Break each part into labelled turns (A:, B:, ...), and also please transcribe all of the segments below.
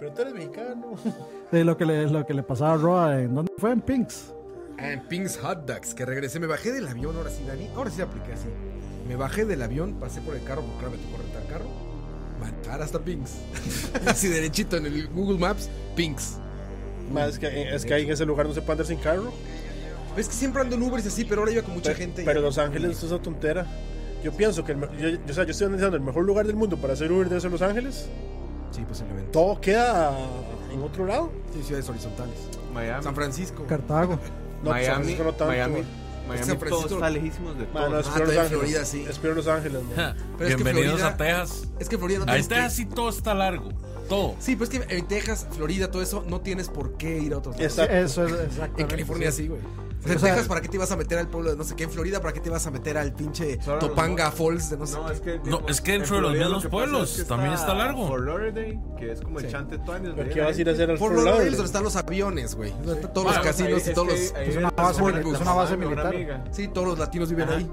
A: pero tú eres mexicano.
B: Sí, lo que le, lo que le pasaba a Roa, ¿en dónde fue? En Pinks.
C: Ah, En Pink's Hot Dogs, que regresé, me bajé del avión, ahora sí, Dani, ahora sí apliqué así. Me bajé del avión, pasé por el carro, porque claro, me tocó rentar carro, matar hasta Pink's. así derechito en el Google Maps, Pink's.
A: Más es que, eh, es que ahí en ese lugar no se puede andar sin carro.
C: Es que siempre ando en Uber y así, pero ahora iba con mucha gente. y-
A: Pero Los Ángeles es una tontera. Yo pienso que, el me- yo, yo- o sea, yo estoy analizando el mejor lugar del mundo para hacer Uber debe ser Los Ángeles.
C: Sí, pues posiblemente.
A: Todo queda en otro lado.
C: Sí, ciudades horizontales.
D: Miami.
C: San Francisco.
B: Cartago.
A: No, pues, San
D: Miami.
A: Francisco no tanto.
D: Miami. Miami.
C: San
E: Todos
C: Francisco.
E: está lejísimos de
A: Ma,
E: todo.
A: no, es
C: Ah,
A: peor Los
C: todavía
A: Ángeles.
C: Florida, sí.
A: Es peor Los Ángeles, ma.
C: Pero es que
D: Bienvenidos
C: Florida-
D: a Texas.
C: Es este. que Florida no
D: Ahí
C: tienes
D: está así, todo está largo. Todo.
C: que- Sí, pero es que en Texas, Florida, todo eso, no tienes por qué ir a otros lados.
A: Exacto.
B: Eso es exactamente.
C: En California
B: sí.
C: sí, güey. O sea, en
B: O sea-
C: Texas, ¿para qué te ibas a meter al pueblo de no sé qué? En Florida, ¿para qué te ibas a meter al pinche
E: Solo
C: Topanga
E: los-
C: Falls de no sé qué?
E: es que,
D: No, es que dentro de los
E: Florida
D: mismos
E: lo que pasa
D: pueblos también está largo.
E: Fort Lauderdale, que es como el chante Tuanis.
A: ¿Pero qué vas a ir a hacer al
C: Por
A: Fort
C: los lados
A: Lauderdale?
C: donde están los aviones, güey. Donde están Todos los
D: Bueno,
C: casinos y todos los... pues,
B: es una base- es una base militar.
C: Sí, todos los latinos viven ahí.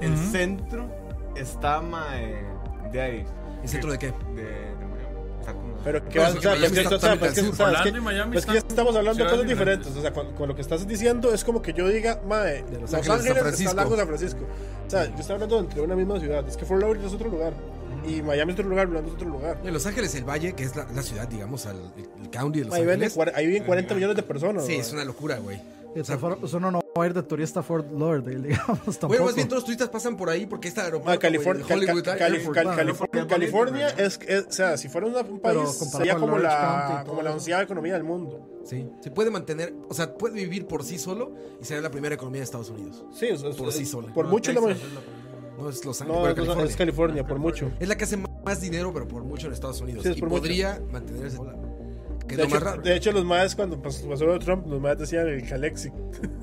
E: Y el centro está mae, de ahí.
C: ¿El centro de qué?
E: De, de Miami. O sea, como-
A: Pero qué
C: Pues,
A: vas a hacer?
C: Miami
A: Pues, que-
C: está
A: o sea,
C: tan
A: pues, que-
C: al sur.
A: o sea, es
D: Orlando
A: que-
D: y Miami
A: pues, que ya
D: están
A: estamos hablando de cosas
D: ciudades
A: diferentes.
D: diferentes.
A: O sea, cuando- con lo que estás diciendo es como que yo diga, mae, Los,
C: Ángeles a San
A: Ángeles, está
C: Francisco.
A: al lado de San Francisco. O sea, yo estoy hablando entre una misma ciudad. Es que Fort Lauderdale es otro lugar. Y Miami es otro lugar, Orlando es otro lugar.
C: En Los Ángeles, el Valle, que es la, la ciudad, digamos, al, el, el county de Los
A: Ahí viven,
C: Ángeles.
A: cuar- ahí viven 40 millones de personas.
C: Sí,
A: mae.
C: es una locura, güey.
B: O sea, fuera- pues uno no va a ir de turista a Fort Lauderdale, digamos, tampoco.
C: Bueno, más bien todos los turistas pasan por ahí porque está el
A: Ma,
C: aeropuerto,
A: California,
C: güey, de Hollywood, ah,
A: Cal- Cal-
C: California.
A: California, California, California es, es- o sea, si fuera una- un
B: Pero
A: país,
B: comparado
A: sería
B: con
A: como
B: Orange
A: la,
B: County y
A: como
B: todo.
A: la onceava economía del mundo.
C: Sí, se puede mantener, o sea, puede vivir por sí solo y será la primera economía de Estados Unidos.
A: Sí, es- es-
C: Por sí
A: es-
C: sola.
A: Por
C: No,
A: mucho, la ma-
C: No es Los Ángeles,
A: no,
C: pero
A: es-
C: California.
A: es California, por mucho.
C: Es la que hace más dinero, pero por mucho en Estados Unidos.
A: Sí, es
C: y
A: por mucho.
C: podría mantenerse sola. Que es
A: De
C: lo
A: hecho,
C: más raro.
A: de hecho, los más cuando pas- pasó lo de Trump, los más decían el Calexic.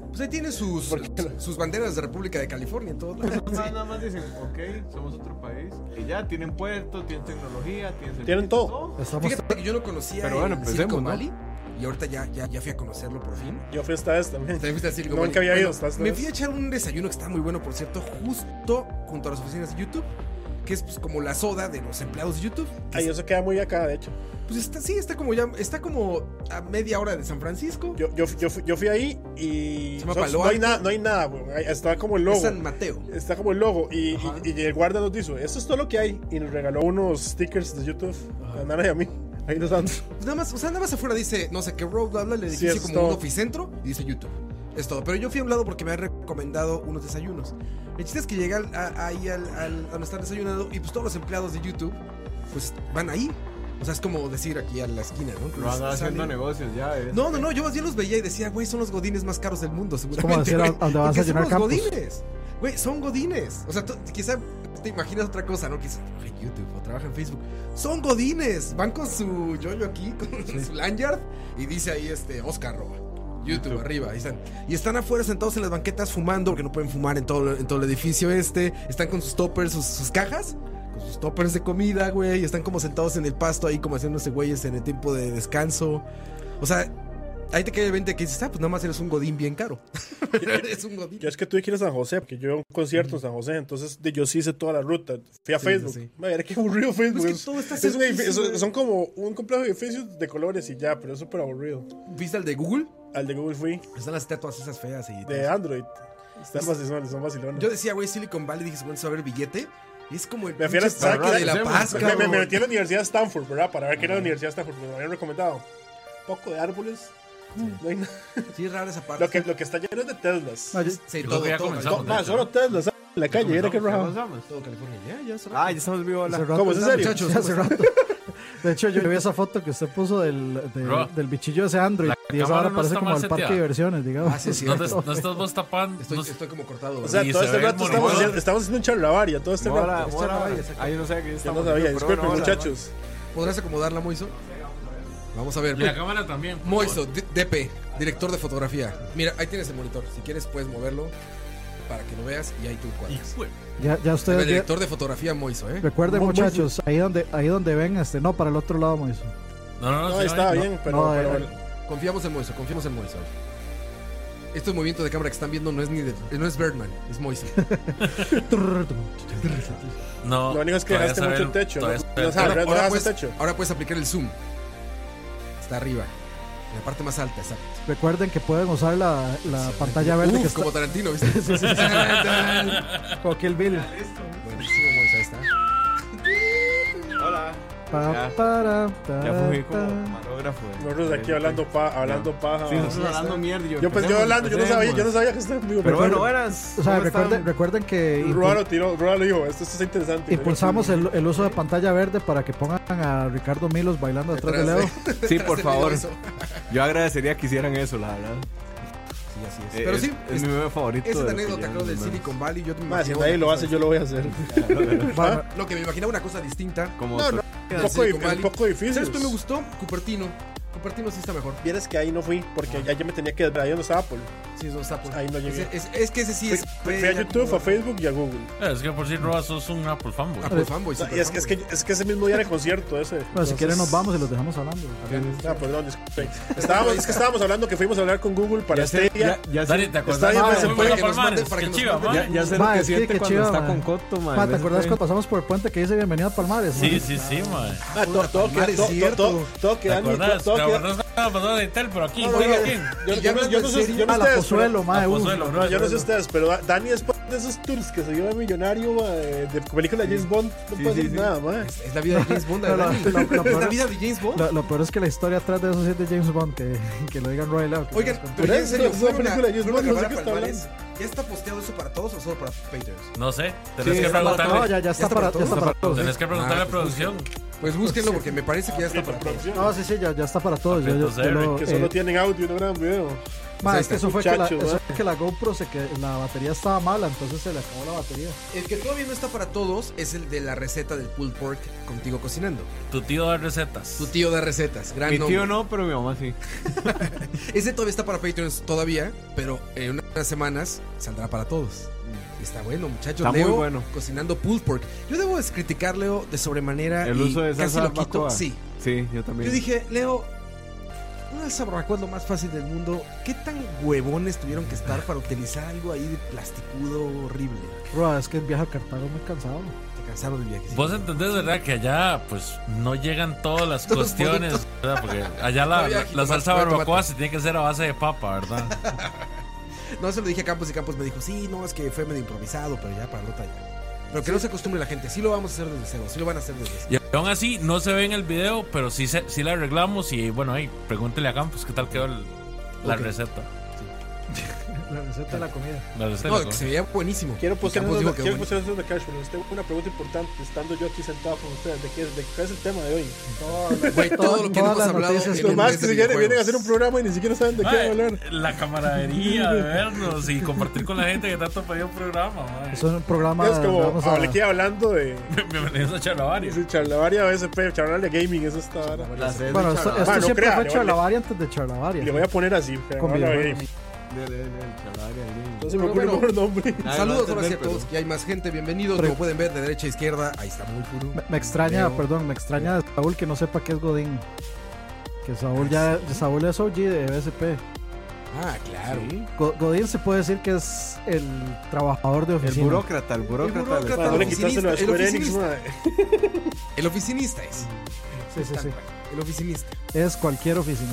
C: Pues ahí tiene sus,
A: ¿Por qué no?
C: sus banderas de República de California en todos lados.
E: Nada más- nada más dicen, ok, somos otro país. Y ya tienen puerto, tienen tecnología, tienen. servicios,
A: todo.
B: Estamos
C: Fíjate que yo no conocía
E: Pero bueno,
C: el
E: empecemos,
C: Circo
E: ¿no?
C: Mali y ahorita ya, ya, ya fui a conocerlo por fin.
A: Yo fui esta vez también.
C: También fuiste al Circo
A: Nunca
C: Mali.
A: había
C: Bueno,
A: ido hasta esta
C: Me
A: vez.
C: fui a echar un desayuno que está muy bueno, por cierto, justo junto a las oficinas de YouTube, que es pues, como la soda de los empleados de YouTube.
A: Ay, eso queda muy acá, de hecho.
C: Pues está, sí, está como ya, está como a media hora de San Francisco.
A: Yo, yo, yo, fui- yo fui ahí y.
C: Se llama
A: o sea,
C: Paloa.
A: no hay nada, no hay nada, güey. Ahí Está como el
C: es
A: logo.
C: San Mateo.
A: Está como el logo. Y,
C: Ajá.
A: y- y el guarda nos dijo: Esto es todo lo que hay. Y nos regaló unos stickers de YouTube. A Nana y a mí. Ahí los dan.
C: Pues nada más, o sea, nada más afuera dice, no sé qué road, bla, bla, el edificio
A: es
C: como
A: todo.
C: un oficentro y dice YouTube. Es todo. Pero yo fui a un lado porque me han recomendado unos desayunos. El chiste es que llegué al- a- ahí al, al- a donde están desayunando y pues todos los empleados de YouTube pues van ahí. O sea, es como decir aquí a la esquina, ¿no?
E: Lo van
C: Pues,
E: haciendo
C: salen.
E: negocios ya. ¿ves?
C: No, no, no, yo más bien los veía y decía, güey, son los godines más caros del mundo, seguramente.
B: decir, ¿a
C: güey,
B: dónde vas
C: porque
B: a llenar
C: son los
B: campos?
C: godines. Güey, son godines. O sea, tú- quizá te imaginas otra cosa, ¿no? Quizá trabaja en YouTube o trabaja en Facebook. Son godines. Van con su yoyo aquí, con su lanyard y dice ahí este Oscar Roa. YouTube, arriba, ahí están. Y están afuera sentados en las banquetas fumando, porque no pueden fumar en todo, en todo el edificio este. Están con sus toppers, sus, sus cajas, con sus toppers de comida, güey. Y están como sentados en el pasto ahí, como haciéndose güeyes en el tiempo de descanso. O sea, ahí te cae el 20 que dices, ah, pues nada más eres un godín bien caro. eres un godín.
A: Yo es que tuve que ir a San José, porque yo iba a un concierto en San José, entonces de- yo sí hice toda la ruta. Fui a
C: Sí,
A: Facebook.
C: sí.
A: Madre, qué aburrido Facebook.
C: que
A: es-
C: todo está
A: es un edifi-
C: cerquísimo,
A: son-
C: güey.
A: son como un complejo de edificios de colores y ya, pero es súper aburrido.
C: ¿Viste al de Google?
A: Al de Google fui,
C: Están las estatuas esas feas y...
A: de Android. Están vacilones, son vacilones.
C: Yo decía, güey, Silicon Valley, dije, bueno, se va a ver billete. Y es como el
A: Me fui a la-
C: pinche parque
A: ¿sabes
C: de
A: qué?
C: la
A: Me-
C: paz,
A: me, me
C: cabrón.
A: metí a la Universidad de Stanford, ¿verdad? Para ver qué era la Universidad de Stanford, porque me lo habían recomendado. Poco de árboles. No hay nada.
C: Sí, es rara esa parte.
A: Lo que, lo que está lleno es de Teslas.
B: No, yo-
C: Sí,
D: Yo
C: todo,
D: creo que ya
C: todo,
D: comenzamos,
C: todo.
A: No,
D: de
A: más,
D: hecho.
A: solo Teslas. en la calle, era que
E: ¿Cómo
A: rajaba.
E: estamos?
C: Todo California, ya, ya hace rato.
F: Ah, ya estamos vivo, hola.
B: Hace rato,
A: ¿Cómo, es en
B: ya,
A: serio?
B: muchachos, hace rato. De hecho, yo vi esa foto que usted puso del, del,
D: Bro.
B: del bichillo de ese Android.
D: La
B: y esa
D: cámara
B: hora
D: no
B: parece
D: está
B: como
D: mal
B: el parque
D: seteada.
B: de diversiones, digamos.
C: Ah, sí, sí.
D: No, te- no estás vos tapando.
C: Estoy,
D: no-
C: estoy como cortado.
A: O sea,
D: Y
A: todo
D: se
A: este
D: ve
A: rato estamos,
D: mono.
A: haciendo- estamos haciendo un charlavaria, todo este
E: Mola,
A: rato.
E: mola.
B: raya, exacto.
E: Ahí no sé qué
A: Yo
E: estamos
A: no sabía,
E: haciendo, pero
A: disculpen
E: bueno, hola.
A: muchachos.
C: ¿Podrás acomodarla, Moiso? Vamos a ver.
D: Y la cámara también.
C: Moiso, D- DP, director de fotografía. Mira, ahí tienes el monitor. Si quieres, puedes moverlo para que lo veas y ahí tú
D: Y
C: cuadras.
D: fue.
B: Ya, ya
C: El
B: ustedes vi-
C: director de fotografía, Moiso, ¿eh?
B: recuerden,
A: Mo- Moiso.
B: muchachos, ahí donde, ahí donde ven, este, no, para el otro lado, Moiso.
D: No, no, no.
A: No,
D: sí,
A: estaba
D: no.
A: bien, pero.
B: no,
A: pero-
B: eh,
C: Confiamos en Moiso, confiamos en Moiso. Estos movimientos de cámara que están viendo no es ni de, no es Birdman, es Moiso.
D: No.
A: Lo único es que
D: todavía
A: dejaste
D: se ve
A: mucho el techo, ¿no? No sabes.
C: Ahora,
A: Ahora
C: ahora
A: vas a
C: puedes,
A: techo.
C: ahora puedes aplicar el zoom. Está arriba. En la parte más alta, exacto.
B: Recuerden que pueden usar la, la pantalla verde
C: Uf,
B: que está
C: como Tarantino, ¿viste?
B: con Kill Bill.
C: Buenísimo, Moiso, ahí está.
E: Hola.
B: Pa,
E: Ya.
B: para,
E: Ya fui
B: ta,
E: como
B: ta.
E: camarógrafo. eh.
A: Nosotros aquí hablando, pa, hablando paja.
E: Sí, nosotros hablando mierda. y
A: Yo pues yo
E: empecemos,
A: hablando, yo no sabía, yo no
E: empecemos.
A: sabía que estaba amigo.
E: Pero bueno, buenas.
B: O sea,
E: ¿cómo están?
B: recuerden, recuerden que impu-
A: Rualo tiró, Rualo dijo, esto, esto está interesante.
B: impulsamos el, el uso de pantalla verde para que pongan a Ricardo Milos bailando atrás de
C: Detrás
B: Leo.
C: de-
E: Sí, por
C: Hacerle
E: favor.
C: Moiso.
E: Yo agradecería que hicieran eso, la verdad.
C: Sí, así es.
E: Eh,
C: Pero
E: es-
C: sí, este,
E: es,
C: es-
E: mi meme favorito.
C: esa es la
E: de lo que
C: anécdota,
E: ya
C: creo, del
E: no-
C: Silicon Valley. Yo te
A: Más, si
C: imagino-
A: nadie lo hace, yo lo voy a hacer.
B: Bueno,
C: Lo que me imaginaba una cosa distinta.
E: Como
C: No, no,
A: Un
C: del
A: poco,
C: Silicon
A: di- un
C: Valley.
A: poco difícil.
C: ¿Sabes cuál me gustó? Cupertino. Cupertino sí está mejor.
A: Vieras que ahí no fui, porque ya yo me tenía que desvelar, yo no estaba Apple.
C: Sí, es donde está. pues.
A: Ahí no llegué.
C: Ese- Es, es que ese sí
A: Fui,
C: es.
A: fui a YouTube, a Facebook y a Google.
D: Es que por si Roa sos un Apple fanboy.
C: Ah, pues, fanboy,
A: No,
C: super
A: y es, que, es, que,
C: fanboy.
A: es que ese mismo día era el concierto ese.
B: bueno, si
A: entonces-
B: quieren nos vamos y los dejamos hablando.
A: Ah, perdón, disculpe. Estábamos, es que estábamos hablando que fuimos a hablar con Google para
E: Ya sé,
A: este día.
E: ya, ya sé-
D: Dani, ¿te acuerdas?
A: Está bien,
D: Ah,
A: pues, se
D: muy
A: puede
D: buena
C: que nos
D: palmares,
C: manden para
D: qué
C: que nos
D: chiva,
C: manden.
E: ya-
D: man.
E: ya
B: Ma,
E: sé lo
B: es
E: que
B: que
E: siente
B: qué
E: cuando
B: chiva,
E: está
B: ma.
E: con Coto, este man.
B: Pa, ¿Te
E: Ves,
B: acordás
E: güey.
B: cuando pasamos por el puente que dice bienvenida a Palmares?
D: Sí,
B: man?
D: sí, sí, man.
A: Ah, todo, todo,
C: madre,
A: queda- todo,
C: cierto.
A: todo, todo
D: ¿Te
A: queda-
D: acordás? ¿Te
A: todo queda-
D: acordás cuando pasó de Intel, pero aquí?
A: No, no,
D: ¿Quién?
A: no.
D: ¿Quién?
C: Y
A: Yo, yo,
C: ya
A: no-
C: hablando
A: yo no
C: en
A: sé,
C: serio,
A: yo no
B: A
A: sé
B: la
A: ustedes,
B: Pozuelo, ma,
D: A
B: uh.
D: Pozuelo,
A: pero-
D: bro.
A: no, yo no sé ustedes, pero da- Dani después de esos tours que se lleva millonario ma, de, de película de James Bond, no puede
E: Sí, sí,
A: hacer
E: sí.
A: nada, más.
C: Es, es la vida de James Bond,
B: No, no,
C: Dani.
B: no, no,
C: Es la
B: no.
C: vida de James Bond.
B: Lo, lo peor es que la historia atrás de eso sí es de James Bond, que, que lo digan Roy Leo. que
C: Oigan,
B: nos contó.
C: pero ya en
A: Es
C: serio,
A: una
C: fueron a,
A: película de James
C: fueron a
A: Bond, no sé
C: grabar
A: qué
C: a
A: está
C: Palmares. ¿Ya está posteado eso para todos o solo para Patreons?
D: No sé. Tenés
E: Sí,
D: que
E: está
B: No,
D: preguntarle.
B: ya, ya está, para, ya está para todos.
D: Tenés que preguntarle
C: Ah,
D: a producción.
C: Pues búsquenlo porque me parece que ya está para todos.
A: producción.
B: No, sí, sí, ya, ya está para todos. Yo, yo- yo
D: Entonces,
B: lo,
A: este Que
B: eh,
A: solo tienen audio y no graban video.
B: ma, es que eso fue que, la,
A: muchachos,
B: eso
A: ¿eh?
B: fue que la GoPro, se que la batería estaba mala, entonces se le acabó la batería.
C: El que todavía no está para todos es el de la receta del pulled pork contigo cocinando.
D: Tu tío da recetas.
C: Tu tío da recetas, gran
E: Mi
C: nombre.
E: tío no, pero mi mamá sí.
C: Ese todavía está para Patreons todavía, pero en unas semanas saldrá para todos. Está bueno, muchachos.
E: Está muy
C: Leo
E: bueno.
C: cocinando pulled pork. Yo debo es criticar Leo de sobremanera
E: El
C: y
E: uso de
C: casi
E: salsa
C: lo quito.
E: barbacoa.
C: Sí.
E: Sí, yo también.
C: Yo dije, Leo, una sabracuá es lo más fácil del mundo. ¿Qué tan huevones tuvieron que estar para utilizar algo ahí de plasticudo horrible?
B: Roa, es que el viaje a Cartago muy cansado.
C: Te cansaron del viaje. ¿sí?
D: Vos entendés, ¿verdad? Que allá, pues, no llegan todas las
C: Todos los
D: cuestiones, ¿verdad? Porque allá la,
C: Había
D: la- la
C: jitomate,
D: salsa
C: tomate.
D: barbacoa se tiene que hacer a base de papa, ¿verdad?
C: No, se lo dije a Campos y Campos me dijo, sí, no, es que fue medio improvisado, pero ya para no tallar. Pero que no se acostumbre la gente, sí lo vamos a hacer desde cero, sí lo van a hacer desde cero.
D: Y aún así, no se ve en el video, pero sí, se, sí la arreglamos. Y bueno, ahí, pregúntele a Campos qué tal quedó el- la
C: Ok.
D: receta.
B: La receta de la comida.
D: La receta.
C: No,
D: ¿no?
C: que se veía buenísimo.
A: Quiero
C: Y
A: postear
C: Campos
A: eso
C: dijo
A: de,
C: que
A: quiero
C: bueno.
A: postear eso de Cashman. Usted- Una pregunta importante, estando yo aquí sentado con ustedes, ¿de qué, de qué es el tema de hoy?
C: Güey, todo lo que no
B: Todas
C: hemos
B: las
C: hablado
B: noticias
C: en
B: que
C: un
A: Más
C: mes
A: que
C: de
A: si vienen, vienen
C: videojuegos.
A: a hacer un programa y ni siquiera saben de qué
D: Ay,
A: hablar.
D: La camaradería de vernos y compartir con la gente que tanto pedía un programa. madre.
B: Es un programa.
A: Es como,
B: vamos a-
A: hablé aquí hablando de.
D: Bienvenidos a Charlavaria.
A: de charla varias veces, pero charlar de gaming, eso está ahora.
E: La sed de
B: Bueno, esto,
E: Charlavaria.
B: esto
A: Ah, no
B: siempre
A: crea,
B: fue
A: le-
B: Charlavaria antes de Charlavaria.
A: Le voy a poner así, pero
B: Con
A: no, no,
B: videojuegos.
A: eh,
E: De- de- de Charlavaria, sí.
A: no se me
C: Pero
A: ocurre
C: bueno.
A: mejor nombre.
E: Nadie
C: Saludos
E: lo va
C: ahora sí a
E: entender,
C: todos, que hay más gente, bienvenidos.
B: Pero-
C: Como pueden ver, de derecha a izquierda, ahí está muy puro.
B: Me, me extraña,
C: Leo.
B: perdón, me extraña de Saúl que no sepa qué es Godín. Que Saúl ya.
A: Pues,
B: Saúl es OG de BSP.
C: Ah, claro.
B: Go- Godín se puede decir que es el trabajador de
E: pero- El
B: oficina.
E: burócrata, el burócrata.
C: El burócrata.
E: del
A: Para no le quitárselo a
C: oficinista,
A: Square
C: el
A: Enix,
C: oficinista.
A: madre.
C: El oficinista es.
B: Sí, sí,
C: Tal
B: sí.
C: cual. El oficinista
B: Es cualquier oficina.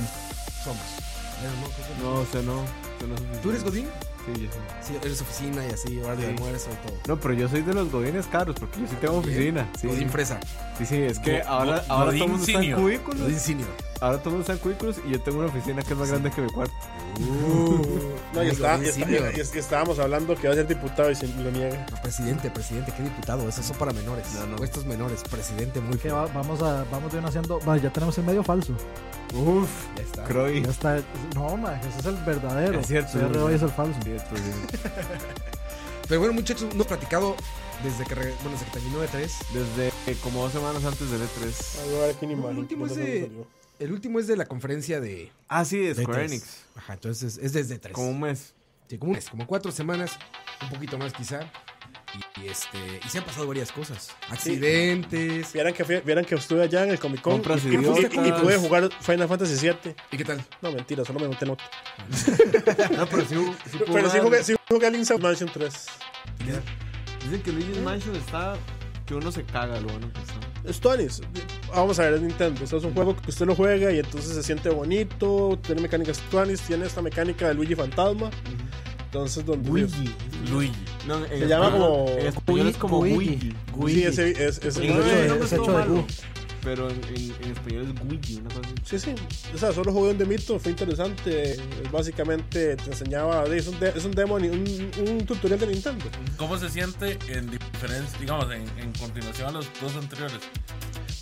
C: somos.
E: Estado. No, o sea, no. usted no es oficial.
C: ¿Tú eres Godín?
E: Sí, yo soy.
C: Sí, eres oficina y así, horario de
E: Sí.
C: almuerzo y todo.
E: No, pero yo soy de los godines caros, porque yo sí tengo oficina. Sí,
C: Godín fresa,
E: sí, sí, es que
D: Go-
E: ahora,
D: go-
E: ahora todo
D: godín
E: el mundo está en
D: senior.
E: cubículos.
C: Godín senior.
E: Ahora todo el mundo está en cubículos y yo tengo una oficina que es más grande que mi cuarto.
C: Uh,
A: No, y,
C: Ay,
A: está-
C: lo
A: y está-
C: simio.
A: y es que estábamos hablando que va a ser diputado y se lo niega.
C: No, presidente, presidente, qué diputado. Esos son para menores.
E: No, no.
C: O estos menores. Presidente, muy
B: Que
C: feo.
B: va- vamos, a, vamos de una haciendo. Vale, ya tenemos el medio falso.
E: Uf,
C: Ya está.
E: Croy.
B: Ya está. No, ma, ese es el verdadero.
E: Es cierto,
B: CR hoy
E: sí.
B: es el falso.
E: Cierto, sí.
C: Pero bueno, muchachos, hemos platicado desde que, re- bueno, desde que terminó de 3
E: Desde eh, como dos semanas antes del E
A: Ah,
E: E3.
A: voy a ver aquí ni
C: No,
A: mal,
C: el último
A: no sé
C: es de-
A: dónde salió.
C: El último es de la conferencia de...
E: Ah, sí, de Square
C: E3.
E: Enix.
C: Ajá, entonces es desde 3
E: Como un mes.
C: Sí, como un mes, como cuatro semanas, un poquito más quizá. Y, y, este, y se han pasado varias cosas. Accidentes.
A: Vieran que, fui- vieran que estuve allá en el Comic Con
E: Compras
A: y, y-
E: idiotas.
A: y pude jugar Final Fantasy VII.
C: ¿Y qué tal?
A: No, mentira, solo me monté el otro.
E: No, pero sí, hu- sí
A: Pero,
E: jugaron.
A: sí jugué, sí jugué Link's Mansion 3.
E: Dicen que Luigi's Mansion está. que uno se caga lo bueno que está.
A: Stories, vamos a ver, es Nintendo. Esto es un juego que usted lo juega y entonces se siente bonito. Tiene mecánicas Stories, tiene esta mecánica de Luigi Fantasma. Entonces, donde.
D: Luigi.
E: No, en
A: Se llama
E: español-
A: como-
E: En español es como
B: Luigi.
E: Luigi.
A: Sí, ese, es, es,
E: Sí,
B: Ese
E: no,
B: hecho
E: no,
B: de-
E: no,
B: ese
E: no,
B: hecho de
E: no,
B: Gu.
E: no. Pero en, en- en español es Luigi, una cosa así.
A: Sí, sí. O sea, solo jugué un demito, fue interesante. Eh, Básicamente te enseñaba, es un, de- es un demo, ni- un, un tutorial de Nintendo.
D: ¿Cómo se siente en diferencia, digamos, en, en continuación a los dos anteriores?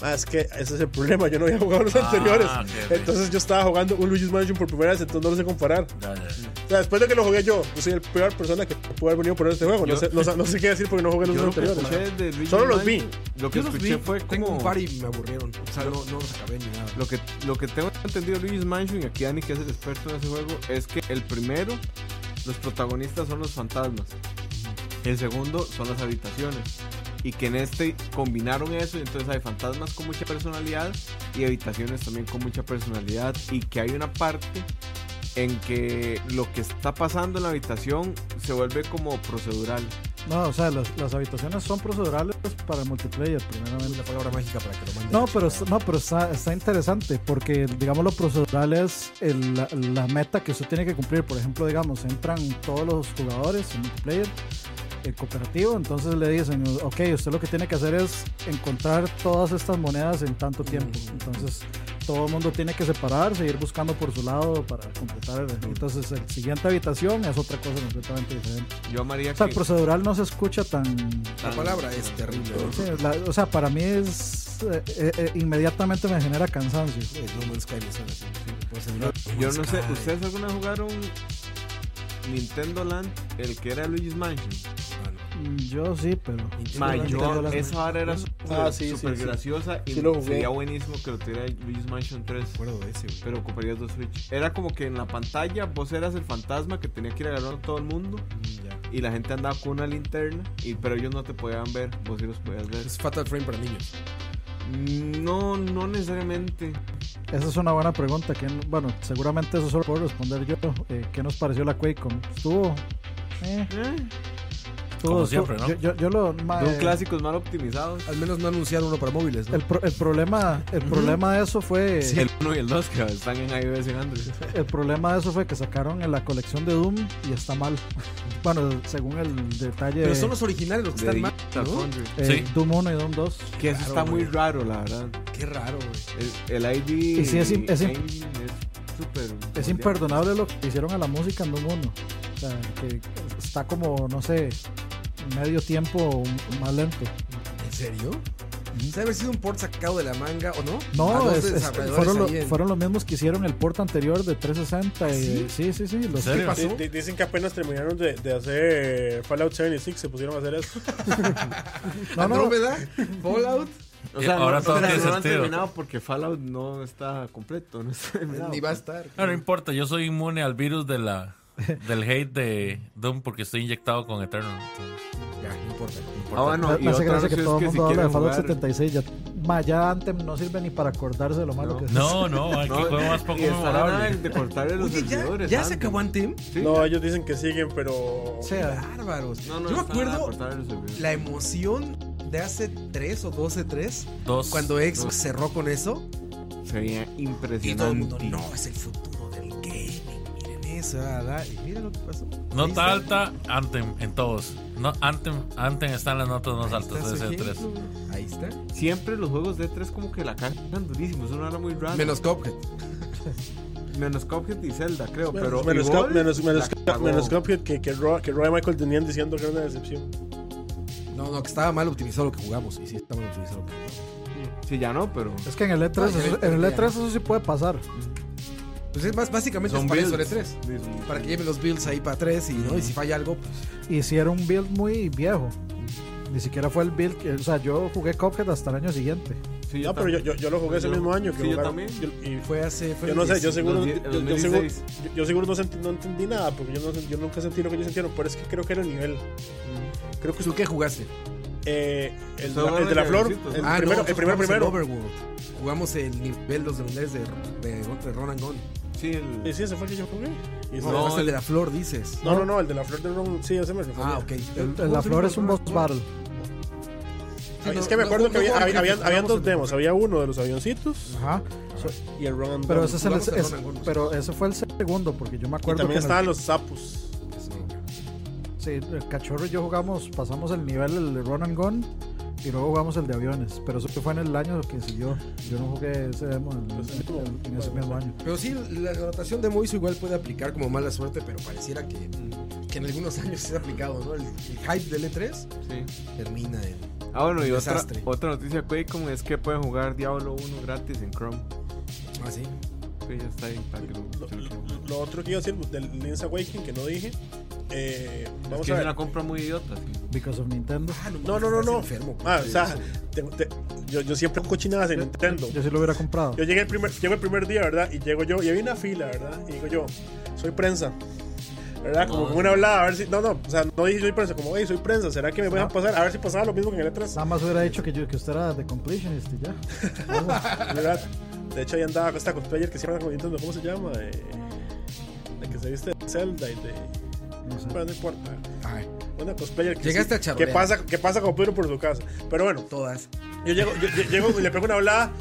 A: Ah, es que ese es el problema, yo no había jugado los
D: Ah,
A: anteriores.
D: ok, ok.
A: Entonces yo estaba jugando un Luigi's Mansion por primera vez, entonces no lo sé comparar.
D: Ya, ya.
A: O sea, después de que lo jugué yo, yo soy la peor persona que pudo haber venido por este juego. No
E: Yo-
A: sé, no, sa- no sé qué decir porque no jugué los
E: Yo
A: dos
E: lo que
A: anteriores.
E: escuché de Luigi's
A: Solo los
E: Mansion- Lo que
C: Yo los
E: escuché
C: vi,
E: fue
C: Tengo
E: como.
C: un par y me aburrieron. O sea, no, no los acabé ni nada.
E: Lo que, lo que tengo entendido de Luigi's Mansion, y aquí Dani que es el experto en ese juego, es que el primero, los protagonistas son los fantasmas. El segundo son las habitaciones. Y que en este combinaron eso, y entonces hay fantasmas con mucha personalidad y habitaciones también con mucha personalidad. Y que hay una parte en que lo que está pasando en la habitación se vuelve como procedural.
B: No, o sea, las, las habitaciones son procedurales para el multiplayer, primeramente.
C: Una palabra mágica para que lo manden.
B: No, pero, es- no, pero está, está interesante porque, digamos, lo procedural es el- la, la meta que usted tiene que cumplir. Por ejemplo, digamos, entran todos los jugadores en multiplayer el cooperativo, entonces le dicen, ok, usted lo que tiene que hacer es encontrar todas estas monedas en tanto tiempo. Entonces, todo el mundo tiene que separarse, e ir buscando por su lado para completar el... Entonces, la siguiente habitación es otra cosa completamente diferente.
E: Yo amaría
B: O sea,
E: que-
B: el procedural no se escucha tan,
C: La palabra es terrible.
B: Sí, la- o sea, para mí es. eh, eh, eh, inmediatamente me genera cansancio.
C: Eh, No Man's Sky me suena así. Pues, el-
E: Yo
C: Man's
E: no sé,
C: Sky.
E: ¿ustedes alguna vez jugaron Nintendo Land, el que era Luigi's Mansion?
C: Ah, no.
B: Mm, Yo sí, pero.
C: Nintendo Land, Nintendo
E: Mayor,
C: Land.
E: esa vara era súper
A: Ah, sí, sí,
E: súper
A: sí.
E: graciosa y
A: Sí lo jugué.
E: sería buenísimo que lo tuviera Luigi's Mansion 3.
C: Me acuerdo de ese, güey.
E: Pero ocuparías dos Switch. Era como que en la pantalla vos eras el fantasma que tenía que ir agarrando a todo el mundo
C: Mm, ya.
E: y la gente andaba con una linterna, y, pero ellos no te podían ver, vos sí los podías ver.
C: Es Fatal Frame para niños.
E: No, no necesariamente.
B: Esa es una buena pregunta. Que, bueno, seguramente eso solo puedo responder yo. Eh, ¿Qué nos pareció la QuakeCon? Estuvo. eh,
E: Eh,
B: estuvo-
D: Como
B: estuvo-
D: siempre, ¿no?
B: Yo, yo- yo lo. ma,
E: Son
B: eh,
E: clásicos mal optimizados.
C: Al menos no anunciaron uno para móviles, ¿no?
B: el, pro- el problema, el problema de eso fue.
E: Sí, el 1 y el 2 que están en iOS y en Android.
B: El problema de eso fue que sacaron en la colección de Doom y está mal. Bueno, según el detalle.
C: Pero
B: de,
C: son los originales los que
E: De
C: están mal.
E: Digital
C: ¿no?
E: Foundry.
B: eh,
D: sí.
B: Doom 1 y Doom 2.
E: Que eso
C: Raro,
E: está muy
C: güey.
E: raro, la verdad.
C: Qué raro, güey.
E: El, el ID.
B: Y sí, es im- es im-
E: ID es súper
B: Es
E: mundial.
B: imperdonable lo que hicieron a la música en Doom 1. O sea, que está como, no sé, medio tiempo más lento.
C: ¿En serio? Se haber sido un port sacado de la manga o no? A
B: No,
C: dos
B: es- es-
C: desarrolladores
B: fueron, lo-
C: ahí en-
B: fueron los mismos que hicieron el port anterior de 360. y- sí, sí, sí. los-
D: ¿En serio?
C: pasó?
A: Di- di- Dicen que apenas terminaron de, de hacer Fallout 76, se pusieron a hacer eso.
B: no, no,
C: Andrómeda, Fallout,
E: O sea,
D: Eh,
E: ahora
D: ahora
E: no,
D: todo
E: o sea,
D: tiene
E: no lo han
D: sentido.
E: terminado porque Fallout no está completo. No está terminado.
C: ni va a estar.
D: No, no importa, yo soy inmune al virus de la, del hate de Doom porque estoy inyectado con Eternal. entonces,
C: Ya, no importa.
D: no importa.
E: Ah, bueno,
B: me-
E: y
B: me hace
E: otra
B: gracia que
E: noticia es
B: todo el
E: que si
B: mundo habla de
E: quieren
B: Fallout
E: jugar-
B: 76. Ya, ma, ya antes no sirve ni para acordarse de lo malo
E: No.
B: que es.
D: No, no, ay, qué
E: No,
D: juego más poco
E: y está la nada
D: memorable.
E: de cortarle los
C: Oye, ya,
E: servidores.
C: ya se
E: Andy.
C: acabó Anthem.
E: Sí.
A: No, ellos dicen que siguen, pero.
B: O sea,
C: Bárbaros.
E: No, no,
C: Yo me
E: está nada de
C: acuerdo
E: cortarle los servidores.
C: la emoción de hace 3 o 12, 3,
D: Dos.
C: cuando Xbox
E: dos.
C: cerró con eso.
E: Sería
C: Y todo el mundo,
E: impresionante.
C: no, es el futuro del gaming. Miren eso, ¿verdad? Y mira lo que pasó. Ahí
D: Nota
C: está.
D: alta, Anthem, en todos. No, Anthem, Anthem está en las notas más
C: Ahí
D: altas
C: está
D: de
C: su
D: ese 3
C: ejemplo, güey. Ahí está. Ah,
E: Siempre los juegos de 3 como que la cagan durísimo. Es una hora muy rara.
C: Menos Cuphead.
E: menos Cuphead y Zelda, creo. pero
A: Menos, menos,
E: igual
A: Cup- menos,
E: la
A: menos, Cup-
E: cagó.
A: menos Cuphead que, que, Ro- que Roy Michael tenían diciendo que era una decepción.
C: No, no, que estaba mal optimizado lo que jugamos. Y sí, está mal optimizado lo que jugamos.
E: Sí, ya no, pero.
B: Es que en el E3,
C: No, ya
B: eso-
C: vi,
B: en el
C: ya.
B: E3 eso sí puede pasar.
C: Pues es más, básicamente es para eso el E3.
E: Sí, son-
C: Para que lleven los builds ahí para tres y, ¿no? y si falla algo, pues,
B: Hicieron un build muy viejo. Ni siquiera fue el build. que- o sea, yo jugué Cuphead hasta el año siguiente.
E: sí,
A: no, pero yo, yo, yo lo jugué ese
E: Yo-
A: mismo año que
E: sí, yo
A: jugaron.
E: también.
A: Yo- y
C: fue hace. Fue
A: yo
C: en
A: no
C: el
A: sé, yo
C: 10.
A: seguro,
E: dos
A: yo,
E: mil-
A: yo- yo
E: 2016.
A: seguro- yo- yo seguro no, sentí- no entendí nada, porque yo, no, sen- yo nunca sentí lo que ellos sintieron, pero es que creo que era el nivel. Creo que
C: ¿Tú qué jugaste? Ah,
A: eh, el,
E: Son
A: la- el
E: varios
A: de la flor,
E: nivelcitos,
A: el
E: ¿no?
A: primero,
C: nosotros
A: el primero,
C: jugamos
A: primero.
C: Overworld. Jugamos el nivel los niveles de, de, de Ron and Gone.
E: Sí, el-
A: Eh, sí, ese fue el que yo jugué. Y ese-
C: No,
E: No,
C: es el de la flor, dices.
A: no, no, no, el de la flor de Ron, sí, ese me refiero.
C: Ah, ok.
B: El- el- la flor es un boss battle.
C: Sí, no,
A: es que me
C: no,
A: acuerdo
C: no
A: que había,
C: jugamos el-
A: había-
C: jugamos
A: habían dos
C: el-
A: demos, había uno de los avioncitos
B: Ajá.
A: y el Ron and
B: Pero
A: Gun.
B: ese, es el-
C: jugamos el
B: es-
C: Ronan Gordon.
B: pero ese fue el segundo, porque yo me
A: Y
B: acuerdo
A: también
B: que en el-
A: estaban los sapos.
B: sí, el cachorro y yo jugamos, pasamos el nivel del de Run and Gun y luego jugamos el de aviones. Pero eso fue en el año que siguió. Yo no jugué ese demo en, en- en ese mismo año.
C: Pero sí, la rotación de Moiso igual puede aplicar como mala suerte, pero pareciera que, que en algunos años se ha aplicado, ¿no? El, el hype del E3
E: sí.
C: termina en.
E: Ah, bueno, y
C: Un
E: otra,
C: desastre.
E: otra noticia de Quake es que pueden jugar Diablo 1 gratis en Chrome.
C: Ah, sí.
E: Que ya está ahí para que lo-
A: Lo,
E: se lo quieran.
A: lo- lo otro que iba a decir del Link's Awakening que no dije. eh,
E: Es
A: vamos
E: que
A: a
E: es
A: ver.
E: una compra muy idiota. sí.
B: Because of Nintendo.
C: Ah,
A: No, no, no,
C: estás
A: no.
C: enfermo. pues,
A: Ah, o sea, tengo- te- yo, yo siempre hago cochinadas en Nintendo.
B: Yo sí lo hubiera comprado.
A: Yo llegué el primer, llego el primer día, ¿verdad? Y llego yo, y había una fila, ¿verdad? Y digo yo, soy prensa. ¿Verdad? Como con una hablada, a ver si. No, no, o sea, no dije soy prensa, como, hey, soy prensa, ¿será que me
C: Ah.
A: dejan pasar? A ver si pasaba lo mismo que en el E E3.
B: Nada más hubiera dicho que, yo, que usted era de completionist y ya.
A: ¿Verdad? De hecho, ahí andaba esta cosplayer que siempre anda con Nintendo, ¿cómo se llama? Eh, la que se viste de Zelda y de.
C: Ah.
B: No sé.
A: Bueno, no importa.
C: Ay,
A: Una cosplayer que.
C: Llegaste a
A: que
C: charolear.
A: pasa, que pasa con Pedro por su casa. Pero bueno,
C: todas.
A: Yo llego, yo, yo llego y le pego una hablada.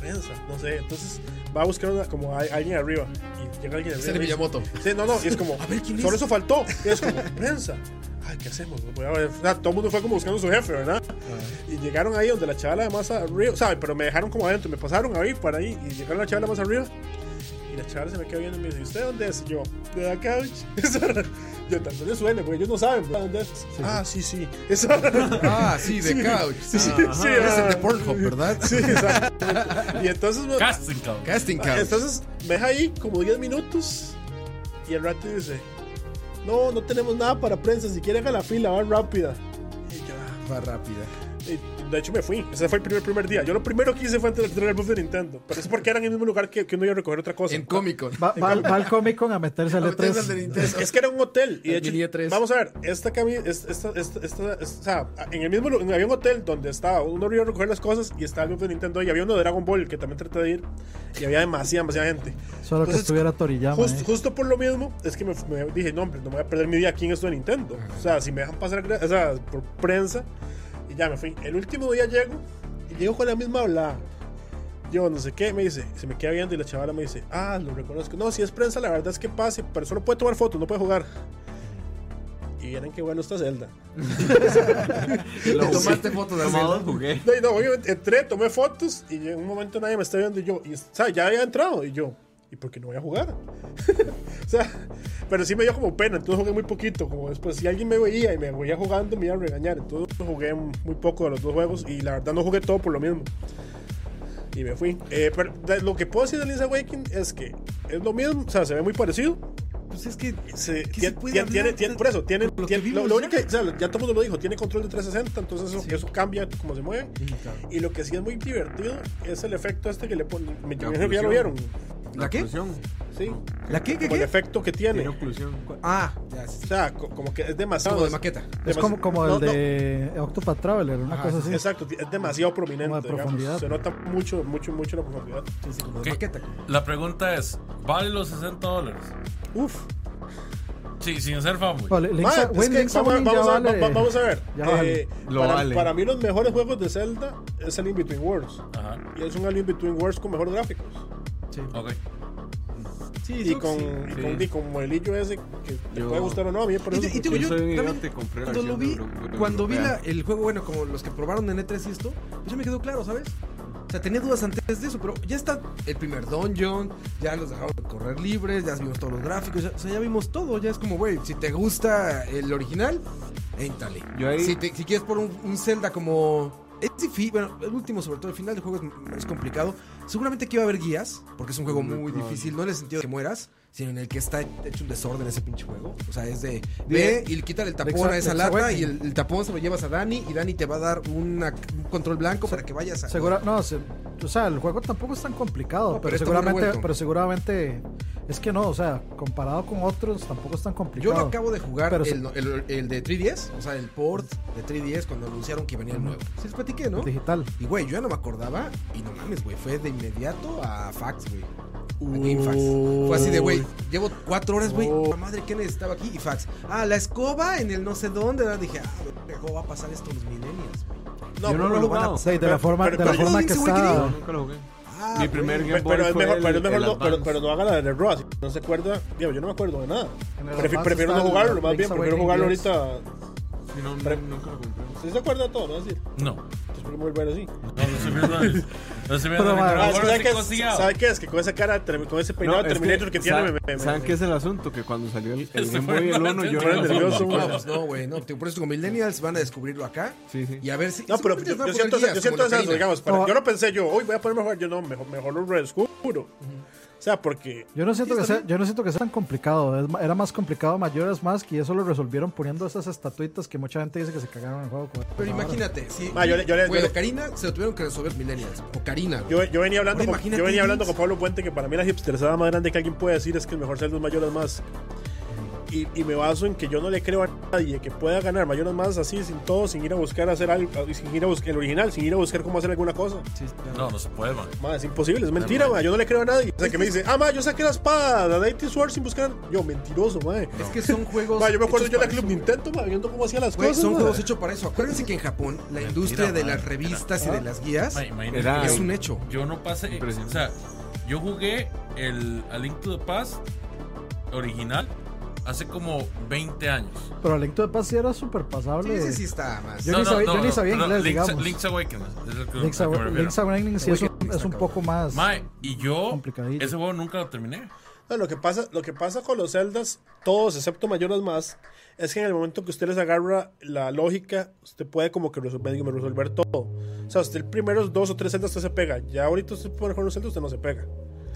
A: Prensa, no sé. Entonces va a buscar una- como a- alguien arriba. Y llega alguien arriba.
C: Es el
A: y dice-
C: Miyamoto.
A: Sí, no, no. Y es como,
C: A ver, ¿quién
A: solo
C: es?
A: eso faltó. Y es como, prensa. Ay, ¿qué hacemos? Voy a ver. O sea, todo el mundo fue como buscando a su jefe, ¿verdad? Y llegaron ahí donde la chavala de más arriba. O sea, pero me dejaron como adentro. Me pasaron ahí para ahí. Y llegaron la chavala más arriba. Y la chavala se me quedó viendo y me dice, ¿y usted dónde es? Y yo, de la couch. yo, tanto le suele, porque ellos no saben, ¿verdad? ¿Dónde es? Ah, sí, sí. Eso.
C: Ah, sí, de couch. Sí, sí.
A: sí,
C: Es el de
A: ah.
C: Pornhub, ¿verdad?
A: Sí, exactamente. Y entonces me,
D: Casting, cabrón.
C: Casting couch.
A: entonces me deja ahí como 10 minutos y el rato dice, no, no tenemos nada para prensa, si quiere haga la fila, va rápida. Y yo, ah.
C: Va rápida.
A: Y de hecho me fui, ese fue el primer, primer día. Yo lo primero que hice fue entrar al bus de Nintendo, pero es porque era en el mismo lugar que, que uno iba a recoger otra cosa.
C: En Comic Con.
B: Va, va al- va al Comic Con a meterse al E
C: Meterse al de
B: E3.
C: Nintendo.
A: Es que era un hotel. Y de
C: El mini E3.
A: hecho, vamos a ver, esta camisa, esta, esta, esta, esta- o sea, en el mismo lu- había un hotel donde estaba, uno iba a recoger las cosas y estaba el bus de Nintendo y había uno de Dragon Ball que también traté de ir y había demasiada, demasiada gente.
B: Solo que
A: Entonces,
B: estuviera Toriyama.
A: Justo,
B: eh.
A: justo por lo mismo, es que me, me dije, no, hombre, no me voy a perder mi día aquí en esto de Nintendo. O sea, si me dejan pasar gra- o sea, por prensa, y ya me fui. El último día llego, y llego con la misma hablada. Yo no sé qué, me dice, se me queda viendo y la chavala me dice, ah, lo reconozco. No, si es prensa, la verdad es que pase, pero solo puede tomar fotos, no puede jugar. Y vieron qué bueno está Zelda.
C: Le tomaste fotos de
E: Tomado,
C: hacerlo.
E: jugué.
A: No, y no, obviamente, entré, tomé fotos y en un momento nadie me está viendo y yo, y, o sea, ya había entrado y yo, ¿y por qué no voy a jugar? o sea, pero sí me dio como pena, entonces jugué muy poquito, como después si alguien me veía y me veía jugando me iba a regañar, entonces jugué muy poco de los dos juegos y la verdad no jugué todo por lo mismo. Y me fui. Eh, pero de- lo que puedo decir de Link's Awakening es que es lo mismo, o sea, se ve muy parecido.
C: Pues es que.
A: Se,
C: ¿Qué
A: tien-
C: se puede
A: tien-
C: hablar?
A: tiene- tiene- por eso, tiene,
C: Lo que
A: tiene- lo,
C: vimos
A: lo
C: ya.
A: único que- o sea, ya todo el mundo lo dijo, tiene control de 360, entonces eso, eso cambia cómo se mueve. Y lo que sí es muy divertido es el efecto este que le ponen. Me
E: La
A: imagino que ya lo
E: oclusión.
A: vieron.
C: ¿La qué?
E: Oclusión.
A: Sí.
C: ¿La qué? ¿Qué?
A: Como el
C: qué?
A: efecto que
E: Tiene
A: tiene.
E: oclusión.
C: Ah, ya. sí.
A: O sea, co- como que es demasiado.
C: Como de maqueta.
B: Es
A: demasi-
B: como, como
A: no,
B: el
A: no,
B: de Octopath Traveler, una
C: Ajá,
B: cosa
C: sí,
B: así.
A: Exacto, es demasiado prominente.
B: Como de
A: digamos.
B: profundidad.
A: Se nota mucho, mucho, mucho la profundidad.
C: Sí, sí, como
D: Ok.
C: de maqueta.
D: La pregunta es: ¿vale los 60 dólares?
A: Uf.
D: Sí, sin ser fanboy.
B: No, Link's-
A: Madre,
B: Wayne
A: es que
B: Link's
A: vamos, a-
B: Awakening ya
A: vamos a,
B: vale-
A: va- vamos a ver.
B: ya
A: Eh,
B: vale.
E: Lo
A: para,
E: vale.
A: para mí, los mejores juegos de Zelda es el In Between Worlds.
D: Ajá.
A: Y es un In Between Worlds con mejores gráficos.
D: Ok.
C: Sí,
A: Y con, y
E: sí.
A: con, y con modelillo ese que te
E: Yo-
A: puede gustar o no. A mí me
C: Y,
A: parece.
C: te- y te
E: Yo
C: digo, yo,
E: soy un
C: también,
E: idiota y compré la
C: cuando lo vi,
E: versión euro-
C: cuando vi la-
E: europea.
C: E el juego, bueno, como los que probaron en E3 y esto, pues ya me quedó claro, ¿sabes? O sea, tenía dudas antes de eso, pero ya está el primer dungeon, ya nos dejaron correr libres, ya vimos todos los gráficos, ya- o sea, ya vimos todo, ya es como, güey, si te gusta el original, éntale.
E: Yo ahí-
C: Si, te- si quieres por un, un Zelda como... Es difícil, bueno, el último sobre todo, el final del juego es, es complicado. Seguramente que iba a haber guías, porque es un juego muy
E: Mm, probable.
C: difícil, no en el sentido de que mueras, sino en el que está hecho un desorden ese pinche juego. O sea, es de... Ve
E: Bien.
C: y quítale el tapón
B: Exacto,
C: a esa lata
B: exacto.
C: y el, el tapón se lo llevas a Dani y Dani te va a dar una- un control blanco para que vayas a...
B: Segura, no, se- o sea, el juego tampoco es tan complicado,
C: No, pero
B: pero,
C: está muy
B: seguramente,
C: revuelto.
B: pero seguramente es que no, o sea, comparado con otros tampoco es tan
C: Yo
B: complicado.
C: no acabo de jugar
B: Pero
C: el, el- el de 3DS, o sea, el port de 3DS cuando anunciaron que venía el nuevo. Sí les platiqué, ¿no?
B: Digital.
C: Y güey, yo ya no me acordaba y no mames, güey, fue de inmediato a Fax, güey. A
A: Uy.
C: Game Fax. Fue así de, güey, llevo cuatro horas, güey.
B: Oh.
C: La madre, ¿qué necesitaba aquí? Y fax. Ah, la escoba en el no sé dónde. ¿verdad? Dije, ah, güey, ¿cómo va a pasar esto a los millennials, güey?
A: No,
E: Yo no lo he
A: pero-
E: jugado.
B: Sí, de la forma,
A: pero-
B: de la
C: pero-
B: forma
C: yo
B: que
C: dice, güey, ¿qué
B: está.
C: digo?
E: No, nunca lo jugué.
C: Ah,
E: Mi
C: güey.
E: primer Game Boy
A: Pero es
E: fue
A: mejor,
E: el-
A: pero es mejor
E: el
A: no, pero,
E: Advance.
A: pero no haga la de Ross. No se acuerda. Digo, yo no me acuerdo de nada.
B: En el
A: Prefi-
B: Advance
A: prefiero
B: está
A: no
B: el
A: jugarlo, más
B: Link's
A: bien. Prefiero
B: Awakening
A: jugarlo
B: Gears.
A: ahorita.
E: Sí, no,
A: Pre-
E: no, nunca lo compré.
A: ¿Sí se acuerda de todo? ¿no? Es decir,
D: No,
A: pues por qué me voy a volver así.
D: no, no se vio nada. de eso. No se vio
B: Pero,
D: nada. de
A: Ah,
B: madre,
D: eso.
A: es que
D: Ahora
A: ¿sabe,
D: sí
A: qué es,
D: cosillado.
A: ¿Sabe qué es? Que con esa cara, trem- con ese peinado
E: No, es
A: Terminator que, tiene,
E: sa-
A: me- me- me-
E: ¿Saben qué es el asunto? Que cuando salió el, el
D: Se
E: Game Boy el
D: fueron
E: 1,
D: a
E: yo
D: la
E: era
D: tele.
E: nervioso.
A: Nervioso.
C: No, pues no, güey, no. Te- Por eso con millennials van a descubrirlo acá.
E: Sí, sí.
C: Y a ver si.
A: No, pero
C: seguramente
A: yo,
C: les van
A: yo
C: a
A: siento,
C: poner
A: esa-
C: guías
A: yo
C: como la
A: siento eso,
C: Karina.
A: digamos, para-
B: No.
A: yo no pensé yo, hoy voy a ponerme a jugar, yo no, mejor, mejor lo redescubro. O sea, porque
B: Yo no siento
C: Sí,
B: que
C: está
B: sea, yo no siento que sea tan complicado. es ma- era más complicado Majora's Mask y eso lo resolvieron poniendo esas estatuitas que mucha gente dice que se cagaron en el juego. con-
C: Pero
B: ahora.
C: imagínate, si.
A: Ah, yo le- yo le-
C: güey,
A: yo le-
C: Karina se lo tuvieron que resolver millennials. O Karina.
A: yo, yo venía hablando,
C: Ahora
A: con,
C: imagínate
A: yo venía hablando
C: Vince.
A: con Pablo Puente que para mí la hipsterzada más grande que alguien puede decir es que el mejor Zelda es Mayoras más. Y, y me baso en que yo no le creo a nadie que pueda ganar Mayoras más así sin todo, sin ir a buscar hacer algo, sin ir a buscar el original, sin ir a buscar cómo hacer alguna cosa.
D: No, no se puede, man.
A: Ma, es imposible, es mentira, ma, yo no le creo a nadie. O sea, que me dice, ah, ma, yo saqué la espada, la Nighty Sword sin buscar. Yo, mentiroso, ma.
C: Es que son juegos.
A: Ma, yo me acuerdo
C: hechos
A: yo en la
C: para
A: Club
C: eso, güey.
A: Nintendo, ma, viendo cómo hacía las
C: Güey,
A: cosas.
C: son
A: ma.
C: juegos hechos para eso. Acuérdense que en Japón la
D: Mentira,
C: industria de
D: madre, Ah,
C: las
D: mentira.
C: revistas y de las guías
D: Ma, imagínate
E: Era-
D: que
C: es
D: yo-
C: un hecho.
D: Yo no pasé. O
E: Impresionante.
D: sea, yo jugué el A Link to the Past original hace como 20 años.
B: Pero el Link to the Past sí era súper pasable.
C: Sí, sí, sí está más.
B: Yo- ni sabía- yo ni sabía
D: perdón,
B: inglés,
D: Link's,
B: digamos.
D: Link's Awakening. es el que-
B: Link's
D: al que me
B: Awa-
D: refiero.
B: Link's Awakening sí es un,
C: Awakening
B: es un
C: está
B: poco más.
D: Mae, y yo
B: Complicadillo.
D: ese juego nunca lo terminé.
A: No, lo que pasa, lo que pasa con los Zeldas, todos excepto Mayoras más, es que en el momento que usted les agarra la lógica, usted puede como que resolver, dígame, resolver todo. O sea, usted el primeros dos o tres Zeldas usted se pega. Ya ahorita usted pone con los Zeldas, usted no se pega.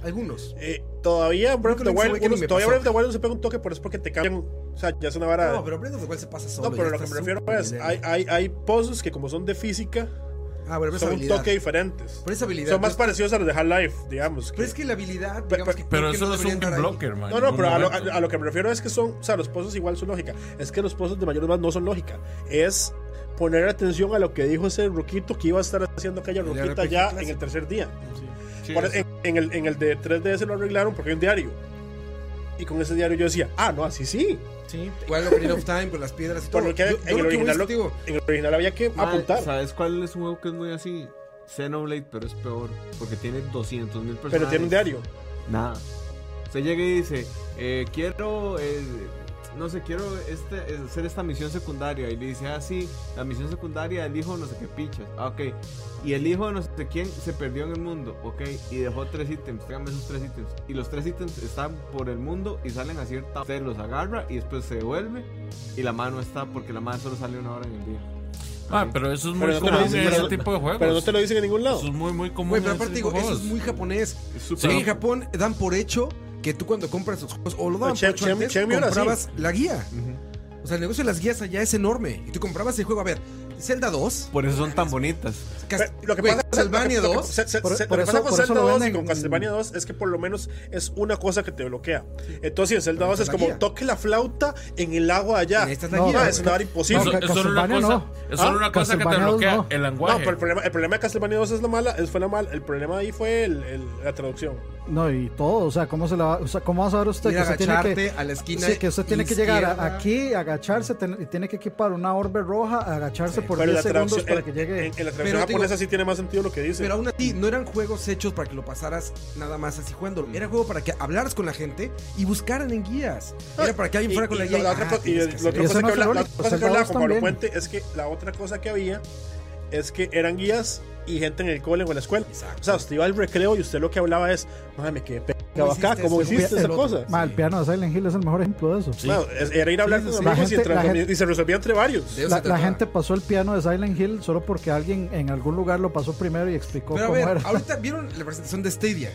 C: Algunos.
A: Eh, todavía Breath of the
C: Link's
A: Wild,
C: Awakening
A: unos-
C: me
A: todavía
C: pasó.
A: Breath of the Wild no se pega un toque, pero es porque te cambian. O sea, ya es una vara.
C: No, pero Breath of the Wild se pasa solo.
A: Ah. No, pero
C: ya
A: lo que me
C: está
A: refiero
C: súper
A: es,
C: bien.
A: hay, hay, hay pozos que como son de física,
C: Ah, bueno, pero es
A: son un
C: habilidad.
A: toque diferentes.
C: Pero es habilidad.
A: Son más
C: Entonces-
A: parecidos a los de Half-Life, digamos.
C: Pero es que la habilidad,
A: Pe-
C: digamos
A: pe-
C: que
D: Pero
C: creo que
D: eso no es
C: debería
D: un game
C: estar ahí.
D: blocker, man.
A: No,
D: en
A: no,
D: ningún
A: pero a lo,
D: momento.
A: a- a lo que me refiero es que son, o sea, los pozos igual son lógica. Es que los pozos de mayor más no son lógica. Es poner atención a lo que dijo ese roquito que iba a estar haciendo aquella
C: El
A: roquita
C: RPG
A: ya
C: clásico.
A: en el tercer día.
E: Sí,
A: Por-
E: es-
A: en, en el, en el de 3DS lo arreglaron porque hay un diario. Y con ese diario yo decía, ah, no, así sí.
C: Sí. Igual Ocarina of Time con las piedras y todo.
A: Por lo que
C: Yo- yo lo que
A: en, el
C: voy
A: original,
C: es
A: lo-
C: que digo,
A: en el original había que
E: Mae,
A: apuntar.
E: ¿Sabes cuál es un juego que es muy así? Xenoblade, pero es peor. Porque tiene 200 mil personas.
A: pero tiene un diario.
E: Nada. Usted llega y dice, eh, quiero, eh, no sé, quiero este, eh, hacer esta misión secundaria. Y le dice, ah, sí, la misión secundaria del hijo de no sé qué pichas. Ah, ok. Y el hijo de no sé quién se perdió en el mundo. Ok. Y dejó tres ítems. Tráigame esos tres ítems. Y los tres ítems están por el mundo y salen a cierta... Usted los agarra y después se devuelve. Y la mano está porque la mano solo sale una hora en el día.
D: Ah, pero eso es muy
A: Pero no te lo
D: común
A: dicen,
D: en
A: pero
D: ese
A: no-
D: tipo de juegos.
A: Pero no te lo dicen en ningún lado.
D: Eso es muy, muy común.
C: Güey, pero
D: en ese
C: aparte
D: tipo
C: digo,
D: de
C: eso es
D: juegos.
C: muy japonés.
E: Es
C: Sí,
E: súper-
C: en Japón dan por hecho que tú cuando compras los juegos o lo daban
A: Che-
C: por hecho
A: Che-
C: antes,
A: Che- Miura, sí.
C: comprabas la guía.
E: Ujú.
C: O sea, el negocio de las guías allá es enorme. Y tú comprabas el juego, a ver, Zelda 2,
E: Por eso son tan bonitas.
C: Cas-
A: Pero Lo que
C: güey,
A: pasa
C: Castlevania
A: lo que-
C: 2.
A: se- se-
B: Por-
A: se-
B: por
A: lo que
B: eso-
A: pasa con
B: por eso
A: Zelda
B: lo
A: 2 y
B: venden
A: con
B: en-
A: Castlevania 2 es que por lo menos es una cosa que te bloquea. Entonces en Zelda
C: Pero
A: 2 es
C: está la
A: como
C: guía.
A: toque la flauta en el agua allá.
C: Esta es la
A: No,
C: guía, güey.
A: es una hora
D: Eso,
A: imposible. No,
B: No, ca-
D: es solo una
B: Castlevania
D: cosa,
B: no.
D: es solo
A: Ah,
D: una cosa que te
B: Castlevania dos
D: bloquea
B: no.
D: el lenguaje.
A: pero el problema, el problema de Castlevania 2 es la mala, es- fue la mala, el problema ahí fue el- el- la traducción.
B: No, y todo, o sea, ¿cómo, se la va, o sea, ¿cómo va a saber usted
C: Ir
B: que
C: a
B: usted tiene que,
C: agacharte a la esquina
B: sí, que usted tiene que llegar a-
C: izquierda.
B: aquí, agacharse, ten- y tiene que equipar una orbe roja, agacharse por
A: Pero
B: 10
A: la
B: segundos
A: traducción,
B: para
A: en,
B: que llegue.
A: en- en la
C: Pero
A: traducción
C: digo-
A: japonesa sí tiene más sentido lo que dice.
C: Pero aún así, no eran juegos hechos para que lo pasaras nada más así
B: Mm.
C: jugándolo. Era juego para que hablaras con la gente y buscaran en guías. Era para que alguien
A: Y-
C: fuera con la
A: y
C: guía.
A: la otra
C: Ah,
A: co- y
C: tienes que
A: la
C: hacer
A: otra
B: eso.
A: cosa
B: Y
A: que
B: eso no
A: habla-
B: es
A: la
B: lo
A: otra
B: único,
A: cosa que
B: Zelda
A: hablaba
B: dos
A: con Pablo
B: también.
A: Puente es que la otra cosa que había es que eran guías y gente en el cole o en la escuela. O sea, usted iba al recreo y usted lo que hablaba es, madre, me quedé pegado acá,
C: hiciste
A: ¿cómo
C: esto?
A: hiciste
C: El
A: esa
C: otro.
A: cosa?
B: Ma, el piano de Silent Hill es el mejor ejemplo de eso.
A: Claro, es- era ir a hablar
C: Sí,
A: con
C: sí, sí.
A: amigos
B: La
A: y,
B: gente-
A: entre
B: la
A: comi-
B: gente-
A: y se resolvía entre varios.
C: De eso
B: La,
C: se
B: la
C: trataba.
B: gente pasó el piano de Silent Hill solo porque alguien en algún lugar lo pasó primero y explicó
C: Pero a
B: cómo
C: ver, ah,
B: era.
C: ahorita vieron la presentación de Stadia.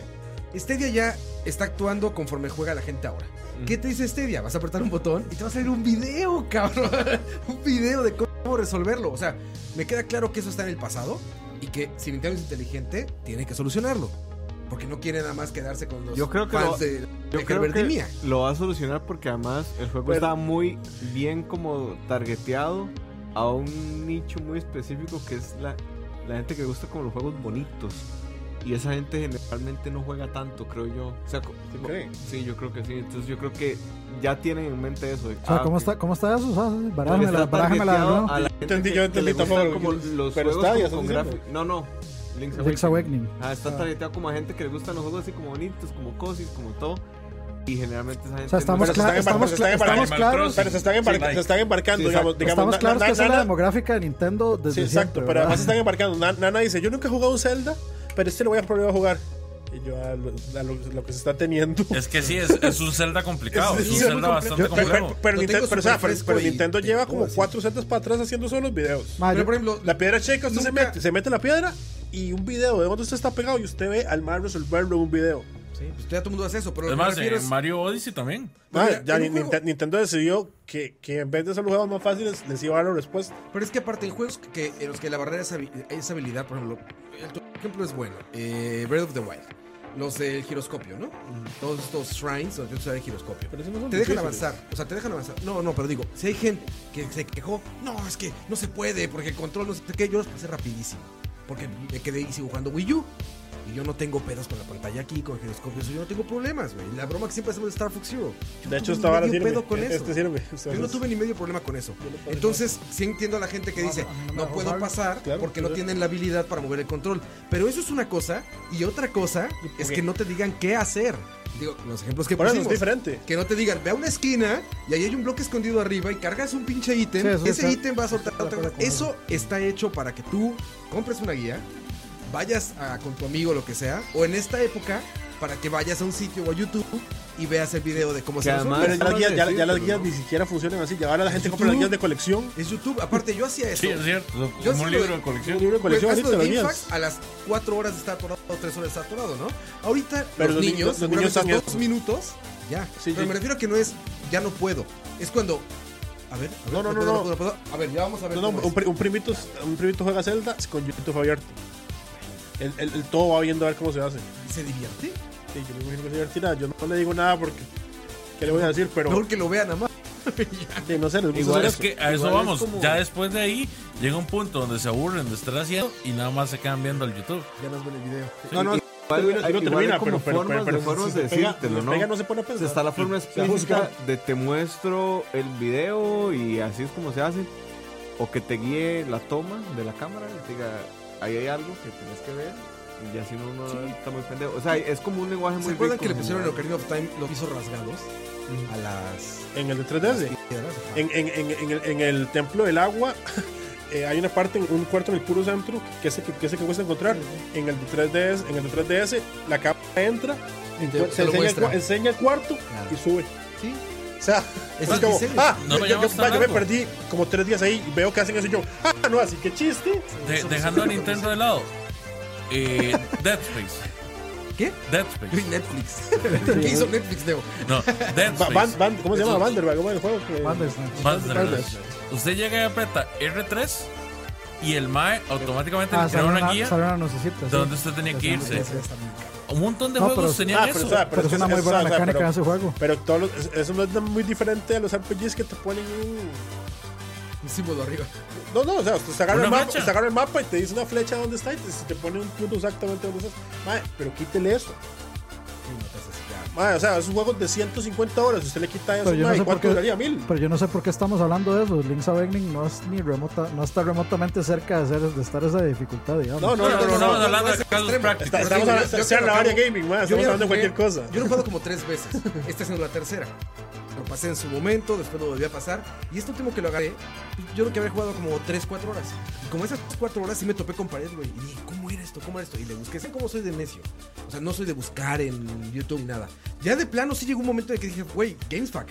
C: Stadia ya está actuando conforme juega la gente ahora.
E: Mm.
C: ¿Qué te dice Stadia? Vas a apretar un botón y te va a salir un video, cabrón. un video de cómo resolverlo. O sea, me queda claro que eso está en el pasado y que si Nintendo es inteligente, tiene que solucionarlo. Porque no quiere nada más quedarse con los
E: Yo creo que
C: fans
E: lo-
C: de,
E: Yo
C: de
E: creo
C: Herbert y
E: que
C: Mía.
E: lo va a solucionar porque además el juego
A: Pero-
E: está muy bien como targeteado a un nicho muy específico que es la, la gente que gusta como los juegos bonitos. Y esa gente generalmente no juega tanto, creo yo. O sea, co-
A: ¿Tú
E: co-
A: crees?
E: sí, yo creo que sí. Entonces yo creo que ya tienen en mente eso. de,
B: O sea,
E: ah,
B: ¿cómo,
E: ok.
B: está, ¿cómo está eso? O sea, sí,
E: Porque
B: barájamela,
E: está
B: barájamela de
E: targeteado
B: nuevo.
E: a la gente
A: Entendí, yo
E: que- que
A: entendí
E: le gustan
A: tampoco lo que
E: como
A: quieres-
E: los
A: pero
E: juegos
A: está,
E: como
A: ya estás
E: con
A: diciendo.
E: gráfico- No, no. Link's
B: Link's
E: Awakening.
B: Awakening.
E: Ah, está
B: Ah.
E: targeteado como a gente que le gustan los juegos así como bonitos, como cosis, como todo. Y generalmente esa gente.
B: O sea, estamos,
A: Pero
E: no-
A: se están
B: cla- estamos,
A: embarcando,
B: cla-
A: se están
B: estamos
D: embarcando.
B: claros,
A: Pero se están, embar-
D: Sí, like.
A: se están embarcando,
E: Sí,
A: digamos, digamos,
B: estamos
A: na-
B: claros
A: na-
B: que esa es la
A: na-
B: demográfica de Nintendo desde
A: Sí, exacto,
B: siempre.
A: pero
B: ¿verdad?
A: además están embarcando. Na- Nana dice, yo nunca he jugado un Zelda, pero este lo voy a probar a jugar. Y yo a lo, a lo- lo que se está teniendo.
D: Es que sí, es, es un Zelda complicado.
A: Es-
D: Es,
A: es
D: un
A: muy
D: Zelda bastante
A: Pero, pero-
D: complejo.
A: pero
C: Lo
A: Nintendo,
C: tengo
A: pero, o sea,
C: súper
A: pero-
C: fresco
A: pero
C: y
A: Nintendo
C: te
A: lleva
C: puedo
A: como
C: decir.
A: cuatro setas para atrás haciendo solo los videos.
B: Ma,
C: Pero
B: yo-
C: por ejemplo,
A: La piedra checa, usted se
C: Nunca-
A: mete, se mete la piedra y un video de donde usted está pegado y usted ve al mar resolverlo en un video.
C: Sí, pues ya todo el mundo hace eso, pero lo que me
D: Además,
E: eh,
C: refiero
D: en
C: es-
D: Mario Odyssey también.
C: Pero
A: Ah,
C: mira,
A: ya
C: en
A: ni-
C: un juego-
A: Ninten- Nintendo decidió que, que en vez de hacer los juegos más fáciles, les iba a dar la respuesta.
C: Pero es que aparte en juegos que, en los que la barrera es, habi- es habilidad, por ejemplo, el tu ejemplo es bueno, eh, Breath of the Wild, los del giroscopio, ¿no? Todos estos shrines donde usar el giroscopio.
A: Pero esos no son
C: te dejan
A: difíciles.
C: avanzar, o sea, te dejan avanzar. No, no, pero digo, si hay gente que se quejó, no, es que no se puede porque el control no sé qué, yo los pasé rapidísimo, porque me quedé easy jugando Wii U. Y yo no tengo pedos con la pantalla aquí, con el giroscopio, eso yo no tengo problemas, güey. La broma que siempre hacemos de Star Fox Zero. Yo no
A: De hecho,
C: tuve ni
A: esta vara
C: medio
A: sirve.
C: pedo con
A: Este
C: eso.
A: sirve. O sea,
C: Yo no
A: es-
C: tuve ni medio problema con eso. Entonces, sí entiendo a la gente que dice, no puedo pasar
A: Claro,
C: porque no
A: claro.
C: tienen la habilidad para mover el control. Pero eso es una cosa, y otra cosa es que no te digan qué hacer. Digo, los ejemplos que
A: Por eso es
C: pusimos.
A: diferente.
C: Que no te digan, ve a una esquina y ahí hay un bloque escondido arriba y cargas un pinche ítem.
B: Sí, eso
C: ese
B: está-
C: ítem va a soltar
B: estoy de
C: otra
B: acuerdo
C: cosa. Eso
B: con
C: está hecho para que tú compres una guía, vayas a- con tu amigo, lo que sea, o en esta época, para que vayas a un sitio o a YouTube y veas el video de cómo
E: Que
C: se resuelve.
E: además-
A: Pero ya, las
E: no
A: guías, ya- ya
E: decírtelo,
A: las guías
E: ¿no?
A: ni siquiera funcionan así. Ya ahora la gente compra las guías de colección.
C: Es YouTube. Aparte, yo hacía eso.
D: Sí, es cierto.
C: Yo
D: como
C: sí
D: un
C: lo-
D: libro de
A: Un
D: colección.
A: libro
C: Pues,
A: de colección así
C: hazlo
A: te
C: de
A: las
C: Game
A: guías.
C: Facts, a las 4 horas está atorado, 3 horas está atorado, ¿no? Ahorita
A: Pero
C: los,
A: los
C: niños,
A: niños- los niños
C: seguramente
A: están
C: dos
A: en-
C: minutos, ya.
A: Sí,
C: Pero
A: sí.
C: me refiero a que no es, ya no puedo. Es cuando, a ver, a ver,
A: No, no, no,
C: puedo,
A: no.
C: puedo, puedo. A ver, ya vamos a ver.
A: No, no,
C: cómo
A: un,
C: es.
A: pri- un primito, un primito juega Zelda con YouTube abierto. El, el- el todo va viendo a ver cómo se hace.
C: ¿Se divierte?
A: Sí, yo me imagino que se divertirá. Yo no le digo nada porque. ¿Qué le voy a decir? Pero. ah,
C: Mejor que lo vean nada más.
A: sí, no sé, les gusta hacer
E: Igual
D: Es
A: eso.
D: que a
E: Igual
D: eso
E: es
D: vamos.
E: como-
D: Ya después de ahí llega un punto donde se aburren de estar haciendo y nada más se quedan viendo al YouTube.
C: Ya nos ven el video.
A: No, no,
E: Igual-
A: termina-
E: hay-
A: no
E: igual
A: termina,
E: hay como
A: pero- pero-
E: formas
A: pero-
E: de
A: pero
E: formas
A: si
E: de
A: se pega-
E: decírtelo,
A: si
E: ¿no?
A: pega, no se pone a pensar.
E: Está la forma
A: Se va a
E: explícita
A: buscar.
E: de te muestro el video y así es como se hace. O que te guíe la toma de la cámara y te diga, ahí hay algo que tienes que ver. Y así no, no está muy pendejo. O sea, es como un lenguaje muy
C: ¿Se acuerdan
E: rico
C: que le
E: en
C: pusieron en
E: general.
C: Ocarina of Time los pisos rasgados
A: Mm.
C: a las
A: En el de 3DS.
C: piedras? Ajá.
A: En, en- en- en el, en el templo del agua eh, hay una parte, en un cuarto en el puro centro, que es el que, que, es el que cuesta encontrar. En el de 3DS, en el de 3DS, la cámara entra,
C: te
A: se
C: lo
A: enseña, el,
C: muestra.
A: cua- enseña el cuarto
C: Claro.
A: y sube.
C: Sí.
A: O sea,
C: Es
A: es,
C: el
A: como,
C: diseño.
A: ah, yo,
D: No lo
A: yo-
D: llevamos tan
A: yo me
D: largo.
A: perdí como tres días ahí y veo que hacen eso y yo, ah, no, así que chiste.
D: De-
C: Eso no
D: dejando a
C: se puede
D: Nintendo de lado. Eh, Dead Space.
C: ¿Qué?
D: Dead
C: Y
D: Space.
C: Netflix. ¿Qué hizo Netflix, Leo?
D: No, Dead
A: Va- Van-
D: Space.
A: Van- ¿Cómo se llama? Vanderbilt, ¿cómo es el juego? que-
B: Bandersnatch.
D: Bandersnatch.
A: Bandersnatch.
D: Usted llega y aprieta R3 y el MAE automáticamente
B: Ah,
D: le crea
B: salió
D: una
B: una,
D: guía
B: salió
D: de
B: una nocecita, sí.
D: donde usted tenía que irse.
C: Está muy caro.
D: Un montón de
B: No, pero-
D: juegos tenían
A: Ah,
D: eso.
A: o sea,
B: Pero es
A: que
B: una muy
A: eso,
B: buena
A: o sea,
B: mecánica
A: pero-
B: de ese juego.
A: Pero todos los- eso no es muy diferente a los RPGs que te ponen un.
C: Un símbolo arriba.
A: No, no, o sea, usted agarra,
D: Una
A: el mapa,
D: flecha.
A: usted agarra el mapa y te dice una flecha dónde está y te, te pone un punto exactamente donde estás. Mae, pero quítele eso.
C: Sí, no te haces ya.
A: Mae, o sea, esos juegos de 150 horas, usted le quita eso,
B: Pero yo no
A: mae,
B: sé por
A: ¿cuánto
B: qué-
A: duraría? ¿Mil?
B: Pero yo no sé por qué estamos hablando de eso. Link's Awakening no, es ni remota, no está remotamente cerca de, ser, de estar esa dificultad, digamos.
A: No, no, no, no, no,
D: estamos
A: no,
D: hablando
C: no,
D: de
C: no,
D: casos
C: extremo.
D: prácticos.
A: Está- estamos
C: Yo-
A: hablando
C: yo
A: sea
C: que
A: la
C: lo
A: área
C: acabo-
A: gaming, mae,
C: Yo
A: estamos
C: ya
A: hablando de
C: jugué-
A: cualquier cosa.
C: Yo lo he jugado como tres veces. Este es la tercera. Lo pasé en su momento, después lo volví a pasar. Y este último que lo agarré, yo creo que había jugado como 3, 4 horas. Y como esas 4 horas sí me topé con pared, güey. Y dije, ¿cómo era esto? ¿Cómo era esto? Y le busqué. ¿Saben cómo soy de necio? O sea, no soy de buscar en YouTube ni nada. Ya de plano sí llegó un momento de que dije, güey, GameSpack.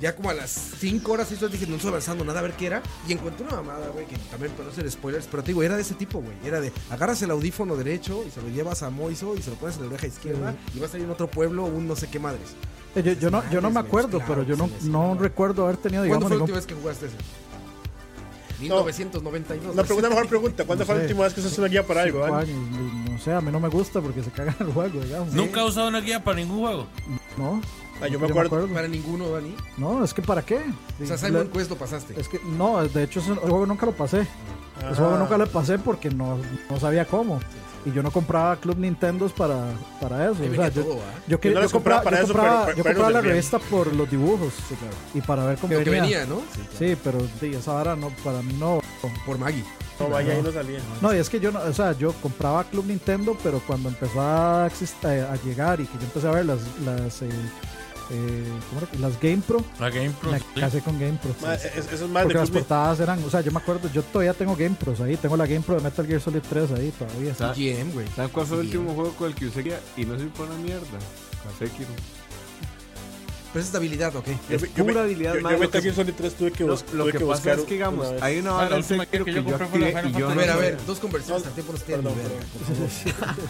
C: Ya como a las 5 horas, 6 horas dije, no estoy avanzando nada, a ver qué era. Y encontré una mamada, güey, que también, para no hacer spoilers, pero te digo, era de ese tipo, güey. Era de, agarras el audífono derecho y se lo llevas a Moiso y se lo pones en la oreja izquierda y vas a ir a otro pueblo, un no sé qué madres.
B: Eh, Yo, yo no, yo no me acuerdo, pero yo no, no recuerdo haber tenido,
C: ¿Cuándo
B: digamos,
C: fue la
B: ningún
C: última vez que jugaste ese? 1992.
A: La pregunta, mejor pregunta, ¿cuándo
B: No
A: fue la
B: sé.
A: última vez que usaste una guía para algo? Dani?
B: juego, ni- No sé, a mí no me gusta porque se cagan el juego, digamos.
D: Nunca he usado una guía para ningún juego.
B: No.
A: Ah, yo
B: yo
A: me
B: me
A: acuerdo.
B: acuerdo.
C: Para ninguno, Dani.
B: No, es que ¿para qué?
C: O sea,
B: Sí,
C: Simon
B: la-
C: Quest lo pasaste.
B: Es que no, de hecho ese juego nunca lo pasé. Ese juego nunca lo pasé porque no, no sabía cómo. Y yo no compraba Club Nintendos para, para eso.
C: Ahí
B: o
C: venía
B: sea, yo,
C: todo, ¿ah?
B: yo que-
A: Yo no
B: yo
A: los compraba
B: compraba,
A: para
B: yo
A: eso,
B: compraba-
A: pero-
B: yo
A: pero
B: compraba
A: los
B: la
A: vendían.
B: revista por los dibujos y para ver cómo
C: Lo que
B: venía.
C: venía, ¿no? Sí,
B: Sí, pero sí, esa vara no, para mí no.
C: Por Maggie.
A: No, vaya, ahí no salía.
B: No, y es que yo no, o sea, yo compraba Club Nintendo, pero cuando empezó a, exist- eh, a llegar y que yo empecé a ver las las, eh, eh, ¿cómo era? las Game Pro,
D: La Game Pro.
B: me
D: sí.
B: casé con Game Pro.
A: Ma, es- e, Eso es más Ah, de
B: Porque las
A: Club Ni-
B: portadas eran, o sea, yo me acuerdo, yo todavía tengo Game Pros ahí, tengo la Game Pro de Metal Gear Solid 3 ahí todavía.
E: sea,
C: GM, güey.
E: ¿Saben cuál fue el
C: Sí.
E: último juego con el que usé guía? Y no soy por una mierda. Con Sekiro.
C: Pero esa es de habilidad, ¿ok?
A: Yo
E: Es
A: me- yo me-
E: pura habilidad,
A: Yo,
E: ma,
A: yo
E: lo
A: Metal
E: que-
A: Gear Solid 3 tuve que,
E: Lo,
A: bus-
E: lo
A: tuve
E: que
A: buscar
E: pasa es que, digamos,
A: una vez.
E: hay una
D: Ah,
E: vara
D: la
E: en
D: última
E: Sekiro
D: que
E: que
D: yo
E: yo
D: compré fue la
E: activé
D: Final
E: y yo
C: A
E: no
C: ver, a
E: sé.
C: ver, dos conversaciones al tiempo los tienen,
A: Perdón,
C: verga,
A: perdón.
C: por favor.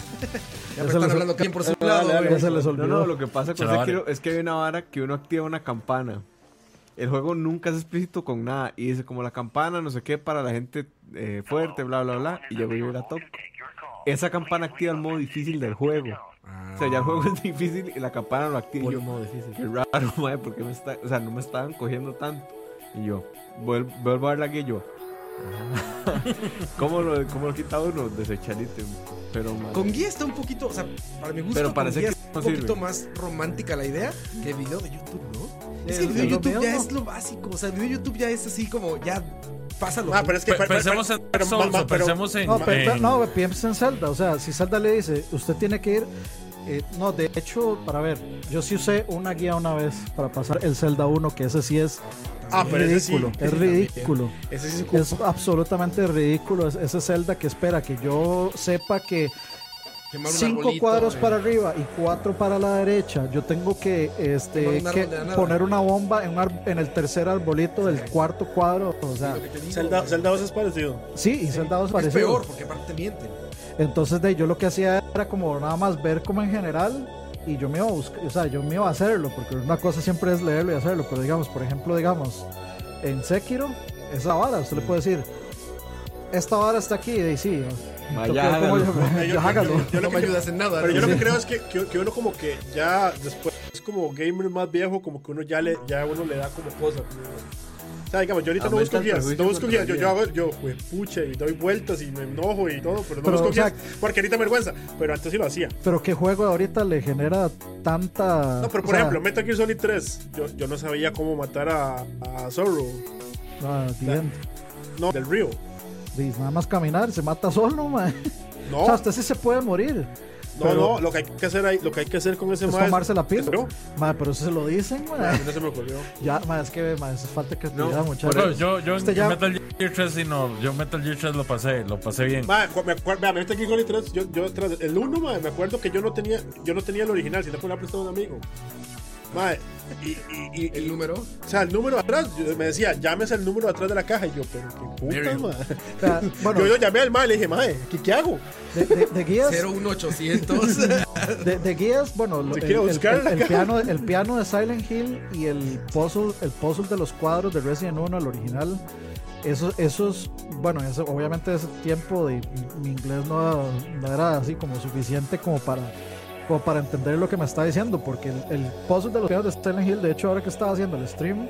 C: Ya me
B: se
C: están
B: los-
C: hablando también por su
A: dale,
C: lado,
A: dale,
C: güey.
B: Ya se les olvidó.
E: No, no, lo que pasa
D: Se
E: con
D: la vale.
E: Sekiro es que hay una vara que uno activa una campana. El juego nunca es explícito con nada. Y dice como la campana, no sé qué, para la gente eh, fuerte, bla, bla, bla. Y ya voy a ir a top. Esa campana activa el modo difícil del juego.
C: Ah.
E: O sea, ya el juego es difícil y la campana lo activa. Y yo,
C: modo difícil.
E: Qué raro, madre, porque me está, o sea, no me estaban cogiendo tanto. Y yo, vuel- vuelvo a ver la guía y yo. ah. ¿Cómo, lo, ¿Cómo lo quita uno? Desechar ítem. Pero, madre,
C: Con guía está un poquito, o sea, para mi gusto,
E: Pero
C: con
E: parece
C: guía
E: que
C: está
E: no
C: un poquito
E: sirve.
C: más romántica la idea que el video de YouTube, ¿no? Es que el video
B: es
C: de
B: lo
C: YouTube ya
B: mismo.
C: es lo básico. O sea, el video de YouTube ya es así como, ya, pásalo.
A: Ah, pero es que.
D: Pe- Pensemos en Dark Souls
A: ma-
D: o pensemos en.
B: No,
A: Eh.
B: pero,
D: en-
B: no, pues, piensa en Zelda. O sea, si Zelda le dice, usted tiene que ir. eh, no, de hecho, para ver, yo sí usé una guía una vez para pasar el Zelda 1, que ese sí es
A: Ah, pero ese sí.
B: ridículo.
A: ese
B: Es
A: sí
B: ridículo.
A: también. Ese sí es
B: Es absolutamente ridículo es- ese Zelda que espera que yo sepa que
C: Quemar un
B: cinco
C: arbolito,
B: cuadros
C: eh.
B: para arriba y cuatro para la derecha. Yo tengo que, este,
C: Poner un árbol
B: que
C: de la nada.
B: poner una bomba en, un ar- en el tercer arbolito del cuarto cuadro. O sea,
C: Lo que te digo,
A: Zelda,
C: güey.
A: Zelda 2 es parecido.
B: sí, y Zelda 2
C: Es
B: parece
C: peor, porque aparte te mienten.
B: Entonces de, ahí, yo lo que hacía era como nada más ver como en general y yo me iba a buscar, o sea, yo me iba a hacerlo, porque una cosa siempre es leerlo y hacerlo, pero digamos, por ejemplo, digamos, en Sekiro, esa vara, usted le puede decir, esta vara está aquí, y ahí sí,
E: Vaya,
B: yo-
E: hágalo.
B: yo-
A: Yo- yo-
B: yo hágalo.
A: yo-
C: no
A: yo lo que
C: me
A: creo-
C: ayudas en nada.
A: Pero
C: ¿no?
A: yo lo que creo es que, que, que uno como que ya después es como gamer más viejo, como que uno ya le, ya uno le da como cosas. O sea, digamos, yo ahorita no
E: Aumenta
A: busco
E: el
A: guías, no
E: prejuicio
A: busco
E: contra
A: guías, yo,
E: la
A: yo hago, yo, pucha, y doy vueltas y me enojo y todo, pero no
B: Pero,
A: busco
B: o sea,
A: guías, porque ahorita me vergüenza, pero antes sí lo hacía.
B: Pero qué juego ahorita le genera tanta...
A: No, pero
B: o
A: por
B: sea,
A: ejemplo, Metal Gear Solid 3, yo, yo no sabía cómo matar a, a Zorro,
B: ah, the end.
A: no, del Río.
B: Dice, nada más caminar, se mata solo, man.
A: No,
B: O sea, usted sí se puede morir.
A: no,
B: pero-
A: no, lo que hay que hacer ahí, lo que hay que hacer con ese
B: Es
A: mae
B: tomarse la pila.
A: Pero,
B: Ma, pero eso se lo dicen, ma.
A: a mí Ah, no se me ocurrió.
B: Ya, ma, es que ma, eso es falta de creatividad,
E: No,
B: muchachos.
D: No, yo, yo en
B: Usted este ya-
D: Metal Gear 3 sí no, yo Metal Gear 3 lo pasé, lo pasé bien.
A: Mae, cu- me acuerdo, vea, Metal Gear Solid 3, yo, yo tras- el 1, mae, me acuerdo que yo no tenía, yo no tenía el original, sino que me lo ha prestado un amigo. Mae, y, y, y-
C: El
A: y-
C: número.
A: o sea, el número atrás, yo- me decía, llámese el número atrás de la caja, y yo, pero qué puta, mae.
B: O sea, bueno,
A: Yo, yo llamé al mae, le dije, mae, ¿qué, qué hago?
B: de, de- de guías,
C: 01800.
B: de, de guías, bueno, lo-
A: Se
B: el,
A: quiere
B: el-
A: buscar
B: el-
A: la
B: el
A: caja.
B: piano, el piano de Silent Hill y el puzzle, el puzzle de los cuadros de Resident 1, el original, eso, esos, bueno, eso, obviamente ese tiempo de mi inglés no, no era así como suficiente como para como para entender lo que me está diciendo, porque el, el puzzle de los pianos de Silent Hill, de hecho, ahora que estaba haciendo el stream,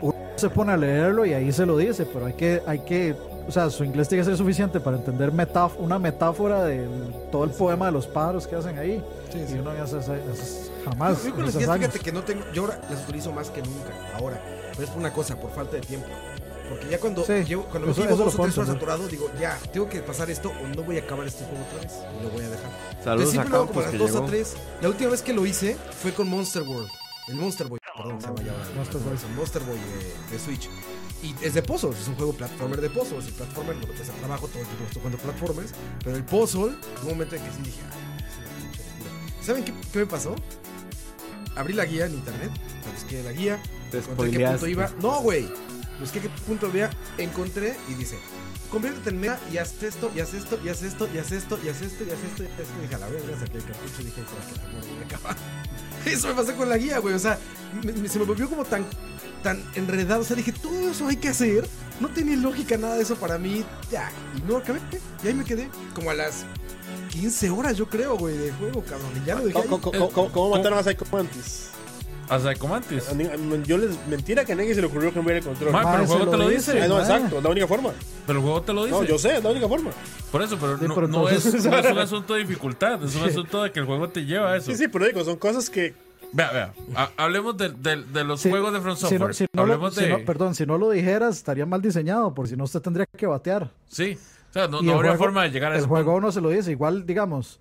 B: uno se pone a leerlo y ahí se lo dice, pero hay que, hay que, o sea, su inglés tiene que ser suficiente para entender metáf- una metáfora de todo el poema de los pájaros que hacen ahí. Y uno ya se hace, hace- jamás.
C: Yo con
B: en
C: las
B: esos
C: guías,
B: años.
C: fíjate que no tengo. Yo ahora las utilizo más que nunca, ahora. Pero es por una cosa, por falta de tiempo. Porque ya cuando,
B: Sí,
C: llevo, cuando me
B: eso-
C: llevo
B: eso
C: dos
B: lo
C: o tres
B: puedo
C: horas
B: entender.
C: atorado, digo, ya, tengo que pasar esto o no voy a acabar este juego otra vez. Y lo voy a dejar. Entonces
E: Saludos a
C: siempre lo hago como
E: Campos
C: a
E: que
C: las dos
E: llegó.
C: o tres. La última vez que lo hice fue con Monster World, el Monster Boy. Perdón, se llama ya ahora.
B: Monster Boy.
C: Es un Monster Boy de, de Switch. Y es de pozos, es un juego platformer de pozos. Y platformer no lo pesa trabajo, todo el tiempo estoy jugando platformers. Pero el puzzle, hubo un momento en que sí dije, "Ay, es una pinche locura". ¿Saben qué, qué me pasó? Abrí la guía en internet, busqué la guía,
E: Te
C: encontré qué punto
E: spoileaste.
C: iba. No, güey. Busqué qué punto había, encontré y dice, conviértete en meta y haz esto, y haz esto, y haz esto, y haz esto, y haz esto, y haz esto, y haz esto. Y dije, a la verga, saqué el cartucho y dije, "Con que me voy a acabar". Eso me pasó con la guía, güey. O sea, me- me- se me volvió como tan, tan enredado. O sea, dije, todo eso hay que hacer. No tenía lógica nada de eso para mí. Ya, y no acabé. Y ahí me quedé como a las 15 horas, yo creo, güey, de juego, cabrón. Y ya lo dejé.
A: ¿Cómo,
C: ahí.
A: cómo- cómo- cómo- cómo mataron a Psycho Mantis?
D: A Psycho Mantis.
A: A ni- a- Yo les mentira que a nadie se le ocurrió cambiar el control.
D: Ma,
B: Ma,
D: Ah, pero el
B: se
D: juego
B: lo
D: te lo
B: dice.
D: dice.
A: Ah, no,
B: ma.
A: exacto, es la única forma.
D: Pero el juego te lo dice.
A: No, yo sé, es la única forma.
D: Por eso, pero,
B: Sí,
D: no,
B: pero
D: no es,
B: entonces-
D: no es un asunto de dificultad, es un asunto de que el juego te lleva a eso.
A: Sí, sí, pero digo, son cosas que.
B: Eh,
D: Vea, vea. ha- hablemos de, de- de los
B: Sí,
D: juegos de Front
B: si no-
D: Software.
B: si no lo-
D: hablemos
B: si
D: de.
B: no- perdón, si no lo dijeras, estaría mal diseñado, porque si no, usted tendría que batear.
D: sí. O sea, no,
B: Y
D: no
B: el
D: habría
B: juego-
D: forma de llegar a
B: El
D: eso.
B: juego no se lo dice. Igual, digamos.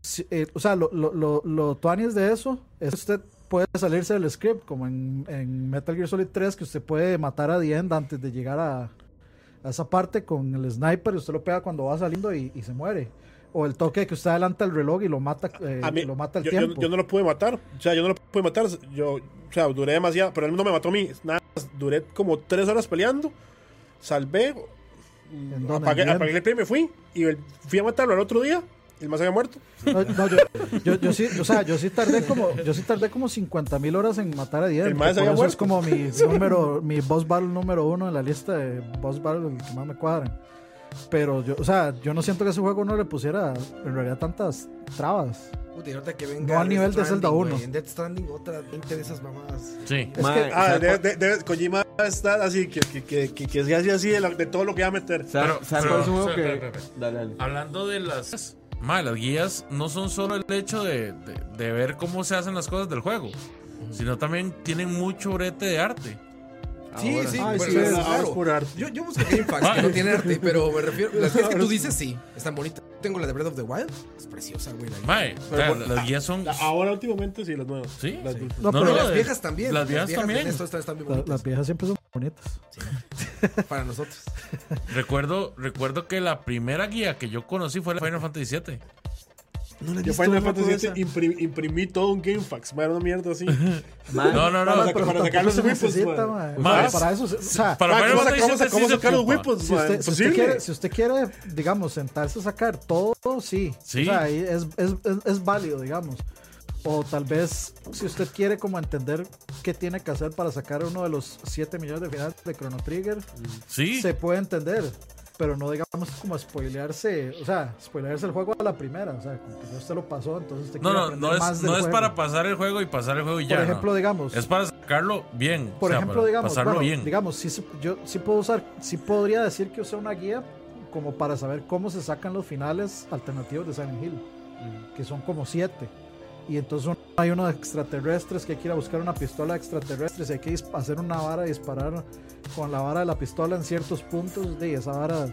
B: si- eh, o sea, lo, lo, lo, lo tuanis de eso es que usted puede salirse del script, como en, en Metal Gear Solid 3, que usted puede matar a Diend antes de llegar a, a esa parte con el sniper y usted lo pega cuando va saliendo y, y se muere. O el toque de que usted adelanta el reloj y lo mata, eh,
A: A mí,
B: lo mata el
A: yo, yo-
B: tiempo.
A: yo no lo pude matar. O sea, yo no lo pude matar. Yo, o sea, duré demasiado. Pero él no me mató a mí. Nada más, duré como tres horas peleando. Salvé. mm,
B: ¿En dónde?
A: Apagué,
B: ¿En
A: apagué el play, me fui. Y el- fui a matarlo al otro día. El más había muerto.
B: No, no, yo, yo, yo sí, o sea, yo sí tardé como, yo sí tardé como 50 mil horas en matar a Diego.
A: El
B: Por
A: mae se
B: eso
A: había
B: es
A: muerto.
B: como mi número, mi boss battle número uno en la lista de boss battle que más me cuadran. Pero yo, o sea, yo no siento que ese juego no le pusiera en realidad tantas trabas.
C: Puta, y ahorita que venga
B: No al
C: Death
B: nivel de
C: Stranding,
B: Zelda uno.
C: güey, En Death Stranding, otra 20 de esas mamadas.
D: Sí.
B: Es
E: Mae,
B: que-
A: Ah,
E: ¿sabe
A: de,
E: cuál-
A: de, de- Kojima está así. Que, que, que, que, que es así, así de, la- de todo lo que va a meter.
E: ¿sabe-
D: Pero-
E: sabe
D: pero-
E: cuál es un juego
D: espera,
E: que-
D: espera, espera. Ah,
E: Dale, dale.
D: Hablando de las. ma, las guías no son solo el hecho de, de- de ver cómo se hacen las cosas del juego, sino también tienen mucho brete de arte.
C: Sí,
E: Ahora.
C: sí,
B: Ay,
C: bueno,
B: sí,
C: es
B: es-
A: ah, es
C: claro.
A: puro arte.
C: Yo, yo busco Game Facts que no tiene arte, pero me refiero. Las guías que tú dices, sí, están bonitas. Tengo la de Breath of the Wild, es preciosa, güey. La guía.
D: Ma, o sea,
A: bueno,
D: las guías son.
A: La- Ahora últimamente sí, las nuevas.
D: Sí.
A: Las-
C: Sí. Pero
B: No,
D: No,
B: pero
D: no,
C: las
D: eh,
C: viejas también.
D: las viejas también.
C: De esto están, están bien
B: la-
C: bonitas
B: las viejas siempre son bonitas.
C: para nosotros.
D: Recuerdo, recuerdo que la primera guía que yo conocí fue la Final Fantasy VII.
C: No
A: Yo Final Fantasy VII imprim- imprimí todo un GameFAX, madre, una mierda así.
E: Mae,
D: No, no, no.
A: Para
D: la-
A: sacar- para
B: tampoco
A: sacar los
B: se
A: whipples,
B: necesita,
A: mae.
B: mae.
D: Mae,
B: Para eso, se- o sea,
D: Para
A: Ah,
D: Final
A: ¿cómo
D: Fantasy
A: sacar-
D: VII
A: ¿Cómo
D: sí se
A: sacar los
D: ocupa.
A: whipples,
B: si usted,
A: man?
B: si usted
A: Posible.
B: quiere, si usted quiere, digamos, sentarse a sacar todo, sí.
D: Sí.
B: O sea, ahí es, es, es- es válido, digamos. O tal vez, si usted quiere como entender qué tiene que hacer para sacar uno de los 7 millones de finales de Chrono Trigger,
D: Sí.
B: se puede entender. Pero no digamos como spoilearse, o sea, spoilearse el juego a la primera. O sea, como que ya usted lo pasó, entonces usted
D: No,
B: quiere
D: no,
B: aprender
D: no
B: más
D: es,
B: del
D: no es
B: juego.
D: para pasar el juego y pasar el juego y ya.
B: Por ejemplo,
D: no.
B: digamos...
D: Es para sacarlo bien.
B: Por
D: o sea,
B: ejemplo,
D: para
B: digamos,
D: Pasarlo
B: bueno,
D: bien.
B: digamos, sí, se- yo sí puedo usar, sí podría decir que usé una guía como para saber cómo se sacan los finales alternativos de Silent Hill, que son como siete. Y entonces uno- hay unos extraterrestres que hay que ir a buscar una pistola extraterrestre, y hay que dis- hacer una vara y disparar con la vara de la pistola en ciertos puntos de esa vara.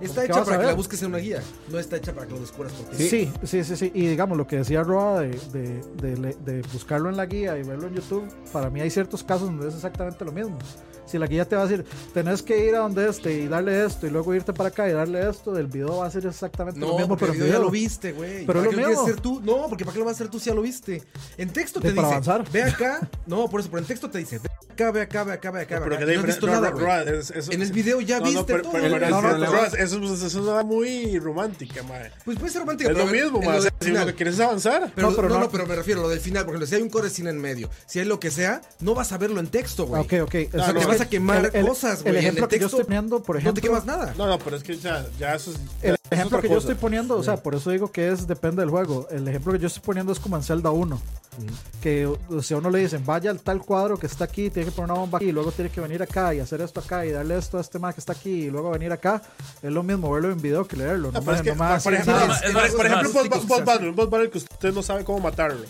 C: Está
B: ¿Qué
C: hecha
B: vas a
C: para que
B: ver?
C: la busques en una guía. No está hecha para que lo descubras por ti.
B: Sí. sí, sí, sí, Y digamos, lo que decía Roa de, de- de le- de buscarlo en la guía y verlo en YouTube, para mí hay ciertos casos donde es exactamente lo mismo. Si la guía te va a decir, tenés que ir a donde este y darle esto, y luego irte para acá y darle esto, el video va a ser exactamente
C: No,
B: lo mismo,
C: porque
B: pero
C: el
B: en
C: video ya
B: video.
C: lo viste, güey.
B: Pero
C: ¿Para
B: es lo
C: qué quieres
B: mismo.
C: hacer tú? No, porque ¿para qué lo vas a hacer tú si ya lo viste? En texto
B: De-
C: te
B: para
C: dice,
B: avanzar.
C: ve acá. No, por eso, pero en texto te dice, ve acá, ve acá, ve acá, ve acá. ve
A: Pero
C: acá.
A: que
C: Y No has visto nada, güey. En el video ya viste todo.
E: No, no, pero-
A: eso es es una muy romántica, madre.
C: Pues puede ser romántica,
A: Es lo
C: a ver,
A: mismo,
C: en
A: madre.
C: lo
A: O sea,
C: del
A: Si lo
C: final.
A: que quieres es avanzar.
C: Pero,
B: No,
C: no,
B: pero
C: no,
B: no.
C: pero me refiero a lo del final, por ejemplo, si hay un core de cine en medio, si hay lo que sea, no vas a verlo en texto, güey.
B: Ok, ok.
C: O sea,
A: no,
C: te
A: no.
C: vas a quemar
B: el-
C: cosas,
B: el
C: güey. en
B: ejemplo que yo
C: texto
B: estoy poniendo, por
C: No te
B: ejemplo,
C: quemas nada.
A: No, no, pero es que ya, ya eso es.
B: El
A: ya es
B: ejemplo
A: otra
B: que yo
A: cosa.
B: estoy poniendo, o sea, por eso digo que es depende del juego. El ejemplo que yo estoy poniendo es como en Zelda 1. Que o sea, a uno le dicen, vaya al tal cuadro que está aquí, tiene que poner una bomba aquí, y luego tiene que venir acá y hacer esto acá y darle esto a este más que está aquí y luego venir acá. Es lo mismo verlo en video que leerlo. No,
A: No, pero
B: me-
A: es que,
B: no me hace
A: por ejemplo,
B: nada.
D: no,
A: por-
D: es
A: por
D: más-
A: por
D: es
A: ejemplo,
D: más
A: un boss-
C: psicosis-
A: boss battle, un boss battle que usted no sabe cómo matarlo.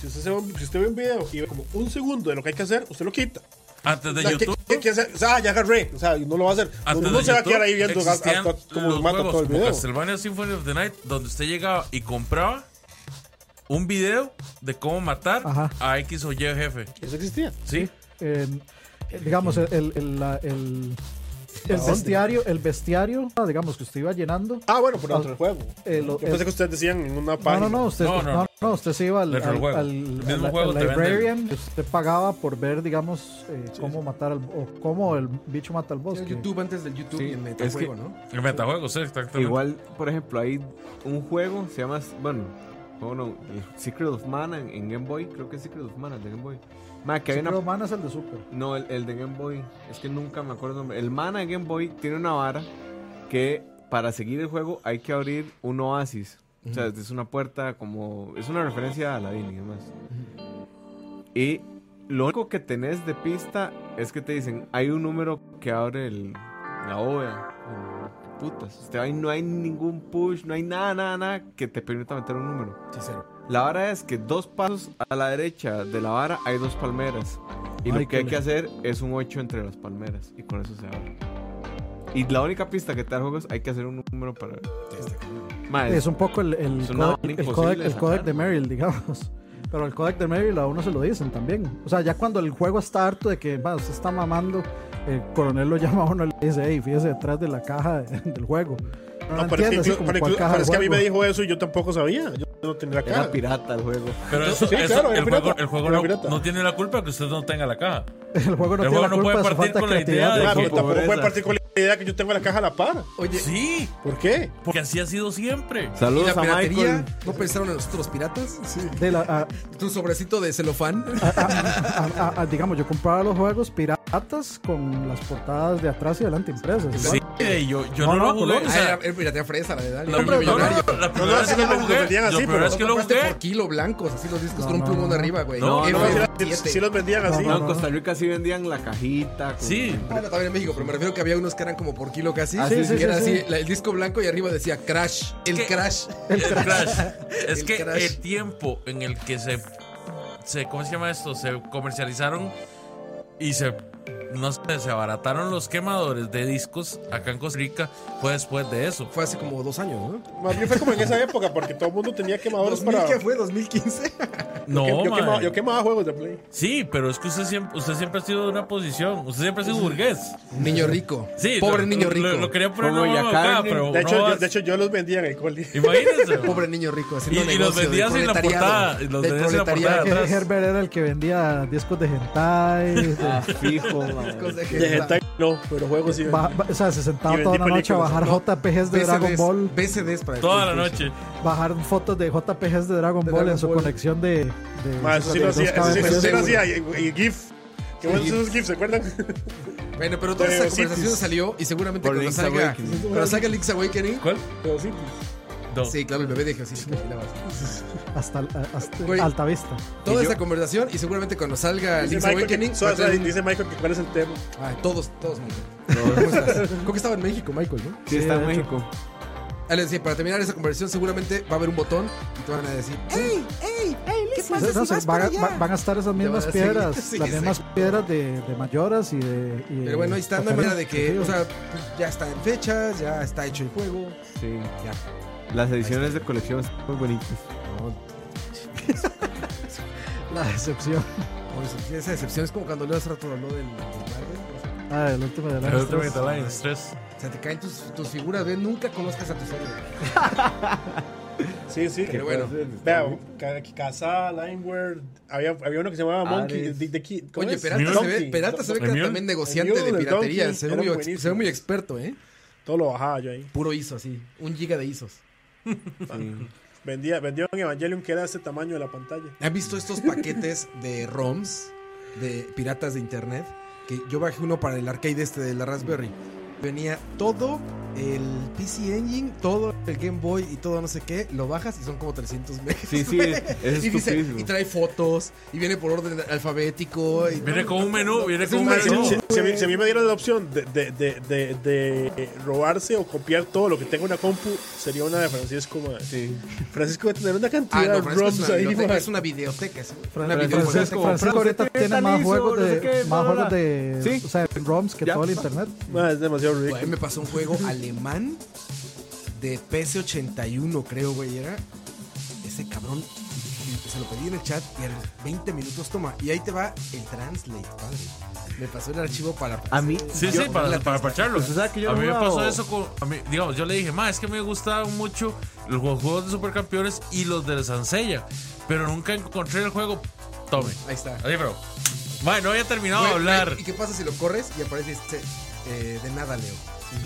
A: Si usted, se ve un- si usted ve un video y ve como un segundo de lo que hay que hacer, usted lo quita.
D: Antes de
A: O sea, ¿qué-
D: YouTube.
A: qué- qué hace? O sea, ah, ya agarré. O sea, no lo va a hacer.
D: Antes
A: No,
D: de
A: no se va a
D: YouTube
A: quedar ahí viendo a-
D: existían
A: hasta cómo
D: los
A: mata
D: juegos
A: todo el
D: como
A: video.
D: Castlevania Symphony of the Night, donde usted llegaba y compraba un video de cómo matar
B: Ajá.
D: a X o Y jefe.
A: Eso existía.
D: Sí.
B: en, digamos, el, el, el- la- el- el bestiario, el bestiario, ah, digamos, que usted iba llenando.
A: Ah, bueno, por
B: Ah,
A: otro juego.
B: eh, lo-
A: Yo pensé
B: el-
A: que ustedes decían en una
B: No,
A: página.
B: no, no, usted,
D: No,
B: no,
D: no,
B: no, usted se iba al,
D: Dentro del
B: al-
D: juego.
B: al-
D: El
B: al-
D: mismo
B: al
D: juego te venden.
B: librarian, que usted pagaba por ver, digamos, eh, cómo matar al, o cómo el bicho mata al boss.
C: Era
B: que-
C: YouTube antes del YouTube
E: Sí,
C: y el
E: es
C: metajuego,
E: que-
C: ¿no?
D: El metajuego, sí, exactamente.
E: Igual, por ejemplo, hay un juego, se llama, bueno, juego no, eh, Secret of Mana en, en Game Boy, creo que es Secret of Mana el de Game Boy. Ma, que hay
B: Super
E: una...
B: Humana es el de Super.
E: No, el, el de Game Boy, es que nunca me acuerdo el nombre. El Mana de Game Boy tiene una vara que para seguir el juego hay que abrir un oasis. O sea, es una puerta como... Es una referencia a la y demás. Y lo único que tenés de pista es que te dicen, hay un número que abre el, la bóveda. Bueno, Putas, usted ahí no hay ningún push, no hay nada, nada, nada que te permita meter un número.
C: Sí, cero.
E: La vara es que dos pasos a la derecha de la vara hay dos palmeras. Y
B: Ay,
E: lo que hay
B: qué
E: que hacer es un 8 entre las palmeras. Y con eso se abre. Y la única pista que te da el juego es hay que hacer un número para ver. Madre,
B: Es un poco el, el,
E: Es una
B: codec-
E: vaina
B: el
E: imposible
B: codec,
E: de
B: el
E: sacar,
B: codec de
E: ¿no?
B: Merrill, digamos. Pero el codec de Merrill a uno se lo dicen también. O sea, ya cuando el juego está harto de que va, se está mamando, el coronel lo llama a uno y le dice, hey, fíjese detrás de la caja de- del juego. No,
A: No,
B: no
A: pero es que,
B: entiende, así
A: inclu-
B: como
A: pero
B: cuál
A: inclu-
B: caja
A: pero
B: de
A: es que a mí me
B: juego.
A: dijo eso y yo tampoco sabía. Yo no tenía la
E: era
A: cara.
E: pirata el juego.
D: Pero eso,
A: Sí,
D: eso-
A: claro, era
D: el juego,
A: pirata.
D: el juego
A: Era
D: no,
A: pirata.
D: no tiene la culpa que usted no tenga la caja.
B: El juego no
D: El
B: tiene
D: juego
B: la
D: no
B: culpa
D: puede
B: de su
D: partir
B: falta de
D: con la idea
B: creatividad.
D: de
B: del
A: Ah, pero
B: juego.
A: tampoco
E: pobreza.
A: puede partir con la idea que yo tengo la caja a la par.
C: Oye,
D: Sí,
A: ¿Por qué?
D: porque así ha sido siempre.
C: ¿y
E: Saludos
C: la
E: a
C: piratería?
E: Michael.
C: ¿No pensaron en nosotros los piratas?
B: De la- a-
C: ¿Tu sobrecito de celofán?
B: a- a- a- digamos, yo compraba los juegos piratas con las portadas de atrás y delante impresas.
D: Sí, yo, yo
B: No,
D: no,
B: no,
D: lo jugué.
B: colores.
D: o
C: Ah,
D: sea,
C: era, era piratería fresa, la verdad.
D: la,
C: Era
D: primera- no, no,
C: millonario.
D: no, la primera
A: no,
D: vez que
A: no,
D: lo
A: lo
D: jugué,
A: vendían
D: la
A: así,
D: primera
A: pero
D: vez que
C: Lo
D: lo
C: compraste
D: jugué,
C: por kilo blancos, así los discos
B: No,
C: con un
B: no,
C: plumón
B: no.
C: arriba, güey.
D: No,
A: No,
D: no,
A: si
C: F7.
A: la- si, si los vendían así.
E: No, en Costa Rica sí vendían la cajita. con-
D: Sí.
C: Ah, no, también en México, pero me refiero que había unos que eran como por kilo casi.
B: Ah, sí,
C: y
B: sí,
C: era
B: sí,
C: así,
B: sí.
C: la- el disco blanco y arriba decía Crash. El
D: ¿Qué?
C: Crash.
D: el crash. Es
C: El
D: que
C: crash.
D: el tiempo en el que se, se. ¿Cómo se llama esto? Se comercializaron y se. No sé, se abarataron los quemadores de discos acá en Costa Rica. Fue después de eso.
C: Fue hace como dos años, ¿no?
A: Más bien fue como en esa época, porque todo el mundo tenía quemadores para.
C: ¿2000 qué fue? ¿2015?
D: No,
A: yo, yo
D: man.
A: quemaba, yo quemaba juegos de Play.
D: Sí, pero es que usted siempre, usted siempre ha sido de una posición. Usted siempre ha sido burgués.
C: Niño rico.
D: Sí,
C: Pobre
D: lo-
C: niño
D: lo-
C: rico.
D: Lo, quería poner
E: Como
D: una
E: Jack
D: mamá acá,
E: Carney.
D: pero.
A: De hecho,
D: no
A: yo,
D: vas-
A: de hecho, yo los vendía en el coli.
D: Imagínese.
C: Pobre niño rico.
D: Y-
C: Haciendo
D: y los
C: negocio del
D: vendías en la
C: proletariado,
D: portada, y los
C: del
D: vendías en la
C: proletariado.
D: portada.
B: Her- Herbert era el que vendía discos de hentai. de-
E: Ah, fijo, madre.
C: Discos de
A: De
C: gente.
A: hentai, no, pero juegos sí.
B: Ba- ba- o sea, se
A: Y
B: sentaba
A: vendí
B: toda la noche a
A: películas,
B: bajar
C: ¿no?
B: JPGs de Dragon
C: BCDs,
B: Ball,
C: BCDs para el
D: Toda la
C: PlayStation.
D: noche.
B: bajar fotos de JPGs de Dragon
C: De
B: Ball
C: Dragon
B: en su
C: Ball.
B: conexión de. de
A: Ma, eso sí lo
B: de
A: hacía,
B: dos
A: eso sí, eso sí lo
B: cabezas.
A: hacía. Y, y GIF. Qué buenos
C: GIF.
A: esos GIF, ¿se acuerdan?
C: Bueno, pero toda esa
A: Pero sí,
C: conversación
A: pues.
C: salió y seguramente
E: Por
C: cuando
E: Link's
C: salga,
E: Awakening.
C: cuando salga Link's Awakening.
D: ¿Cuál?
A: Pero sí,
D: No.
C: Sí, claro, el bebé de Jesús. que bailaba así.
B: Hasta, hasta
C: Güey.
B: alta vista.
C: Toda
E: Y yo-
C: esa conversación y seguramente cuando salga
A: Dice
C: Link's
A: Michael,
C: Awakening.
A: que, so-
C: va a
A: so-
C: tener un-
A: dice Michael que cuál es el tema.
C: Ay, todos, todos, Michael.
E: No,
C: ¿Cómo estás? Creo que estaba en México, Michael, ¿no?
E: sí, está en México.
C: Ah, les decía, para terminar esa conversación seguramente va a haber un botón y te van a decir, ¡Ey!
B: Entonces, no sé, van, a, va- van a estar esas mismas
C: van a seguir.
B: piedras,
C: Sí,
B: las
C: sí.
B: mismas piedras de, de mayoras y de. y de-
C: Pero bueno, ahí está, no hay
B: Ocarina.
C: manera de que, o sea, pues, ya está en fechas, ya está hecho el juego.
E: Sí.
C: Ya.
E: Las ediciones de colección están muy bonitas.
B: la decepción.
C: Por eso, sí, esa decepción es como cuando leo hace rato lo del, del Marvel. o sea,
B: Ah, el último de la
D: El
E: este
D: último de The Lions 3.
C: O sea, te caen tus, tus figuras, ¿ves? Nunca conozcas a tus héroes.
A: Sí, sí.
C: Pero bueno,
A: Vea, ca- Casa, Limeware. Había, había uno que se llamaba Monkey.
E: Ares.
A: de- de- de- ¿cómo
C: Oye,
A: es?
C: Peralta se
A: Donkey.
C: ve, Peralta se ve que
D: El
C: era
D: Mule.
C: también negociante
A: El
C: de
A: Mule, el
C: piratería.
A: Donkey,
C: Se ve,
A: eran
C: muy, ex-
A: buenísimos.
C: se ve muy experto, ¿eh?
A: Todo lo bajaba yo ahí.
C: Puro ISO, así. Un giga de ISOs.
A: Vendía, vendía un Evangelion que era de este tamaño de la pantalla.
C: ¿Han visto estos paquetes de ROMs de piratas de internet? Que yo bajé uno para el arcade este de la Raspberry. Venía todo el PC Engine, todo el Game Boy y todo no sé qué. Lo bajas y son como 300 megas.
E: Sí, sí, es es
C: Y, dice-
E: estupidísimo.
C: y trae fotos, y viene por orden alfabético. y-
D: Viene con un menú, viene
C: Es
D: con un
C: un
A: Ma, si,
D: menú.
A: si- si a mí, si a mí me dieran la opción de, de, de, de, de robarse o copiar todo lo que tenga una compu, sería una de Francisco. ma.
E: Sí.
A: Francisco va a tener una
C: Ah,
A: cantidad
C: no,
A: de
C: Francisco es
A: ROMs
C: una
A: ahí.
C: biblioteca,
A: ma.
C: es una videoteca. es Una
B: Fra-
C: videoteca.
B: Francisco, Francisco ahorita tiene más juegos de, más juegos de, o sea, en ROMs que
E: Ya.
B: todo el internet.
A: Ma, es demasiado
C: Güey,
A: ridículo.
C: me pasó un juego alemán de PS81, creo, güey, era. Ese cabrón se lo pedí en el chat y a los 20 minutos toma. Y ahí te va el translate, padre. Me pasó el archivo para.
E: A mí,
D: Sí,
E: yo-
D: sí, para,
C: la-
D: para parcharlo.
E: Usted sabe que yo
D: a
E: no
D: mí me
E: jugaba-
D: pasó eso con. a mí- digamos, yo le dije, ma, es que me gustaban mucho los jue- juegos de supercampeones y los de Sansella, pero nunca encontré el juego. Tome.
C: Ahí está.
D: Así, pero. Ma, no había terminado de
C: Güey,
D: hablar.
C: ¿Y qué pasa si lo corres y aparece este, eh, de nada, Leo?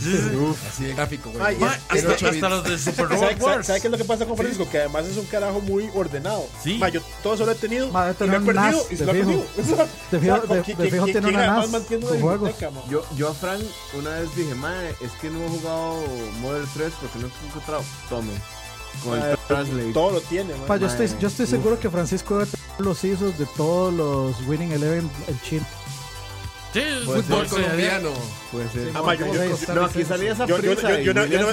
D: Sí, sí.
C: Así de gráfico, güey.
A: Ay,
C: de
D: Ma,
A: es-
C: ocho
D: hasta,
C: bits.
D: hasta los de Super
A: ¿Sabes
D: Robot Wars.
A: qué es lo que pasa con Francisco? Que además es un carajo muy ordenado.
D: Sí.
A: Ma, yo todo eso lo he tenido.
B: Ma, debe
A: y lo he
B: tener un
A: perdido
B: NAS,
A: y
B: de
A: se lo he
B: fijo.
A: perdido.
B: De fijo- de- de fijo tiene una NAS
A: mantiene
B: con
A: una
B: juegos.
A: biblioteca, ma?
E: yo, yo a Frank una vez dije, mae, es que no he jugado Modern 3 porque no he encontrado. Tome. Con
A: Ma,
E: el Translate.
A: eh, Todo lo tiene, ma.
B: Pa, yo,
E: Madre,
B: estoy, yo estoy
E: uf.
B: seguro que Francisco debe tener los ISOs de todos los Winning Eleven en Chile.
D: Sí,
E: Puede ser.
C: Fútbol
D: sí,
C: colombiano.
E: Puede ser.
A: Ah, ma, yo- yo- yo-
E: no, aquí salía esa
A: Yo, yo,
E: prisa.
A: yo, yo, una- yo, una- yo, una- yo, una-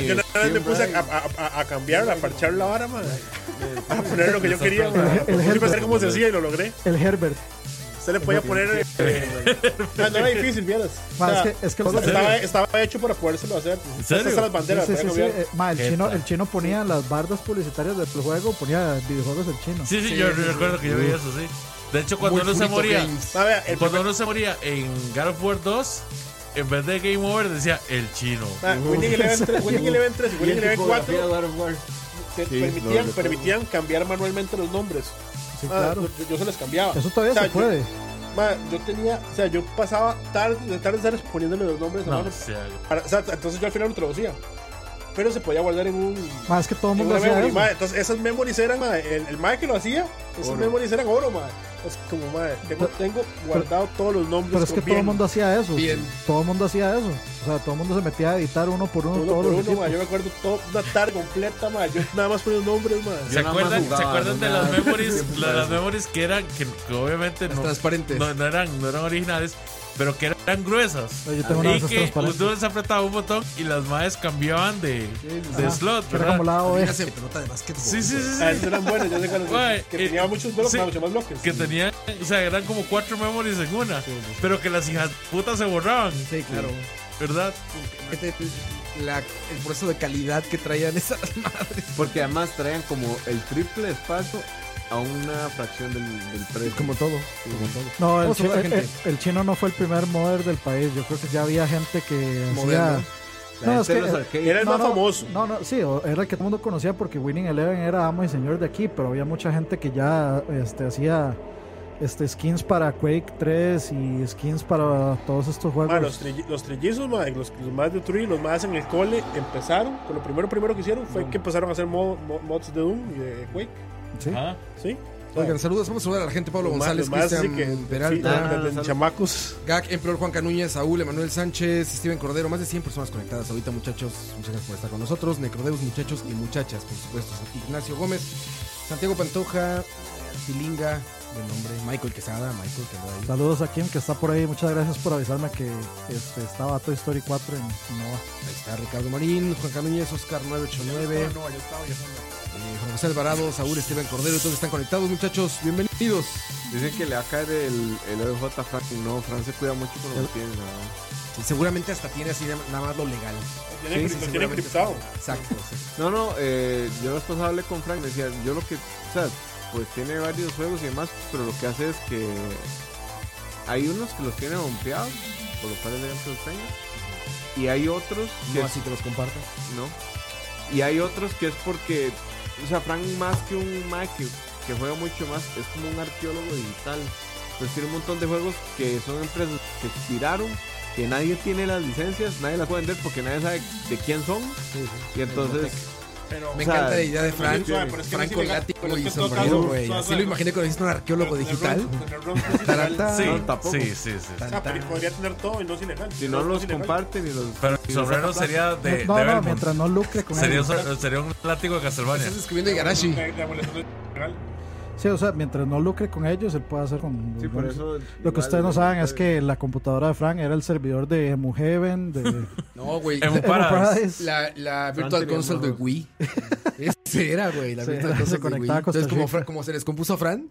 A: yo una vez me
E: siempre
A: puse
E: hay.
A: a, a, a, a cambiarla, a parchar la vara, man. A poner lo que yo quería, man.
B: El- el
A: Yo
B: Herbert.
A: iba a hacer como se hacía y lo logré.
B: El Herbert.
A: Se le podía poner. eh, No no era difícil, vieras.
B: Ma,
A: O sea,
B: es que- es que-
A: estaba- estaba, estaba hecho para podérselo hacer.
D: serio?
A: Estas son las banderas.
B: Sí, sí, sí,
A: podía
B: sí,
A: cambiar.
B: eh, ma, el,
D: Qué
B: chino,
D: tal.
B: el chino ponía las bardas publicitarias del juego, ponía videojuegos del chino.
D: Sí, sí, yo recuerdo que yo veía eso, sí. De hecho, cuando
C: Muy
D: uno se
C: bonito
D: moría,
C: games.
A: Ma, vea, el
D: cuando uno se moría en God of War 2, en vez de Game Over decía el chino.
A: Ah, Winning Eleven 3, Winning Eleven 3 y
E: Y
A: Winning
E: en
A: Eleven
E: tipografía
A: 4
E: God of War.
A: te
E: Sí,
A: permitían,
E: lo recuerdo.
A: permitían cambiar manualmente los nombres.
B: Sí,
A: Ah,
B: claro.
A: yo, yo se los cambiaba.
B: Eso todavía
A: O sea,
B: se puede.
A: Yo, ma, yo tenía, o sea, yo pasaba tardes, de tardes tardes poniéndole los nombres a
D: No,
A: mano.
D: o sea,
A: Para- o sea, entonces yo al final lo traducía. Pero se podía guardar en un.
B: Más que todo el
A: en
B: mundo
A: una
B: hacía
A: memory,
B: eso.
A: ma. Entonces esas memories eran, ma, el, el mae que lo hacía, esas
E: Oro.
A: memories eran oro, ma. Es como, ma, tengo, tengo guardado todos los nombres.
B: Pero es que
A: con
B: todo el
A: bien.
B: mundo hacía eso.
C: Bien.
B: Todo el mundo hacía eso. O sea, todo el mundo se metía a editar uno por uno,
A: Uno
B: todos
A: por
B: los
A: uno, ma,
B: equipos.
A: yo me acuerdo toda una tarde completa, ma. Yo nada más ponía los nombres, ma.
D: ¿Se
E: Yo nada más
D: acuerdan,
E: jugaba,
D: ¿se acuerdan
E: no
D: de
E: nada.
D: las memories,
E: Siempre
D: la- las
E: parece.
D: memories que eran, que, que obviamente
C: Las
D: no,
C: transparentes.
D: no, no eran, no eran originales, pero que eran gruesas?
B: Yo tengo una de
D: y
B: esas
D: que
B: transparentes.
D: uno les apretaba un botón y las madres cambiaban de, de
B: Ajá,
D: slot,
B: Era
D: ¿verdad?
B: como la E
C: Mira,
B: oveja.
C: se pelota de básquetbol.
D: Sí, sí, sí. sí.
A: Ah, esas eran buenas, ya sé cuáles.
D: Guay,
A: Que
D: eh,
A: tenía muchos bloques,
D: sí.
A: ma, muchos más bloques.
D: Que tenían, o sea, eran como cuatro memories en una, pero que las hijas putas se borraban,
C: Sí, claro.
D: ¿verdad?
C: Este, la- el proceso de calidad que traían esas madres.
E: Porque además traían como el triple espacio a una fracción del, del
C: todo.
E: precio. Sí, como todo.
B: No, el,
C: Vamos a
B: chi-
C: ver,
B: el-
C: gente.
B: el- el chino no fue el primer modder del país. Yo creo que ya había gente que
C: Moderno.
B: hacía.
E: La
B: No,
E: gente
B: es
E: de
B: que- eh,
E: los arcades.
A: Era el
B: No,
A: más
B: no,
A: famoso.
B: No, no, sí, o- era el que todo el mundo conocía porque Winning Eleven era amo y señor de aquí, pero había mucha gente que ya este, hacía este, skins para Quake 3 y skins para todos estos juegos.
A: Ma, los, tri- los trillizos, ma, los, los más de Tree, los más en el cole, empezaron. Con lo primero, primero que hicieron fue que empezaron a hacer mo- mo- mods de Doom y de Quake.
B: Sí.
D: Ah,
A: ¿Sí?
C: Oigan, saludos. Vamos a saludar a la gente. Pablo
A: Los más-
C: González,
A: los más,
C: Cristian
A: sí, que-
C: Peralta.
E: sí,
A: sí, de- de- de chamacos.
C: Gak, Emperor Juan Canuñez, Saúl, Emanuel Sánchez, Steven Cordero, más de 100 personas conectadas ahorita, muchachos. Muchas gracias por estar con nosotros. Necrodeus, muchachos y muchachas, por supuesto. Ignacio Gómez, Santiago Pantoja, Filinga, de nombre, Michael Quesada, Michael que anda ahí.
B: Saludos a Kim que está por ahí. Muchas gracias por avisarme que este, estaba Toy Story 4 en Nova.
C: Ahí está Ricardo Marín, Juan Canuñez, Oscar 989. eh, Juan José Alvarado, Saúl, Esteban Cordero, todos están conectados, muchachos. Bienvenidos.
E: Dicen que le va a caer el, el OJ a Frank. No, Frank se cuida mucho con lo que tiene. la verdad.
C: Sí, seguramente hasta tiene así na- nada más lo legal.
A: Tiene cri-
E: Sí, sí,
A: Lo tiene
C: seguramente.
A: encriptado.
C: Exacto. exacto.
E: No, no, eh, yo los pasaba hablé con Frank. Me decía, yo lo que. O sea, pues tiene varios juegos y demás, pero lo que hace es que. Hay unos que los tiene bombeados, por lo cual es de extraño. Y hay otros que
C: No, así te los comparto.
E: ¿no? Y hay otros que es porque, o sea, Frank más que un Mac que, que juega mucho más, es como un arqueólogo digital. Entonces tiene un montón de juegos que son empresas que expiraron, que nadie tiene las licencias, nadie las puede vender porque nadie sabe de quién son. Y entonces,
A: Pero,
C: Me
E: O sea,
C: encanta la idea de Frank.
E: suave,
A: pero es que no es
C: Franco
A: ilegal, pero
C: látigo
A: es
C: y
A: que en todo
C: sombrero,
A: caso,
C: güey.
A: suave,
C: Así lo
A: suave.
C: imaginé cuando hiciste un arqueólogo
A: tener
C: digital.
A: ron- tener ron es ilegal.
C: Tarata.
D: sí,
E: no, tampoco.
D: sí, sí, sí.
A: O sea, pero podría tener todo y no es ilegal.
E: si no
A: No, no
E: los
A: es ilegal.
E: comparten y los...
D: Pero
E: y los
D: el sombrero
E: sacan
D: sería de,
B: no,
D: de
B: no,
D: Belmont.
B: mientras no lucre con
D: Sería,
B: eso.
D: un- sería un látigo de Castlevania.
C: Estás escribiendo Igarashi.
A: La- la molestia es ilegal.
B: Sí, o sea, mientras no lucre con ellos, él puede hacer con.
E: Sí, por
B: Lo
E: eso
B: que
E: igual,
B: ustedes no saben es
E: eh,
B: que la computadora de Frank era el servidor de Emuheaven, de
C: No, güey.
D: En un paradise.
B: Paradise.
C: La, la Virtual
E: tenía
C: Console de
E: unos-
C: Wii. Ese era, güey. La
B: Sí,
C: Virtual
B: se
C: Console de Wii.
B: conectaba a Costa
C: Entonces, como,
B: Rica.
C: Fra- como se les compuso a Fran,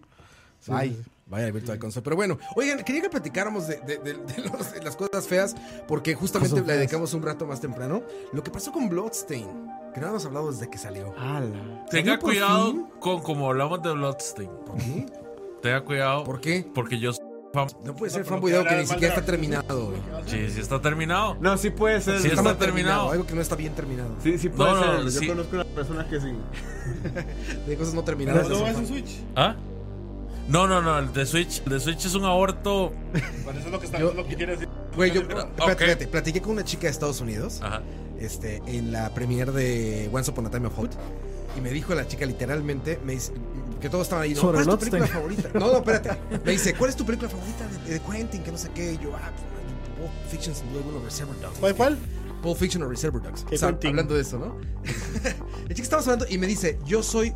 C: bye. Vaya Virtual Console. Pero bueno, oigan, quería que platicáramos de, de- de- de los- de las cosas feas, porque justamente
B: Cosas
C: le
B: feas.
C: dedicamos un rato más temprano. Lo que pasó con Bloodstain. que no habíamos hablado desde que salió.
E: Ala.
D: Tenga
C: ¿Salió por
D: cuidado
C: fin?
D: con como hablamos de Bloodstein.
C: ¿Por qué?
D: Tenga cuidado.
C: ¿Por qué?
D: Porque yo soy fan.
C: No puede
A: No,
C: ser
A: pero
C: fan video
A: no quiero
C: que ni
A: hablar mal
C: siquiera
A: de
C: está terminado. güey.
D: Sí, sí está terminado.
E: No, sí puede ser.
D: Sí
E: Sí,
D: está
C: mal
D: terminado.
C: Algo que no está bien terminado.
E: sí, puede
D: No, no,
E: ser. Yo
D: sí.
E: conozco una persona que sí.
C: De cosas no
A: Pero
C: terminadas.
A: no es
C: Eso
A: un
C: fue-
A: Switch.
D: ¿Ah? No, no, no, el de Switch, el de Switch es un aborto.
A: Bueno, eso es lo que, está,
C: Yo-
A: es lo que quiere decir.
C: Güey, yo
D: Ok.
C: espérate, espérate, platiqué con una chica de Estados Unidos
D: Ajá.
C: este, en la premiere de Once Upon a Time of Hot. Y me dijo la chica literalmente, me dice, que todos estaban ahí, no,
B: Sobre
C: ¿cuál es tu
B: Bloodstained.
C: película favorita? No, no, espérate. Me dice, ¿cuál es tu película favorita de, de Quentin? Que no sé qué. Y yo, ah, pues, Pulp Fiction sin duda alguna, Reservoir Dogs.
A: ¿Cuál, cuál?
C: Pulp Fiction o Reservoir Dogs.
A: Qué
C: O sea,
A: Quentin.
C: hablando de eso, ¿no? El chico estamos hablando y me dice, yo soy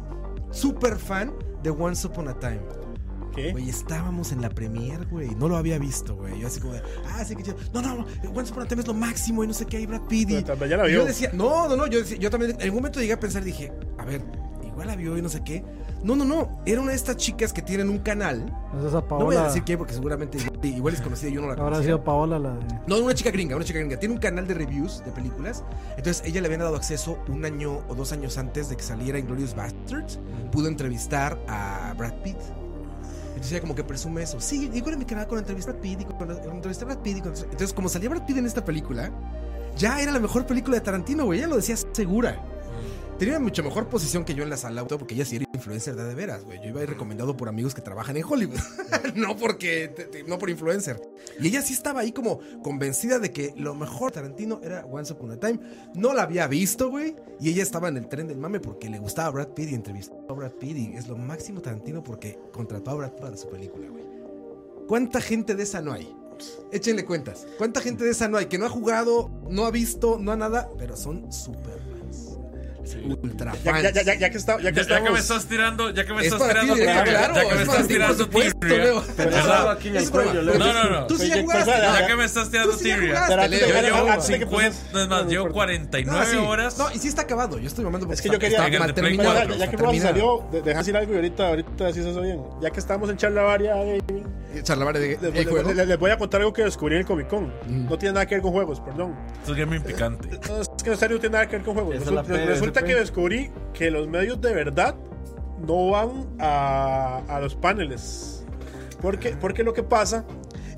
C: súper fan de Once Upon a Time.
A: ¿Qué?
C: Güey, estábamos en la premier, güey. No lo había visto, güey. Yo así como de, ah, sí que chido. No, no, Once Upon a Time es lo máximo y no sé qué hay Brad Pitt. y-
A: Pero también ya la
C: y
A: vio.
C: Yo decía, no, no, no. Yo, decía- yo también en algún momento llegué a pensar, dije, a ver, igual la vio y no sé qué. No, no, no. Era una de estas chicas que tienen un canal.
B: Es esa Paola.
C: No voy a decir quién porque seguramente igual, igual es conocida y yo no la
B: Habrá
C: conocía.
B: sido Paola la de.
C: No, una chica gringa, una chica gringa. Tiene un canal de reviews de películas. Entonces, ella le habían dado acceso un año o dos años antes de que saliera Inglorious Bastards. Pudo entrevistar a Brad Pitt. Entonces, ella como que presume eso. Sí, igual en mi canal cuando entrevisté a Brad Pitt y cuando cuando entrevisté a Brad Pitt. y cuando- Entonces, como salía Brad Pitt en esta película, ya era la mejor película de Tarantino, güey. Ella lo decía segura. Tenía mucho mejor posición que yo en la sala, güey, porque ella sí era influencer de, de veras, güey. Yo iba a ir recomendado por amigos que trabajan en Hollywood. no porque, te- te- no por influencer. Y ella sí estaba ahí como convencida de que lo mejor de Tarantino era Once Upon a Time. No la había visto, güey. Y ella estaba en el tren del mame porque le gustaba Brad Pitt y entrevistó a Brad Pitt. Y es lo máximo Tarantino porque contrató a Brad Pitt para su película, güey. ¿Cuánta gente de esa no hay? Échenle cuentas. ¿Cuánta gente de esa no hay? Que no ha jugado, no ha visto, no ha nada, pero son super fans. Ultra
A: Ya,
C: fans.
A: ya, ya, ya, ya que está, ya que
D: Ya, ya
A: estamos.
D: que me estás tirando, ya que me
C: Es
D: estás
C: para ti,
D: tirando,
C: directo,
D: tirria,
C: claro.
D: ya que me
C: es para ti,
D: estás
C: por
D: tirando,
C: supuesto,
D: tirria.
C: Leo.
E: Estaba aquí en el
C: Es broma,
E: cuello,
C: porque
E: Leo.
D: No, no, no.
C: Tú sí ya
A: Oye,
C: jugaste.
A: pues,
D: Ya
A: Ya.
D: que me estás
C: Tú
D: tirando
C: sí ya
D: tibia.
C: jugaste,
A: Espérate,
C: Leo.
D: Yo
A: Pero
D: llevo
A: antes de que
D: 50,
A: empieces-
D: no es más,
A: No,
D: llevo
A: no,
D: 49
C: sí.
D: horas.
C: No, y sí está acabado. Yo estoy mamando porque
A: Es que yo
C: está- está
A: quería-
D: En el
C: mal
D: de Play
C: terminado,
A: Bueno,
D: cuatro,
A: ya, ya
C: está
A: que Rob
C: terminado.
A: salió, de- deja decir algo y ahorita, ahorita decís eso bien. Ya que estábamos en charla varia, eh,
C: Charlavaria de-
A: les,
C: el
A: les-
C: juego.
A: les- les voy a contar algo que descubrí en el Comic Con.
C: Mm.
A: No tiene nada que ver con juegos, perdón.
D: Esto es gaming picante.
A: No, es que en serio no tiene nada que ver con juegos.
E: Esa es la
A: Resulta,
E: P,
A: resulta
E: esa
A: que
E: P.
A: descubrí que los medios de verdad no van a, a los paneles. Porque, porque lo que pasa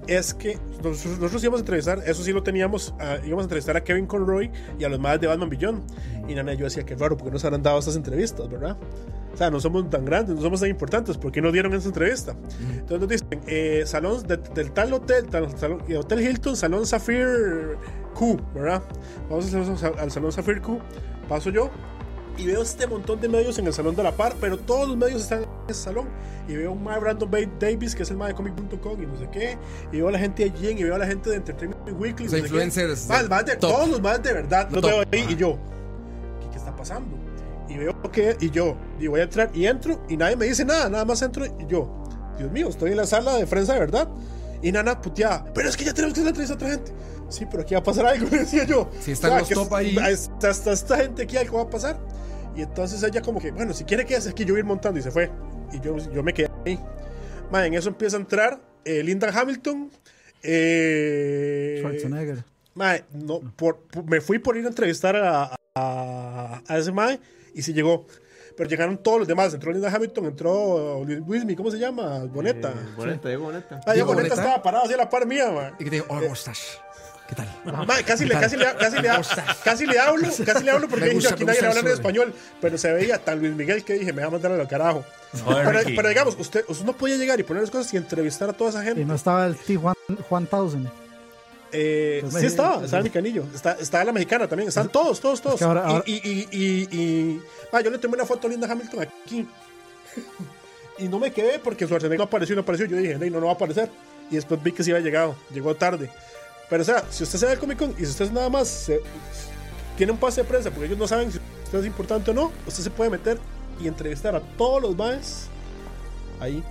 A: es que nos- nosotros íbamos a entrevistar, eso sí lo teníamos, ah, íbamos a entrevistar a Kevin Conroy y a los más de Batman Beyond. Y Nana y yo decía que raro, porque nos habrán dado estas entrevistas, ¿verdad? O sea, no somos tan grandes, no somos tan importantes, ¿por qué nos dieron esa entrevista? Entonces nos dicen, eh, salón de- del tal hotel, tal- salón- eh, Hotel Hilton, Salón Zafir Q, ¿verdad? Vamos al salón- al Salón Zafir Q, paso yo y veo este montón de medios en el Salón de la Par, pero todos los medios están en ese salón. Y veo un mae Brandon Ba- Davis, que es el mae de comic.com y no sé qué. Y veo a la gente de Jen, y veo a la gente de Entertainment Weekly.
C: O sea,
A: no sé qué.
C: influencers
A: Mae, el mae de-
C: top.
A: todos los más de verdad. Los
C: Top.
A: veo ahí
C: Ajá.
A: y yo, ¿qué, qué está pasando? Y veo que, y yo, y voy a entrar y entro, y nadie me dice nada, nada más entro y yo, Dios mío, estoy en la sala de prensa de verdad. Y Nana puteada, pero es que ya tenemos que hacer la entrevista a otra gente. Sí, pero aquí va a pasar algo, decía yo.
C: Si están los
A: que
C: top ahí.
A: Está, está esta gente aquí, algo va a pasar. Y entonces ella como que, bueno, si quiere quedarse aquí, yo voy a ir montando. Y se fue. Y yo, yo me quedé ahí. Ma, en eso empieza a entrar eh, Linda Hamilton. Eh,
B: Schwarzenegger.
A: Mae, no, por, por- me fui por ir a entrevistar a, a, a ese Mae y sí llegó. Pero llegaron todos los demás. Entró Linda Hamilton, entró Luis Luismi, ¿cómo se llama? Boneta.
E: Eh, Boneta, Diego Boneta.
A: Ah, yo
C: Diego
A: Boneta
C: Boneta.
A: estaba parado así a la par mía, mae.
C: Y que te digo, oh, mustache. ¿Qué tal?
A: Mae, casi, le, casi, le, casi, le, casi le hablo, casi le hablo porque
C: Me
A: dije,
C: gusta,
A: aquí
C: me
A: nadie le
C: gusta
A: habla
C: eso,
A: en
C: güey.
A: español. Pero se veía tan Luis Miguel que dije, me va a mandar a lo carajo.
D: Joder,
A: pero,
D: Ricky.
A: pero digamos, usted, usted no podía llegar y poner las cosas y entrevistar a toda esa gente.
B: Y no estaba el T. Juan, Juan Towson.
A: Eh,
B: Pues
A: sí
B: me-
A: estaba, estaba mi canillo, está, está la mexicana también, están todos, todos, todos.
B: que ahora-
A: Y-
B: ahora-
A: Y, y, y, y- ah, yo le tomé una foto a Linda Hamilton aquí. y no me quedé porque Schwarzenegger no apareció y no apareció. Yo dije, "Ney, no, no va a aparecer. Y después vi que sí había llegado, llegó tarde. Pero o sea, si usted se ve el Comic Con y si usted nada más se- tiene un pase de prensa porque ellos no saben si usted es importante o no, usted se puede meter y entrevistar a todos los más ahí.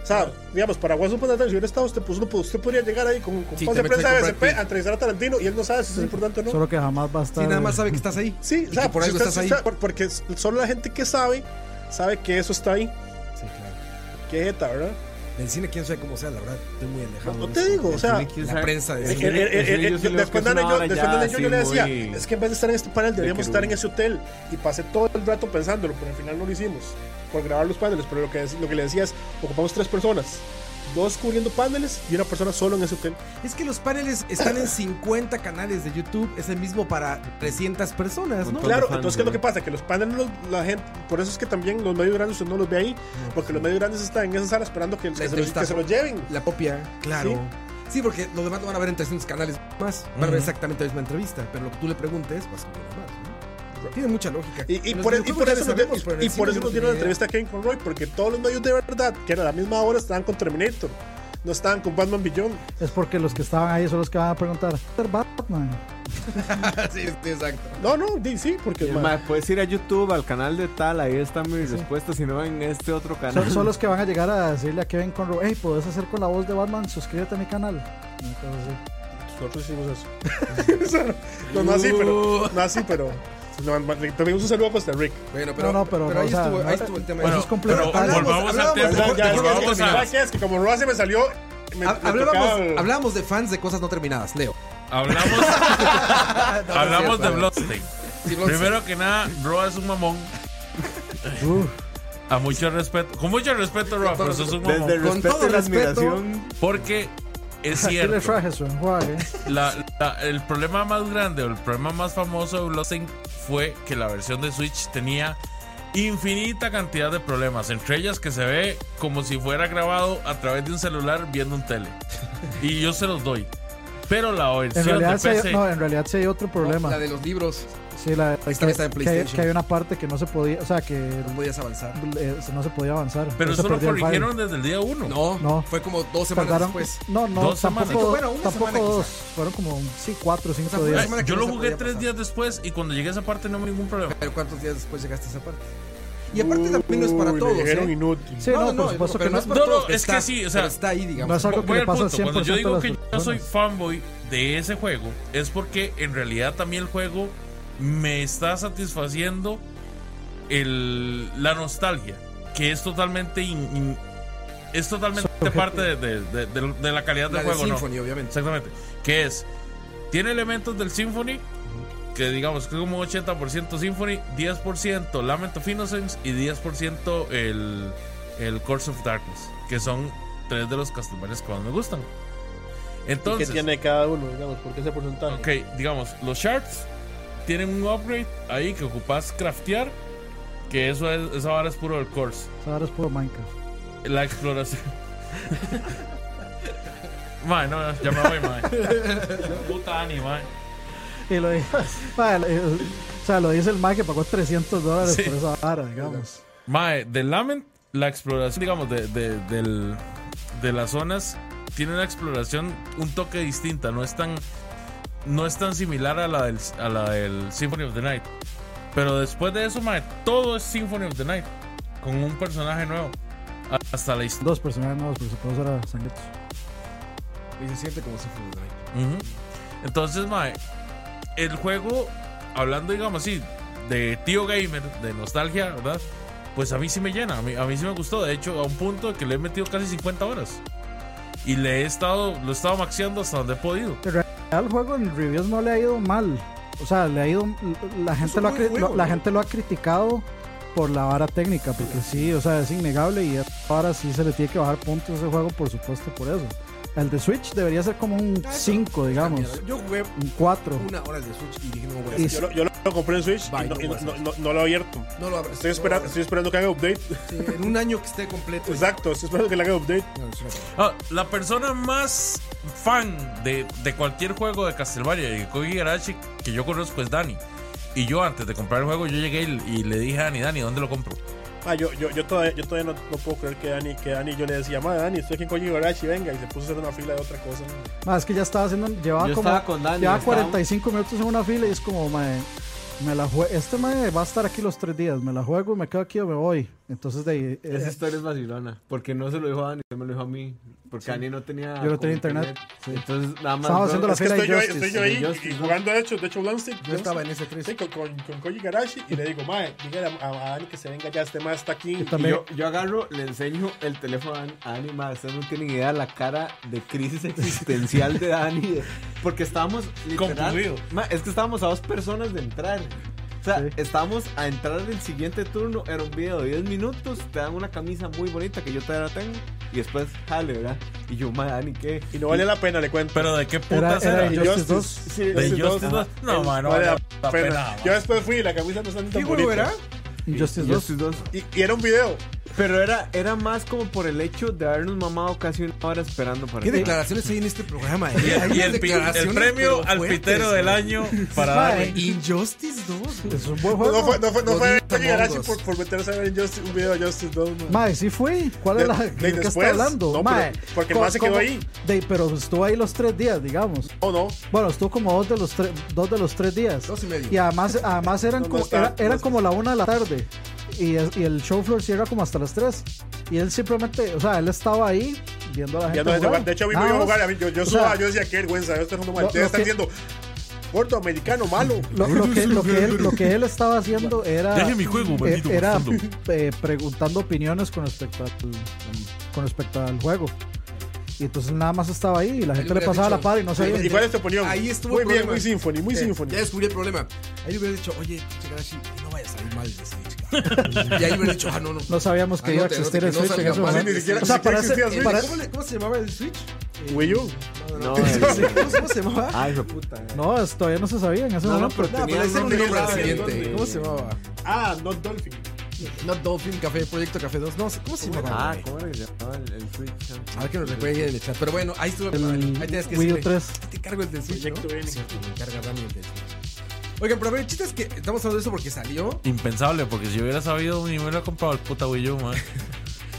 A: O sea, digamos, para Guaso si hubiera estado, usted, pues, uno- usted podría llegar ahí con, con
C: Sí, te
A: pase de
C: metes
A: prensa de
C: ahí con
A: BCP
C: Brad Pitt.
A: a entrevistar a Tarantino y él no sabe si es importante o no.
B: Solo que jamás va a estar.
C: Sí, nada más sabe que estás ahí.
A: Sí,
C: Y
A: o sea,
C: que por
A: si
C: algo
A: usted-
C: estás
A: si
C: ahí.
A: usted- por- porque s- solo la gente que sabe, sabe que eso está ahí.
C: Sí, claro.
A: Que jeta, ¿verdad?
C: Del cine, quién sabe cómo sea, la verdad, estoy muy alejado.
A: No
C: de
A: te
C: eso.
A: digo, o sea,
C: La prensa de
A: Eh,
C: cine.
A: eh, eh, eh, eh, de- Después de yo, después de yo, yo le decía, es que en vez de estar en este panel deberíamos estar en
E: querubín.
A: ese hotel. Y pasé todo el rato pensándolo, pero al final no lo hicimos por grabar los paneles. Pero lo que, dec- lo que le decía es, ocupamos tres personas, dos cubriendo paneles y una persona solo en ese hotel.
C: Es que los paneles están en 50 canales de YouTube, es el mismo para 300 personas, ¿no?
E: Montón.
A: Claro,
E: fans,
A: entonces ¿qué es lo que
E: güey.
A: pasa? Que los paneles, los- la gente, por eso es que también los medios grandes usted no los ve ahí, porque los medios grandes están en esa sala esperando que, que se, los,
C: entrevista
A: que se
C: con-
A: los lleven.
C: La copia, claro. Sí. porque los demás lo van a ver en 300 canales más. Van a ver exactamente la misma entrevista, pero lo que tú le preguntes vas a ver más. ¿no? Tiene mucha lógica.
A: Y, y,
C: En los
A: por, y por
C: videojuegos ya
A: eso,
C: lo
A: nos
C: sabemos,
A: dio-
C: pero en
A: y
C: el
A: por
C: cine
A: eso
C: no tiene
A: nos dieron la
C: idea.
A: entrevista a Kevin Conroy, porque todos los medios de verdad, que era a la misma hora, estaban con Terminator. No estaban con Batman Beyond.
B: Es porque los que estaban ahí son los que van a preguntar. "Mr. Batman.
C: sí, sí, exacto.
A: No, no, di- sí, porque
E: Es
A: ma-
E: más, puedes ir a YouTube, al canal de tal, ahí están mis respuestas, si no en este otro canal.
B: Son, son los que van a llegar a decirle a Kevin Conroy, hey, ¿podés hacer con la voz de Batman? Suscríbete a mi canal. Una cosa así.
A: nosotros hicimos eso. Eso no- no, no así, pero. No así, pero. No, ma- le pedimos un saludo pues, a Costa Rica.
C: Bueno, pero,
B: No, no, pero,
C: pero ahí,
B: o sea,
C: estuvo, ahí
B: no-
C: estuvo el tema.
D: Bueno,
B: es completo.
D: pero
B: Hablamos,
D: volvamos al tema.
C: hablamos,
A: Ya, es que-
D: Volvamos
A: es que-
D: a-
A: ¿sabes qué? Es que como Roa se me salió. me-
C: Ha-
A: me
C: hablábamos,
A: tocaba el-
C: hablábamos de fans de cosas no terminadas, Leo.
D: Hablamos, hablamos de
C: cierto.
D: Bloodstained.
C: Sí, Bloodstained.
D: Primero que nada, Roa es un mamón.
B: Uf,
D: A mucho respeto. Con mucho respeto, Roa, pero sos un
E: Desde
D: mamón.
E: el
C: Con
E: respeto
C: todo
E: y la
C: respeto.
E: admiración.
D: Porque es
B: aquí les
D: cierto.
B: traje su enjuague.
D: la- la- el problema más grande o el problema más famoso de Bloodstained fue que la versión de Switch tenía infinita cantidad de problemas, entre ellas que se ve como si fuera grabado a través de un celular viendo un tele. Y yo se los doy. Pero la
B: En
D: versión de
B: realidad, sí hay-
D: PC,
B: no, en realidad sí hay otro problema.
C: La de los libros,
B: Sí,
C: Ahí
B: la
C: está,
B: que,
C: está en
B: que hay-
C: PlayStation.
B: que hay una parte que no se podía, o sea, que
C: no podías avanzar.
B: eh, no se podía avanzar.
D: pero
B: No se
D: eso lo
B: perdió el file.
D: corrigieron desde el día uno.
C: No,
B: No.
C: fue como dos semanas
B: Tardaron-
C: después.
B: No, no,
D: Dos semanas.
B: tampoco,
C: Bueno, una
B: tampoco
C: semana
B: dos. Fueron como, sí, cuatro o cinco
C: sea, fue una
B: días.
D: Eh,
C: semana que
D: Yo
C: no
D: lo
C: se
D: jugué
C: podía
D: tres
C: pasar.
D: días después y cuando llegué a esa parte no hubo ningún problema.
C: Pero ¿cuántos días después llegaste a esa parte? Y aparte también no es para
A: Uy, le
C: todos.
A: dijeron
C: ¿eh?
A: inútil.
B: Sí, no, por supuesto
C: pero
B: que no.
C: para
D: No, no,
C: todos,
D: es que
C: está-
D: sí, o sea,
C: pero está ahí, digamos.
B: no es algo-
D: Voy
B: que le
D: al
B: pasa
D: punto. Cuando
B: 100%
D: yo
B: a
D: digo
B: las
D: que yo
B: personas.
D: soy fanboy de ese juego, es porque en realidad también el juego me está satisfaciendo el, la nostalgia, que es totalmente in- in- es totalmente parte de, de- de- de- de la calidad
C: La
D: del
C: de
D: juego, ¿no?
C: Symphony, obviamente.
D: Exactamente. Que es, tiene elementos del Symphony, que digamos que es como 80% Symphony, 10% Lament of Innocence y 10% el, el Course of Darkness, que son tres de los Castlevania que más me gustan.
A: ¿Y ¿Qué
D: Entonces,
A: tiene cada uno, digamos? ¿Por qué ese porcentaje?
D: ok, digamos, los shards tienen un upgrade ahí que ocupas craftear, que eso es, esa vara es puro del Course.
B: Ahora es puro Minecraft.
D: La exploración. Mae, no, no, ya me voy, mae. Puta Ani, mae.
B: Y lo dijo, vale, eh, o sea, lo dice el Mike que pagó 300 dólares
D: Sí.
B: por esa vara, digamos.
D: Mae, del Lament, la exploración, digamos, de, de, del- de las zonas tiene una exploración un toque distinta. No es tan, no es tan similar a la, del, a la del Symphony of the Night. Pero después de eso, mae, todo es Symphony of the Night. Con un personaje nuevo. A- Hasta la historia.
B: Dos personajes nuevos, pero supuesto era sangrientos.
C: Y se siente como si fuera un
D: Ujú. Entonces, mae, el juego, hablando, digamos así, de tío gamer, de nostalgia, ¿verdad? Pues a mí sí me llena, a mí, a mí sí me gustó. De hecho, a un punto que le he metido casi 50 horas. Y le he estado, lo he estado maxeando hasta donde he podido.
B: Al juego en reviews no le ha ido mal. O sea, le ha ido. La gente,
C: un
B: lo ha,
C: buen
B: cri-
C: juego,
B: lo- la
C: ¿no?
B: gente lo ha criticado por la vara técnica, porque sí, o sea, es innegable y ahora sí se le tiene que bajar puntos a ese juego, por supuesto, por eso. El de Switch debería ser como un
C: eso
B: 5, digamos,
C: Yo jugué
B: un 4.
C: una hora de Switch y dije, no voy a
B: Y
C: hacer.
A: Yo, lo, yo lo compré en Switch
C: Bye,
A: y no,
C: no
A: y no-
C: voy a hacer
A: no- no lo he abierto.
C: No lo abras.
A: Estoy esperando, estoy esperando que haga update.
C: En un año que esté completo.
A: Exacto, estoy esperando que le haga update.
C: No, es una cosa.
D: Ah, la persona más fan de, de cualquier juego de Castlevania y de Koji Igarashi que yo conozco es Dani. Y yo antes de comprar el juego, yo llegué y, y le dije a Dani, Dani, ¿dónde lo compro?
A: Ah, yo, yo, yo todavía, yo todavía no, no puedo creer que Dani, que Dani yo le decía, madre Dani, estoy aquí con Koji Igarashi, venga, y se puso a hacer una fila de otra cosa.
B: Ma, Ah, es que ya estaba haciendo. Llevaba
E: Yo
B: como.
E: estaba con Dani,
B: llevaba
E: estaba-
B: 45 minutos en una fila y es como, mae, me la jue- Este mae va a estar aquí los tres días. Me la juego, me quedo aquí o me voy. Entonces, de ahí, eh,
E: Esa historia es vacilona, porque no se lo dijo a Dani, me lo dijo a mí, porque Dani no tenía...
B: Yo no tenía
E: como
B: internet, sí.
E: Entonces nada más...
B: Estábamos haciendo la
A: Es que
B: Era
A: estoy yo,
B: Injustice,
A: estoy yo ahí
E: era Injustice,
A: y
E: ¿no?
A: jugando, de hecho, de hecho, Lance,
C: Yo estaba en ese 3.
A: Sí, con, con, con Koji Garashi y le digo, mae, dígale a, a Dani que se venga ya, este mae está aquí.
E: Y
B: también,
E: yo, yo agarro, le enseño el teléfono a Dan- a Dani, ma, ustedes no tienen idea la cara de crisis existencial de Dani, de- porque estábamos literal,
D: Confundido.
E: ma, es que estábamos a dos personas de entrar. O sea,
B: Sí.
E: estábamos a entrar del siguiente turno, era un video de 10 minutos, te dan una camisa muy bonita que yo todavía la tengo, y después jale, ¿verdad? Y yo, ma, Dani, ¿qué?
A: Y no vale la pena, le cuento.
D: Pero de qué
B: era,
D: putas
B: era
D: era.
B: Injustice
A: Injustice.
B: 2.
E: Sí,
D: De
E: ese
D: Injustice
E: dos-
D: dos. No, man, no
A: vale
D: vale
A: la
D: la
A: pena.
D: pena.
A: Yo después fui y la camisa no está ni
C: ¿Qué
A: tan
C: huevo
A: bonita.
C: era?
B: Injustice 2.
E: Injustice dos.
A: Y, y era un video.
E: Pero era, era más como por el hecho de habernos mamado casi una hora esperando para
C: ¿Qué
E: que-
C: declaraciones hay en este programa? eh?
D: Y el,
C: Hay unas
D: y el pi- el
C: declaraciones,
D: premio
C: pero
D: al
C: fuertes,
D: pitero del
C: güey.
D: año para darle.
C: Injustice 2. güey.
B: Es un buen
A: No,
B: juego.
A: no fue, no fue, no
C: Los
A: fue
C: Ninja
A: Koji Garashi
C: Mongos.
A: por, por meterse a ver Injustice- un video de Justice 2, mae.
B: Mae, sí fue. ¿Cuál
A: De-
B: es la
A: de
B: de, qué está
A: después.
B: hablando?
A: No,
B: mae,
A: pero- porque el
B: ¿cómo-
A: mae se quedó
B: cómo-
A: ahí.
B: De, pero estuvo ahí los tres días, digamos.
A: No, no.
B: Bueno, estuvo como dos de los tres, dos de los tres días.
C: Dos y medio.
B: además, además eran
A: No, no
B: como,
A: está,
B: era,
A: no
B: era
A: está.
B: como la una de la tarde. Y, es- y el show floor cierra como hasta las tres. Y él simplemente, o sea, él estaba ahí viendo a la gente.
A: Ya no es de
B: jugar.
A: jugar. De hecho, a mí me
B: Nada
A: iba a
B: más.
A: jugar. A mí, yo yo,
B: O sea,
A: suba, yo decía, qué vergüenza. este Yo estoy jugando mal.
B: lo-
A: Ustedes
B: lo
A: están
B: que-
A: diciendo, gordo americano, malo.
B: Lo, lo que, lo, que él, lo que él estaba haciendo era.
D: Deje mi juego, maldito
B: era
D: bastardo.
B: eh, preguntando opiniones con respecto, al, con respecto al juego. Y entonces nada más estaba ahí y la gente le
C: hubiera
B: pasaba
C: dicho,
B: la par y no
C: "Ahí
B: sabía.
A: ¿Y cuál es tu opinión?
C: Ahí estuvo
A: Muy
C: el
A: bien,
C: problema.
A: muy symphony, muy
C: Eh,
A: symphony.
C: Ya descubrí el problema. Ahí le hubiera dicho, oye, pinche Garashi, que no vaya a salir mal de Switch. cabrón". y ahí hubiera dicho, ah, no, no.
B: No sabíamos que
C: Ah,
B: iba a
C: no, te- no
B: existir
C: te-
B: el
C: no
B: Switch en
C: salga
B: ese
C: mal,
B: momento.
A: Ni siquiera-
B: O sea,
A: ni siquiera
B: para ese-
A: existía
C: Eh,
A: Switch.
C: ¿cómo, le- cómo se llamaba el Switch?
A: Wii U.
E: No,
C: ¿Cómo, cómo se llamaba?
E: Ay, hijo de puta. eh.
B: No, es- todavía no se sabía en ese
E: No, no,
B: momento.
E: pero
C: No, pero
E: tenía
C: ese era un
E: nombre
C: nombre
E: grave,
C: reciente.
E: güey.
C: ¿Cómo se llamaba?
A: Ah, no Dolphin.
C: No Dolphin Café, Proyecto Café 2. No, ¿cómo se llamaba?
E: Ah,
C: güey?
E: ¿cómo era que se llamaba el, el Switch?
C: A ver que nos recuerden en el chat. Pero bueno, ahí estuvo el problema. Ahí
B: El
C: tenías que
B: Wii U
C: decirle,
B: 3.
C: "Yo Te cargo el del Switch,
A: Proyecto
C: ¿no?
A: N.
C: Sí, me encarga Dani el del Switch. Oigan, pero a ver, el chiste es que estamos hablando de eso porque salió.
D: Impensable, porque si yo hubiera sabido, ni me hubiera comprado el puta Wii U, man.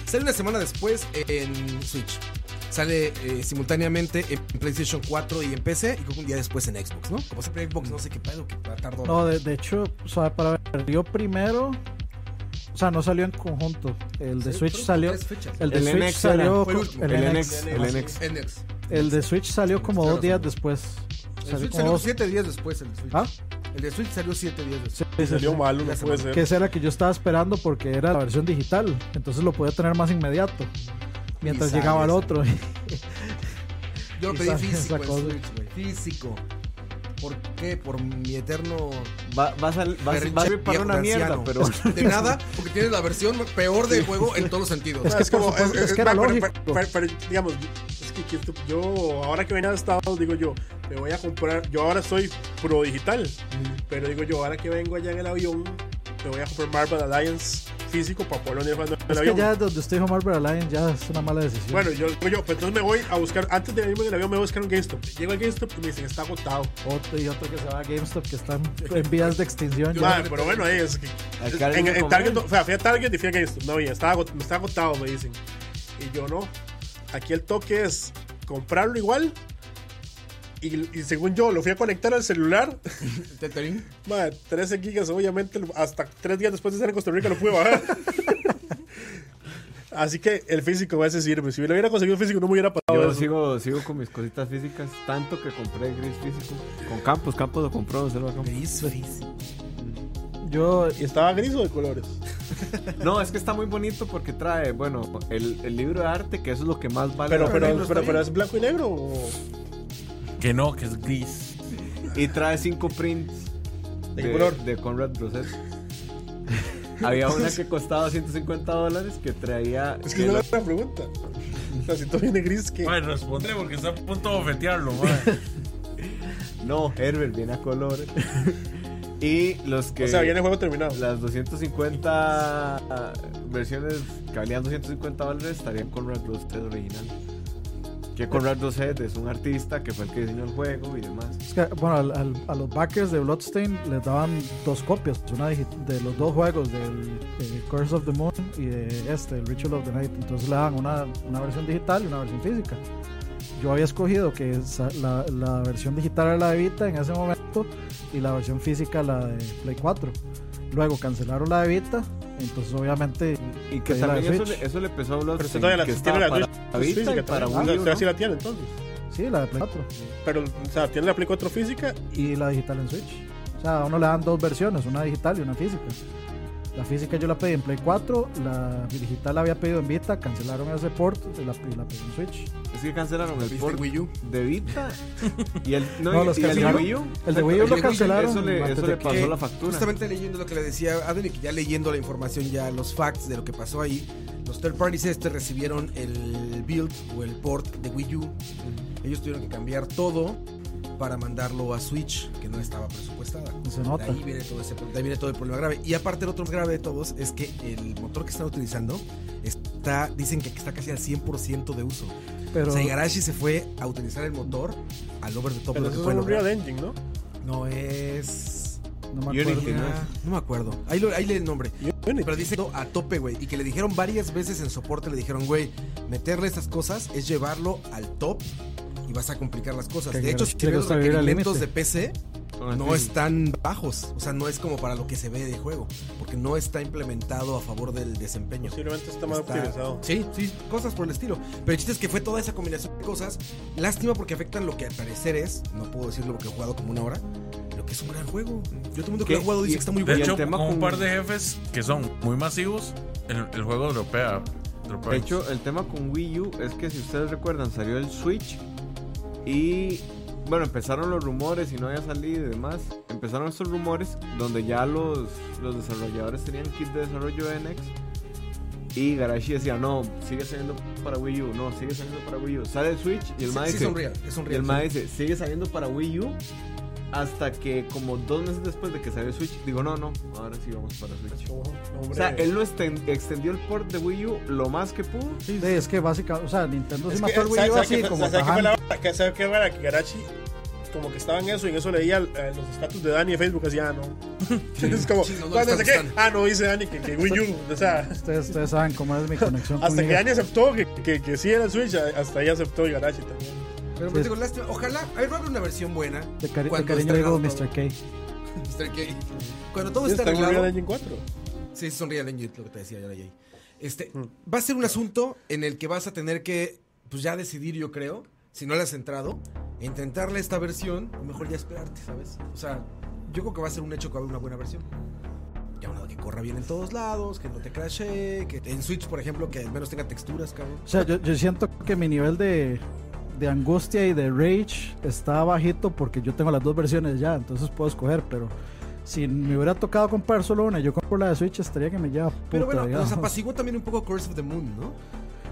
C: Sale una semana después en Switch. Sale eh, simultáneamente en PlayStation 4 y en PC. Y creo que un día después en Xbox, ¿no? Como siempre, Xbox, no sé qué pedo, que tardó.
B: No, de, de hecho, o sea, para ver, perdió primero. O sea, no salió en conjunto. El de
C: Sí,
B: Switch
C: fueron
B: salió.
C: tres fechas.
B: El de
E: El
B: Switch
E: NX
B: salió.
E: era-
C: fue el
B: con-
C: último.
E: El, NX,
A: el
E: el NX.
C: En Next.
B: El de Switch salió como
C: Tienes
B: dos días
C: razón.
B: después.
C: El
B: Salió
C: Switch
B: como
C: salió
B: dos.
C: 7 días después. El, Switch.
B: ¿Ah?
C: el de Switch salió 7 días después.
B: Sí, sí, sí.
A: Salió malo, no
C: Ya se
A: puede
C: me-
A: ser.
B: Que esa era la que yo estaba esperando porque era la versión digital. Entonces lo podía tener más inmediato. Mientras
C: Y sale
B: llegaba el
C: esa.
B: otro.
C: Yo
B: Y
C: lo pedí
B: sale
C: físico
B: esa
C: en
B: cosa.
C: Switch, güey. Físico. ¿Por qué? Por mi eterno.
E: Va, va a sal- va-
C: berrinche
E: va a ser para
C: viejo
E: una mierda,
C: anciano.
E: pero.
C: De nada, porque tienes la versión peor del juego en todos los sentidos. Ah,
B: Es que por supuesto, es que era
A: pero-
B: lógico.
A: pero- pero- pero, digamos, es que, que esto- yo, ahora que vengan a Estados, digo yo, me voy a comprar. Yo ahora soy pro digital, pero digo yo, ahora que vengo allá en el avión, me voy a comprar Marvel Alliance físico para poderlo venir jugando en el
B: Es que
A: avión.
B: ya donde estoy dijo Marvel Alliance ya es una mala decisión.
A: Bueno, yo digo yo, pues entonces me voy a buscar, antes de irme en el avión, me voy a buscar un GameStop. Llego al GameStop y me dicen, está agotado.
B: Otro y otro que se va a GameStop que están en vías de extinción.
C: Yo-
A: Madre, pero bueno, ahí es que.
E: Al
A: en-
E: Target
A: En,
E: no
A: Target, no,
E: comer.
A: o sea, fui a Target y fui a GameStop. No había, estaba, agot- está agotado, me dicen. Y yo no. Aquí el toque es comprarlo igual. Y, y según yo, lo fui a conectar al celular.
C: Tethering.
A: Madre, 13 gigas, obviamente, lo- hasta tres días después de estar en Costa Rica lo pude bajar. Así que el físico a veces sirve. Si lo hubiera conseguido físico, no me hubiera pasado
E: Yo
A: eso.
E: sigo, sigo con mis cositas físicas, tanto que compré gris físico. Con Campos, Campos lo compró, no se lo compró.
B: Yo,
A: Y estaba gris o de colores.
E: No, es que está muy bonito porque trae, bueno, el, el libro de arte, que eso es lo que más vale.
A: Pero,
E: la
A: pero,
E: pena.
A: pero, pero es blanco y negro. o-
D: Que no, que es gris.
E: Y trae cinco prints.
A: ¿De qué color?
E: De Conrad Grosset. Había una que costaba 150 dólares que traía.
A: Es que no es una pregunta. O sea, si todo viene gris, que.
D: Bueno, responde porque está a punto de bofetearlo, man.
E: No, Herbert viene a color. y los que.
A: O sea, viene el juego terminado.
E: Las 250 ah, versiones que valían 250 dólares estarían con Red Rose Head original. Que con Red Rose Head es un artista que fue el que diseñó el juego y demás.
B: es que, bueno, al- al- a los backers de Bloodstain les daban dos copias, una digi- de los dos juegos, del eh, Curse of the Moon y de este, el Ritual of the Night. Entonces le daban una, una versión digital y una versión física. Yo había escogido que esa- la, la versión digital era la de Vita en ese momento y la versión física la de Play 4. Luego cancelaron la de Vita Entonces, obviamente.
E: Y que
B: pedí la de
E: también eso
B: Switch.
E: le, eso le pesó a Bloodstained,
A: Pero si todavía la,
E: que
A: si
E: estaba
A: tiene la
E: para
A: Switch
E: la Vita
A: física
E: y para
A: también.
E: Wii U,
A: O
E: ¿no?
A: sea, sí la tiene entonces.
B: Sí, la de Play 4.
A: Pero, o sea, tiene la Play 4 física.
B: Y la digital en Switch. O sea, a uno le dan dos versiones, una digital y una física. La física yo la pedí en Play 4, la digital la había pedido en Vita, cancelaron ese port y la, y la pedí en Switch.
E: Es que cancelaron el
C: ¿Viste
E: port
C: Wii U?
E: de Vita y el, no,
B: No,
E: y-
B: los
E: y el de
B: cancelaron.
E: Wii U.
B: El de Wii U
C: El de
B: lo
C: Wii U,
B: cancelaron.
E: eso le-
B: antes
E: eso
B: de
E: le
B: que-
E: pasó
C: Que
E: la factura.
C: Justamente leyendo lo que le decía Adric, ya leyendo la información, ya los facts de lo que pasó ahí, los third parties este recibieron el build o el port de Wii U. Ellos tuvieron que cambiar todo para mandarlo a Switch, que no estaba presupuestada.
B: Se nota.
C: De ahí viene todo ese pro- de ahí viene todo el problema grave. Y aparte el otro grave de todos es que el motor que están utilizando está, dicen que está casi al 100% de uso.
B: Pero
C: o sea, Igarashi se fue a utilizar el motor al over
E: pues,
C: the top
A: Pero
C: de
A: eso
C: lo
A: es
C: que
A: un
C: puede
A: Real
C: lograr.
A: Engine, ¿no?
C: No es
B: no me acuerdo.
E: Unity, ¿no?
C: Ah, No me acuerdo. Ahí, lo- ahí lee el nombre.
A: Unity.
C: Pero dice a tope, güey. Y que le dijeron varias veces en soporte, le dijeron, güey, meterle estas cosas es llevarlo al top y vas a complicar las cosas.
B: Que
C: de hecho,
B: le
C: si ves los
B: gusta vivir al
C: requerimientos
B: límite.
C: de PC,
E: Ah,
C: no
E: sí.
C: están bajos. O sea, no es como para lo que se ve de juego. Porque no está implementado a favor del desempeño.
A: Posiblemente está más
C: Está-
A: optimizado.
C: Sí, sí, cosas por el estilo. Pero el chiste es que fue toda esa combinación de cosas. Lástima porque afectan lo que al parecer es, no puedo decirlo porque he jugado como una hora, lo que es un gran juego. Yo todo el mundo que lo ha
E: ¿Qué?
C: jugado dice
E: Y-
C: que está muy
D: De
E: Y el
C: bueno.
D: hecho,
E: tema
D: con un
E: con-
D: par de jefes que son muy masivos, el, el juego europea.
E: De
C: Pues.
E: hecho, el tema con Wii U es que si ustedes recuerdan, salió el Switch y bueno, empezaron los rumores y no había salido y demás. Empezaron estos rumores donde ya los, los desarrolladores tenían kit de desarrollo de NX y Garashi decía, no, sigue saliendo para Wii U, no, sigue saliendo para Wii U. Sale el Switch y el
C: Sí,
E: mae
C: sí,
E: dice-
C: es un real, es un
E: y
C: real.
E: el
C: sí.
E: mae dice, sigue saliendo para Wii U hasta que como dos meses después de que salió el Switch, digo, no, no, ahora sí vamos para Switch.
A: Ojo, hombre.
E: O sea, él lo esten- extendió el port de Wii U lo más que pudo.
B: Sí, es que básicamente, o sea, Nintendo
A: Es
B: se
A: que,
B: mató al
A: ¿sabe-
B: Wii U
A: sabe
B: así
A: qué fue-
B: como
A: sabe qué fue la
B: bajando.
A: vara? Que- ¿Sabe qué vara? Que Garachi como que estaba en eso y en eso leía eh, los estatus de Dani en Facebook así, ah, no. es como,
C: Sí, no, no le
A: ¿cuándo
C: están
A: se qué?
C: gustando.
A: Ah, no, dice Dani que, que Wii U. O sea,
B: Ustedes, ustedes saben cómo es mi conexión con
A: hasta que
B: Miguel.
A: Dani aceptó que, que, que sí era el Switch, a- hasta ahí aceptó y Garachi también.
C: Pero pues digo, lástima. Ojalá, a ver, va a haber una versión buena.
B: De, cari- de
C: cuando
B: cariño
C: esté
B: digo
C: arreglado
B: Mr. K.
C: todo. Mr. K. Cuando todo
A: Sí,
C: esté
A: está en un
C: arreglado.
A: Real Engine 4.
C: Sí, es un Real Engine, lo que te decía ya la Jay. Este, va a ser un asunto en el que vas a tener que, pues ya decidir, yo creo, si no le has entrado, intentarle esta versión, o mejor ya esperarte, ¿sabes? O sea, yo creo que va a ser un hecho que va a haber una buena versión. Ya hablado que corra bien en todos lados, que no te crashe, que en Switch, por ejemplo, que al menos tenga texturas, cabrón.
B: O sea, yo, yo siento que mi nivel de, de angustia y de rage está bajito porque yo tengo las dos versiones ya, entonces puedo escoger, pero si me hubiera tocado comprar solo una, yo compro la de Switch, estaría que me lleva puta,
C: Pero bueno,
B: digamos.
C: nos apaciguó también un poco Curse of the Moon, ¿no?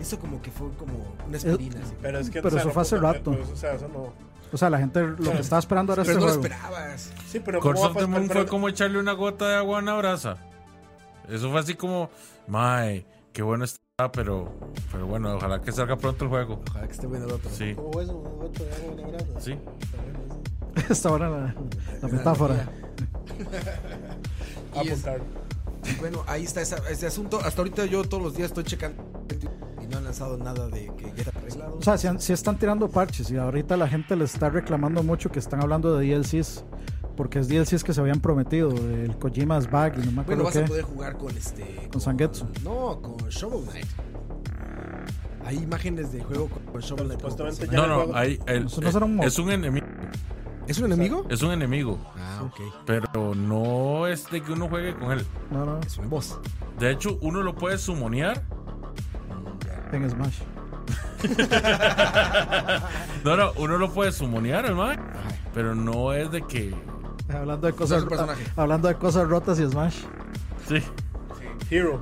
C: Eso como que fue como una espirina, así.
A: Pero es que.
B: Pero eso
A: eh, no
B: fue hace
A: puedo-
B: rato.
A: pues, o sea, eso no.
B: O sea, la gente lo que estaba esperando era
C: Pero
B: este
C: no lo
B: juego.
C: esperabas.
A: Sí, pero.
D: Curse
A: ¿cómo
D: of
A: va a
D: the
A: pas-
D: Moon
A: pero-
D: fue como echarle una gota de agua a una brasa. Eso fue así como, mae, qué bueno está, pero, pero bueno, ojalá que salga pronto el juego.
C: Ojalá que esté bueno el otro.
D: Sí,
A: ¿Cómo fue Oh, eso? Un voto de agua, un abrazo.
D: sí.
A: Está bueno eso.
B: Esta era la, la metáfora.
A: Ah,
C: Y es-
A: Apuntar.
C: Y bueno, ahí está esa- ese asunto. Hasta ahorita yo todos los días estoy checando y no han lanzado nada de que ya está arreglado.
B: O sea, si, están tirando parches y ahorita la gente le está reclamando mucho que están hablando de DLCs, porque es DLCs que se habían prometido, el Kojima's Bag y no me
C: bueno,
B: acuerdo
C: vas
B: qué.
C: a poder jugar con este.
B: Zangetsu.
C: No, con Shovel Knight. Hay imágenes de juego con, con Shovel Knight. como
A: Supuestamente
C: personaje.
D: No, no, ahí el- eh,
B: Eso no será un mod.
D: es un enemigo.
C: ¿Es un enemigo?
D: Es un enemigo,
C: Ah, ok.
D: pero no es de que uno juegue con él.
B: No, no,
C: Es un boss.
D: De hecho, uno lo puede sumonear.
B: en Smash.
D: No, no, uno lo puede sumonear, el mae, pero no es de que.
A: Pues
B: Hablando de
C: es
B: cosas,
C: un personaje.
B: hablando de cosas rotas y Smash.
D: Sí.
A: Hero.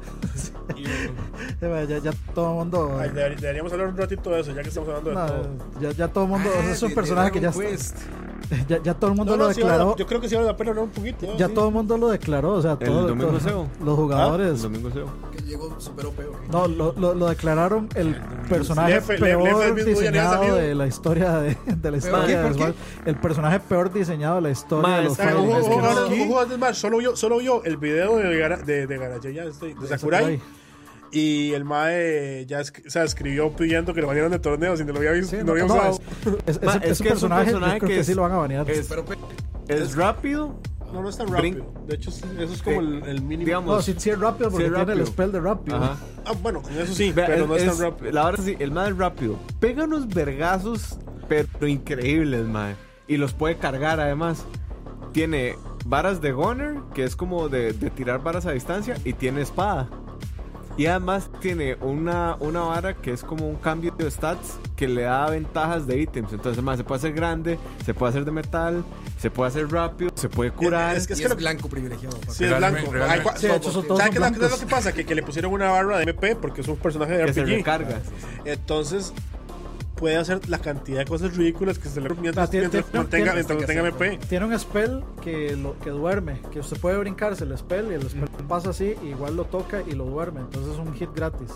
B: Eh, vaya, Ya, ya todo el mundo.
A: Ay, deber- deberíamos hablar un ratito de eso, ya que estamos hablando de
B: no,
A: todo. pues.
B: ya, ya todo el mundo.
C: Ah,
B: es un
C: de- de
B: personaje que ya,
C: Dragon
B: está-
C: Quest.
B: ya, ya todo el mundo
A: No,
B: lo
A: no, sí vale la-
B: declaró.
A: yo creo que sí vale la pena hablar un poquito. ¿no?
B: ya
A: Sí. Ah,
B: todo el mundo lo declaró. O sea, todo-
E: domingo
B: todo-
E: cero.
B: los jugadores.
E: El domingo se
C: Que llegó super OP. ok.
B: No, lo, lo, lo declararon el personaje
A: Lefe- Le-
B: peor
A: Lefe el mismo ya le había
B: diseñado
A: salido.
B: de la historia de, de la
C: ¿Por qué?
B: historia de
C: ¿Por qué?
B: Smash. El personaje peor diseñado de la historia
E: Ma,
B: de los
E: está-
A: Ah,
B: fighting
A: ojo,
E: Es
B: games.
E: que
A: ojo,
E: no-
A: ojo, ojo, antes más, solo yo, solo yo el video de, Gara- de, de Garache, ya estoy- de Sakurai. Y el Mae ya esc- o sea, escribió pidiendo que lo banearan de torneo sin que lo había visto.
B: Sí,
A: no, había
B: no,
A: usado.
B: es- es- ese-
E: Ma, es
B: ese
E: que es un
B: personaje, yo
E: personaje
B: creo
E: que
B: que, sí
E: es-
B: lo van a banear.
E: es,
C: Super OP.
E: es rápido,
A: no, no es tan
E: Brin-
A: rápido. De hecho, sí, eso es como
E: Sí.
A: el, el mínimo.
E: Digamos-
B: No, si sí, es rápido porque
E: Sí,
B: tiene el
E: rápido.
B: spell de rápido.
E: Ajá.
A: Ah, bueno, con eso sí,
E: Vea,
A: pero no es,
E: es-
A: tan rápido.
E: La verdad sí, el mae es rápido. Pega unos vergazos, pero increíbles, mae. Y los puede cargar además. Tiene varas de goner, que es como de, de tirar varas a distancia, y tiene espada. Y además tiene una, una vara que es como un cambio de stats que le da ventajas de ítems. Entonces, más se puede hacer grande, se puede hacer de metal, se puede hacer rápido, se puede curar.
A: Es
C: Y
A: que es
C: es,
A: que lo-
C: blanco privilegiado. papá.
A: Sí, es
D: Regálame-
A: blanco.
D: regálame.
A: Ay, cua-
B: Sí, de hecho, son todos
A: ¿Sabes qué
B: son
A: es lo- qué es lo
B: blancos.
A: que pasa? Que, que le pusieron una barra de MP porque es un personaje de
E: que se
A: RPG.
E: recarga.
A: Entonces, puede hacer la cantidad de cosas ridículas que se le
B: Ah,
A: mientras,
B: tiene-
A: mientras
B: tiene-
A: mantenga,
B: tiene-
A: mientras mantenga MP.
B: Tiene un spell que, lo, que duerme, que usted puede brincarse el spell y el spell
A: Mm.
B: pasa así, y igual lo toca y lo duerme. Entonces es un hit gratis.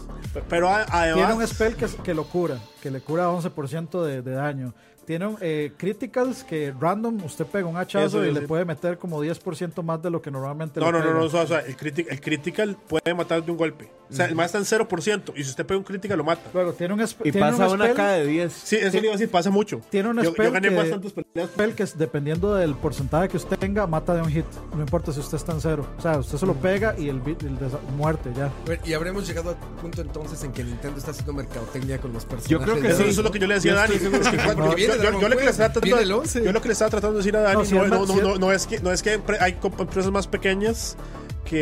A: Pero a-
B: Tiene un
A: además,
B: spell que, que lo cura, que le cura 11% de, de daño. Tiene un, eh, criticals que random usted pega un hachazo
A: Eso
B: y
A: es-
B: le puede meter como 10% más de lo que normalmente
A: no,
B: le
A: no, no,
B: pega.
A: no, o sea, o sea, el, criti- el critical puede matar de un golpe. O sea, el más está en 0%. Y si usted pega un critical, lo mata.
B: Luego tiene un, spe-
E: Y
B: tiene
E: pasa
B: un
E: una
B: spell,
E: K de 10.
A: Sí, eso le iba a decir, pasa mucho.
B: Tiene un
A: yo,
B: spell
A: yo gané
B: que-
A: bastantes peleas.
B: spell que es- dependiendo del porcentaje que usted tenga, mata de un hit. No importa si usted está en cero. O sea, usted se lo
C: Mm.
B: pega y el, vi- el desa- muerte ya.
C: A ver, Y habremos llegado al punto entonces en que Nintendo está haciendo mercadotecnia con los personajes.
E: Yo creo que
A: Eso,
E: sí.
C: de-
A: eso es lo que yo le decía
E: Yo
A: a Dani.
E: estoy seguro
A: Es que
C: que
A: cuando-
C: no.
A: yo-
C: Viene
A: yo-
C: Dragon
A: yo lo que le
C: Quest,
A: estaba tratando
C: viene
A: de-
C: el once.
A: yo lo que le estaba tratando de decir a Dani
B: No,
A: no,
B: si es
A: no,
B: más-
A: no,
B: si es-
A: no- no es que, no es que empre- hay comp- empresas más pequeñas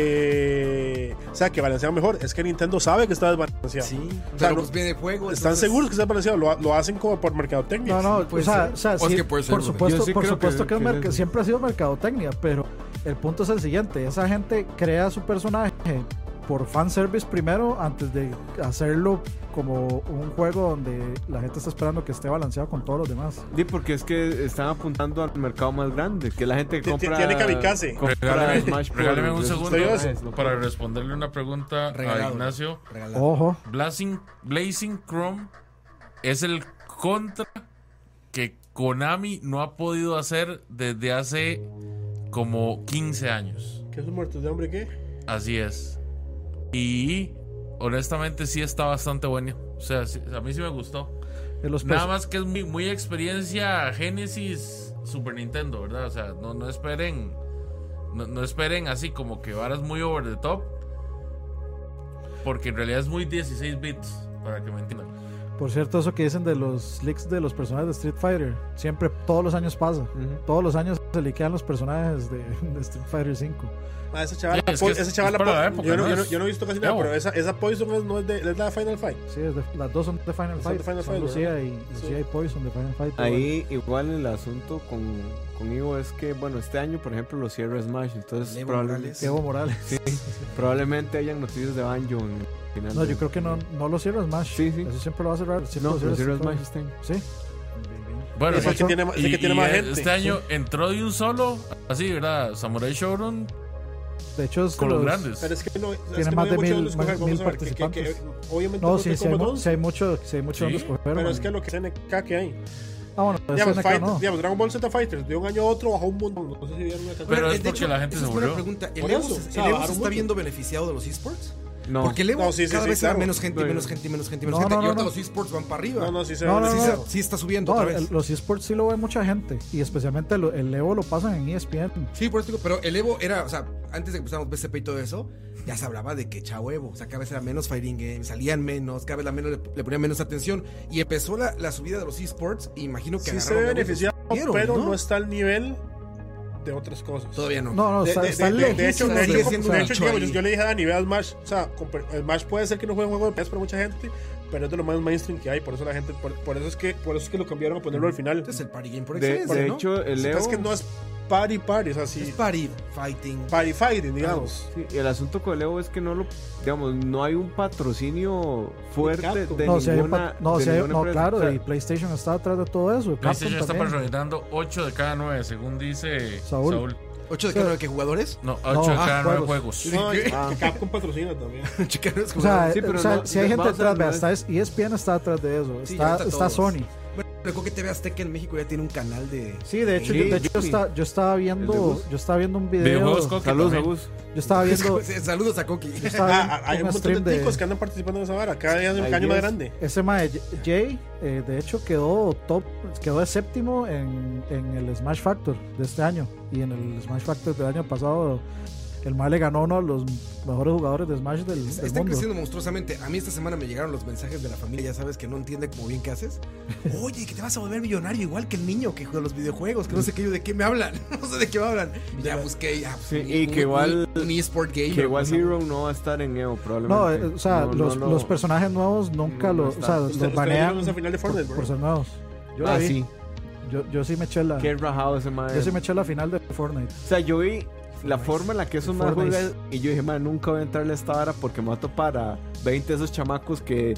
A: que, o sea, que balancean mejor. Es que Nintendo sabe que está desbalanceado.
C: Sí,
A: O sea,
C: pero
A: no-
C: pues viene el juego.
A: Están
C: entonces-
A: seguros que está desbalanceado. Lo, lo hacen como por mercadotecnia.
B: No, no, o
C: puede
B: sea,
C: ser.
B: o sea,
C: O es
B: sí,
C: que puede ser,
B: por
C: güey.
E: Yo
B: supuesto,
E: sí
B: por
E: creo
B: supuesto
E: que-
B: que, es
E: que
B: merca-
E: es-
B: siempre ha sido mercadotecnia, pero el punto es el siguiente, esa gente crea su personaje por fanservice primero antes de hacerlo como un juego donde la gente está esperando que esté balanceado con todos los demás.
E: Sí, porque es que están apuntando al mercado más grande, que la gente que
A: Ti- ti-
E: compra.
A: tiene kamikaze.
E: Compra
D: Regáleme,
E: Smash por
D: regáleme un
E: esos
D: segundo
E: tres,
A: estoy-
E: lo que-
D: para responderle una pregunta a
C: Regalado.
D: Ignacio.
C: Regalado.
B: Ojo,
D: Blazing, Blazing Chrome es el contra que Konami no ha podido hacer desde hace como 15 años.
A: ¿Qué son muertos de hambre qué?
D: Así es. Y honestamente sí está bastante bueno. O sea, sí- a mí sí me gustó.
A: Pues,
B: en los
D: Nada
B: pers-
D: más que es muy, muy experiencia Genesis Super Nintendo, ¿verdad? O sea, no, no esperen. No, no esperen así como que varas muy over the top. Porque en realidad es muy 16 bits, para que me entiendan.
B: por cierto, eso que dicen de los leaks de los personajes de Street Fighter, siempre todos los años pasa.
E: Ujú.
B: Todos los años se liquean los personajes de, de Street Fighter 5.
A: Ah, esa chavala,
D: Sí, es
A: po-
D: que es-
A: esa chavala
D: es para
A: po-
D: la época,
A: yo, no,
D: ¿no?
A: yo no- yo no he visto casi nada,
D: Nuevo.
A: pero esa, esa Poison es- no es de, es la Final Fight.
B: Sí, es de- las dos son de Final
A: de
B: Fight.
A: Final
B: son
A: Fight,
B: Lucía
A: ¿verdad?
B: y, Lucía
A: Sí.
B: y Poison de Final Fight.
E: Ahí igual el asunto con, conmigo es que, bueno, este año, por ejemplo, lo cierra Smash, entonces
C: Evo
E: probablemente,
B: Evo Morales.
E: probablemente hayan noticias de Banjo en el final.
B: No,
E: de-
B: yo creo que no, no lo cierra Smash.
E: Sí, sí.
B: Eso siempre lo va a cerrar. siempre
E: No, lo
B: cierra
E: cierra
B: Street
E: Smash
B: Fighter.
E: este año.
B: Sí.
D: Bueno,
A: Es el que tiene, más- es el
D: y-
A: que tiene
D: y
A: más
D: e-
A: gente.
D: este año entró de un solo, así, ¿verdad? Samurai Showroom
B: De hecho, es de
D: con los,
B: los-
D: grandes.
A: Pero es que no, es
B: Tiene
A: que no
B: más
A: hay
B: de
A: mucho
B: mil-
A: donde escoger.
B: más de
A: Vamos
B: mil
A: a ver, que- que- que-
B: participantes.
A: obviamente
B: No,
A: no
B: sí,
A: te
B: sí hay,
A: comes
B: mu-
A: once,
B: sí hay mucho, sí hay mucho
D: Sí,
B: donde escoger.
A: Pero
B: man.
A: es que lo que SNK que hay.
B: Ah, bueno, de
A: Digamos,
B: SNK
A: Fight-
B: no.
A: digamos, Dragon Ball Z Fighters de un año a otro bajó un montón. No sé si vieron una cantidad.
D: Pero
C: Eh,
D: es
C: de
D: porque la gente
C: esa
D: se
C: es buena
D: volvió.
C: pregunta. ¿El
A: Por
C: Evo,
A: eso,
C: se-
A: o
C: el
A: sea,
C: Evo se
A: bajaron
C: está
A: mucho.
C: viendo beneficiado de los esports?
E: No,
C: Porque el Evo
A: No, sí, sí,
C: cada
A: sí,
C: vez
A: claro.
C: hay menos gente, y
E: Pero-
C: menos gente, y menos gente, y menos
B: No,
C: gente.
B: no,
C: y ahorita
B: no.
C: los esports van para arriba.
A: no, no, sí se
B: No,
A: ve.
B: no,
C: sí,
B: no.
C: se- sí está subiendo
B: No,
C: otra vez.
B: el- los esports sí lo ve mucha gente. Y especialmente lo- el Evo lo pasan en E ESPN.
C: Sí, por eso digo, pero el Evo era, o sea, antes de que empezáramos BCP y todo eso, ya se hablaba de que chao Evo, o sea, cada vez era menos Fighting Game, salían menos, cada vez la menos, le, le ponían menos atención. Y empezó la, la subida de los esports, y imagino que
A: Sí se
C: agarraron
A: ve
C: de
A: beneficiado,
C: vieron,
A: pero
C: ¿no?
A: no está al nivel de otras cosas.
C: Todavía no.
B: No, no,
A: De,
B: está,
A: de-
B: está
A: de- de- de hecho,
B: lejísimos
A: de
C: sigue
A: hecho,
C: siendo
A: de
C: un
A: hecho,
C: nicho
A: digamos, yo,
C: ahí.
A: yo le dije a Dani, veas Smash, o sea, comp- el Smash puede ser que no juegue un juego de peleas para mucha gente, pero es de lo más mainstream que hay, por eso la gente, por, por eso es que, por eso es que lo cambiaron a ponerlo al final.
C: Este es el Party Game por
E: de,
C: excelencia,
E: de
C: ¿no?
E: hecho, el Evo.
A: es que no es party party, o sea,
C: es
A: sí,
C: Party Fighting.
A: party fighting, digamos.
E: sí, el asunto con el Evo es que no lo, digamos, no hay un patrocinio fuerte
A: Capcom.
E: de
B: No, si hay un
E: ninguna.
B: pat- no,
E: de
B: si hay-
E: ninguna
B: no,
E: empresa. O
B: claro,
E: sea,
B: y PlayStation está atrás de todo eso. y Capcom
D: PlayStation está
B: también.
D: patrocinando 8 de cada 9, según dice
B: Saúl.
D: Saúl.
C: 8 de cada 9 que jugadores.
D: No, 8
B: No,
D: de
B: ah,
D: cada 9
B: juegos.
D: juegos.
A: No, y- que Capcom patrocina también.
C: Checaron los
B: O sea,
C: jugadores.
E: Sí, pero
B: o sea,
E: no-
B: si hay gente
E: vamos a
B: atrás, vea, E
E: terminar-
B: está es- ESPN está atrás de eso,
C: Sí,
B: está,
C: ahorita
B: está
C: todos.
B: Sony,
C: Bueno, pero creo que TV Azteca en México ya tiene un canal de.
B: Sí, de hecho,
E: Sí,
B: yo, de hecho, yo,
E: Jimmy.
B: esta- yo estaba
E: El de
B: viendo,
E: Gus.
B: yo estaba viendo un video.
D: Videojuegos
B: yo
D: Coqui
E: Saludos a
D: también.
E: Gus.
B: estaba viendo,
E: Ah,
B: este yo
C: Saludos a Coqui.
B: estaba
A: Ah,
B: viendo
A: ah, hay un montón de ticos que andan participando en esa vara. Cada día es un
E: Ay,
A: caño más
E: Dios.
A: grande.
B: Ese mae J- Jay, eh, de hecho, quedó top, quedó de séptimo en, en el Smash Factor de este año. Y en el Smash Factor del año pasado, el mae le ganó uno de los mejores jugadores de Smash del,
E: Este
B: del
C: Está
B: mundo.
C: creciendo monstruosamente. A mí esta semana me llegaron los mensajes de la familia, ya sabes que no entiende como bien qué haces. Oye, que te vas a volver millonario igual que el niño que juega los videojuegos, que no sé qué yo de qué me hablan, no sé de qué me hablan. Y ya busqué, ya, pues,
E: Sí,
C: un-
E: y que
C: un-
E: igual-
C: un, un eSport game.
E: Que igual Hero no va a estar en EO
B: No,
E: probablemente.
B: eh, o sea,
E: No, no,
B: los,
E: no.
B: los personajes nuevos nunca
E: No, no
B: los, o
E: está.
B: sea,
A: Usted-
B: los
A: ustedes
B: banean
A: vieron esa final de Fortnite,
B: por,
A: bro.
B: por ser nuevos. Yo la
E: Ah,
B: vi.
E: sí.
B: Yo, yo sí me eché la,
E: Qué rajado ese mae.
B: yo sí me eché la final de Fortnite.
E: O sea, yo vi la forma en la que esos más
B: Fortnite.
E: juegan y yo dije, man, nunca voy a entrarle a esta vara porque me va a topar a 20 de esos chamacos que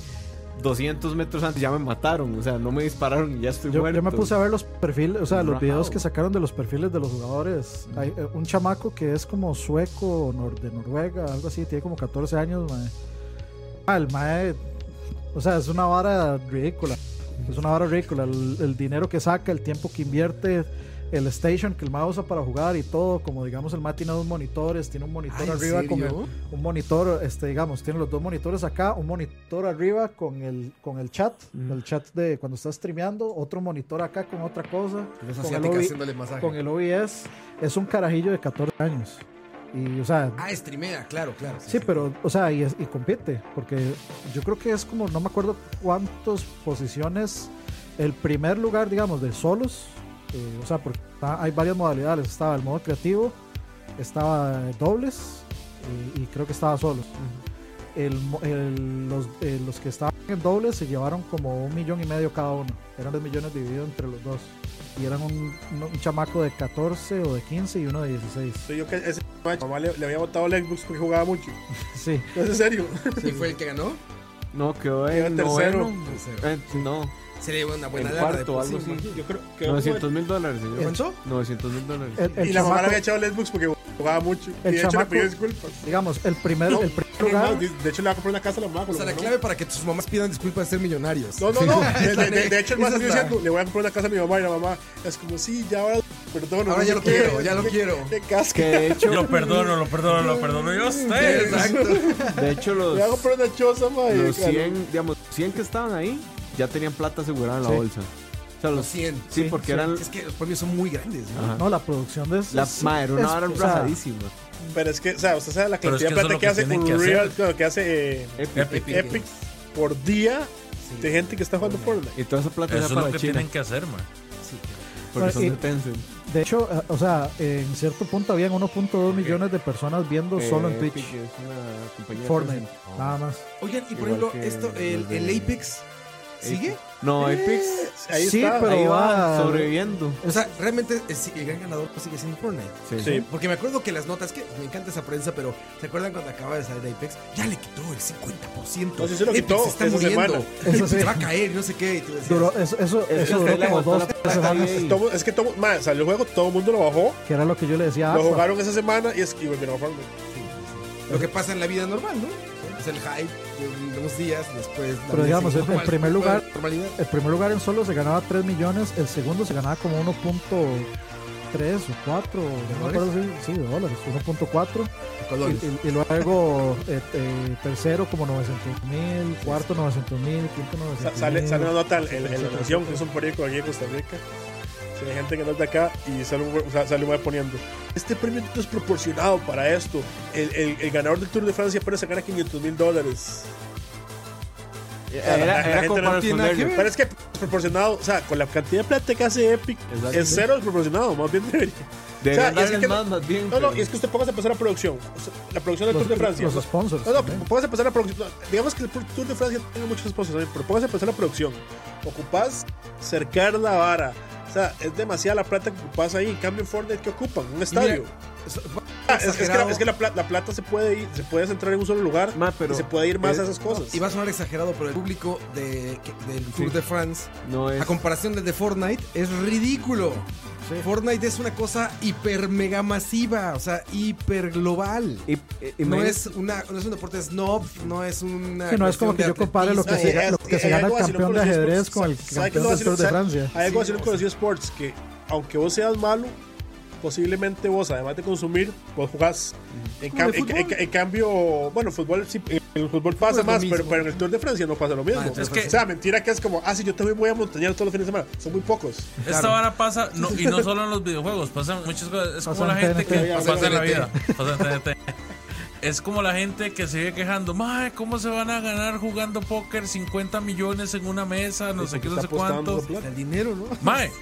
E: 200 metros antes ya me mataron. O sea, no me dispararon y ya estoy
B: Yo,
E: muerto.
B: yo me puse a ver los perfiles, o sea, los
E: Rajao. Mm.
B: videos que sacaron de los perfiles de los jugadores. Hay eh, un chamaco que es como sueco nor- de Noruega, algo así, tiene como 14 años, mae. Ah, el mae, o sea, es una vara ridícula. Es una vara ridícula. El, el dinero que saca, el tiempo que invierte, el station que el mae usa para jugar y todo. Como digamos, el mae tiene dos monitores, tiene un
E: Ah,
B: monitor arriba con el, un monitor, este, digamos, tiene los dos monitores acá, un monitor arriba con el, con el chat,
C: Mm.
E: Ujú.
B: el chat de cuando estás streameando, otro monitor acá con otra cosa,
C: Los
B: con el
C: asiáticos
B: lobby-
C: haciéndole masaje.
B: con el OBS, es un carajillo de 14 años. Y, o sea,
C: Ah, streamea, claro, claro.
B: sí, pero, o sea, y, es- y compite, porque yo creo que es como, no me acuerdo cuántas posiciones, el primer lugar, digamos, de solos, eh, o sea, porque está- hay varias modalidades, estaba el modo creativo, estaba dobles eh, y, y creo que estaba solos. El mo- el- los, eh, los que estaban en dobles se llevaron como un millón y medio cada uno. Eran dos millones divididos entre los dos. Y eran un, un- un chamaco de 14 o de 15 y uno de 16.
A: Soy yo que ese macho, mamá le, le había botado el Xbox porque jugaba mucho.
B: Sí.
A: No es en serio.
C: ¿Y fue el que ganó?
E: No, quedó
A: Quedó
E: en
A: tercero.
E: noveno.
C: Tercero.
E: Eh, no,
C: Se le llevó una buena
E: en
C: lana de
E: cuarto o algo
C: por sí,
E: así.
A: Yo creo que.
E: 900 mil dólares, señor.
C: ¿Cuánto?
E: 900 mil dólares.
B: El, el
A: y la mamá le
B: chamaco-
A: había echado el Xbox porque jugaba mucho.
B: El
A: y de hecho le
B: chamaco-
A: pidió disculpas.
B: digamos, el primer, el primer
A: No,
B: lugar.
A: no, de hecho le va a comprar una casa a la mamá.
C: O
A: con
C: sea,
A: lo
C: la
A: que
C: clave para que tus mamás pidan disculpas es ser millonarios.
A: No, no, no. De, de- de- de hecho, el más
C: Esa
A: salió
C: es la-
A: diciendo, le voy a comprar una casa a mi mamá y la mamá es como, sí, ya ahora, perdón.
C: Ahora
A: no
C: ya
A: sé
C: lo
A: qué,
C: quiero, ya lo
A: qué-
C: quiero.
A: Qué casca.
E: Que de hecho,
D: Lo perdono, lo perdono, lo perdono yo a ustedes.
C: Exacto.
E: de hecho
A: Le hago
E: los,
A: por una choza, madre.
E: los 100, digamos, 100 que estaban ahí ya tenían plata asegurada en la
B: Sí.
E: bolsa. O sea,
C: Los
E: los
C: 100.
E: Sí,
B: Sí,
E: porque
B: sí.
E: eran.
C: Es que los premios son muy grandes. ¿no?
E: Ajá.
B: No, la producción de es-
E: La
B: es-
E: madre, era
B: es-
E: una hora
B: o sea,
E: rajadísima.
A: Pero es que, o sea, usted sabe la
D: Pero es
A: cantidad de plata
D: que eso es lo
A: que
D: que
A: hace
D: tienen
A: con
D: que hacer.
A: Real, claro, que hace eh,
E: Epic.
D: Epic.
A: Epic, por día de gente que está jugando Fortnite.
E: Y toda esa plata
D: Eso
E: era
D: es lo
E: para
D: que
E: China.
D: tienen que hacer, man.
E: Porque
B: Bueno,
E: son
B: y-
E: de Tencent.
B: De hecho, eh, o sea, en cierto punto habían 1.2 millones de personas viendo solo en
E: Eh, Epic
B: Twitch
E: Es una compañía de
B: Fortnite, Ah,
E: Tencent.
B: nada más.
C: Oigan, y por
E: Igual
C: ejemplo,
E: que
C: esto, el,
E: los de-
C: el Apex, ¿sigue?
E: No, Epic.
A: Ahí
B: sí,
A: está.
B: Eh, pero
E: Ahí va
B: va-
E: sobreviviendo.
C: O sea, realmente eh, sí, el gran ganador sigue siendo Fortnite.
E: Sí.
A: Sí.
C: Porque me acuerdo que las notas, que me encanta esa prensa, pero ¿se acuerdan cuando acaba de salir Apex? Ya le quitó el 50%.
A: No, sí se lo
C: Apex
A: quitó
C: está
A: esa
C: muriendo.
A: semana.
B: Eso
C: Apex
B: sí.
C: se va a caer, no sé qué. Y tú decías,
B: Duró- eso eso,
E: Es que
B: eso duró como
E: hasta ahí le
B: dos
E: aguantó la
B: tres
E: plata
B: semanas,
E: EA.
A: Todo- es que todo, madre, salió el juego, todo el mundo lo bajó,
B: que era lo que yo le decía ah, pues, a
A: lo
B: Aqua.
A: jugaron esa semana y es que volvieron a Fortnite.
C: Lo que pasa en la vida normal, ¿no? Es el hype de unos días, después. la
B: Pero
C: vida
B: digamos,
C: sigue
B: en-
C: normal,
B: en primer lugar-
C: Normalidad.
B: El primer lugar en solo se ganaba 3 millones, el segundo se ganaba como 1.3 o 4, no me acuerdo si- sí, de dólares, 1.4.
C: Colores.
B: Y, y- y luego eh, eh, tercero como 900 mil, cuarto 900 mil, quinto 900
A: Sa-
B: mil.
A: Sale, sale una nota en, en- en la Nación, que es un periódico aquí en Costa Rica. Si hay gente que anda de acá y sale un, güey- o sea, sale un güey poniendo: Este premio es proporcionado para esto. El, el- el ganador del Tour de Francia puede sacar a 500 mil dólares.
E: Era,
A: la- la
E: era
A: gente
E: como
A: no
E: para
C: tiene nada que
E: esconderlo.
A: Pero es que proporcionado, o sea, con la cantidad de plata que hace Epic,
E: Exacto.
A: es cero desproporcionado, más bien debería.
E: Deberían
A: O sea, y es
E: darles
A: que-
E: más, más bien.
A: No, no,
E: pero-
A: y es que usted póngase a pasar a producción. O sea, la producción del
B: Los-
A: Tour de Francia.
B: los sponsors
A: No, no,
B: también.
A: póngase a pasar a producción. no, Digamos que el Tour de Francia tiene muchos sponsors, también, pero póngase a pasar a producción. Ocupás cercar la vara. O sea, es demasiada la plata que ocupas ahí. En cambio, en Fortnite, ¿qué ocupan? Un estadio.
C: So-
A: Ah, es, es que, la,
C: exagerado.
A: es que la, pla- la plata se puede ir, se puede centrar en un solo lugar
E: Ma, pero-
A: y se puede ir más
E: eh,
A: a esas cosas.
C: Y va a sonar exagerado, pero el público de, que- del Tour de France,
E: No es.
C: a comparación del de Fortnite, es ridículo.
B: sí.
C: Fortnite es una cosa hiper mega masiva, o sea, hiper global.
E: Y, y-
C: no,
E: imagínate-
C: es una, no es un deporte snob, no es una.
B: Sí, no es
C: cuestión
B: como que
C: de
B: yo compare lo que
C: atletismo.
B: se gana- lo que se gana el campeón de ajedrez con el campeón del Tour de Francia.
A: Hay algo así con los eSports que, aunque vos seas malo, posiblemente vos, además de consumir, vos jugás. En,
C: Como el
A: cam- en-
C: fútbol.
A: en- en cambio, bueno, fútbol sí, en el fútbol pasa
C: es lo
A: más, pero,
C: mismo.
A: pero en el Tour de Francia no pasa lo mismo.
C: Ah, entonces
D: Es que-
A: o sea, mentira que es como, ah, sí, yo también voy a montañar todos los fines de semana. Son muy pocos.
D: Esta
C: Claro.
D: vara pasa, no, y no solo en los videojuegos, pasan muchas cosas. Es como
B: Pasa
D: la
B: en
D: gente
B: TNT.
D: que
A: Pasa
D: pasa en la
C: en
D: vida. pasa en TNT. Es como la gente que se vive quejando, mae, ¿cómo se van a ganar jugando póker 50 millones en una mesa? No sé qué, no sé cuánto.
C: Hasta El dinero, ¿no?
D: Mae,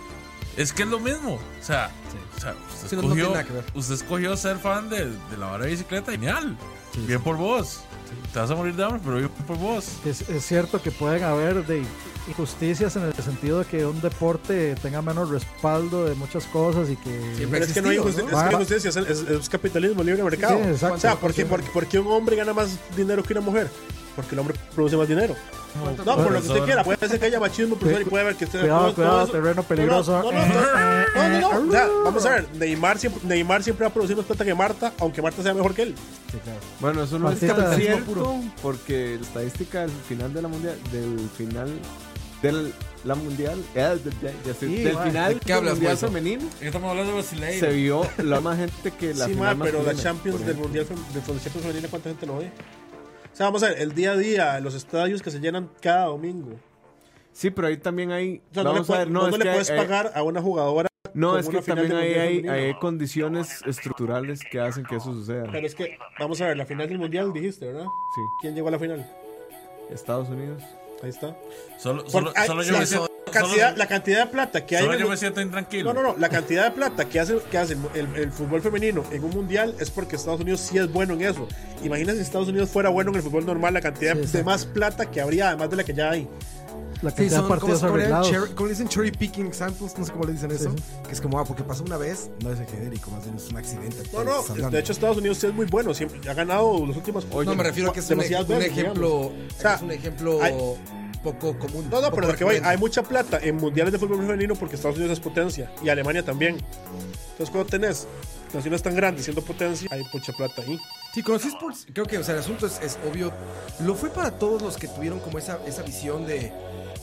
D: es que es lo mismo. O sea, o sea, usted,
C: Sí, no- no
D: escogió,
C: tiene nada que ver.
D: usted escogió ser fan de, de la vara de bicicleta, genial. bien por vos. Te vas a morir de hambre, pero bien por vos.
B: Es, es cierto que pueden haber de injusticias en el sentido de que un deporte tenga menos respaldo de muchas cosas y que...
C: Siempre.
A: Pero es que no hay
C: existido,
A: injusti-
B: ¿no?
A: es que no hay injusticia, es, es- es capitalismo, libre mercado.
B: Sí, exacto.
A: o sea, ¿por qué, por, qué- por qué un hombre gana más dinero que una mujer? Porque el hombre produce más dinero. No, por lo que usted quiera, puede ser que haya machismo, profesor, y puede haber que usted.
B: Cuidado,
A: todo- todo
B: cuidado,
A: eso-
B: terreno peligroso.
A: No, no, no, no, no, no, no, o sea, vamos a ver, Neymar siempre, Neymar siempre va a producir más plata que Marta, aunque Marta sea mejor que él.
E: Bueno, eso no
B: Falsita
E: es tan
B: de
E: cierto
B: ritmo puro.
E: porque la estadística del final de la mundial, del final del la mundial, eh, del, ya- ya estoy-
B: Sí,
E: del
B: guay.
E: final
C: ¿De qué
E: del
C: hablas,
E: mundial
C: hueso?
E: femenino
D: Estamos hablando de brasileños.
E: se vio la más gente que la
A: sí,
E: final
A: ma, pero la
E: masculina,
A: Champions
E: por
A: del
E: ejemplo.
A: Mundial fem- de Fútbol Champions Femenina, ¿cuánta gente lo ve? O sea, vamos a ver, el día a día, los estadios que se llenan cada domingo.
E: Sí, pero ahí también hay
A: O sea, no le,
E: vamos
A: puede-
E: a ver,
A: no
E: no, es
A: le
E: que eh,
A: puedes
E: hay-
A: pagar a una jugadora.
E: no,
A: como
E: es
A: una
E: que
A: final del
E: también hay,
A: Mundial
E: hay,
A: femenino.
E: hay condiciones estructurales que hacen que eso suceda.
A: Pero es que, vamos a ver, la final del Mundial dijiste, ¿verdad?
E: Sí,
A: ¿Quién llegó a la final?
E: Estados Unidos.
A: Ahí está.
D: Solo, solo,
A: Porque hay-
D: solo yo
A: la,
D: me siento.
A: cantidad,
D: solo-
A: la cantidad de plata que hay
D: solo
A: en el
D: yo me siento intranquilo.
A: No, no, no. La cantidad de plata que hace, que hace el, el fútbol femenino en un mundial es porque Estados Unidos sí es bueno en eso. Imagina si Estados Unidos fuera bueno en el fútbol normal, la cantidad
B: Sí,
A: de
B: exacto.
A: más plata que habría, además de la que ya hay.
B: La
C: Sí, son,
B: cantidad de
C: ¿cómo,
B: partidos
C: se- cómo le-
B: arreglados.
C: cherry- cómo le dicen cherry picking samples? No sé cómo le dicen eso.
B: sí.
C: Que es como, ah, porque pasó una vez, no es genérico, más bien es un accidente.
A: No,
C: Estamos
A: no.
C: hablando.
A: De hecho, Estados Unidos sí es muy bueno. Siempre ha ganado los últimos.
C: no me refiero a que es un,
A: demasiadas
C: ej- un
A: veces,
C: ejemplo,
A: digamos. O sea,
C: es un ejemplo
A: hay-
C: poco común.
A: No, no, pero
C: poco
A: lo que voy,
C: recurrente.
A: hay mucha plata en mundiales de fútbol femenino porque Estados Unidos es potencia y Alemania también. Entonces, cuando tenés naciones tan grandes siendo potencia, hay mucha plata ahí.
C: Sí, con los esports, creo que o sea, el asunto es, es obvio. Lo fue para todos los que tuvieron como esa, esa visión de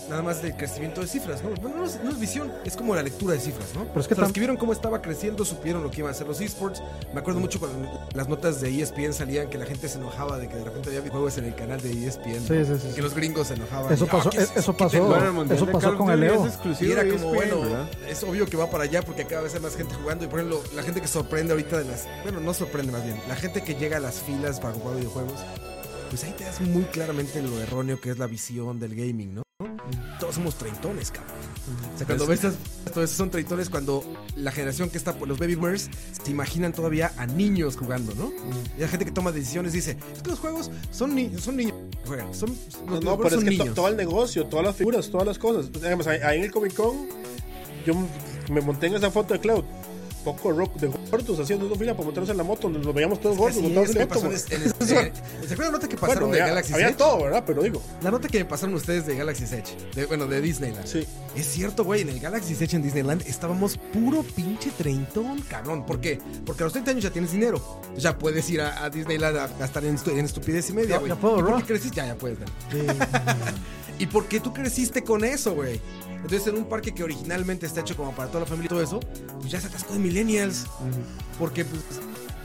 C: nada más del crecimiento de cifras, ¿no? Bueno, no es, no es visión, es como la lectura de cifras, ¿no?
B: Pero es que
C: O sea, los
B: tam-
C: que vieron cómo estaba creciendo supieron lo que iban a hacer los esports. Me
B: Mm.
C: acuerdo mucho cuando las notas de E ESPN salían que la gente se enojaba de que de repente había juegos en el canal de E ESPN.
B: Sí, sí, sí.
C: Que los gringos se enojaban.
B: Eso
C: Ah,
B: pasó, e-,
C: ¿qué es
B: eso pasó.
C: Quítenlo.
E: Bueno, el mundial
B: Eso
E: de
B: pasó
E: Call of
B: con
E: Duty
B: el Evo.
E: Es exclusivo
C: Y era
E: de E
C: como,
E: ESPN,
C: bueno,
E: ¿verdad?
C: es obvio que va para allá porque cada vez hay más gente jugando. Y por ejemplo, la gente que sorprende ahorita de las. Bueno, no sorprende más bien. La gente que llega a las filas para jugar videojuegos, pues ahí te das muy claramente lo erróneo que es la visión del gaming, ¿no? Todos somos treintones, cabrón. O sea, cuando ves esas- todo eso son treintones cuando la generación que está por los baby boomers se imaginan todavía a niños jugando, ¿no? Y la gente que toma decisiones dice, es que los juegos son, ni- son niños que juegan, son, los
A: No, no,
C: videojuegos
A: pero es
C: son
A: que to-
C: niños".
A: todo el negocio, todas las figuras, todas las cosas. Digamos, ahí, ahí en el Comic Con, yo m- me monté en esa foto de Cloud. Poco rock de gordos haciendo una fila para montarnos en la moto. Nos lo veíamos todos gordos,
C: Así
A: montados
C: es,
A: en
C: me
A: moto.
C: pasó en
A: güey.
C: este- en este- ¿Se acuerdan la nota que pasaron
A: Bueno,
C: de
A: había,
C: Galaxy
A: había
C: Edge?
A: todo, ¿verdad? Pero digo,
C: La nota que me pasaron ustedes de Galaxy Edge. de- bueno, de Disneyland.
A: sí.
C: Es cierto, güey, en el Galaxy Edge en Disneyland estábamos puro pinche treintón, cabrón. ¿Por qué? Porque a los 30 años ya tienes dinero. Ya puedes ir a, a Disneyland a gastar en, estu- en estupidez y media,
B: Ya-
C: güey.
B: ya puedo,
C: ¿Y por
B: ¿no?
C: qué creciste? Ya, ya puedes, Dan. ¿Y por qué tú creciste con eso, güey? Entonces, en un parque que originalmente está hecho como para toda la familia y todo eso, pues ya se atascó de millennials. Porque pues,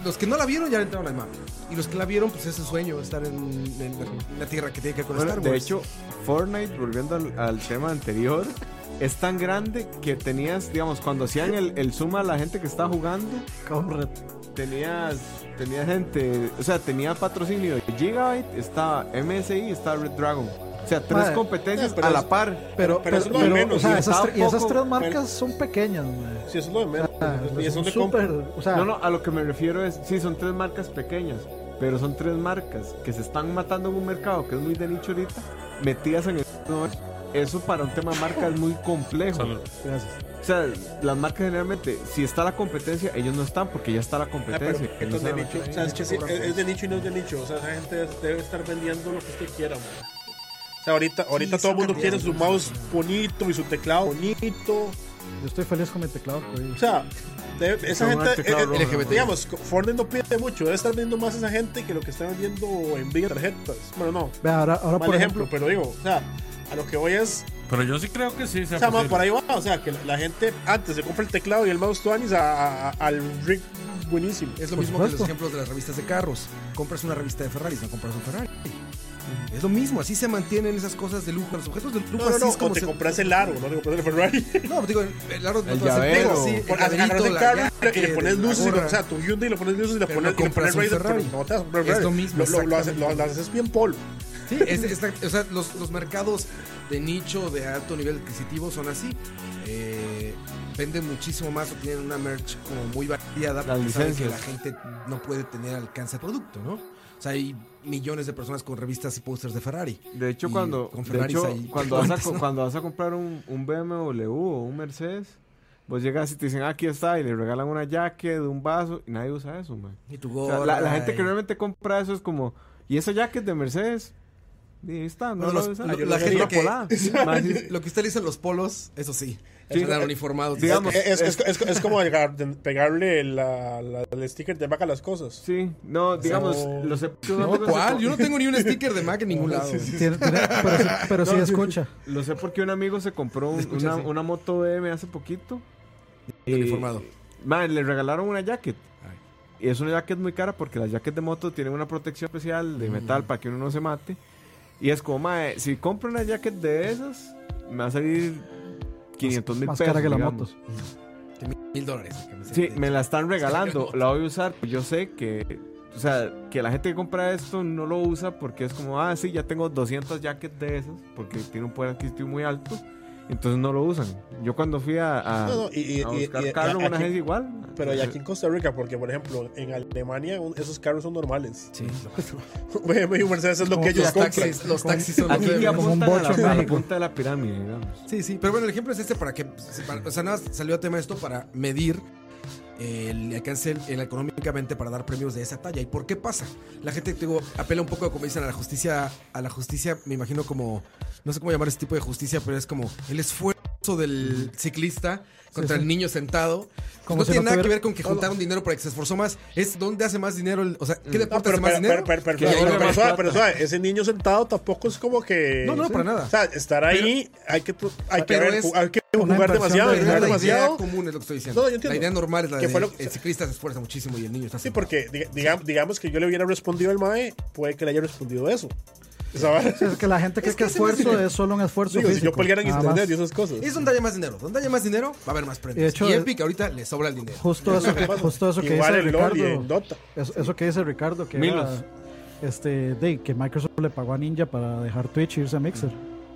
C: los que no la vieron ya le entraron al mapa. Y los que la vieron, pues es su sueño estar en, en la, en la tierra que tiene que ver con
E: Bueno,
C: Star Wars.
E: de hecho, Fortnite, volviendo al, al tema anterior, es tan grande que tenías, digamos, cuando hacían el, el zoom a la gente que estaba jugando,
B: Comrade.
E: tenías, tenía gente, o sea, tenía patrocinio de Gigabyte, estaba MSI, estaba Red Dragon. O sea, tres
B: Madre.
E: competencias
A: Eh, pero
E: a
A: es-
E: la par.
A: Pero
B: Pero, pero,
A: eso es lo de
B: pero,
A: menos,
B: o sea,
E: sí,
B: esas,
E: está
B: tre- y esas
E: poco,
B: tres marcas
A: pero-
B: son pequeñas, man.
A: Sí, eso es lo de menos.
C: Ah, pues
A: y eso
B: son
A: te compra.
B: súper, o sea,
E: No, no, a lo que me refiero es, sí, son tres marcas pequeñas, pero son tres marcas que se están matando en un mercado que es muy de nicho ahorita, metidas en el... Eso para un tema marca es muy complejo.
D: Salud.
A: Gracias.
E: O sea, las marcas generalmente, si está la competencia, ellos no están porque ya está la
A: Ah, pero
E: competencia.
A: esto es de
E: Ellos
A: nicho.
E: saben.
A: O sea, es, que sí, es- es de nicho y no es de nicho. O sea, esa gente es- debe estar vendiendo lo que usted quiera, man. O sea, ahorita, ahorita
C: Sí,
A: todo
C: eso
A: el mundo
C: cambia,
A: quiere su
C: ¿no?
A: mouse bonito y su teclado bonito.
B: Yo estoy feliz con mi teclado arcoíris.
A: O sea, de- de esa
E: Son
A: gente,
E: un teclado
A: eh, eh,
E: rojo,
A: LGBT,
E: ¿no?
A: digamos, Fortnite no pide mucho, debe estar viendo más esa gente que lo que está vendiendo en Villa Tarjetas. Bueno, no,
B: Vea, ahora, ahora
A: mal
B: por
A: ejemplo,
B: ejemplo,
A: pero digo, o sea, a lo que voy es,
D: Pero yo sí creo que sí. Sea
C: pues
A: o sea, más
D: posible.
A: por ahí va, o sea, que la, la gente antes se compra el teclado y el mouse Tuanis a- a- al Rick buenísimo.
C: Es lo
B: Por
C: mismo que los
B: supuesto.
C: ejemplos de las revistas de carros. Compras una revista de Ferraris, no compras un Ferrari. Es lo mismo, así se mantienen esas cosas de lujo. Los objetos de lujo
A: No, no,
C: así
A: no,
C: es como
A: o te
C: se-
A: compras el aro, no te compras el Ferrari.
C: No, digo, el, el aro no
E: El
C: te vas a hacer
E: llavero.
C: pego, sí, el
A: Por-
C: llaverito,
A: agarras el
C: la
A: carro y
C: jaque,
A: le pones
C: la
A: luces, y le-
C: gorra.
A: o sea, tu Hyundai y le pones luces y le
C: Pero
A: pones,
C: no
A: y le pones
C: compras un
A: Razer, pero
C: Ferrari.
A: no te vas a comprar
C: Es
A: Ferrari.
C: lo mismo,
A: Lo, lo haces,
C: exactamente.
A: lo- lo haces bien polvo.
C: Sí, es- es la- o sea, los, los mercados de nicho de alto nivel adquisitivo son así. Eh, venden muchísimo más o tienen una merch como muy variada porque saben que
E: licencias.
C: la gente no puede tener alcance al producto, ¿no? O sea, hay millones de personas con revistas y pósters de Ferrari.
E: De hecho,
C: Y
E: cuando,
C: con
E: de
C: Ferraris
E: hecho,
C: ahí,
E: cuando, vas a,
C: ¿cuántas,
E: co-
C: no?
E: cuando vas a comprar un, un BMW o un Mercedes, vos llegas y te dicen, "Ah, aquí está, y le regalan una jacket, un vaso, y nadie usa eso, man.
C: Y tu
E: O
C: gorra.
E: sea, la, la gente
C: y-
E: que realmente compra eso es como, ¿y esa jacket de Mercedes? Y ahí está, no
C: Bueno,
E: lo
C: los-
E: usan.
C: la-
E: Es
C: la
E: una
C: gente que-
E: colada. Man, sí,
C: Lo que usted le dice los polos, eso sí.
E: Sí,
C: están
E: eh,
C: uniformados.
E: digamos,
C: Eh,
A: Es, es- es- es como agar- de- pegarle la- la- el sticker de vaca a las cosas.
E: sí, no, digamos,
A: no.
E: los ep-
C: no, ¿cuál? Yo no tengo ni un sticker de Mac en ningún lado.
B: tiene- tiene- pero sí, pero sí escucha.
E: Lo sé porque un amigo se compró un-
C: Escucha,
E: una,
C: sí.
E: una moto BM hace poquito. Y,
C: Uniformado.
E: man, le regalaron una jacket.
C: Ay.
E: Y es una jacket muy cara porque las jackets de moto tienen una protección especial
B: Mm.
E: de metal para que uno no se mate. Y es como, mae, si compro una jacket de esas, me va a salir 500 mil
B: más
E: pesos.
B: cara que la
E: digamos.
C: Mil dólares. la camiseta.
E: Sí, me la están regalando,
C: moto.
E: la voy a usar. Yo sé que, o sea, que la gente que compra esto no lo usa porque es como, ah, sí, ya tengo 200 jackets de esas, porque tiene un poder adquisitivo muy alto, entonces no lo usan. Yo cuando fui a, a,
A: No, no, y- y-
E: Ah. a
A: y-
E: buscar
A: y- y-
E: carro,
A: aquí-
E: una agencia igual.
A: Pero y aquí en Costa Rica, porque por ejemplo, en Alemania un- esos carros son normales.
C: Sí,
A: Un BMW y un Mercedes es lo
B: Como
A: que
B: que
A: ellos
C: los
A: compran.
C: taxis, los taxis son los
E: Aquí
C: de-
E: ya
B: como un
E: apuntan a
B: bocho en
E: la, a la
B: México.
E: punta de la pirámide, digamos.
C: Sí, sí, pero bueno, el ejemplo es este para que, para- o sea, nada, más salió a tema esto para medir el alcance el- el económicamente para dar premios de esa talla. ¿Y por qué pasa? La gente, te digo, apela un poco, como dicen, a la justicia, a la justicia, me imagino como, no sé cómo llamar ese tipo de justicia, pero es como el esfuerzo del ciclista contra
B: sí.
C: el niño sentado. Pues
B: Como
C: no
B: si
C: tiene
B: no
C: nada que
B: tuviera-
C: ver con que juntaron dinero para que se esforzó más. Es dónde hace más dinero, el- o sea,
B: Mm.
C: ¿qué
A: No,
C: deporte
A: pero,
C: hace más
A: pero,
C: dinero?
A: pero, pero, pero,
E: que
A: pero,
E: ahorre
A: pero
E: más
A: suave,
E: plata.
A: pero suave, ese niño sentado tampoco es como que.
C: No, no, para nada.
A: O sea, estar ahí, hay que, tu- hay que,
C: Pero
A: ver-
C: es
A: hay que
B: una
A: jugar
B: inversión
A: demasiado,
B: de
C: Pero la idea
A: jugar
B: dinero.
A: demasiado.
C: común es lo que estoy
A: No,
C: diciendo.
A: yo entiendo.
C: La idea normal es la
A: Que
C: de
A: fue lo-
C: el ciclista se esfuerza muchísimo y el niño está
A: Sí,
C: sentado.
A: porque diga- digam- digamos que yo le hubiera respondido al MAE, puede que le haya respondido eso. ¿Sabes?
B: Sí, es que la gente cree
C: Es
B: que
C: que se me hace
B: esfuerzo
C: que-
B: es solo un esfuerzo
A: Digo, si
B: físico,
A: yo peleara en
B: nada
A: internet
B: más.
A: y esas cosas.
C: Es donde haya más dinero. Donde haya más dinero, va a haber más premios.
B: Y de hecho,
C: y
B: es-
C: Epic ahorita le sobra el dinero.
B: Justo eso que, justo eso que
A: Igual eh.
B: dice
A: en LOL y en
B: Ricardo.
A: Dota.
B: Eso, eso que dice Ricardo, que era,
E: Milos.
B: este, de, que Microsoft le pagó a Ninja para dejar Twitch e irse a Mixer.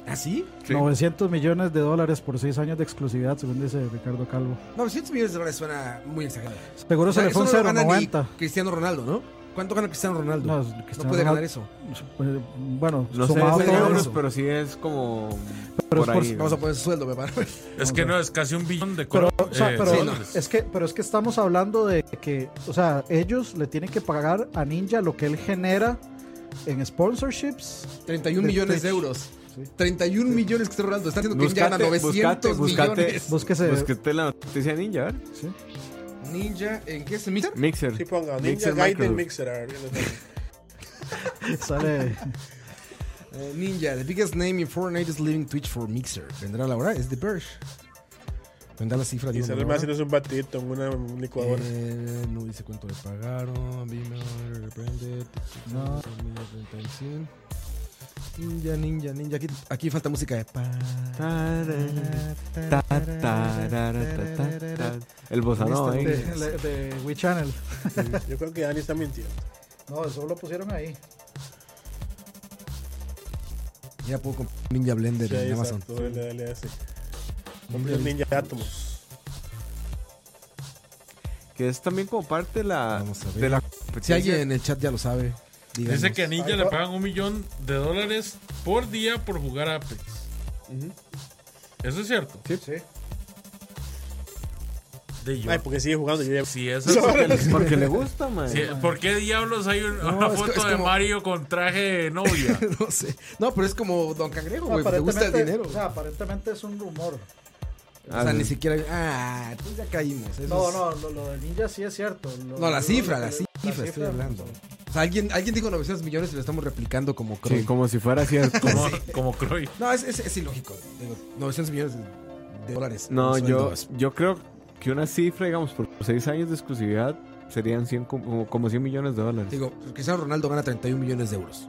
C: ¿Ah, sí?
E: Mm, Sí.
B: 900 millones de dólares por 6 años de exclusividad, según dice Ricardo Calvo.
C: 900 millones de dólares suena muy exagerado.
B: Seguro se le fue un
C: eso no lo gana
B: 0,90.
C: ni Cristiano Ronaldo, ¿no? ¿Cuánto gana Cristiano Ronaldo?
B: No,
C: No,
B: es- Cristiano
C: puede ganar
B: Ronaldo-
C: eso.
B: Eh, Bueno,
E: No sé,
B: sumado
E: es en
B: todo
E: euros,
B: eso.
E: pero sí es como
B: Pero es
E: por
B: por-
E: ahí.
C: Vamos
E: digamos.
C: a poner su sueldo, me parece.
D: Es que no, es casi un billón de
B: Pero,
D: coro-
B: o sea,
D: eh,
B: pero,
C: sí, no.
E: pues.
B: es que, pero es que estamos hablando de que, o sea, ellos le tienen que pagar a Ninja lo que él genera en sponsorships.
C: 31
B: De
C: millones de
B: Twitch.
C: euros.
B: Sí.
C: 31 millones Cristiano Ronaldo. Está diciendo que él ya gana
E: Buscate-
C: 900
E: buscate-
C: millones.
B: Búsquese.
E: Búsquete la noticia ninja, a ver.
B: sí.
C: Ninja, ¿en qué es el Mixer?
E: Mixer.
A: Sí, ponga Ninja
E: Mixer
A: Gaiden
E: Microsoft.
A: Mixer. a ver, ya lo tengo.
B: Sale.
C: Eh, Ninja, the biggest name in Fortnite is leaving Twitch for Mixer. ¿Vendrá la hora? Es The Verge. ¿Vendrá la cifra?
A: Y
C: digo,
A: sale
C: ¿no?
A: más haciéndose un batidito en una licuadora.
C: Eh, no dice cuánto le pagaron. Vimeo, reprende.
B: No.
C: Ninja, ninja, ninja. Aquí, aquí falta música de. pa-
E: Ta, tarara, ta, ta, ta. El bossa nova,
B: de,
E: ¿eh?
B: de, de WeChannel.
A: Yo creo que Dani está mintiendo.
B: No, eso lo pusieron ahí.
C: Ya puedo comprar Ninja Blender
A: Sí,
C: en Amazon.
A: exacto, LLS. Compré el Ninja Atomos.
E: Que es también como parte de la,
C: Vamos a ver.
E: de la
C: Si
E: competencia.
C: alguien en el chat ya lo sabe. díganos.
D: Dice que a Ninja le pagan un millón de dólares por día por jugar Apex. Eso es cierto.
E: Sí.
D: De yo.
A: Ay, porque sigue jugando. Yo ya...
D: si es
A: No,
D: así,
E: Porque le gusta, man.
D: si- ¿Por qué diablos hay un-
C: No,
D: una
C: es co-
D: foto
C: es
D: de
C: como-
D: Mario con traje de novia?
C: no sé. No, pero es como Don Cangrejo, güey. Te
B: aparentemente,
C: gusta el dinero.
B: o sea, aparentemente es un rumor.
C: O sea, ni siquiera. Ah, pues ya caímos. eso
B: No,
C: es-
B: no, lo, lo de Ninja sí es cierto. Lo-
C: No, la
B: lo-
C: cifra, la
B: lo-
C: cifra,
B: la
C: estoy
B: cifra, pues,
C: hablando.
B: sí.
C: O sea, alguien, alguien dijo 900 millones y lo estamos replicando como
E: Sí,
C: Croy.
E: como si fuera cierto.
D: Como, como Croy.
C: No, es, es, es ilógico. Digo, 900 millones de- de dólares.
E: No,
C: Un
E: yo,
C: sueldo.
E: yo creo que una cifra, digamos, por 6 años de exclusividad serían 100, como, como 100 millones de dólares.
C: Digo, Cristiano Ronaldo gana 31 millones de euros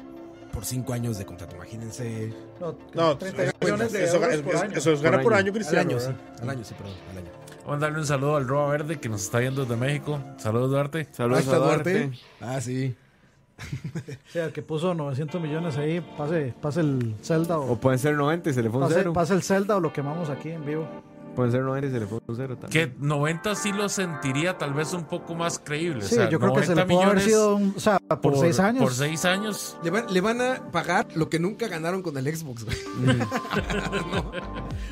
C: por 5 años de contrato. Imagínense.
B: No,
A: No,
B: 30
A: eso-
B: millones de
A: eso,
B: euros
A: eso-
B: por año.
A: eso es ganar
E: Por
A: por
E: año.
A: año,
C: Al
A: Cristiano.
C: año, sí.
A: ¿verdad?
C: Al año, sí, perdón. Al año.
D: Vamos a mandarle un saludo al Roa Verde que nos está viendo desde México. Saludos, Duarte.
E: Saludos
C: Ahí está
E: a Duarte.
C: Duarte. Ah, sí.
B: O sea, el que puso 900 millones ahí, pase, pase el Zelda
E: O
B: o
E: pueden ser 90 y se le fue un
B: pase,
E: cero.
B: pase el Zelda o lo quemamos aquí en vivo.
E: Pueden ser 90 y se le fue un cero también.
D: Que 90 sí lo sentiría tal vez un poco más creíble.
B: Sí,
D: o sea,
B: yo creo que se le
D: 90
B: pudo haber
D: millones
B: sido un, o sea, por 6 años.
D: Por 6 años.
C: Le van, le van a pagar lo que nunca ganaron con el Xbox, güey.
E: Mm.
C: No.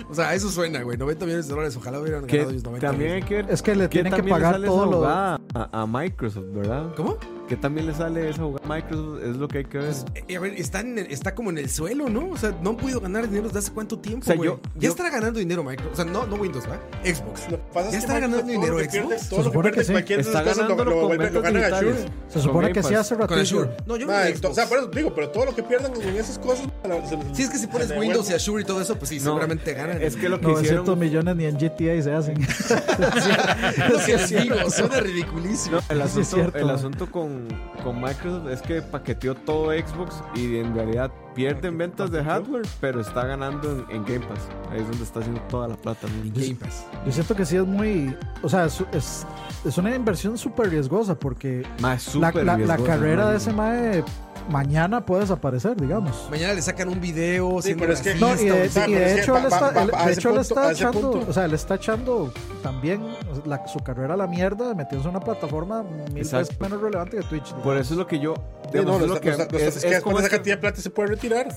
C: O sea, eso suena, güey. 90 millones de dólares. Ojalá hubieran
E: Que
C: ganado ellos 90
E: también hay
C: millones.
E: que ver
B: Es que le
E: que
B: tienen que
E: también le
B: pagar
E: sale
B: todo
E: esa
B: lo.
E: jugada a, a Microsoft, ¿verdad?
C: ¿Cómo?
E: Que también le sale esa jugada a Microsoft, es lo que hay que ver.
C: Eh, a ver, está, en el- está como en el suelo, ¿no? O sea, no han podido ganar dinero desde hace cuánto tiempo,
E: O sea,
C: güey.
E: yo-
C: ya
E: yo-
C: estará ganando dinero, Michael. O sea, no, no Windows, ¿va? Xbox.
A: Lo que
C: ¿Ya
A: pasa es que
C: está ganando
A: Microsoft todo
C: dinero
A: lo que pierde-
C: Xbox?
A: Todo lo que
B: Se supone
A: pierde
B: que sí.
A: cualquier de
E: Está
A: esas cosas lo,
E: ganándolo
A: lo,
E: con
A: lo
E: ventas
A: ganan a Shure.
E: digitales.
B: Se
E: pues, Con
B: supone
E: Game
B: que sí
E: Pass.
B: hace
C: Con
B: ratito.
C: Azure. No, yo
A: Ma,
C: no
A: ento- o sea, por eso digo, pero todo lo que pierdan en esas cosas. la- se-
C: Si es que si pones
A: se
C: Windows y
A: devuelve.
C: Azure y todo eso, pues sí,
E: No,
C: seguramente ganan.
E: Es que lo que
B: 900
E: hicieron...
B: millones ni en GTA se hacen.
C: no sé, digo, suena ridiculísimo.
E: No, el
B: Sí, es
E: asunto,
B: cierto.
E: el asunto con, con Microsoft es que paqueteó todo Xbox y en realidad pierden ventas de hardware, pero está ganando en, en Game Pass. Ahí es donde está haciendo toda la plata. ¿no?
C: Game Pass.
B: Yo siento que sí es muy. O sea, es, es, es una inversión súper riesgosa porque
E: Más
B: la,
E: súper
B: la- la
E: riesgoso,
B: carrera
E: ¿no?
B: de ese mae mañana puede desaparecer, digamos.
C: Mañana le sacan un video.
A: Sí,
C: siendo
A: pero es que-
C: racista,
B: No, y de,
A: o sea,
B: y de
A: pero es que
B: hecho
A: va-
B: él
A: va-
B: está,
A: va-
B: él-
A: a
B: de
A: ese
B: hecho él
A: punto-
B: está
A: a ese
B: echando,
A: punto.
B: o sea, él está echando también la- su carrera a la mierda, metiéndose en una plataforma mil veces
E: Exacto.
B: menos relevante que Twitch. digamos.
E: Por eso es lo que yo...
A: Sí, no,
E: digamos, es
A: los-
E: lo que-
A: los- los- Es
E: es-
A: que
E: es
A: después
E: como
A: de esa
E: este-
A: cantidad de plata se puede retirar.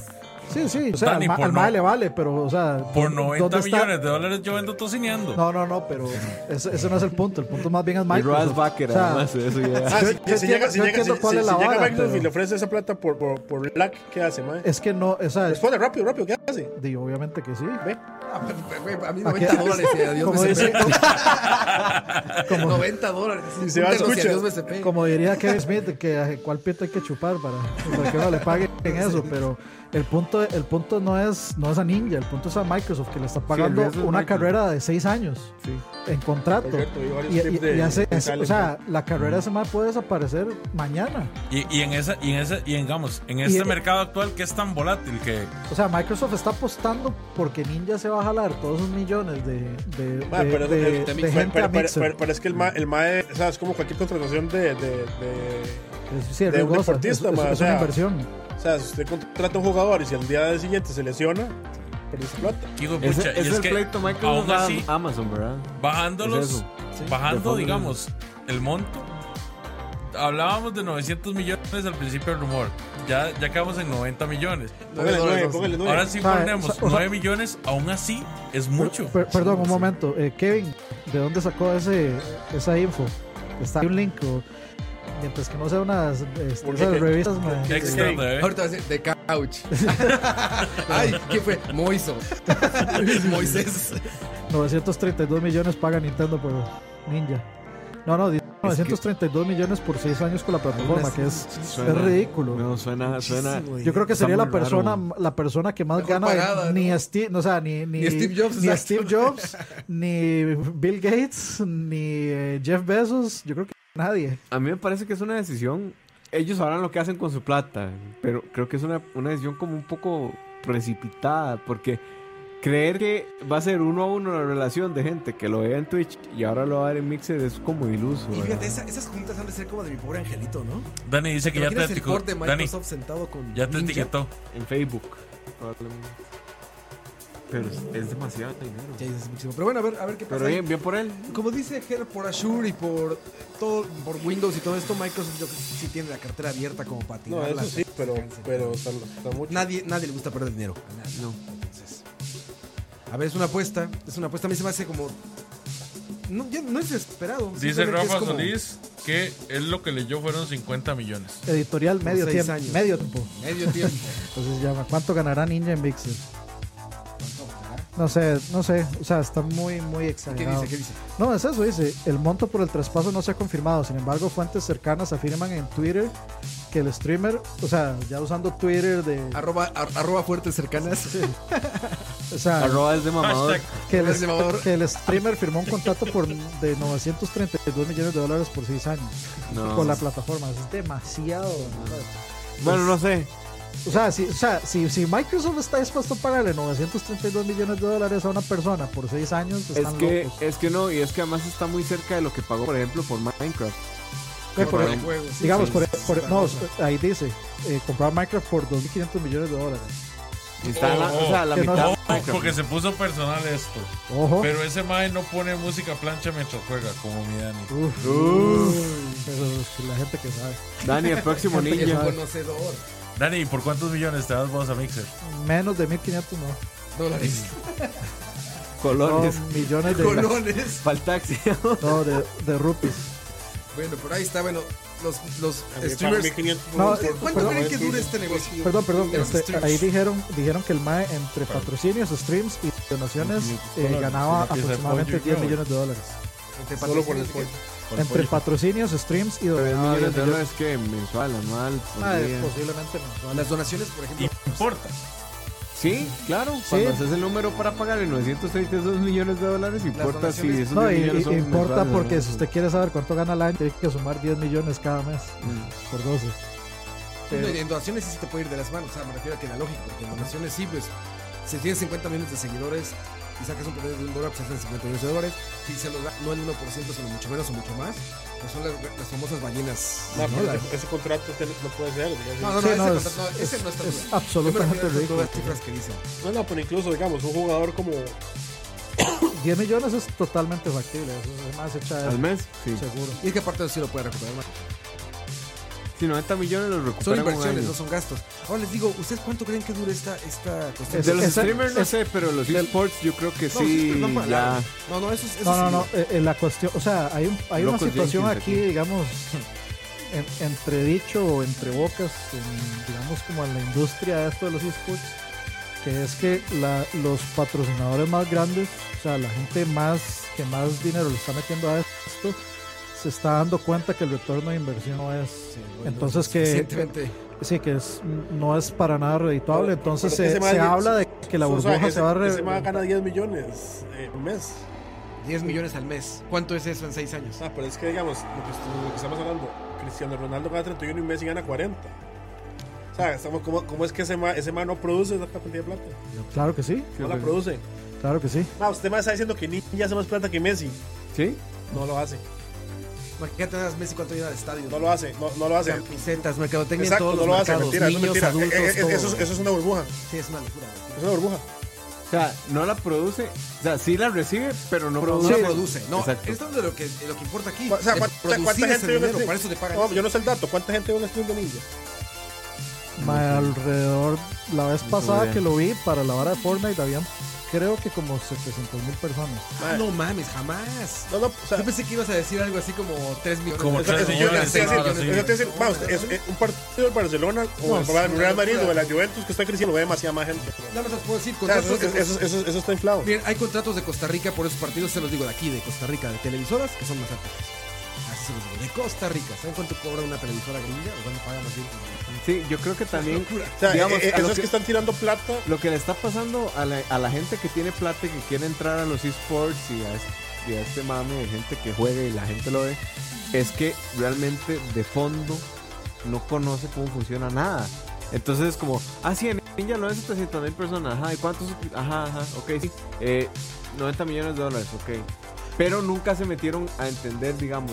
B: Sí, sí, o sea,
D: Dani,
B: al, ma-
D: por
B: al
D: no-
B: mae le vale, pero, o sea,
D: Por
B: ¿dó-
D: 90
B: dónde está?
D: millones de dólares yo vendo tocineando.
B: No, no, no, pero ese, ese no es el punto. El punto más bien es
E: Y Ross
B: Microsoft.
E: Baker,
B: O sea,
E: además, de eso ya.
A: Ah,
B: Yo-
A: si-
B: yo
A: si
B: entiendo-
A: llega- si
B: yo
A: llega- si-
B: entiendo cuál
A: si-
B: es la
A: si llega
B: vara,
A: Microsoft y
B: pero-
A: le ofrece esa plata por, por, por LAC, ¿qué hace, mae?
B: es que no, o sea,
A: Responde rápido, rápido, ¿qué hace?
B: di, obviamente que sí.
C: Ah, güey, A mí
B: ¿A qué?
C: 90 dólares. y Adiós,
B: Como dice-
C: BCP. 90 dólares.
A: Y se va a
C: Púntelos y
A: escuchar.
C: adiós, BCP.
B: Como diría Kevin Smith, que a cuál pito hay que chupar para, para que no le paguen eso, pero el punto, el punto no es, no es a Ninja, el punto es a Microsoft que le está pagando
E: riesgo es
B: una
E: Microsoft.
B: carrera de seis años
E: Sí.
B: en contrato.
A: Correcto, y varios
B: Y,
A: clips
B: y-
A: de-
B: y hace-
A: de
B: o sea, la carrera se puede desaparecer mañana.
D: Y, y en esa, y en esa, y en, digamos, en este
B: e
D: mercado actual que es tan volátil que
B: O sea, Microsoft está apostando porque Ninja se va a jalar todos esos millones de, de,
A: Ma,
B: de-
A: pero, pero-
B: de-
A: pero-
B: de gente a
A: pero- pero-
B: Mixer.
A: pero- pero es que el MAE, el mae, o sea, es como cualquier contratación de. de- de-
B: Sí, es
A: de un
B: riesgosa,
A: deportista,
B: es- es-
A: ma, o
B: es una
A: sea,
B: inversión.
A: o sea, si usted contrata a un jugador y si al día siguiente se lesiona, pierde su plata.
D: digo,
E: Ese-
D: pucha, y
E: es
D: es
E: el
D: que
E: pleito
D: aún
E: Microsoft
D: así,
E: a Amazon, ¿verdad?
D: bajándolos,
E: es eso. de
D: bajando,
E: fondo
D: digamos, el monto. Hablábamos de 900 millones al principio del rumor. Ya, ya quedamos en 90 millones.
A: Póngale nueve, póngale nueve.
D: Ahora sí
B: O sea, o
D: ponemos
B: sea, o sea-
D: 9 millones, aún así es mucho.
B: Per- perdón, un momento. Eh, Kevin, ¿de dónde sacó ese, esa info? Está hay un link o- mientras que no sea unas este,
A: Porque-
B: esas revistas. ma.
D: Extra
A: Kevin,
D: de-
C: Ahorita va a decir de couch. Ay, ¿qué fue? Moiso. Moisés.
B: 932 millones paga Nintendo por Ninja. No, no, dice 932 millones por 6 años con la plataforma, que es,
E: Suena-
B: es ridículo.
E: No, suena, suena...
C: Muchísimo, güey.
B: Yo creo que
E: Está
B: sería la
E: muy raro.
B: persona, la persona que más
C: Mejor
B: gana. de-
C: pagada,
B: ni, Steve, o sea, ni, ni,
C: Ni Steve Jobs,
B: ni,
C: exacto.
B: Steve Jobs, ni Bill Gates, ni eh, Jeff Bezos. Yo creo que nadie.
E: A mí me parece que es una decisión. Ellos sabrán lo que hacen con su plata, pero creo que es una, una decisión como un poco precipitada, porque creer que va a ser uno a uno la relación de gente que lo ve en Twitch y ahora lo va a ver en Mixer es como iluso.
C: Y
E: ¿verdad?
C: fíjate, esa- esas juntas han de ser como de mi pobre angelito, ¿no?
D: Dani dice que ya te
C: imaginas el
D: etiquetó.
C: board de
D: Dani,
C: Microsoft sentado con
D: ya te
C: Ninja?
D: etiquetó.
E: En Facebook, probablemente. Pero es, es demasiado dinero.
C: Ya, ya es muchísimo. Pero bueno, a ver, a ver qué pasa.
E: Pero
C: ahí.
E: bien, bien por él.
C: Como dice Ger, por Azure y por todo, por Windows y todo esto, Microsoft yo creo que sí tiene la cartera abierta como para tirar
A: No, eso
C: las-
A: sí, pero, pero está, está mucho.
C: Nadie, nadie le gusta perder dinero. A nadie.
E: No.
C: Entonces, a ver, es una apuesta. Es una apuesta. A mí se me hace como. No, ya no es desesperado.
D: Dice
C: simplemente es
D: Rafa
C: como-
D: Solís que él lo que leyó fueron 50 millones.
B: Editorial
C: Por
B: medio
C: seis
B: tiempo.
C: años.
B: Medio tiempo.
C: Medio tiempo.
B: Entonces llama. ¿Cuánto ganará Ninja en Mixer?
C: ¿Cuánto?
B: No sé, no sé. O sea, está muy, muy
C: ¿Qué
B: exagerado.
C: dice? ¿Qué dice?
B: No, es eso, dice. El monto por el traspaso no se ha confirmado. Sin embargo, fuentes cercanas afirman en Twitter que el streamer, o sea, ya usando Twitter de.
C: Arroba, ar- arroba fuertes cercanas.
B: O sea,
E: Arroba es de
B: Ah,
E: mamador.
D: Hashtag.
B: que el,
C: Ese mamador.
B: que el streamer firmó un contrato por de 932 millones de dólares por 6 años
E: No.
B: con la plataforma. Es demasiado. ¿verdad?
E: Bueno, no sé.
B: O sea, si, o sea si, si Microsoft está dispuesto a pagarle 932 millones de dólares a una persona por 6 años,
E: Es
B: están
E: que,
B: locos.
E: es que no, y es que además está muy cerca de lo que pagó, por ejemplo, por Minecraft.
B: Eh, por-
E: Bueno,
C: juego, sí,
B: digamos,
C: sí,
B: por,
C: sí,
B: por-
C: sí,
B: no,
C: sí.
B: ahí dice, eh, comprar Minecraft por 2.500 millones de dólares.
E: Y está a la, o sea, a la
B: Que no-
E: mitad de
D: Ojo,
E: Minecraft.
D: porque se puso personal esto.
B: Ojo.
D: Pero ese mae no pone música plancha mientras juega, como mi Dani.
B: Uf. Eso es que la gente que sabe.
E: Dani, el próximo
C: Gente que es
E: ninja.
C: conocedor.
D: Dani, ¿por cuántos millones te das vos a Mixer?
B: Menos de 1.500 no.
C: Dólares.
B: No,
E: Colores.
B: millones de,
C: Colones.
E: Para el taxi.
B: no, de, de rupees.
C: Bueno, por ahí está, bueno, los, los
A: A mí me pagan
C: streamers.
A: 1500
B: No,
A: por-
B: eh,
A: por-
C: ¿Cuánto
B: Perdón,
C: creen que
A: por-
C: dure este negocio?
B: Perdón, perdón.
C: Los
B: este,
C: streamers.
B: ahí dijeron, dijeron que el MAE entre patrocinios, streams y donaciones eh, ganaba
D: Una pieza de
B: aproximadamente
D: pollo,
B: 10
D: creo.
B: millones de dólares.
C: Entre
A: Solo por el
C: patrocinios,
A: pollo.
D: Por
B: Entre
D: pollo.
B: patrocinios, streams y
E: Pero es
B: donaciones.
E: millones de dólares que mensual, anual, por
B: Ah,
E: día.
B: es posiblemente mensual.
C: Las donaciones, por ejemplo.
D: Importa.
E: Sí, claro. Cuando haces el número para pagar el 932 millones de dólares, importa si
C: donaciones-
E: esos
B: No,
E: 10
B: y,
E: millones
B: y-
E: son
B: importa
E: mensuales,
B: porque
E: ¿no?
B: si usted quiere saber cuánto gana la gente, tiene que sumar 10 millones cada mes
E: Mm.
B: por 12.
C: No, y en donaciones sí se te puede ir de las manos. O sea, me refiero a que la lógica, porque en donaciones sí, pues, si tienes 50 millones de seguidores y sacas un promedio de un dólar, pues hacen 50 millones de dólares. Si se los da, no el 1%, sino mucho menos o mucho más, pues son las, las famosas ballenas.
A: No,
C: ¿no?
A: pero
C: Las-
A: ese- ese contrato usted no puede ser. digamos.
C: No, no,
B: Sí,
C: no,
B: no,
C: ese,
B: es-
C: contrato- no, ese no está
B: es
C: bien. Yo me
B: absolutamente
C: refiero a esas
B: ridículo.
C: nuevas cifras que dicen.
A: No, no, pero incluso, digamos, un jugador como.
B: 10 millones es totalmente factible. Eso es más hecha de
E: ¿Al mes? Sí.
B: seguro.
C: Y es que aparte sí lo puede recuperar más.
E: Si 90 millones los
C: Son
E: recuperan
C: inversiones, no son gastos. Ahora les digo, ¿ustedes cuánto creen que dure esta, esta cuestión?
E: De los
B: Esa-
E: streamers no
B: es-
E: sé, pero los esports yo creo que
C: No,
E: sí,
C: perdón, para
E: ya.
C: la- No, no, eso es. eso
B: No, no,
C: sí.
B: no. eh, eh, la cuestión, o sea, hay, un- hay una
E: Locos
B: situación
E: Jenkins
B: aquí,
E: aquí.
B: digamos, en- entre dicho o entre bocas, en, digamos, como en la industria de esto de los esports, que es que la- los patrocinadores más grandes, o sea, la gente más que más dinero le está metiendo a esto, se está dando cuenta que el retorno de inversión no es.
C: Sí, bueno,
B: Entonces que
C: Suficientemente.
B: sí que es, no es para nada redituable,
A: Pero-
B: entonces
A: pero
B: se,
A: ese mae
B: se
A: ya-
B: habla de que la
A: o sea,
B: burbuja
A: ese-
B: se va a re-
A: Ese man gana 10 millones eh, por mes.
C: 10 millones al mes. ¿Cuánto es eso en 6 años?
A: Ah, pero es que, digamos, lo que, est- lo que estamos hablando, Cristiano Ronaldo gana 31 y Messi gana 40. O sea, estamos, ¿cómo, cómo es que ese man, ese man no produce esa cantidad de plata?
B: Claro que sí,
A: No la produce.
B: claro que sí.
A: Ah, usted más está diciendo que Ninja hace más plata que Messi.
E: ¿Sí?
A: No lo hace.
C: Imagínate nada más Messi cuánto llena de estadio.
A: No lo hace. No, no lo hace.
C: Camisetas, mercadotecnia, en
A: Exacto,
C: todos
A: no
C: los
A: lo hace.
C: mercados,
A: Mentira, eso es
C: niños,
A: mentira.
C: adultos,
A: Eh, eh, eso,
C: todo.
A: es, eso es una burbuja.
C: Sí, es una locura. güey.
A: Es una burbuja.
E: O sea, no la produce. O sea, sí la recibe, pero
C: No
E: no produce.
C: la produce. No,
E: Exacto.
C: esto es de lo que, de lo que importa aquí.
A: O sea,
C: de
A: ¿cuánta,
C: producir
A: cuánta
C: ese
A: gente ve un
C: dinero,
A: stream?
C: Para eso te pagan.
A: No, yo no sé el dato. ¿Cuánta gente ve un stream de Ninja?
B: Ma, alrededor, la vez pasada
E: idea.
B: que lo vi para la vara de Fortnite, habían creo que como 700 mil personas.
C: Ah, no mames, jamás.
A: No, no, o sea,
C: Yo pensé que ibas a decir algo así como 3 millones.
D: Como
A: Eso-
D: tres
A: eso-
D: millones,
A: eso-
D: sí,
A: eso-
D: ahora
A: eso-
D: sí.
A: eso- eso- vamos, eso- eh, un partido del Barcelona o
B: No,
A: el
B: sí,
A: Real Madrid
C: locura.
A: o de la Juventus que está creciendo ve demasiada más gente.
C: Nada más os puedo decir,
A: O sea, eso,
C: contratos de-
A: eso- eso- eso está inflado.
C: Miren, hay contratos de Costa Rica por esos partidos, se los digo de aquí, de Costa Rica, de televisoras, que son más altos. Así se los digo, de Costa Rica. ¿Saben cuánto cobra una televisora gringa? ¿O cuánto paga más bien?
E: Sí, yo creo que también.
A: O sea,
E: digamos,
A: eh, eh,
E: a lo
A: eso es
E: que-
A: que están tirando plata.
E: Lo que le está pasando a la, a la gente que tiene plata y que quiere entrar a los esports y a, este- y a este mame de gente que juega y la gente lo ve, es que realmente de fondo no conoce cómo funciona nada. Entonces es como, ah, sí, en Ninja lo ven 700 mil personas, ajá, ¿y cuántos? Ajá, ajá, ok, sí, eh, 90 millones de dólares, ok. Pero nunca se metieron a entender, digamos,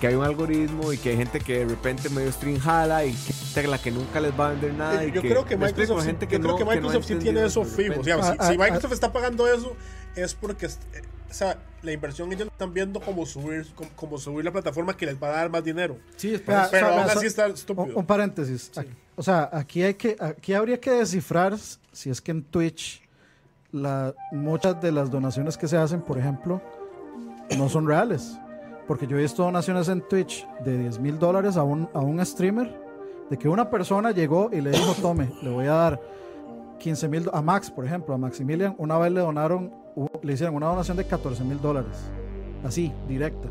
E: que hay un algoritmo y que hay gente que de repente medio stream jala y que gente a la que nunca les va a vender nada.
A: eh,
E: y
A: Yo
E: que-
A: creo que
E: me explico,
A: Microsoft, sí-
E: gente
A: yo creo
E: no-
A: que
E: no ha
A: Microsoft sí tiene
E: entendido
A: eso
E: de repente.
A: fijo. O sea,
B: Ah,
A: si,
B: ah,
A: si Microsoft está pagando eso, es porque es- eh, o sea, la inversión ellos están viendo como subir, como, como subir la plataforma que les va a dar más dinero.
C: Sí, es
B: Vea,
A: Pero
B: o sea,
A: aún
B: vea,
A: así
B: so-
A: está
B: Un,
A: estúpido.
B: un paréntesis. A- O sea, aquí hay que, aquí habría que descifrar s- si es que en Twitch la, muchas de las donaciones que se hacen, por ejemplo, no son reales. Porque yo he visto donaciones en Twitch de 10 mil dólares a un, a un streamer, de que una persona llegó y le dijo, tome, le voy a dar 15 mil, a Max, por ejemplo, a Maximilian, una vez le donaron, u- le hicieron una donación de 14 mil dólares, así, directa.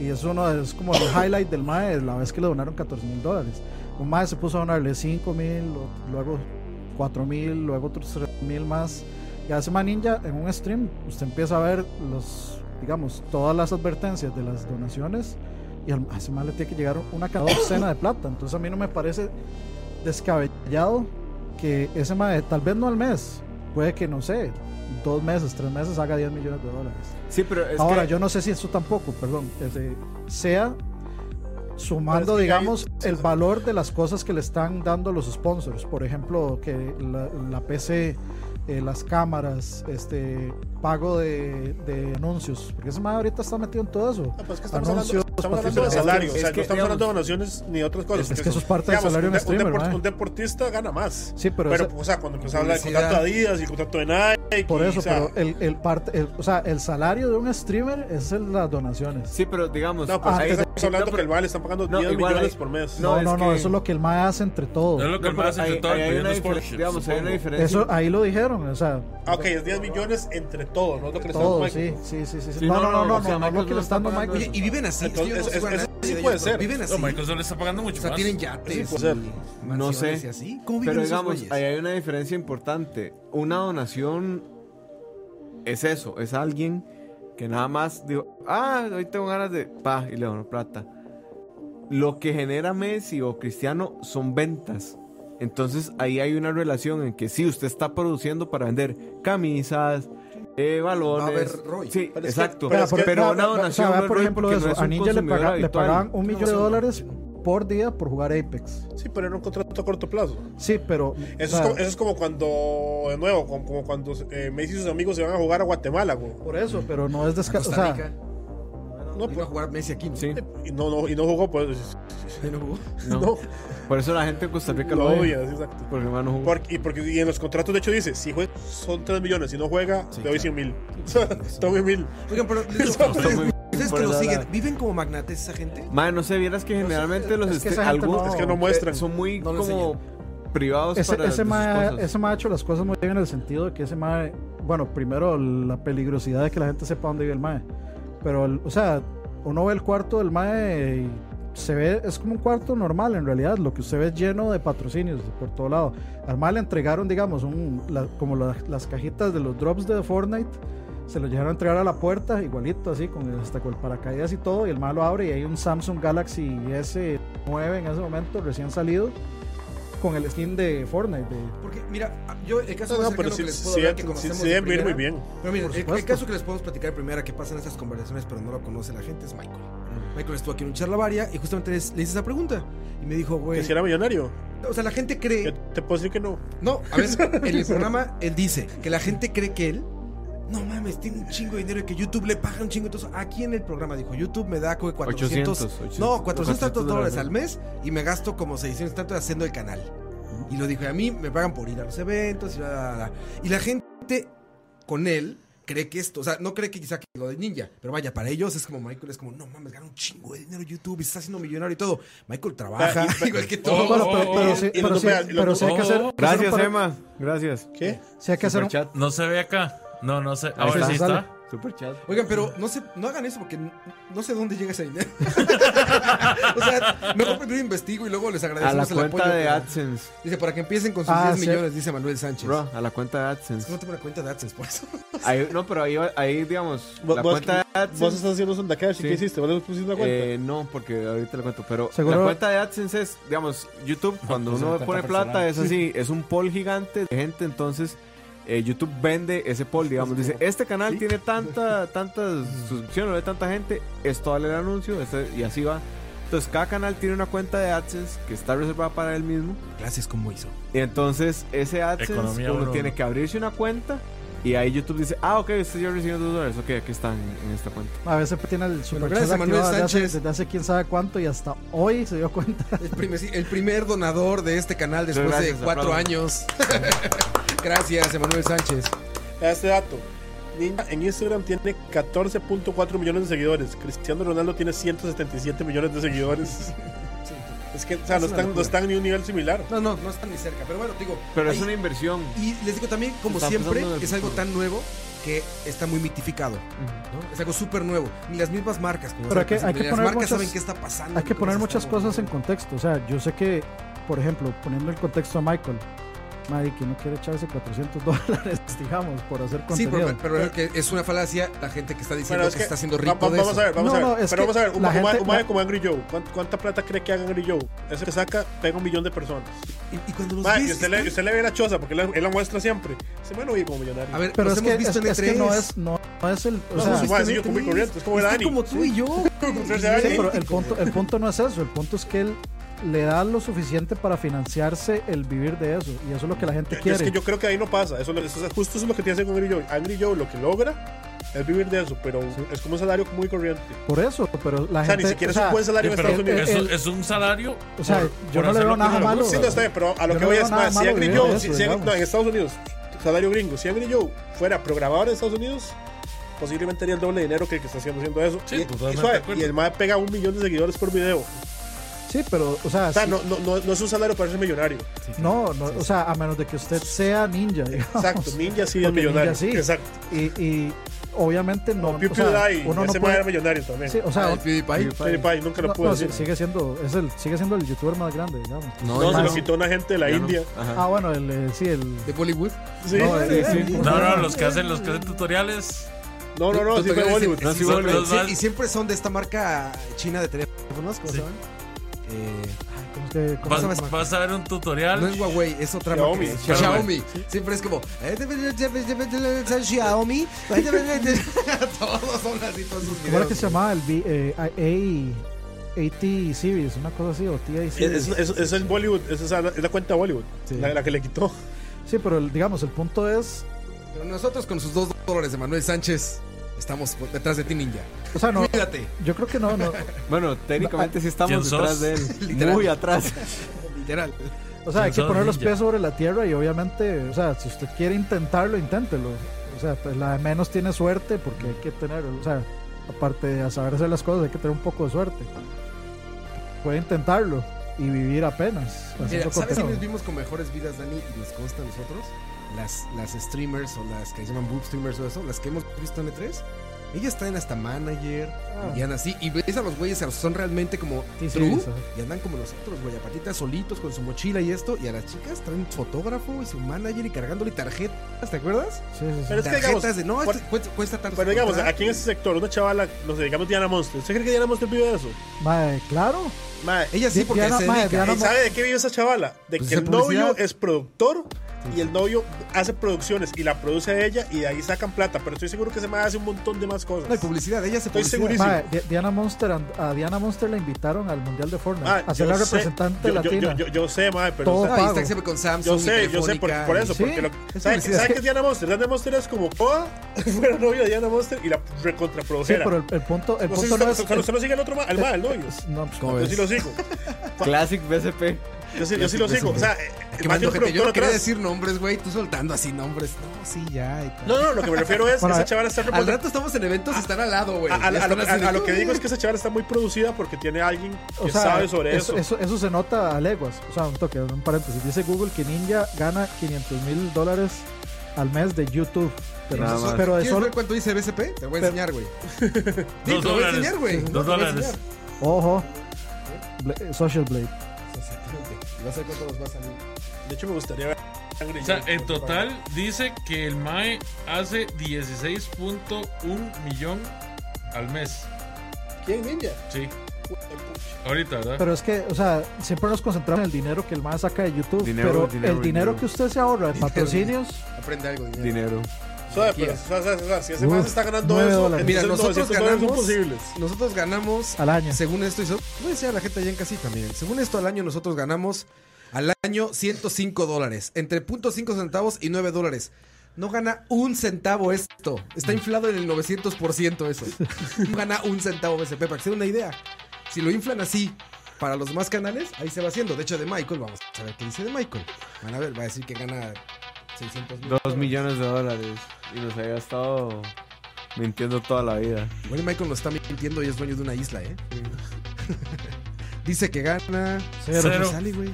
B: Y es uno de- es como el highlight del MAE, la vez que le donaron 14 mil dólares. Un MAE se puso a donarle 5 mil, o- luego 4 mil, luego otros 3 mil más. Y hace más ninja, en un stream, usted empieza a ver los, digamos, todas las advertencias de las donaciones. Y al- a ese mae le tiene que llegar una cada docena de plata. Entonces a mí no me parece descabellado que ese mae, tal vez no al mes, puede que no sé, dos meses, tres meses haga 10 millones de dólares.
E: Sí, pero es
B: Ahora,
E: que
B: yo no sé si eso tampoco, perdón, este, sea
A: Pero
B: sumando,
A: es que ya hay-
B: digamos, el valor de las cosas que le están dando los sponsors. Por ejemplo, que la, la PC, eh, las cámaras, este pago de, de anuncios. Porque ese mae ahorita está metido en todo eso.
A: Ah, pues es que estamos
B: Anuncios,
A: hablando, estamos hablando de
B: patrocinios.
A: salario, o
E: es
A: sea,
E: que,
A: no estamos hablando de
E: digamos,
A: donaciones ni otras cosas.
B: es que eso es parte del salario de un
A: un,
B: streamer, mae.
A: un deportista gana más.
B: Sí, pero
A: pero pues,
B: ese-
A: o sea, cuando empezó a hablar del
C: Publicidad.
A: contrato de Adidas y el contrato de Nike,
B: Por eso,
A: o sea,
B: pero eh, el, el parte, el- o sea, el salario de un streamer es el- las donaciones.
E: Sí, pero digamos.
A: no, pues
E: ahí-
A: es que estamos hablando
E: no, pero-
A: que el VAL le están pagando
E: no,
A: 10
E: igual
A: millones
E: ahí-
A: por mes.
E: no,
B: No,
E: es
B: no, no,
E: que-
B: eso es lo que el MAE hace entre todos.
D: Es lo que
E: no,
D: el
E: pero
D: más entre
E: ahí-
D: todo
E: ahí hay
D: incluyendo
E: una difer-
D: sponsorships,
E: Digamos, hay una
D: supongo.
E: diferencia.
B: Eso ahí lo dijeron, o sea,
A: Ah, ok, es 10 millones entre todos, no es lo que le están
B: todo,
A: Mike.
B: sí, sí, sí, sí, sí.
E: Sí,
B: No, no, no, no,
E: o sea,
B: no, no,
E: Microsoft
B: lo que le están
E: no
B: dando
E: está pagando
B: Mike.
C: Oye, y viven así. es que yo no
A: Entonces,
C: sigo a
A: es-
C: nadie
A: es- sí
C: de
A: puede
C: ellos,
A: ser.
C: pero Viven así.
D: No, Microsoft le está pagando mucho
C: o sea,
D: más.
C: tienen
A: Sí,
C: yates.
A: puede ser.
C: y
E: No sé.
C: mansiones y así. ¿Cómo viven
E: Pero
C: esos
E: digamos,
C: güeyes?
E: ahí hay una diferencia importante. Una donación es eso, es alguien que nada más digo, ah, hoy tengo ganas de pa y le dono plata. Lo que genera Messi o Cristiano son ventas. Entonces ahí hay una relación en que sí, usted está produciendo para vender camisas, eh, balones.
C: Va a haber ROI.
E: Sí,
A: Pero es que-
E: exacto.
A: pero
E: Pero,
A: es que-
E: una
B: O sea,
E: donación.
B: vea,
E: no es
B: por
E: ROI
B: ejemplo,
E: porque no
B: eso,
E: es
B: a
E: un
B: Ninja le,
E: consumidor
B: paga- le
E: habitual.
B: pagaban un millón
C: No,
B: de
C: no,
B: dólares por día por jugar Apex.
A: Sí, pero era un contrato a corto plazo.
B: Sí, pero.
A: Eso,
B: o
A: es
B: sea,
A: como, eso es como cuando, de nuevo, como, como cuando eh, Messi y sus amigos se van a jugar a Guatemala, güey.
B: Por eso, pero no es
C: A
B: desca- O
C: Costa
B: sea,
C: Rica.
A: No,
C: Iba a
A: pues,
C: jugar Messi aquí. ¿no?
E: Sí,
A: y no, no, y no jugó, pues.
C: De nuevo.
E: no.
A: No,
E: Por eso la gente en Costa Rica
A: lo
E: lo odia.
A: odia, sí, exacto.
E: Porque hermano jugó.
A: Porque, y, porque, y en los contratos, de hecho, dice: si juega, son 3 millones, si no juega,
C: Sí,
A: te doy
C: claro.
A: 100 mil. Tome mil.
C: Oigan, pero
E: Está muy-
C: ustedes
E: por
C: que lo
E: esa
C: siguen,
E: edad.
C: ¿viven como magnates esa gente?
E: Madre, no sé, vieras que generalmente los
B: Pues, es que
E: este-
B: esa gente
E: algunos
B: no-
A: Es que no muestran.
E: eh, son muy
C: No lo
E: como privados
B: ese,
E: para
B: ese,
E: de sus
B: ma,
E: cosas.
B: ese ma ha hecho las cosas muy bien en el sentido de que ese ma, bueno, primero la peligrosidad de que la gente sepa dónde vive el mae. Pero, el- o sea, uno ve el cuarto del mae y se ve, es como un cuarto normal en realidad, lo que usted ve es lleno de patrocinios por todo lado. Al mae le entregaron, digamos, un, la- como la- las cajitas de los drops de Fortnite, se lo llegaron a entregar a la puerta, igualito así, con el, hasta con el paracaídas y todo, y el mae lo abre y hay un Samsung Galaxy S9 en ese momento, recién salido. Con el skin de Fortnite, de,
C: Porque, mira, yo el caso
A: No,
C: más cercano
A: no, pero sí,
C: que les
A: sí,
C: puedo hablar que
A: sí, sí,
C: conocemos de
A: deben vivir muy
C: primera-
A: bien.
C: Pero miren,
B: Por
C: el, el
B: supuesto.
C: caso que les podemos platicar de primera que pasan estas conversaciones, pero no lo conoce la gente, es Michael.
B: Mm.
C: Michael estuvo aquí en un charla varia y justamente les- le hice esa pregunta. Y me dijo, güey.
A: Que si era millonario.
C: O sea, la gente
A: Yo
C: cree.
A: te puedo decir que no.
C: No, a veces en el programa él dice que la gente cree que él. No mames, tiene un chingo de dinero y que YouTube le paga un chingo. Entonces, aquí en el programa dijo: YouTube me da como 400.
E: 800,
C: no, 400 tantos
E: 800
C: dólares
E: dólares
C: al mes y me gasto como 600 tantos haciendo el canal. Y lo dijo: y A mí me pagan por ir a los eventos y la, la, la, la. Y la gente con él cree que esto, o sea, no cree que quizá que lo de ninja, pero vaya, para ellos es como Michael, es como, no mames, gana un chingo de dinero YouTube y se está haciendo millonario y todo. Michael trabaja,
A: Ah, y-
C: igual que
D: Oh,
C: todo.
B: Bueno,
D: oh,
B: pero,
D: oh,
B: pero
D: oh,
B: sí,
A: y
B: pero
A: los
B: sí,
A: vean, y los
B: pero sí hay que
D: vean.
B: hacer.
D: Oh,
B: hacer un
E: Gracias,
B: par-
E: Emma. Gracias.
C: Eh,
A: ¿Qué?
B: Sí hay que hacer. un-
E: Superchat.
D: No se ve acá. No, no sé.
E: Ahí
D: Ahora sí
B: sale.
D: está.
E: Superchat.
C: Oigan, pero no se, no hagan eso porque n- no sé dónde llega ese dinero. o sea, mejor primero investigo y luego les
E: A la
C: agradecemos el apoyo.
E: cuenta de
C: pero-
E: AdSense.
C: Dice, para que empiecen con sus
B: Ah,
C: 10
B: sí.
C: millones, dice Manuel Sánchez.
E: Bro, a la cuenta de
C: Es que no
E: AdSense.
C: tengo una cuenta de AdSense por eso.
E: Ahí- no, pero ahí, ahí digamos,
A: Vos-
E: la
A: vos-
E: cuenta de
A: Vos
E: AdSense.
A: estás haciendo Sonda Cash, ¿y
E: Sí.
A: qué hiciste? ¿Vos le pusiste una cuenta?
E: eh, no, porque ahorita le cuento, pero
B: Seguro-
E: la cuenta de AdSense es, digamos, YouTube, cuando
G: pues,
E: uno
G: una
E: pone
G: cuenta
E: plata,
G: personal.
E: es así, es un poll gigante de gente, entonces eh, YouTube vende ese poll, digamos, dice, este canal tiene tanta, tantas suscripciones, lo ve tanta gente, esto vale el anuncio, este- y así va. Entonces cada canal tiene una cuenta de AdSense que está reservada para él mismo,
C: Gracias, como hizo?
E: y entonces ese AdSense
D: Economía
E: uno
D: uno.
E: tiene que abrirse una cuenta, y ahí YouTube dice, ah, ok, usted ya recibió dos dólares, ok, aquí están en, en esta cuenta.
B: A veces tiene el superchat
C: gracias a Manuel
B: activado desde hace,
C: Sánchez.
B: desde hace quién sabe cuánto y hasta hoy se dio cuenta.
C: El primer, sí, el primer donador de este canal después
E: Gracias,
C: de cuatro
E: aplausos.
C: años. Gracias, Emanuel Sánchez.
A: A este dato. Ninja en Instagram tiene 14.4 millones de seguidores. Cristiano Ronaldo tiene 177 millones de seguidores. Es que, o sea,
C: Es una
A: no están, no
C: locura.
A: están ni un nivel similar.
C: No, no, no están ni cerca. Pero bueno, te digo.
E: Pero es
C: ahí-
E: una inversión.
C: Y les digo también, como
E: Está
C: siempre,
E: pensando en el
C: es algo
E: futuro.
C: tan nuevo que está muy mitificado. ¿no? Es algo súper nuevo. Ni las mismas marcas. Como
B: Pero
C: decía
B: hay que-
C: al
B: hay que
C: principio,
B: poner
C: las marcas
B: muchas-
C: saben qué está pasando.
B: Hay que
C: cómo
B: poner
C: se está
B: muchas
C: moviendo.
B: cosas en contexto. O sea, yo sé que, por ejemplo, poniendo el contexto a Michael, Maddy que no quiere echarse 400 dólares, digamos, por hacer
C: Sí,
B: contenido.
C: pero, pero es que es una falacia la gente que está diciendo
A: Bueno,
C: que, está haciendo
A: va-
C: rico
A: va-
C: de
A: vamos
C: eso.
A: a ver, vamos
B: No,
A: a ver.
B: no, es
A: pero
B: que
A: vamos a ver, un,
B: la
A: un ma-
B: gente-
A: un ma-
B: la-
A: como Angry Joe. ¿cuán- ¿Cuánta plata cree que haga Angry Joe? Eso que saca pega un millón de personas.
C: Y, y cuando los
A: Ma,
C: ves,
A: y usted,
C: están-
A: le, usted le ve la choza porque él, la- él la muestra siempre. Se me oye como millonario.
C: A ver,
B: Pero
C: los
B: es
C: hemos
B: que,
C: visto
B: es,
C: en E
B: es que
C: E3.
B: no es, no, no es el. O
C: Los
B: sea,
C: hemos
B: sí,
C: visto
A: ma, sí,
C: en
A: yo como
C: E3.
A: corriente, es como el
C: Está
A: Dani.
C: como tú y yo.
A: Usted se ve
B: pero
A: ahí.
B: el punto, el punto no es eso. El punto es que él le da lo suficiente para financiarse el vivir de eso. Y eso es lo que la gente
A: Yo-
B: quiere.
A: Es que yo creo que ahí no pasa. Eso, eso es- justo eso es lo que tiene que hacer con Angry Joe. Angry Joe lo que logra es vivir de eso, pero es como un salario muy corriente.
B: Por eso, pero la
A: O sea,
B: gente.
A: ni siquiera
B: o sea,
A: es un buen salario
D: Sí,
A: en
D: pero
A: Estados Unidos.
D: es,
B: el-
D: un- es un salario.
B: o sea,
D: por-
B: yo
D: por
B: no le
D: hacer
B: veo
D: lo
B: nada
D: que-
B: malo.
A: Sí, no está bien, pero a lo
B: Yo
A: que
B: no
A: voy
B: veo
A: es
B: nada
A: más. Si
B: malo
A: Angry
B: vivir
A: Joe,
B: de
A: si-
B: eso,
A: si Angry-
B: digamos.
A: no, en Estados Unidos, salario gringo, si Angry Joe fuera programador en Estados Unidos, posiblemente haría el doble de dinero que el que está haciendo, haciendo eso.
D: Sí,
A: y,
D: totalmente
A: y,
D: de
A: suave,
D: acuerdo.
A: y el MAE pega un millón de seguidores por video. O
B: Sí, pero, o sea,
A: sea,
B: sí-
A: no, no, no, no es un salario para ser millonario.
B: no, no, o sea, a menos de que usted sea ninja, digamos.
A: Exacto, Ninja sí es
B: Porque Ninja
A: millonario.
B: sí.
A: Exacto.
B: Y, y obviamente no.
A: Como
B: o sea,
A: PewDiePie,
B: uno no
A: ese mae
B: puede-
A: era millonario también.
B: sí, o sea,
C: Ah, el PewDiePie.
A: PewDiePie nunca lo
B: no,
A: pudo
B: no,
A: decir.
B: sí, sigue siendo, es el, sigue siendo el youtuber más grande, digamos.
A: No, se
B: no.
A: lo quitó una gente de la
E: Ya no.
A: India.
E: Ajá.
B: Ah, bueno, el, eh, sí, el.
C: De Bollywood.
A: Sí.
B: no,
A: No,
B: el- sí,
D: No, no, los que hacen, los que hacen tutoriales.
A: no, no, sí fue Bollywood.
C: Sí,
E: sí,
C: son-
D: Bollywood.
C: sí, y siempre son de esta marca china de teléfonos. ¿Cómo se llaman? Eh,
B: que- como-
C: se llama esa
D: Vas, vas a ver un
C: no es
D: tutorial.
C: Huawei, es otra
A: Xiaomi.
C: marca.
D: Xiaomi.
C: Xiaomi. Siempre es como. eh, Xiaomi. Todos son así todos sus
B: ¿Cómo era que
C: videos.
B: se llamaba el B, eh, A, A- AT Series? Una cosa así, o TI
A: Es,
B: Series.
A: es, es el Bollywood, es, esa- es la cuenta de Bollywood,
B: Sí.
A: la, la que le quitó.
B: Sí, pero el- digamos, el punto es.
C: Pero nosotros con sus dos dólares de Manuel Sánchez estamos por- detrás de ti, ninja.
B: O sea, no.
C: Cuídate.
B: Yo creo que no, no.
E: Bueno, técnicamente sí
D: ¿Quién
E: estamos detrás
D: sos?
E: de él.
C: Literal.
E: Muy atrás.
C: Literal.
B: O sea, hay que
D: Sensor
B: poner los
D: ninja.
B: pies sobre la tierra y obviamente, o sea, si usted quiere intentarlo, inténtelo. O sea, pues la de menos tiene suerte porque hay que tener, o sea, aparte de saber hacer las cosas, hay que tener un poco de suerte. Puede intentarlo y vivir apenas.
C: Mira,
B: haciendo
C: ¿Sabes quiénes
B: contenido.
C: vimos con mejores vidas, Dani? Y nos consta a nosotros. Las, las streamers o las que se llaman boob streamers o eso, las que hemos visto en E3. Ellas traen hasta manager y andan así. Y ves a los güeyes, a los- son realmente como
B: Ah. Sí, sí,
C: true.
B: sí.
C: y andan como nosotros, güey, a patitas solitos con su mochila y esto. Y a las chicas traen fotógrafo y su manager y cargándole tarjetas, ¿te acuerdas?
B: Sí, sí, sí.
A: Pero es que
C: tarjetas
A: digamos,
C: de no,
A: cuál-
C: esto cuesta, cuesta tanto.
A: Pero digamos,
C: comprar".
A: aquí en ese sector, una chavala, no sé, digamos Diana Monster. ¿Usted cree que Diana Monster vive de eso?
B: Mae, claro.
A: Mae,
C: Ella sí,
B: Di-
C: porque
B: Diana-
C: se
B: madre,
C: dedica.
B: Diana-
A: ¿y ¿sabe de qué vive esa chavala? De
C: Pues
A: que
C: esa
A: el novio
C: publicidad.
A: es productor y el novio hace producciones y la produce a ella y de ahí sacan plata. Pero estoy seguro que se me hace un montón de más cosas.
C: No hay publicidad, ella se
A: Estoy
C: publicita.
A: segurísimo.
B: Mae, Di- Diana Monster, and- a Diana Monster la invitaron al Mundial de Fortnite
A: Mae,
B: a ser
A: yo
B: la
A: sé,
B: representante
A: yo- yo-
B: latina.
A: Yo, yo- yo sé, mae, pero.
B: Todo
A: o sea,
C: Ah, y
B: pago.
C: está siempre con Samsung.
A: yo
C: y
A: sé, yo sé, por,
C: Telefónica,
A: por eso,
B: Sí,
A: porque lo,
B: es
A: ¿sabe,
B: publicidad.
A: sabe qué es Diana Monster? Diana Monster es como Coda fuera novio de Diana Monster y la
B: sí,
A: recontraprodujera.
B: pero el, el punto, el
A: No sé si
B: punto no
A: usted-
B: es.
A: usted- usted lo sigue el otro mal, al mal, ¿no? Yo,
B: no, pues,
C: ¿Cómo
A: yo sí
C: ves?
A: lo sigo.
E: Classic BSP.
A: Yo sí, yo sí lo sigo. O sea, eh,
C: Que
A: más de
C: mando
A: un
C: gente. Yo
A: productor
C: no quería
A: atrás.
C: decir nombres, güey. Tú soltando así nombres. No, sí, ya. y tal.
A: No, no, lo que me refiero es que
B: Para-
A: esa chavala está
C: Al
A: recontra-
C: rato estamos en eventos y están al lado, güey.
A: a, a- a
C: Ya
A: lo,
C: están
A: a-
C: así de-
A: a lo que digo es que esa chavala está muy producida porque tiene a alguien que
B: O sea,
A: sabe sobre eso.
B: Eso, eso se nota a leguas. O sea, un toque, un paréntesis. Dice Google que Ninja gana 500 mil dólares al mes de YouTube. Pero,
E: Nada más.
B: pero de
C: ¿Quieres
B: solo.
C: ver cuánto dice BSP? Te lo voy a
B: Pero-
C: enseñar, güey. Sí, te lo voy a
D: dólares.
C: enseñar, güey. Te lo
D: Dos
C: voy a
D: dólares.
C: enseñar.
B: Ojo. Bla- eh, Social Blade.
C: Exactamente. Y vas a ver cuánto nos va a salir.
A: De hecho, me gustaría ver.
D: O sea, en total dice que el MAE hace 16.1 millón al mes.
A: ¿Quién, Ninja?
D: Sí, ahorita, ¿verdad?
B: Pero es que, o sea, siempre nos concentramos en el dinero que el más saca de YouTube.
E: Dinero,
B: pero
E: dinero,
B: el dinero
E: dinero.
B: que usted se ahorra de
C: Dinero.
B: patrocinios.
C: Aprende algo, dinero.
E: Dinero.
A: Suave, pero, o sea, o sea, o sea, si ese
B: Uf,
A: man está ganando
B: nueve
A: eso,
B: dólares.
A: entonces
C: Mira, nosotros
A: 900 dólares
C: ganamos.
A: son posibles.
C: Nosotros ganamos
B: Al año.
C: Según esto, y so- voy a decir a la gente allá en casita, miren. Según esto, al año nosotros ganamos al año 105 dólares. Entre 0.5 centavos y 9 dólares. No gana un centavo esto. Está inflado en el 900% eso. No gana un centavo BCP. Para que se den una idea. Si lo inflan así para los demás canales, ahí se va haciendo. De hecho, de Michael, vamos a ver qué dice de Michael. Van a ver, va a decir que gana 600 mil.
E: Dos millones de dólares. Y nos había estado mintiendo toda la vida.
C: Igual Michael nos está mintiendo y es dueño de una isla, ¿eh? Dice que gana.
B: Cero.
C: ¿Por qué
D: Cero.
C: sale, güey?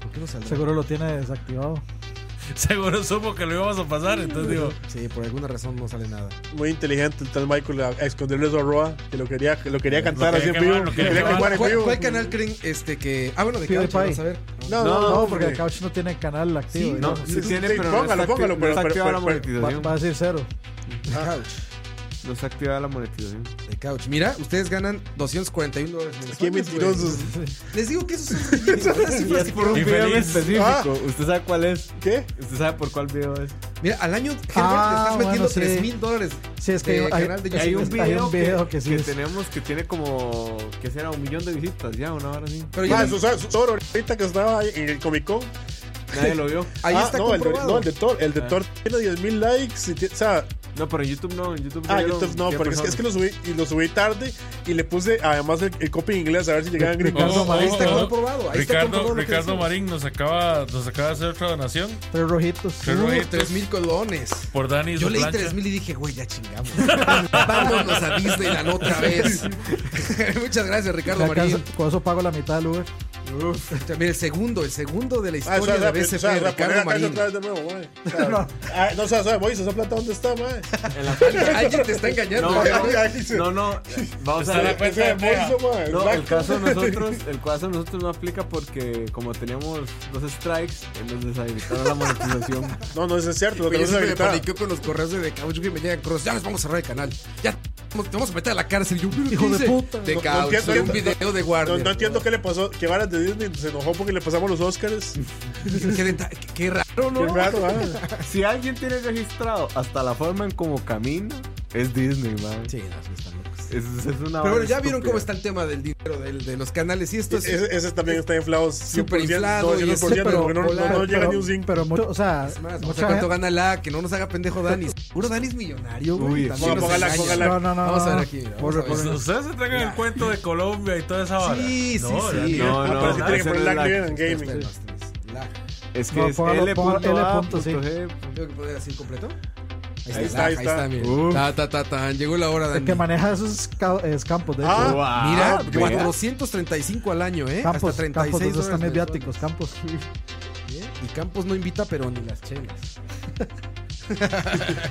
C: ¿Por qué no saldrá?
B: Seguro lo tiene desactivado.
D: Seguro supo que lo íbamos a pasar, entonces digo,
C: Sí, por alguna razón no sale nada.
A: Muy inteligente el tal Michael a, a esconderle eso a Roa, que lo quería, que lo quería cantar así
D: quería
A: en
D: quemar,
A: vivo.
D: lo
A: que
D: quería
A: quería
D: quemar.
A: cantar en
C: ¿Cuál,
A: vivo.
C: cuál canal creen este que.? Ah, bueno, de Couch,
B: PewDiePie.
C: vamos a ver.
A: No,
B: No, pues, eh,
A: no,
B: no,
A: no,
B: porque el
A: porque-
B: couch no tiene canal activo.
E: No,
B: digamos.
E: sí
A: sí,
E: tiene,
A: sí,
E: pero
A: póngalo,
E: no está, acti-
A: póngalo,
E: no
A: pero-
E: está
A: pero-
E: activada la
A: pero- pero-
B: Va,
E: monetización.
B: va a decir cero.
C: De
A: Ah.
C: Couch.
E: No está activada la monetización.
C: De Couch. Mira, ustedes ganan 241 dólares mensuales,
A: Qué
C: güey.
A: mentirosos.
C: Les digo que esos son los mínimos, las
E: Y
C: cifras
E: es
C: que
E: por un
D: Y
E: video en
D: feliz.
E: específico.
A: Ah.
E: Usted sabe cuál es.
A: ¿Qué?
E: Usted sabe por cuál video es.
C: Mira, al año Herbert
B: Ah,
C: te estás metiendo
B: bueno, sí.
C: 3 mil dólares.
B: Sí, es que
C: de
B: hay-
C: canal de
B: hay
E: Hay
C: YouTube.
B: Hay
E: un
B: un
E: video,
B: video
E: que,
B: que sí
E: que
B: es.
E: tenemos que tiene como, que será un millón de visitas ya, una hora así.
C: Pero ya
A: Ah,
C: no-
A: su, su- Thor ahorita que estaba ahí en el Comic Con.
E: Nadie lo vio.
C: ahí
A: Ah,
C: está
A: no, el de,
C: comprobado.
A: no, el de Thor. El de
E: Ah.
A: Thor tiene 10.000 likes. y ti- o sea,
E: No, pero en YouTube no. En YouTube
A: ah,
E: vieron
A: YouTube no,
E: 100
A: porque es que, es que lo subí y lo subí tarde y le puse además el, el copy en inglés a ver si llegaban gringos.
B: Ricardo
C: Ahí
B: Marín,
C: está
D: Oh, oh,
C: comprobado. Ahí está
D: Ricardo,
C: comprobado. lo que
D: Ricardo
C: decimos.
D: Marín nos acaba, nos acaba de hacer otra donación
B: tres rojitos.
D: Tres
C: Uh,
D: rojitos.
C: 3 mil colones.
D: por Dani y
C: Yo
D: su
C: leí
D: plancha.
C: 3 mil y dije, güey, ya chingamos. Vámonos a Disneyland otra vez. Muchas gracias, Ricardo
B: Me alcanza-
C: Marín.
B: Con eso pago la mitad del Uber.
C: También el segundo, el segundo de la
A: Ah, o
C: historia
A: sea, o sea,
C: de BCP,
A: o sea, o sea, poner
C: Ricardo
A: la casa
C: Marín.
A: otra vez de nuevo, güey. O sea, ah, no, o sea, o sea, Moisés, esa plata dónde está, mae.
E: En la playa.
C: Alguien te está engañando. ¿eh?
E: No,
C: güey.
E: no,
A: Ahí se-
E: No, no. Vamos a
D: Está la
E: ver.
D: cuenta de Moiso,
A: mae.
E: No, el
A: Exacto.
E: caso de nosotros, el caso de nosotros no aplica porque como teníamos dos strikes, eh, nos deshabilitaron la monetización.
A: No, no, eso es cierto, lo
C: Güey, yo
A: tenemos
C: siempre me
A: habilitado.
C: paniqueo con los correos de The Couch que me llegan correos. Ya les vamos a cerrar el canal. Ya te vamos a meter a la cárcel. Yo,
B: Hijo de
C: dice
B: puta.
C: The
A: No, no
C: Couch,
A: entiendo,
C: soy un
A: no,
C: video de
A: No,
C: guardia.
A: no entiendo qué le pasó, que Varas de Disney se enojó porque le pasamos los Oscars.
C: Qué, qué denta- qué- qué raro, ¿no?
A: Qué raro, ah.
E: Si alguien tiene registrado hasta la forma en cómo camina, es Disney, man.
C: Sí, no, sí, están locos.
E: Es, es
C: Pero bueno,
E: una vara
C: ya vieron
E: estúpida.
C: cómo está el tema del dinero del- de los canales. Y esto es.
A: Ese, ese también está inflado. 100%,
C: Superinflado y es
A: 900%, porque no, no-
C: superpolar,
A: no llega
B: pero,
A: ni un zinc.
B: pero mucho, o sea,
C: es más, vamos a
B: mucha
C: ver cuánto
B: gente-
C: gana la. Que no nos haga pendejo Dani. Seguro Dani es millonario,
E: Uy,
C: güey. también
A: sí.
C: nos
A: Póngala,
C: engaña.
A: póngala.
B: No, no, no.
C: Vamos a ver
B: no.
C: aquí, mira, vamos
B: Por-
C: a ver.
B: por-
D: Pues, Ustedes se tragan el cuento de Colombia y toda esa vara.
C: Sí, sí,
D: No,
C: sí.
D: Dani,
E: No,
A: Ah,
E: no,
A: pero sí tiene que
E: ese
A: poner
E: no
A: la
E: es la-
A: clear en
C: Espera, espera,
A: gaming.
C: espera, espera, lag.
E: Es que
B: No,
E: es
B: póngalo,
E: L.
B: póngalo,
E: A.
B: L. sí.
E: G.
C: Tengo que poner así completo.
A: Ahí está,
C: lag,
A: ahí está.
C: miren.
E: Uf.
C: Ta, ta, ta, ta. Llegó la hora,
B: El
C: Dani.
B: que maneja esos ca- es campos, de hecho.
A: Ah,
C: Mira,
E: Wow, vea.
C: 435 al año, ¿eh?
B: campos,
C: Hasta
B: campos,
C: 36
B: esos
C: horas
B: también
C: mensuales.
B: viáticos, campos.
C: Bien. Y Campos no invita, pero ni las chelas.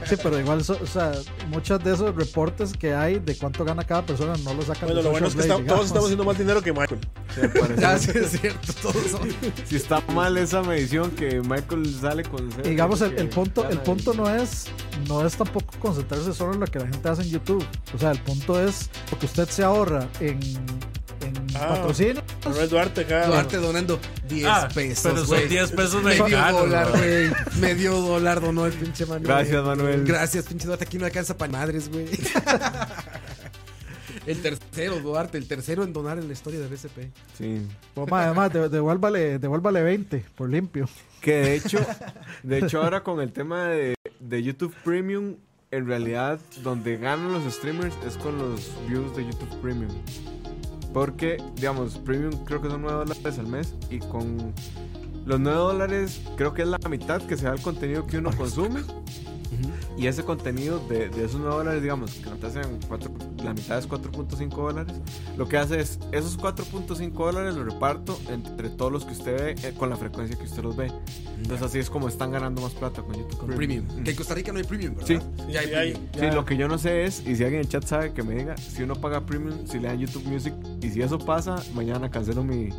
B: Sí, pero igual, so- o sea, muchos de esos reportes que hay de cuánto gana cada persona no lo sacan.
A: Bueno,
B: de
A: lo bueno es que
B: Social
A: está-
B: Blade,
A: todos estamos
B: digamos.
A: haciendo más dinero que Michael.
E: Se parece-
C: Ya, sí, es cierto, todos son.
E: Si está mal esa medición que Michael sale con cero,
B: Y digamos, el,
E: que
B: el punto, el
E: gana
B: punto
E: y-
B: no es no es tampoco concentrarse solo en lo que la gente hace en YouTube. O sea, el punto es lo que usted se ahorra en, en
A: Ah.
B: patrocinio.
A: Manuel Duarte acá.
C: Duarte donando 10
D: Ah, pero
C: pesos,
D: son
C: güey.
D: 10 pesos
C: Medio
D: mexicanos.
C: dólar,
D: ¿no?
C: güey. Medio dólar donó el pinche Manuel.
E: Gracias, Manuel.
C: Gracias, pinche Duarte. Aquí no alcanza para madres, güey. El tercero, Duarte, el tercero en donar en la historia de BCP.
E: Sí.
B: Pues, ma, Además, de- devuélvale, devuélvale 20 por limpio.
E: Que de hecho, de hecho ahora con el tema de, de YouTube Premium, en realidad donde ganan los streamers es con los views de YouTube Premium. Porque, digamos, Premium creo que son 9 dólares al mes y con los 9 dólares creo que es la mitad que se da el contenido que uno consume. Y ese contenido de, de esos 9 dólares, digamos, que la, mitad sean cuatro- la mitad es 4.5 dólares, lo que hace es esos 4.5 dólares los reparto entre todos los que usted ve eh, con la frecuencia que usted los ve. Entonces así es como están ganando más plata con YouTube.
C: Con premium. Que en Costa Rica no hay premium, ¿verdad?
E: Sí.
C: Ya hay
A: Sí, hay.
C: premium.
E: Sí, lo que yo no sé es, y si alguien en el chat sabe que me diga, si uno paga premium, si le dan YouTube Music, y si eso pasa, mañana cancelo mi,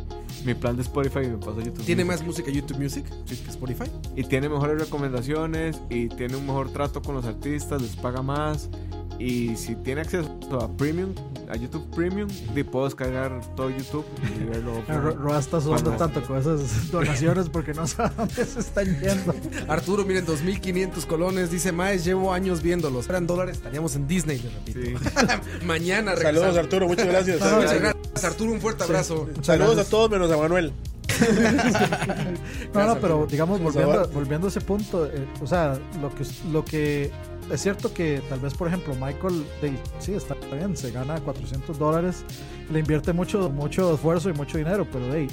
E: mi plan de Spotify y me paso a YouTube
C: ¿Tiene
E: Music.
C: más música YouTube Music que Spotify?
E: Y tiene mejores recomendaciones, y tiene un mejor trato con los artistas, les paga más. Y si tiene acceso a premium, a YouTube Premium, te puedo descargar todo YouTube y verlo.
B: Ro- Roa está sudando
E: Ah.
B: tanto
E: Cuando-
B: con esas donaciones porque no sabe dónde se están yendo.
C: Arturo, miren, 2.500 colones. Dice, Maes, llevo años viéndolos. Eran dólares, estaríamos en Disney, le repito.
E: Sí.
C: Mañana
A: Saludos,
C: regresamos.
A: Arturo, muchas gracias.
C: Muchas gracias, Arturo. Un fuerte abrazo.
A: Saludos a todos menos a Manuel.
B: No, no,
C: Gracias,
B: pero
C: Arturo.
B: digamos,
A: Por
B: volviendo,
A: favor.
B: volviendo a ese punto, eh, o sea, lo que, us- lo que es cierto que tal vez, por ejemplo, Michael, de- sí, está bien, se gana 400 dólares, le invierte mucho, mucho esfuerzo y mucho dinero, pero de ahí,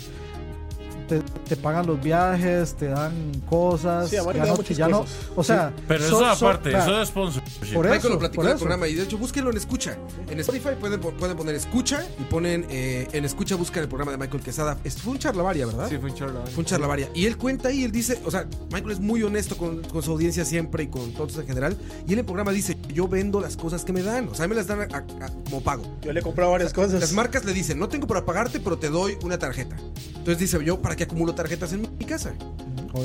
B: te- te pagan los viajes, te dan cosas.
A: Sí, a Mario
B: ya
A: le da
B: no,
A: muchas
B: ya no-
A: cosas.
B: o sea,
D: Pero
B: so-
D: eso
B: so-
D: aparte,
B: vea,
C: ah.
D: eso es sponsorship.
B: por eso,
C: Michael lo platicó
B: por
C: en el
B: eso.
C: programa y de hecho búsquenlo en escucha. En Spotify pueden, po- pueden poner escucha y ponen eh, en escucha buscan el programa de Michael Quesada. Es- Fue un charlavaria,
B: ¿Ah?
C: ¿verdad?
E: Sí, fue un charla.
C: Fue un charlavaria. Y él cuenta y él dice, o sea, Michael es muy honesto con, con su audiencia siempre y con todos en general. Y en el programa dice, yo vendo las cosas que me dan. O sea, me las dan a- a- a- como pago.
A: Yo le he comprado varias cosas.
C: Las marcas le dicen, no tengo para pagarte, pero te doy una tarjeta. Entonces dice, yo, ¿para qué acumulo tarjetas en mi casa?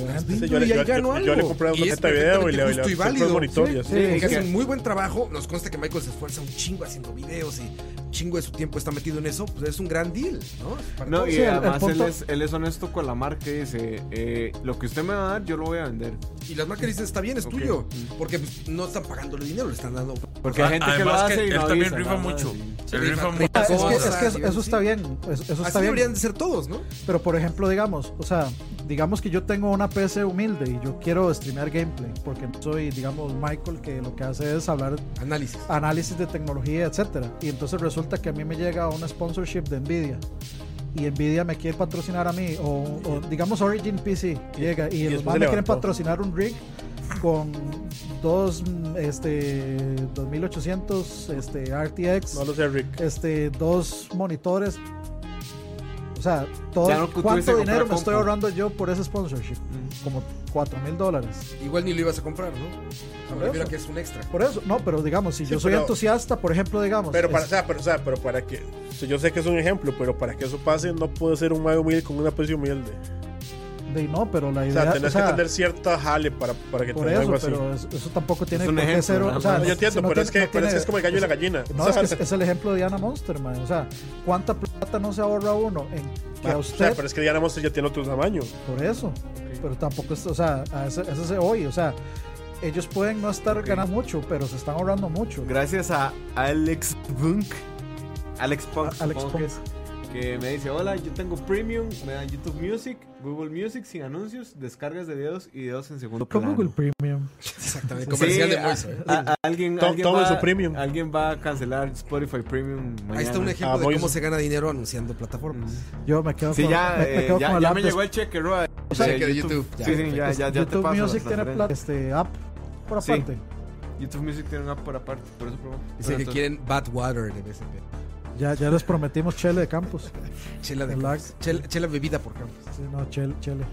C: Las
A: Sí,
C: vendo
A: yo, le,
C: y ahí
A: yo-
C: gano
A: yo-
C: algo.
A: yo le compré una
C: Y es
A: tarjeta de video y le,
C: perfectamente
A: le,
C: justo y
A: compré un
C: válido.
A: monitor y así.
B: Sí,
C: Que
B: sí,
C: hace un muy buen trabajo. Nos consta que Michael se esfuerza un chingo haciendo videos y un chingo de su tiempo está metido en eso. Pues es un gran deal, ¿no? Para
E: No,
C: todos.
E: y
B: Sí, el- el
E: además
B: punto-
E: él, es, él es honesto con la marca y dice, eh, lo que usted me va a dar, yo lo voy a vender.
C: Y las marcas dicen, está bien, es
E: Ok.
C: tuyo. Porque pues, no están pagándole dinero, le están dando.
E: Porque hay gente que lo
D: Además que,
E: hace y
D: él
E: no
D: también
E: avisa,
D: rifa
E: nada más,
D: mucho.
E: y-
D: Él
C: rifa
D: rifa
C: mucho.
B: Ah, es,
D: muchas
B: que, es
D: cosas.
B: que eso- eso
C: Sí.
B: está bien. es- Eso
C: Así
B: está bien.
C: deberían de ser todos, ¿no?
B: Pero por ejemplo, digamos, o sea, digamos que yo tengo una PC humilde y yo quiero streamear gameplay, porque soy, digamos, Michael, que lo que hace es hablar
C: Análisis.
B: análisis de tecnología, etcétera. Y entonces resulta que a mí me llega una sponsorship de Nvidia. Y Nvidia me quiere patrocinar a mí, o, o digamos Origin PC, llega y,
A: y
B: los
A: después
B: más
A: se
B: me quieren
A: levantó.
B: patrocinar un rig con dos mm, este 2800 este RTX,
A: No lo sé, Rick.
B: este dos monitores. O sea, todo,
E: Ya no tuviste que
B: ¿cuánto
E: comprar
B: dinero me
E: compu.
B: estoy ahorrando yo por ese sponsorship? Como 4 mil dólares.
C: Igual ni lo ibas a comprar, ¿no? O sea, me refiero a que es un extra.
B: Por eso, no, pero digamos, si
A: Sí,
B: yo soy
A: pero-
B: entusiasta, por ejemplo, digamos.
A: Pero para,
B: es-
A: o sea, pero, o sea, pero para que. o sea, yo sé que es un ejemplo, pero para que eso pase, no puedo ser un mago humilde con una PC humilde.
B: De no, pero la
A: O
B: idea.
A: sea, tenés
B: o sea,
A: que tener cierta jale para, para que
B: por
A: tenga algo
B: eso,
A: así.
B: pero es- eso tampoco tiene
E: Es un
B: por qué
E: ejemplo,
B: ser.
E: nada
B: O sea,
E: más.
A: No, yo entiendo,
B: no
A: pero es
B: tiene-
A: que- pero es que es como el gallo y la
B: o sea,
A: gallina.
B: No,
A: O sea,
B: es que es, es el ejemplo de Diana Monster, man. O sea, ¿cuánta plata no se ahorra uno en que
A: Ah,
B: a
A: o
B: usted
A: sea, pero es que Diana Monster ya tiene otro tamaño.
B: por eso? Pero tampoco es, o sea, a ese, a ese se oye, o sea. Ellos pueden no estar
E: Ok.
B: ganando mucho, pero se están ahorrando mucho.
E: Gracias a Alex Punk. Alex Punk.
B: A- Alex
E: supongo que es, Que me dice, hola, yo tengo Premium, me dan YouTube Music, Google Music sin anuncios, descargas de videos y videos en segundo plano.
B: Como Google Premium.
C: Exactamente. Comercial
E: Sí,
C: de Moiso. ¿eh?
E: a- a- alguien,
A: To-
E: alguien,
A: todo
E: va,
A: su premium.
E: alguien va a cancelar Spotify Premium mañana.
C: Ahí está un
A: Ah,
C: ejemplo de
A: Moiso.
C: cómo se gana dinero anunciando plataformas.
B: Yo me quedo
E: Sí,
B: con,
E: ya,
B: me, me
E: eh,
B: quedo
E: ya,
B: con el
E: ya
B: app
E: me
B: de-
E: llegó el cheque, Roa. Eh,
C: O sea, que de YouTube, ya,
E: Sí, sí, ya,
C: perfecto.
E: ya, ya te
B: YouTube
E: paso la
B: Music tiene plata,
E: transferencia.
B: este app por
E: Sí.
B: aparte.
E: YouTube Music tiene una por aparte, por eso probó.
C: Dice
E: Pero
C: que
E: entonces-
C: quieren Bad Water en MSP.
B: Ya, ya les prometimos Chele de Campos.
C: Chela de
B: El
C: Campos.
B: lag.
C: Chela, chela bebida por Campos.
B: Sí, no, Chele. Chele.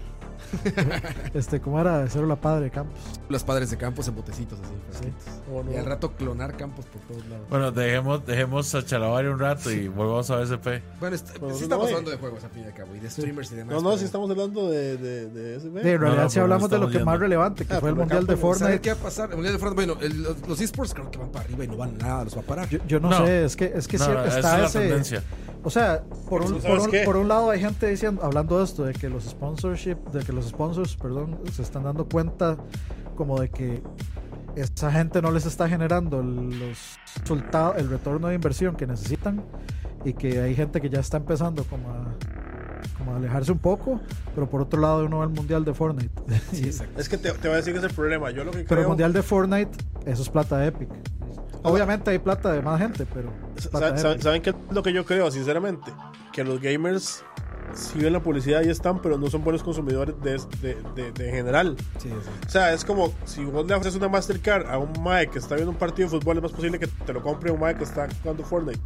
B: este, ¿cómo era? Cero la padre de Campos.
C: Los padres de Campos en botecitos así. fresquitos.
A: ¿O no?
C: Y al rato clonar Campos por todos lados.
D: Bueno, dejemos, dejemos a Chalabar un rato y volvamos a BSP.
C: Bueno, est-
A: Pero
C: sí
A: no
C: estamos
A: hay.
C: hablando de juegos a fin y al cabo y de streamers y demás.
A: No, no,
C: pero-
A: si estamos hablando de, de, de ese
B: Sí, en
A: güey.
B: realidad
D: no,
B: sí
D: pero
B: hablamos
D: no
B: de lo que
D: estamos
B: más
D: yendo.
B: relevante, que
A: Ah,
B: fue el
A: pero
B: Mundial de
A: Campos,
C: ¿Saben
B: Fortnite.
C: qué va pues, a pasar? El Mundial de Fortnite, bueno, el- los, los esports creo que van para arriba y no van nada, los va a parar.
B: Yo, yo no,
D: No.
B: sé, es que, es que
D: No,
B: sí
D: no, esa
B: está
D: es la
B: ese...
D: tendencia.
B: O sea, por un,
A: ¿Sabes
B: por, un,
A: qué?
B: por un lado hay gente diciendo, hablando de esto, de que los sponsorship, de que los sponsors, perdón, se están dando cuenta como de que esa gente no les está generando los resultados, el retorno de inversión que necesitan y que hay gente que ya está empezando como a, como a alejarse un poco, pero por otro lado uno ve el mundial de Fortnite. Y-
A: Es que te, te voy a decir que es el problema. Yo lo que
B: pero el
A: creo.
B: mundial de Fortnite, eso es plata de Epic. Obviamente hay plata de más gente, pero es
A: Sa-
B: plata de
A: sa-
B: Epic.
A: ¿Saben qué es lo que yo creo, sinceramente? Que los gamers si ven la publicidad y están, pero no son buenos consumidores de, de- de- de en general.
C: Sí, sí.
A: O sea, es como si vos le ofreces una Mastercard a un Mae que está viendo un partido de fútbol, es más posible que te lo compre un Mae que está jugando Fortnite.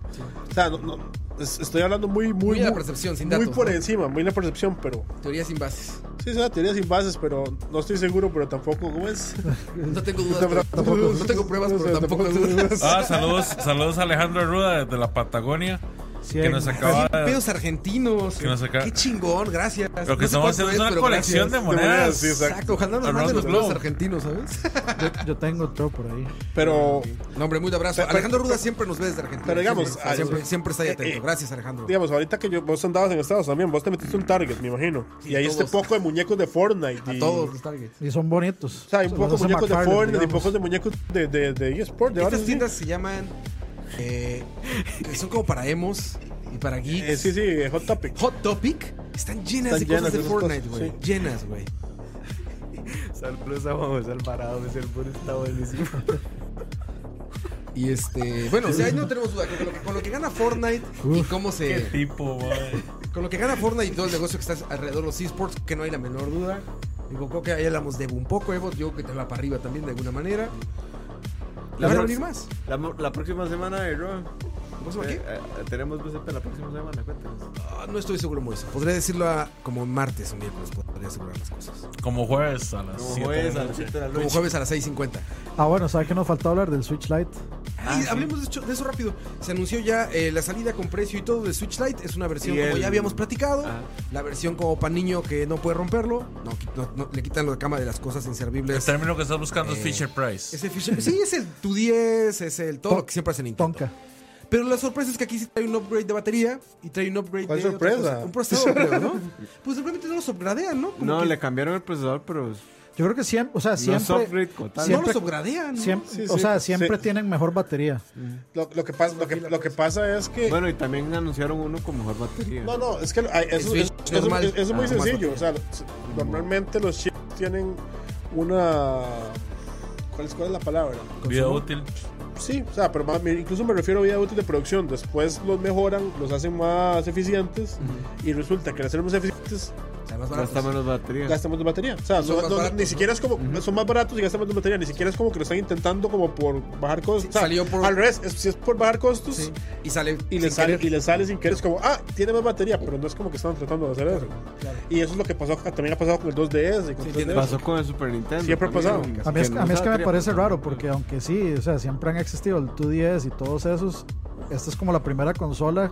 A: O sea, no- no- es- estoy hablando muy, muy,
C: Muy a la percepción, sin
A: muy
C: datos,
A: por
C: ¿no?
A: encima, muy la percepción, pero
C: Teoría sin bases.
A: sí, es una teoría sin bases, pero no estoy seguro, pero tampoco, ¿cómo es?
C: No tengo dudas. pero-
A: Tampoco.
C: no tengo pruebas, pero tampoco dudas.
D: Ah, saludos, saludos a Alejandro Ruda desde la Patagonia. que
B: hay
D: nos
B: más.
D: acaba
C: Así, pedos argentinos.
D: Que nos saca-
C: Qué chingón, gracias.
D: Lo
C: sé
D: que estamos
C: cuánto
D: haciendo es una
C: pero
D: colección de
C: gracias.
D: monedas.
A: sí, exacto.
C: Exacto, ojalá nos
D: Around
C: manden
D: the
C: los pedos
D: globe.
C: argentinos, ¿sabes?
B: Yo, yo tengo otro por ahí.
A: Pero
C: No, hombre, muy de abrazo.
A: Pero-
C: Alejandro
A: pero-
C: Ruda siempre nos ve desde Argentina.
A: pero digamos,
C: siempre,
A: al-
C: siempre, siempre está ahí
A: eh,
C: atento.
A: eh,
C: Gracias, Alejandro.
A: Digamos, ahorita que yo- vos andabas en Estados también, vos te metiste un Target, me imagino.
C: Sí,
A: y ahí este
C: todos.
A: poco de muñecos de Fortnite.
C: A
A: y-
C: todos los targets.
B: Y son bonitos.
A: O sea, hay un
B: Los
A: poco de
B: hace
A: muñecos de
B: McFarlane,
A: Fortnite, y
B: digamos.
A: pocos de muñecos de, de, de eSport. De
C: Estas
A: varios,
C: tiendas se llaman. eh, que son como para emos y para
A: Sí, Eh,
C: geeks.
A: sí, sí, Hot Topic.
C: Hot Topic están llenas
A: Están
C: de
A: llenas
C: cosas de
A: de
C: Fortnite,
A: cosas,
C: güey. Llenas, güey.
E: Saludos a Juan José Alvarado, ese albur está buenísimo.
C: Y este, bueno, o sea, ahí no tenemos duda. Con lo que, con lo que gana Fortnite y cómo
D: Qué
C: se,
D: tipo, mae.
C: Con lo que gana Fortnite y todo el negocio que está alrededor de los esports, que no hay la menor duda. Digo, creo que ahí hablamos de un poco, Evo. Yo creo que te va para arriba también de alguna manera.
E: La
C: ¿Van a
E: pro-
C: venir más?
E: La, mo- la próxima semana de Raw.
C: ¿Vos por
E: Eh,
C: qué?
E: eh, tenemos BCP la próxima semana, cuéntanos.
C: Ah, no estoy seguro, Moisés. Podría decirlo a- como martes o miércoles, podría asegurar las cosas.
D: Como jueves a las 7 de la noche.
C: Como jueves a las 6.50.
B: Ah, bueno, ¿sabes qué nos faltó hablar del Switch Lite?
C: Ay, hablemos de, hecho- de eso rápido. Se anunció ya eh, la salida con precio y todo de Switch Lite. Es una versión
E: Y
C: como
E: el-
C: ya habíamos platicado.
E: Ah.
C: La versión como para niño que no puede romperlo. No, qui- no- no- le quitan la cama de las cosas inservibles.
D: El término que estás buscando es
C: Eh,
D: Fisher Price.
C: Ese Fisher- sí, es el tu 10, es el todo lo que siempre hace Nintendo.
B: Tonka.
C: Pero la sorpresa es que aquí sí trae un upgrade de batería y trae un upgrade
A: ¿Cuál
C: de otra
A: sorpresa?
C: cosa. un procesador, creo, ¿no? Pues simplemente no los upgradean, ¿no? Como
E: No,
C: que
E: le cambiaron el procesador, pero
B: Yo creo que siempre, o sea,
E: no es
B: siempre,
E: upgrade como tal.
C: no
B: siempre-
C: los upgradean. ¿no?
B: siempre-
A: Sí,
B: o
A: sí,
B: sea,
A: sí.
B: siempre tienen mejor batería.
A: Lo, lo que pasa, lo, que, lo que pasa es que.
E: Bueno, y también anunciaron uno con mejor batería.
A: No, no, es que ay, eso,
C: Switch
A: es, eso-
C: normal.
A: eso es muy
C: Ah,
A: sencillo. O
C: más
A: sea, normalmente los chips tienen una. ¿Cuál es, cuál es la palabra?
D: Vida útil.
A: Sí, o sea, pero más- incluso me refiero a vida útil de producción. Después los mejoran, los hacen más eficientes y resulta que al hacerlos más eficientes
C: O sea, más baratos.
E: Gasta menos batería.
A: gastan más de batería. O sea,
C: Son
A: no-
C: más
A: no-
C: baratos,
A: ni siquiera es como. Son más baratos y gastan más de batería. Ni siquiera es como que lo están intentando como por bajar costos.
C: Sí,
A: o sea,
C: salió por-
A: Al revés, es- si es por bajar costos.
C: Sí, Y sale.
A: Y le,
C: sin
A: sale,
C: querer.
A: y le sale sin querer, es como, ah, tiene más batería, pero no es como que estaban tratando de hacer eso. Y eso es lo que pasó, también ha pasado con el 2DS y con
C: Sí,
A: el
C: tiene
A: 3DS.
E: Pasó con el Super Nintendo.
A: Siempre ha pasado.
B: A mí, es,
E: no
B: a mí es que me
E: batería.
B: parece raro, porque aunque sí, o sea, siempre han existido el 2DS y todos esos, esta es como la primera consola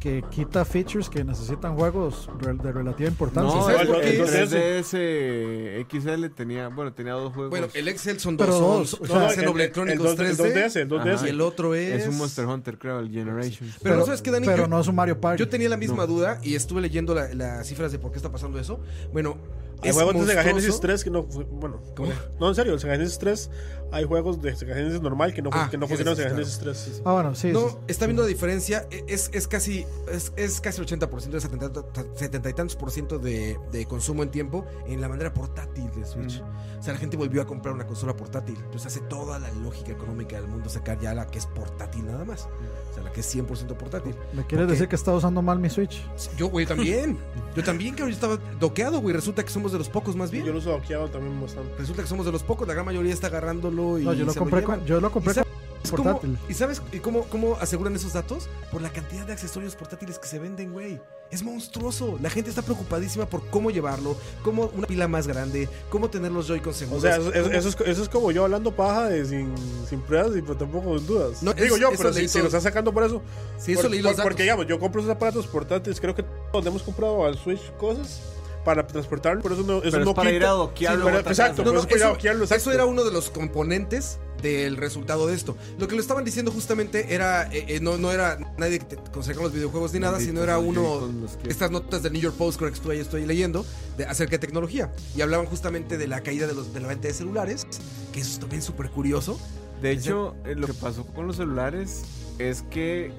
B: que quita features que necesitan juegos re- de relativa importancia.
E: No,
C: ¿sabes
E: el,
C: por qué?
E: el 3DS XL eh, tenía, bueno, tenía dos juegos.
C: Bueno, el Excel son dos.
B: Pero
C: son-
B: dos,
C: son
B: o
A: No, no, el,
C: Xenoblade
A: el- el
C: Chronicles
A: 2, el 2DS,
C: 3D.
A: el 2DS.
E: Ajá.
C: Y el otro es.
E: es un Monster Hunter, creo, el Generations.
C: Pero, ¿sabes qué, Dani?
B: Pero
C: Yo-
B: no es un Mario Party.
C: Yo tenía la misma duda y estuve leyendo la- las cifras de por qué está pasando eso. Bueno,
A: Hay
C: es
A: juegos de Sega
C: monstruoso.
A: Genesis 3 que no. fu- Bueno,
C: ¿Cómo?
A: no, en serio, el Sega Genesis 3. Hay juegos de Sega Genesis normal que no, fu-
C: Ah,
A: que no funcionan en Sega
C: Genesis,
A: Genesis 3. sí, sí.
B: Ah, bueno, sí. sí,
C: No, está viendo la diferencia. e- Es, es casi es, es casi el 80%, es 70, ta- 70 y tantos por ciento de, de consumo en tiempo en la manera portátil de Switch. O sea, la gente volvió a comprar una consola portátil. Entonces hace toda la lógica económica del mundo sacar ya la que es portátil nada más. O sea, la que es 100% portátil.
B: ¿Me quieres
C: Ok.
B: decir que estaba usando mal mi Switch?
C: Yo, güey, también. Yo también, cabrón. Yo estaba doqueado, güey. Resulta que somos de los pocos más
A: Yo
C: bien.
A: lo uso doqueado también bastante.
C: Resulta que somos de los pocos. La gran mayoría está agarrándolo y.
B: No, yo lo
C: se
B: compré
C: llevan.
B: con, yo lo
C: ¿Y
B: compré
C: sabes
B: con
C: Es como-
B: portátil.
C: ¿Y sabes y cómo, cómo aseguran esos datos? Por la cantidad de accesorios portátiles que se venden, güey. Es monstruoso. La gente está preocupadísima por cómo llevarlo, cómo una pila más grande, cómo tener los Joy-Con
A: O
C: seguros.
A: sea, eso, eso-
C: Pues, cómo-
A: eso es, eso es como yo hablando paja de sin, sin pruebas y pues, tampoco con dudas.
C: No,
A: Digo
C: es-
A: yo,
C: eso
A: pero si,
C: leí
A: si
C: todo.
A: lo estás sacando por eso.
C: Sí, eso
A: Por-
C: leí
A: por-
C: los datos.
A: Porque digamos, yo compro esos aparatos portátiles, creo que todos le hemos comprado al Switch cosas para transportarlo, por eso no, eso
E: Pero es
A: no
E: para
A: quita.
E: ir a doquearlo,
A: Sí, pero-
E: botarlo.
A: exacto,
C: No,
A: por
C: no,
A: eso para ir a
C: eso-
A: doquearlo, exacto.
C: Eso era uno de los componentes del resultado de esto. Lo que lo estaban diciendo justamente era, eh, eh, no, no era nadie que te conservaba los videojuegos ni nada, sino era uno, estas notas del New York Post creo que estoy, estoy leyendo de, acerca de tecnología. Y hablaban justamente de la caída de, los, de la venta de celulares, que eso es también súper curioso.
E: De hecho, eh, lo que pasó con los celulares es que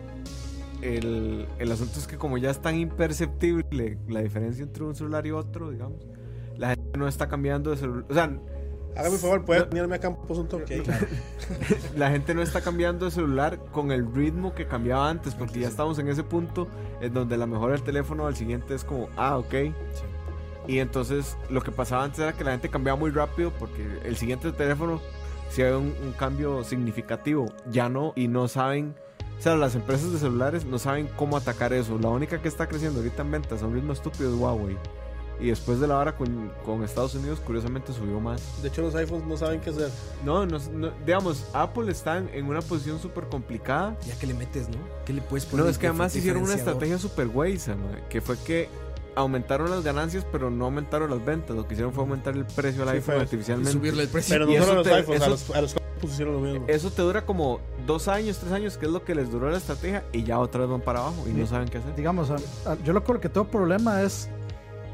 E: el, el asunto es que como ya es tan imperceptible la diferencia entre un celular y otro, digamos, la gente no está cambiando de celular. O sea,
A: Hágame un favor, puede venirme a Campos un toque.
E: la gente no está cambiando de celular con el ritmo que cambiaba antes, porque ya estamos en ese punto en donde la mejora del teléfono al siguiente es como, ah, ok. Y entonces lo que pasaba antes era que la gente cambiaba muy rápido porque el siguiente teléfono sí había un, un cambio significativo, ya no, y no saben, o sea, las empresas de celulares no saben cómo atacar eso. La única que está creciendo ahorita en ventas a un ritmo estúpido es Huawei. Y después de la hora con, con Estados Unidos, curiosamente subió más.
A: De hecho, los iPhones no saben qué hacer.
E: No, no, no, digamos, Apple está en- en una posición súper complicada.
C: Ya que le metes, ¿no? ¿Qué le puedes poner?
E: No, es
C: de
E: que además hicieron una
C: diferenciador?
E: estrategia súper güeyza, mae, que fue que aumentaron las ganancias, pero no aumentaron las ventas. Lo que hicieron fue aumentar el precio al
A: Sí,
E: iPhone
A: fue.
E: artificialmente.
C: Y subirle el precio.
A: Pero no
E: Y eso
A: solo a los
E: te-
A: iPhones, a
E: eso-
A: los, a los Campos hicieron lo mismo.
E: Eso te dura como dos años, tres años, que es lo que les duró la estrategia, y ya otra vez van para abajo y no saben qué hacer.
B: Digamos, a- a- yo lo que tengo problema es,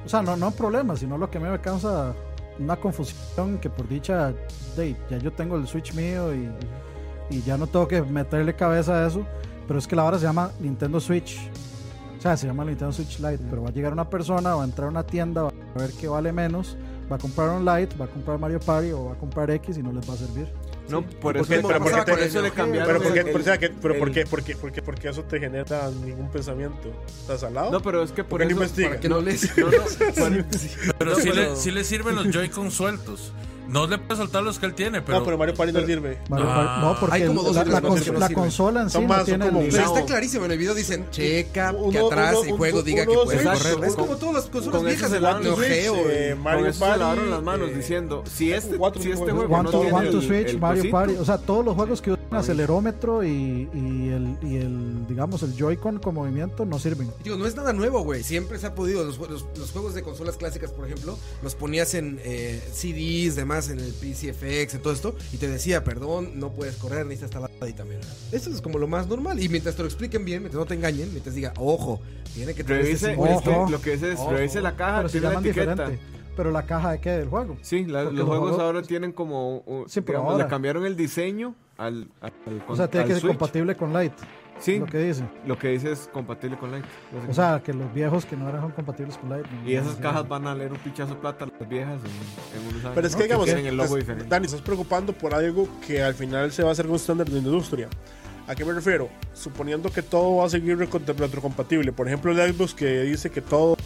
B: o sea, no, no problema, sino lo que a mí me causa una confusión que por dicha, de, ya yo tengo el Switch mío y, y ya no tengo que meterle cabeza a eso, pero es que la hora se llama Nintendo Switch. O sea, se llama Nintendo Switch Lite, pero va a llegar una persona, va a entrar a una tienda, va a ver qué vale menos, va a comprar un Lite, va a comprar Mario Party o va a comprar X y no les va a servir.
E: No, por eso,
A: qué- pero
E: por
A: por qué
E: eso- por
A: te-
E: eso le cambiaron.
A: Pero porque,
E: el-
A: por- o sea, que- pero
E: el-
A: por qué, por qué- por qué- por qué eso te genera ningún pensamiento. ¿Estás al lado?
E: No, pero es que por
A: qué no
E: eso.
A: investiga?
C: Para que no, les.
E: No, no, por-
D: Pero
E: No,
D: sí,
E: pero-
D: Le, sí le sirven los Joy-Con sueltos. No le puede soltar los que él tiene, pero.
A: no, pero Mario Party no sirve.
B: Mario
D: Ah.
B: Party- no, porque
C: Hay como dos
B: la,
C: o tres
B: la
C: manos que
B: cons-
C: no
B: la
C: sirven.
B: consola en sí
A: Son
B: no
A: más, son
B: tiene
A: como
B: el-
A: un
C: Pero
A: No.
C: está clarísimo, en el video dicen, checa
A: Uno-
C: que atrás
A: uno-
C: el juego
A: un-
C: diga que
A: uno-
C: puedes
A: Switch.
C: correr. Es
E: Con-
C: como todas las consolas
E: con
C: viejas
E: eso
C: de
E: se lavan
C: Neo
E: los
C: Geo.
A: Switch, eh,
C: güey.
E: Con
A: Mario
E: eso se lavaron
A: Party,
E: las manos
A: eh,
E: diciendo, si este,
A: cuatro
E: si este
A: juegos.
E: juego
B: One
E: no
B: to,
E: tiene
B: One to
E: el-
B: Switch,
E: el
B: Mario
E: cosito,
B: Party, o sea, todos los juegos que usan acelerómetro y, y el, y el, digamos, el Joy-Con con movimiento no sirven.
C: Digo, no es nada nuevo, güey. Siempre se ha podido. Los, los- los juegos de consolas clásicas, por ejemplo, los ponías en eh, CDs, demás, en el PCFX, en todo esto, y te decía, perdón, no puedes correr, necesitas esta lata y también. Eso es como lo más normal. Y mientras te lo expliquen bien, mientras no te engañen, mientras diga, ojo, tiene que tener este
E: Revise,
C: símbolo,
E: es
C: este-
E: que lo que es es,
C: Ojo.
E: revise la caja,
B: pero se
E: tiene la
B: llaman
E: etiqueta.
B: diferente. Pero la caja de qué del juego.
E: Sí, la- los,
B: Porque los
E: juegos
B: juegos-
E: ahora tienen como, uh,
B: Sí, pero
E: digamos,
B: ahora.
E: le cambiaron el diseño al, al, al-
B: O sea, tiene
E: al
B: que ser
E: Switch.
B: compatible con Lite.
E: Sí,
B: Lo que dice.
E: lo que dice es compatible con Lite. No sé
B: O sea, que los viejos que no eran compatibles con Lite.
E: qué. E y esas cajas van a leer un pichazo plata las viejas en, en unos años.
A: Pero es
E: ¿no?
A: que digamos,
E: tienen el logo
A: es-
E: diferente.
A: Dani, estás preocupando por algo que al final se va a hacer un estándar de la industria. ¿A qué me refiero? Suponiendo que todo va a seguir recont- retrocompatible. Por ejemplo, el Xbox que dice que todo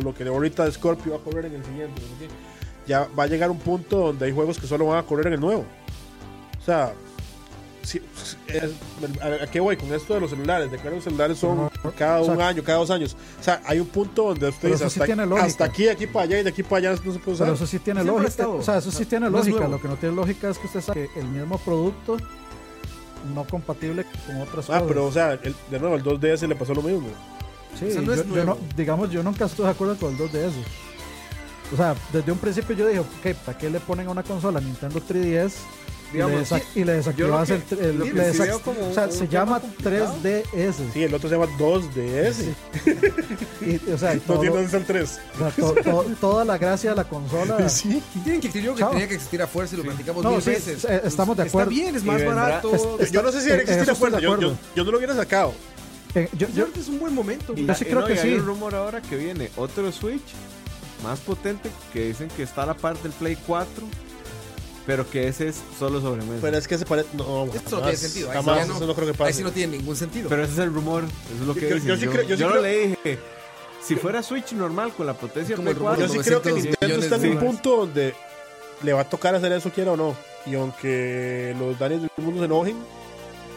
A: lo que de ahorita de Scorpio va a correr en el siguiente. no sé qué. Ya va a llegar un punto donde hay juegos que solo van a correr en el nuevo. O sea, si- si- es- ¿a, a qué voy con esto de los celulares? De que ahora los celulares son cada
B: o sea-
A: un año, cada dos años. O sea, hay un punto donde
B: Pero
A: ustedes
B: eso sí
A: hasta,
B: tiene lógica.
A: hasta aquí, de aquí para allá y de aquí para allá no se puede usar.
B: Pero eso sí tiene
C: Siempre ha
B: lógica.
C: estado.
B: O sea, eso sí
C: No,
B: tiene
C: no es
B: lógica.
C: nuevo.
B: Lo que no tiene lógica es que usted saque el mismo producto no compatible con otras
A: Ah,
B: cosas.
A: pero o sea, el- de nuevo, el 2DS le pasó lo mismo.
B: Sí,
C: o sea, no
B: yo,
C: es
B: yo
C: nuevo.
B: no- digamos, yo nunca estuve de acuerdo con el 2DS. O sea, desde un principio yo dije, ok, ¿para qué le ponen a una consola Nintendo 3DS? y, le
E: Digamos,
B: desac- y le desactivas
E: que-
B: el. tre- el-
E: lo que
B: le
E: sí
B: desac-
E: veo como
B: o sea,
E: un
B: se
E: tema
B: llama
E: complicado.
B: 3DS.
A: Sí, el otro se llama 2DS.
B: Y, o sea,
A: No
B: todo-
A: tiene dónde está el 3.
B: o sea, to- to- toda la gracia de la consola.
A: Sí.
C: Tienen que existir, yo creo
B: Chao.
C: que tenía que existir a fuerza y lo platicamos
B: No,
C: mil
B: sí,
C: veces.
B: eh, estamos de acuerdo.
C: Está bien, es más
E: vendrá-
C: barato.
B: Es-
A: Yo no sé si
B: En-
A: debería
B: en
A: existir
B: eso
A: la
B: estoy
A: fuerza.
B: de
A: Yo,
B: acuerdo.
A: yo, yo no lo hubiera sacado.
B: Eh, yo- yo-
C: Yo- es un buen momento.
E: Y
B: yo
E: ya-
B: sí
E: y
B: creo
E: no,
B: que
E: y hay
B: sí.
E: un rumor ahora que viene otro Switch más potente que dicen que está a la par del Play 4, pero que ese es solo sobremesa.
A: Pero es que se parece. No,
C: Esto no
A: jamás,
C: tiene sentido. Ahí sí
A: Jamás,
C: ya no-
A: eso no creo que
C: Ahí
A: pase.
C: sí no tiene ningún sentido.
E: Pero ese es el rumor, eso es lo que
A: Yo- yo-
E: dicen.
A: yo sí creo- yo sí
E: no
A: creo-
E: le dije, si fuera Switch normal con la potencia
C: Como
E: Play
C: el rumor
E: 4,
A: Yo sí creo que
C: 900
A: Nintendo está en un
E: millones de
A: punto donde le va a tocar hacer eso, quiera o no. Y aunque los Danis del mundo se enojen,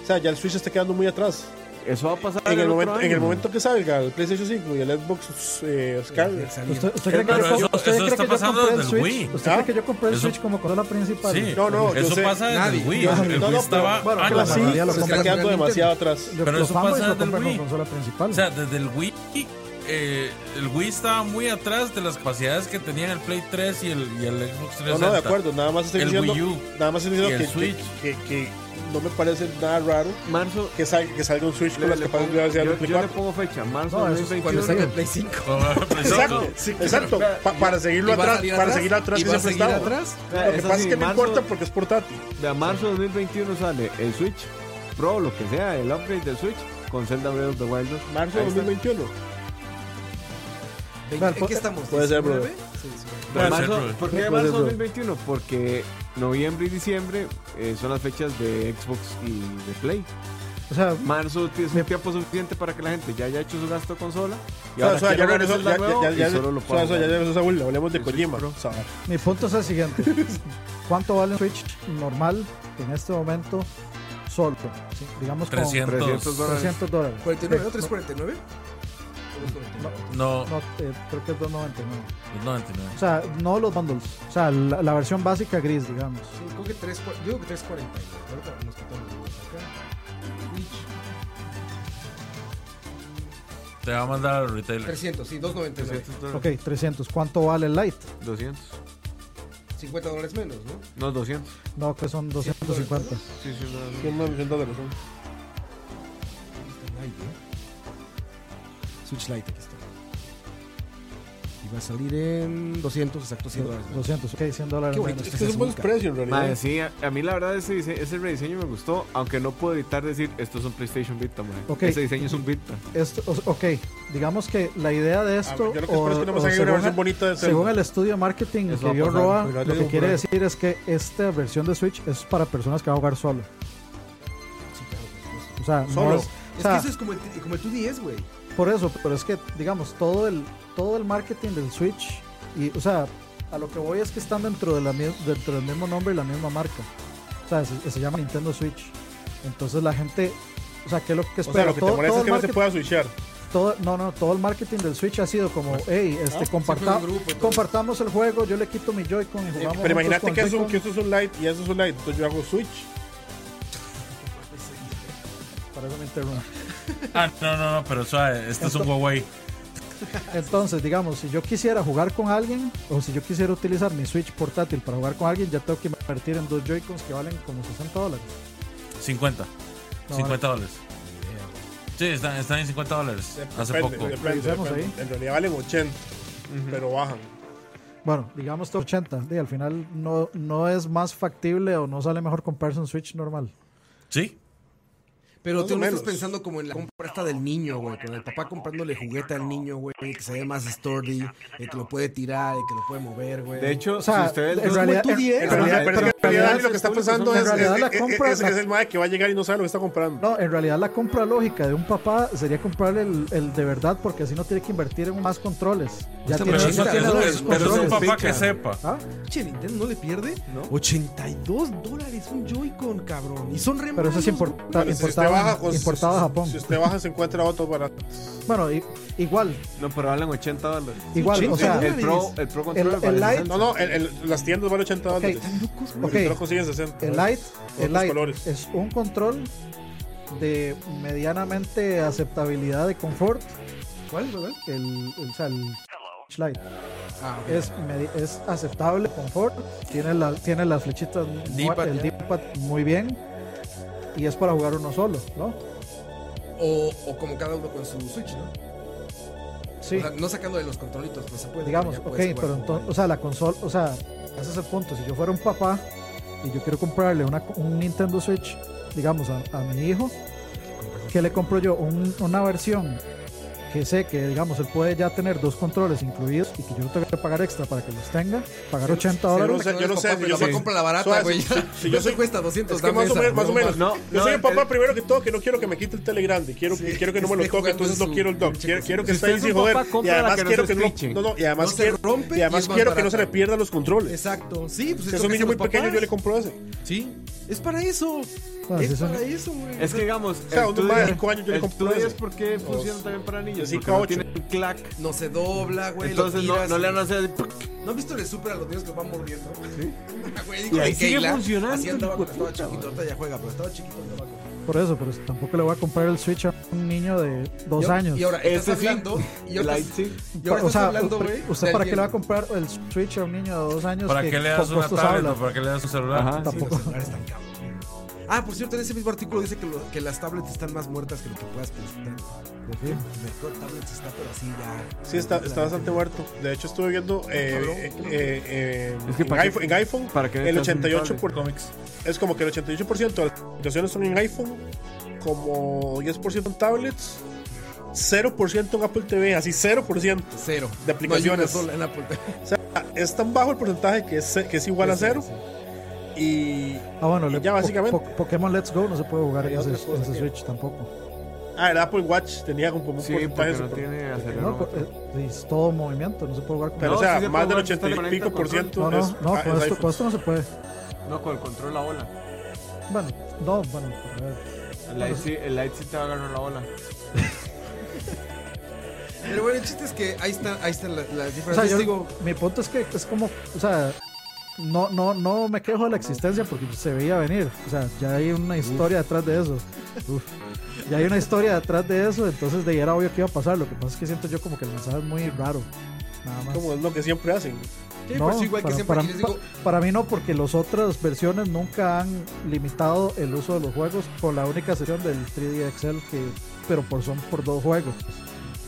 A: o sea, ya el Switch está quedando muy atrás.
E: eso va a pasar
A: En el,
E: otro
A: momento, en
E: año.
A: el momento que salga el PlayStation 5 y el Xbox eh, Scarlet,
B: ¿Usted, usted
A: Pero
B: cree que yo,
D: eso-
B: usted
D: eso
B: cree
D: está
B: que yo
D: pasando
B: compré el
D: desde el
B: Switch?
D: Wii.
B: ¿Usted
A: ¿Ah?
B: cree que yo compré el
D: Eso-
B: Switch como consola principal?
D: Sí,
A: No, no, yo
D: eso
A: sé.
D: pasa desde
C: Nadie.
D: el Wii.
A: Yo sé.
D: el
A: No,
D: Wii
A: no,
D: estaba
A: pero- bueno,
D: años
A: claro,
B: sí.
D: atrás.
B: lo
A: se está
B: compran
A: quedando
C: en Nintendo.
A: demasiado atrás.
B: Lo-
D: Pero
B: los
D: eso
B: fanboys
D: pasa
B: lo
D: desde el
B: compran con
D: Wii.
B: consola principal.
D: O sea, desde el Wii, eh, el Wii estaba muy atrás de las capacidades que tenían el Play 3 y el, y el Xbox
A: No,
D: 360.
A: no, de acuerdo, nada más estoy
D: El
A: diciendo,
D: Wii U
A: nada más estoy diciendo
D: y el
A: que,
D: Switch.
A: que, que- que no me parece nada raro
E: marzo
A: que salga, que salga un Switch con
E: le-
A: las
E: le pongo-
A: capacidades de
E: yo,
A: los Play
E: yo le
A: 4.
E: pongo fecha, marzo
B: No,
E: de
B: eso es
C: cuando
E: 2021.
C: salga el Play 5.
A: Exacto, exacto, pa- para seguirlo
C: Y va a
A: atrás,
C: salir
A: para seguir atrás
C: y
A: que
C: va a
A: siempre
C: seguir
A: estaba.
C: atrás.
E: Ah,
A: Lo que
E: eso
A: pasa
E: sí,
A: es que no
E: marzo-
A: importa porque es portátil.
E: De a marzo de 2021 sale el Switch Pro, lo que sea, el upgrade del Switch con Zelda Breath of the Wild 2.
A: Marzo de
E: Ahí está.
A: 2021.
B: Vale,
C: ¿En
B: pues-
C: qué estamos?
A: puede ser, bro.
C: 19? Sí, sí.
E: Pero
D: Puede ser,
E: marzo-
D: bro.
E: ¿Por qué
B: Puede
E: marzo
B: ser, bro.
E: 2021? Porque noviembre y diciembre eh, son las fechas de Xbox y de Play.
B: o sea,
E: Marzo es un tiempo suficiente para que la gente ya haya hecho su gasto de consola. Y
A: O sea,
E: ahora
A: o sea, ya
E: quiero ver
A: regresó,
E: Zelda
A: ya-
E: nuevo
A: ya- ya- ya-
E: y solo lo
A: o sea,
E: puedo
A: o sea, ya
E: jugar.
A: regresó Saúl, le hablamos de
E: El Switch
A: Kojima.
E: Pro.
A: o sea,
B: mi punto es el siguiente. ¿Cuánto vale un Switch normal en este momento solo? Sí, digamos con
D: 300.
E: 300 dólares.
B: 300 dólares.
C: 49, ¿no?
B: Eh,
C: 349.
D: No,
B: no, eh, creo que es 299.
D: 99.
B: O sea, no los bundles. O sea, la, la versión básica gris, digamos.
C: Sí, creo que 3, yo digo que 340. Ahorita nos quitamos los dos acá. Switch,
D: Te va a mandar al retailer.
C: 300, sí, 299.
E: 300 dólares.
B: Ok, 300. ¿Cuánto vale el Lite?
E: 200.
C: 50 dólares menos, ¿no?
E: No, 200.
B: No, que son 250.
E: Sí, sí, no, no.
A: ¿quién me presenta de razón?
C: ¿eh? Switch Lite, aquí está. Y Va a salir en 200, exacto, 100 dólares. ¿no?
B: 200, ok, 100 dólares.
C: Qué
B: menos.
C: bonito.
A: Es que es un buen
C: azúcar.
A: precio en realidad.
E: Madre, sí, a, a mí la verdad ese, dise- ese rediseño me gustó, aunque no puedo evitar decir, esto es un PlayStation Vita, madre.
B: Ok.
E: Ese diseño es un Vita.
B: Esto, o- ok, digamos que la idea de
A: Ah,
B: esto.
A: bueno, yo lo que espero es que no me
B: o
A: salga una
B: según,
A: versión bonita de este
B: según
A: Zelda.
B: el estudio de marketing
E: Eso va
B: que
E: a
B: vio
E: pasar,
B: Roa,
C: pero
B: lo
C: tengo
B: que
C: un
B: quiere
C: problema.
B: decir es que esta versión de Switch es para personas que van a jugar solo. O sea, no
A: Solo.
B: es- o
C: Es
B: sea,
C: que eso es como el, como el 2DS, güey.
B: por eso, pero es que, digamos, todo el, todo el marketing del Switch, y, o sea, a lo que voy es que están dentro, de la, mi- dentro del mismo nombre y la misma marca. O sea, se, se llama Nintendo Switch. Entonces la gente, o sea, ¿qué es lo que
A: O
B: espera?
A: sea, lo que te
B: Todo-
A: molesta
B: todo
A: es que
B: el
A: no se
B: marketing-
A: pueda switchar.
B: todo, no, no, todo el marketing del Switch ha sido
A: Ah,
B: como, hey, este, comparta-
C: sí, fue un grupo, entonces.
B: compartamos el juego, yo le quito mi Joy-Con y
A: Eh,
B: jugamos.
A: Pero
B: juntos
A: imagínate
B: con
A: que, es un,
B: Joy-Con.
A: que esto es un light y eso es un light. Entonces yo hago switch.
B: Para eso me interrumpo.
D: Ah, no, no, no, pero suave, este es un Huawei.
B: Entonces, digamos, si yo quisiera jugar con alguien, o si yo quisiera utilizar mi Switch portátil para jugar con alguien, ya tengo que invertir en dos Joy-Cons que valen como 60 dólares.
D: 50.
B: No,
D: 50 dólares. Sí, están, están en 50 dólares. Hace
A: Depende,
D: poco.
A: depende,
B: Revisemos
A: depende. En realidad valen 80, pero bajan.
B: Bueno, digamos todo 80. Y al final no, no es más factible o no sale mejor comprarse un Switch normal.
D: Sí.
C: Pero
A: Más
C: tú
A: o
C: no estás
A: menos.
C: pensando como en la compra esta del niño, güey. Con el papá comprándole juguete al niño, güey. Que se ve más story, eh, que lo puede tirar, eh, que lo puede mover, güey.
E: De hecho,
B: O sea,
E: si ustedes...
B: en realidad,
C: como
B: en-
C: tu DS,
B: en
A: En
C: Pero
B: realidad-
A: realidad,
C: en
A: pero es que
B: pero
A: en realidad
B: realidad
A: lo que está
E: público son-
A: pasando
B: en
A: es, es,
B: realidad la
A: es-
B: compra-
A: es- es el mae que va a llegar y no sabe lo que está comprando.
B: No, en realidad la compra lógica de un papá sería comprarle el, el de verdad porque así no tiene que invertir en más controles. Ya
C: Está
B: tiene,
D: Pero
C: Pero
D: eso
C: sí,
B: ya
D: tiene-
B: tiene
C: claro,
B: dos
D: es- pero es un
B: controles.
D: papá
E: pica.
D: que sepa.
B: ¿Ah?
C: Pinche Nintendo no le pierde.
E: ¿No?
C: 82 dólares un Joy-Con, cabrón. Y son re
B: Pero eso es
C: malos,
B: import-
A: Pero si usted
B: importado,
A: baja, pues,
B: importado a
A: si-
B: Japón.
A: Si usted baja, se encuentra otro barato.
B: Bueno, i- igual,
E: No, pero valen 80 dólares.
B: igual, o sea,
E: el Pro, el Pro Controller
B: el
E: vale
B: Lite-
A: No,
E: 60.
A: no, el- el- las tiendas valen 80 dólares.
B: Ok.
C: güey. Locos, güey.
B: ok,
A: Porque no consiguen 60.
B: el Lite, el
A: Otros
B: Lite
A: colores.
B: es un control de medianamente aceptabilidad de confort,
C: ¿Cuál, güey?
B: el, el, o sea, el Lite.
C: Ah, ok.
B: es, medi- es aceptable, confort, tiene, la, tiene las flechitas, mu-
C: D-pad,
B: el
C: ya.
B: D-pad muy bien y es para jugar uno solo, ¿no?
C: O, o como cada uno con su Switch, ¿no?
B: Sí,
C: O sea, no sacando de los controlitos, no se puede.
B: Pues digamos,
C: ya
B: ok,
C: puedes jugar
B: pero
C: con-
B: entonces, o sea, la consola, o sea, ese es el punto, si yo fuera un papá y yo quiero comprarle una, un Nintendo Switch, digamos, a, a mi hijo, ¿qué le compro yo? Un- una versión que sé que, digamos, él puede ya tener dos controles incluidos y que yo no tengo que pagar extra para que los tenga, pagar 80
C: Pero
B: dólares.
A: o sea,
C: no
A: yo no sé,
C: papá,
A: si yo
C: pero
A: soy-
C: compra la barata,
A: Suave,
C: güey.
A: si- si- si yo
C: Eso
A: soy-
C: cuesta 200,
A: Es que más o
C: dame
A: menos,
C: esa,
A: más o
C: no
A: menos.
E: no,
A: yo soy
E: no,
A: el papá
E: el-
A: primero que todo que no quiero que me quite el tele grande. Quiero,
C: Sí,
A: quiero que no me
C: esté
A: lo toque,
C: jugando
A: entonces
C: en
A: no
C: su-
A: quiero el dock.
C: en
A: Quiero,
C: su-
A: quiero que
E: Si
A: esté
E: usted
A: ahí
E: es
A: sin
E: un papá,
A: joder. Y
E: cómprala
A: además
E: que no
A: quiero
E: se
A: que no.
E: estriche.
A: No, no, y además
C: No se
A: quiero-
C: rompe
A: y
C: y
A: además
C: es más
A: quiero que no
C: barata.
A: se le pierdan los controles.
C: Exacto, sí, pues
A: Si es
C: lo
A: un
C: que
A: niño
C: hacen
A: muy
C: los
A: pequeño,
C: papás.
A: yo le compro ese.
C: Sí, es para eso.
B: Ah, sí,
C: es
B: son-
C: para eso, güey.
E: Es que digamos, el
A: sea, un
E: Studio-
A: mae de cinco años yo le
E: el
A: compro
E: Studio
A: ese.
E: es porque funciona
A: Dos.
E: también para niños.
A: De cinco
E: porque no
A: a ocho.
E: tienen clac.
C: no se dobla, güey. lo
E: Entonces no,
C: tiras,
E: no le van a
C: güey.
E: hacer...
C: ¿No han visto el super a los niños que los van mordiendo? Sí. güey,
E: Y ahí
C: de
E: sigue
C: Keila,
E: funcionando,
C: Así andaba
E: hijo
C: cuando
E: de
C: estaba
E: puta,
C: chiquito, ahorita ya juega, pero estaba chiquito andaba con-
B: Por eso, pero tampoco le voy a comprar el Switch a un niño de dos
C: Y ahora-
B: años.
C: Y ahora estás
E: Este sí.
C: hablando. Y ahora
E: Lite
C: estás-
E: sí.
C: y ahora
B: o
C: estás
B: sea,
C: hablando, güey.
B: ¿usted
C: de
B: para qué le va a
C: alguien-
B: comprar el Switch a un niño de dos años?
D: ¿Para
B: que
D: qué le
B: con
D: das una
B: costos
D: tablet
B: habla?
D: o para qué le das un celular?
E: Ajá.
C: Sí, los celulares están cabrones. Ah, por cierto, en ese mismo artículo dice que, lo- que las tablets están más muertas que lo que puedas pensar. El mercado de tablets está, pero así ya.
A: Sí, está, está bastante muerto. De hecho, estuve viendo eh,
C: Cabrón.
A: eh, eh, eh,
E: Es que
A: en,
E: para qué-
A: iPhone, en iPhone,
E: para qué
A: el
E: necesitas un
A: 88%,
E: tablet.
A: por- es como que el 88% de las aplicaciones son en iPhone, como 10% en tablets, 0% en Apple TV, así 0%.
C: Cero.
A: De aplicaciones.
C: No hay una sola en Apple.
A: O sea, es tan bajo el porcentaje que es, que es igual a cero. Y.
B: Ah, bueno,
A: Y
B: le-
A: ya,
B: po-
A: básicamente.
B: po- Pokémon Let's Go no se puede jugar
A: Hay
B: en ese,
A: otra cosa
B: en ese
A: que-
B: Switch tampoco.
A: Ah, el Apple Watch tenía como un
E: Sí,
A: porcentaje
E: porque no
A: super-
E: tiene
B: No,
E: acelerómetro.
B: por- eh, es todo movimiento, no se puede jugar con
A: Pero,
E: No,
A: o sea,
E: sí se
A: más
E: puede
A: del
E: jugar,
A: 80 y
E: está
A: pico por
E: conectado
A: ciento
B: No, no,
A: es,
B: no,
A: ah, es
B: con, esto, con
A: iPhone.
B: esto no se puede.
E: No, con el control la bola.
B: Bueno, no, bueno, a ver.
E: El Lite sí, el Lite sí te va a agarrar la bola.
C: Pero bueno, el chiste es que ahí están, ahí están la- las,
B: O
C: diferencias.
B: sea, yo
C: digo,
B: digo, mi punto es que es como, o sea, no, no, no me quejo de la existencia porque se veía venir. O sea, ya hay una historia detrás de eso. Uf. Ya hay una historia detrás de eso, entonces de ahí era obvio que iba a pasar. Lo que pasa es que siento yo como que el mensaje es muy raro. Nada más.
A: Como es lo que siempre hacen.
C: sí,
B: No,
C: por eso igual
B: para,
C: que siempre
B: para-
C: aquí les digo,
B: pa- para mí no, porque las otras versiones nunca han limitado el uso de los juegos, con la única excepción del 3D Excel, que, pero por son por dos juegos.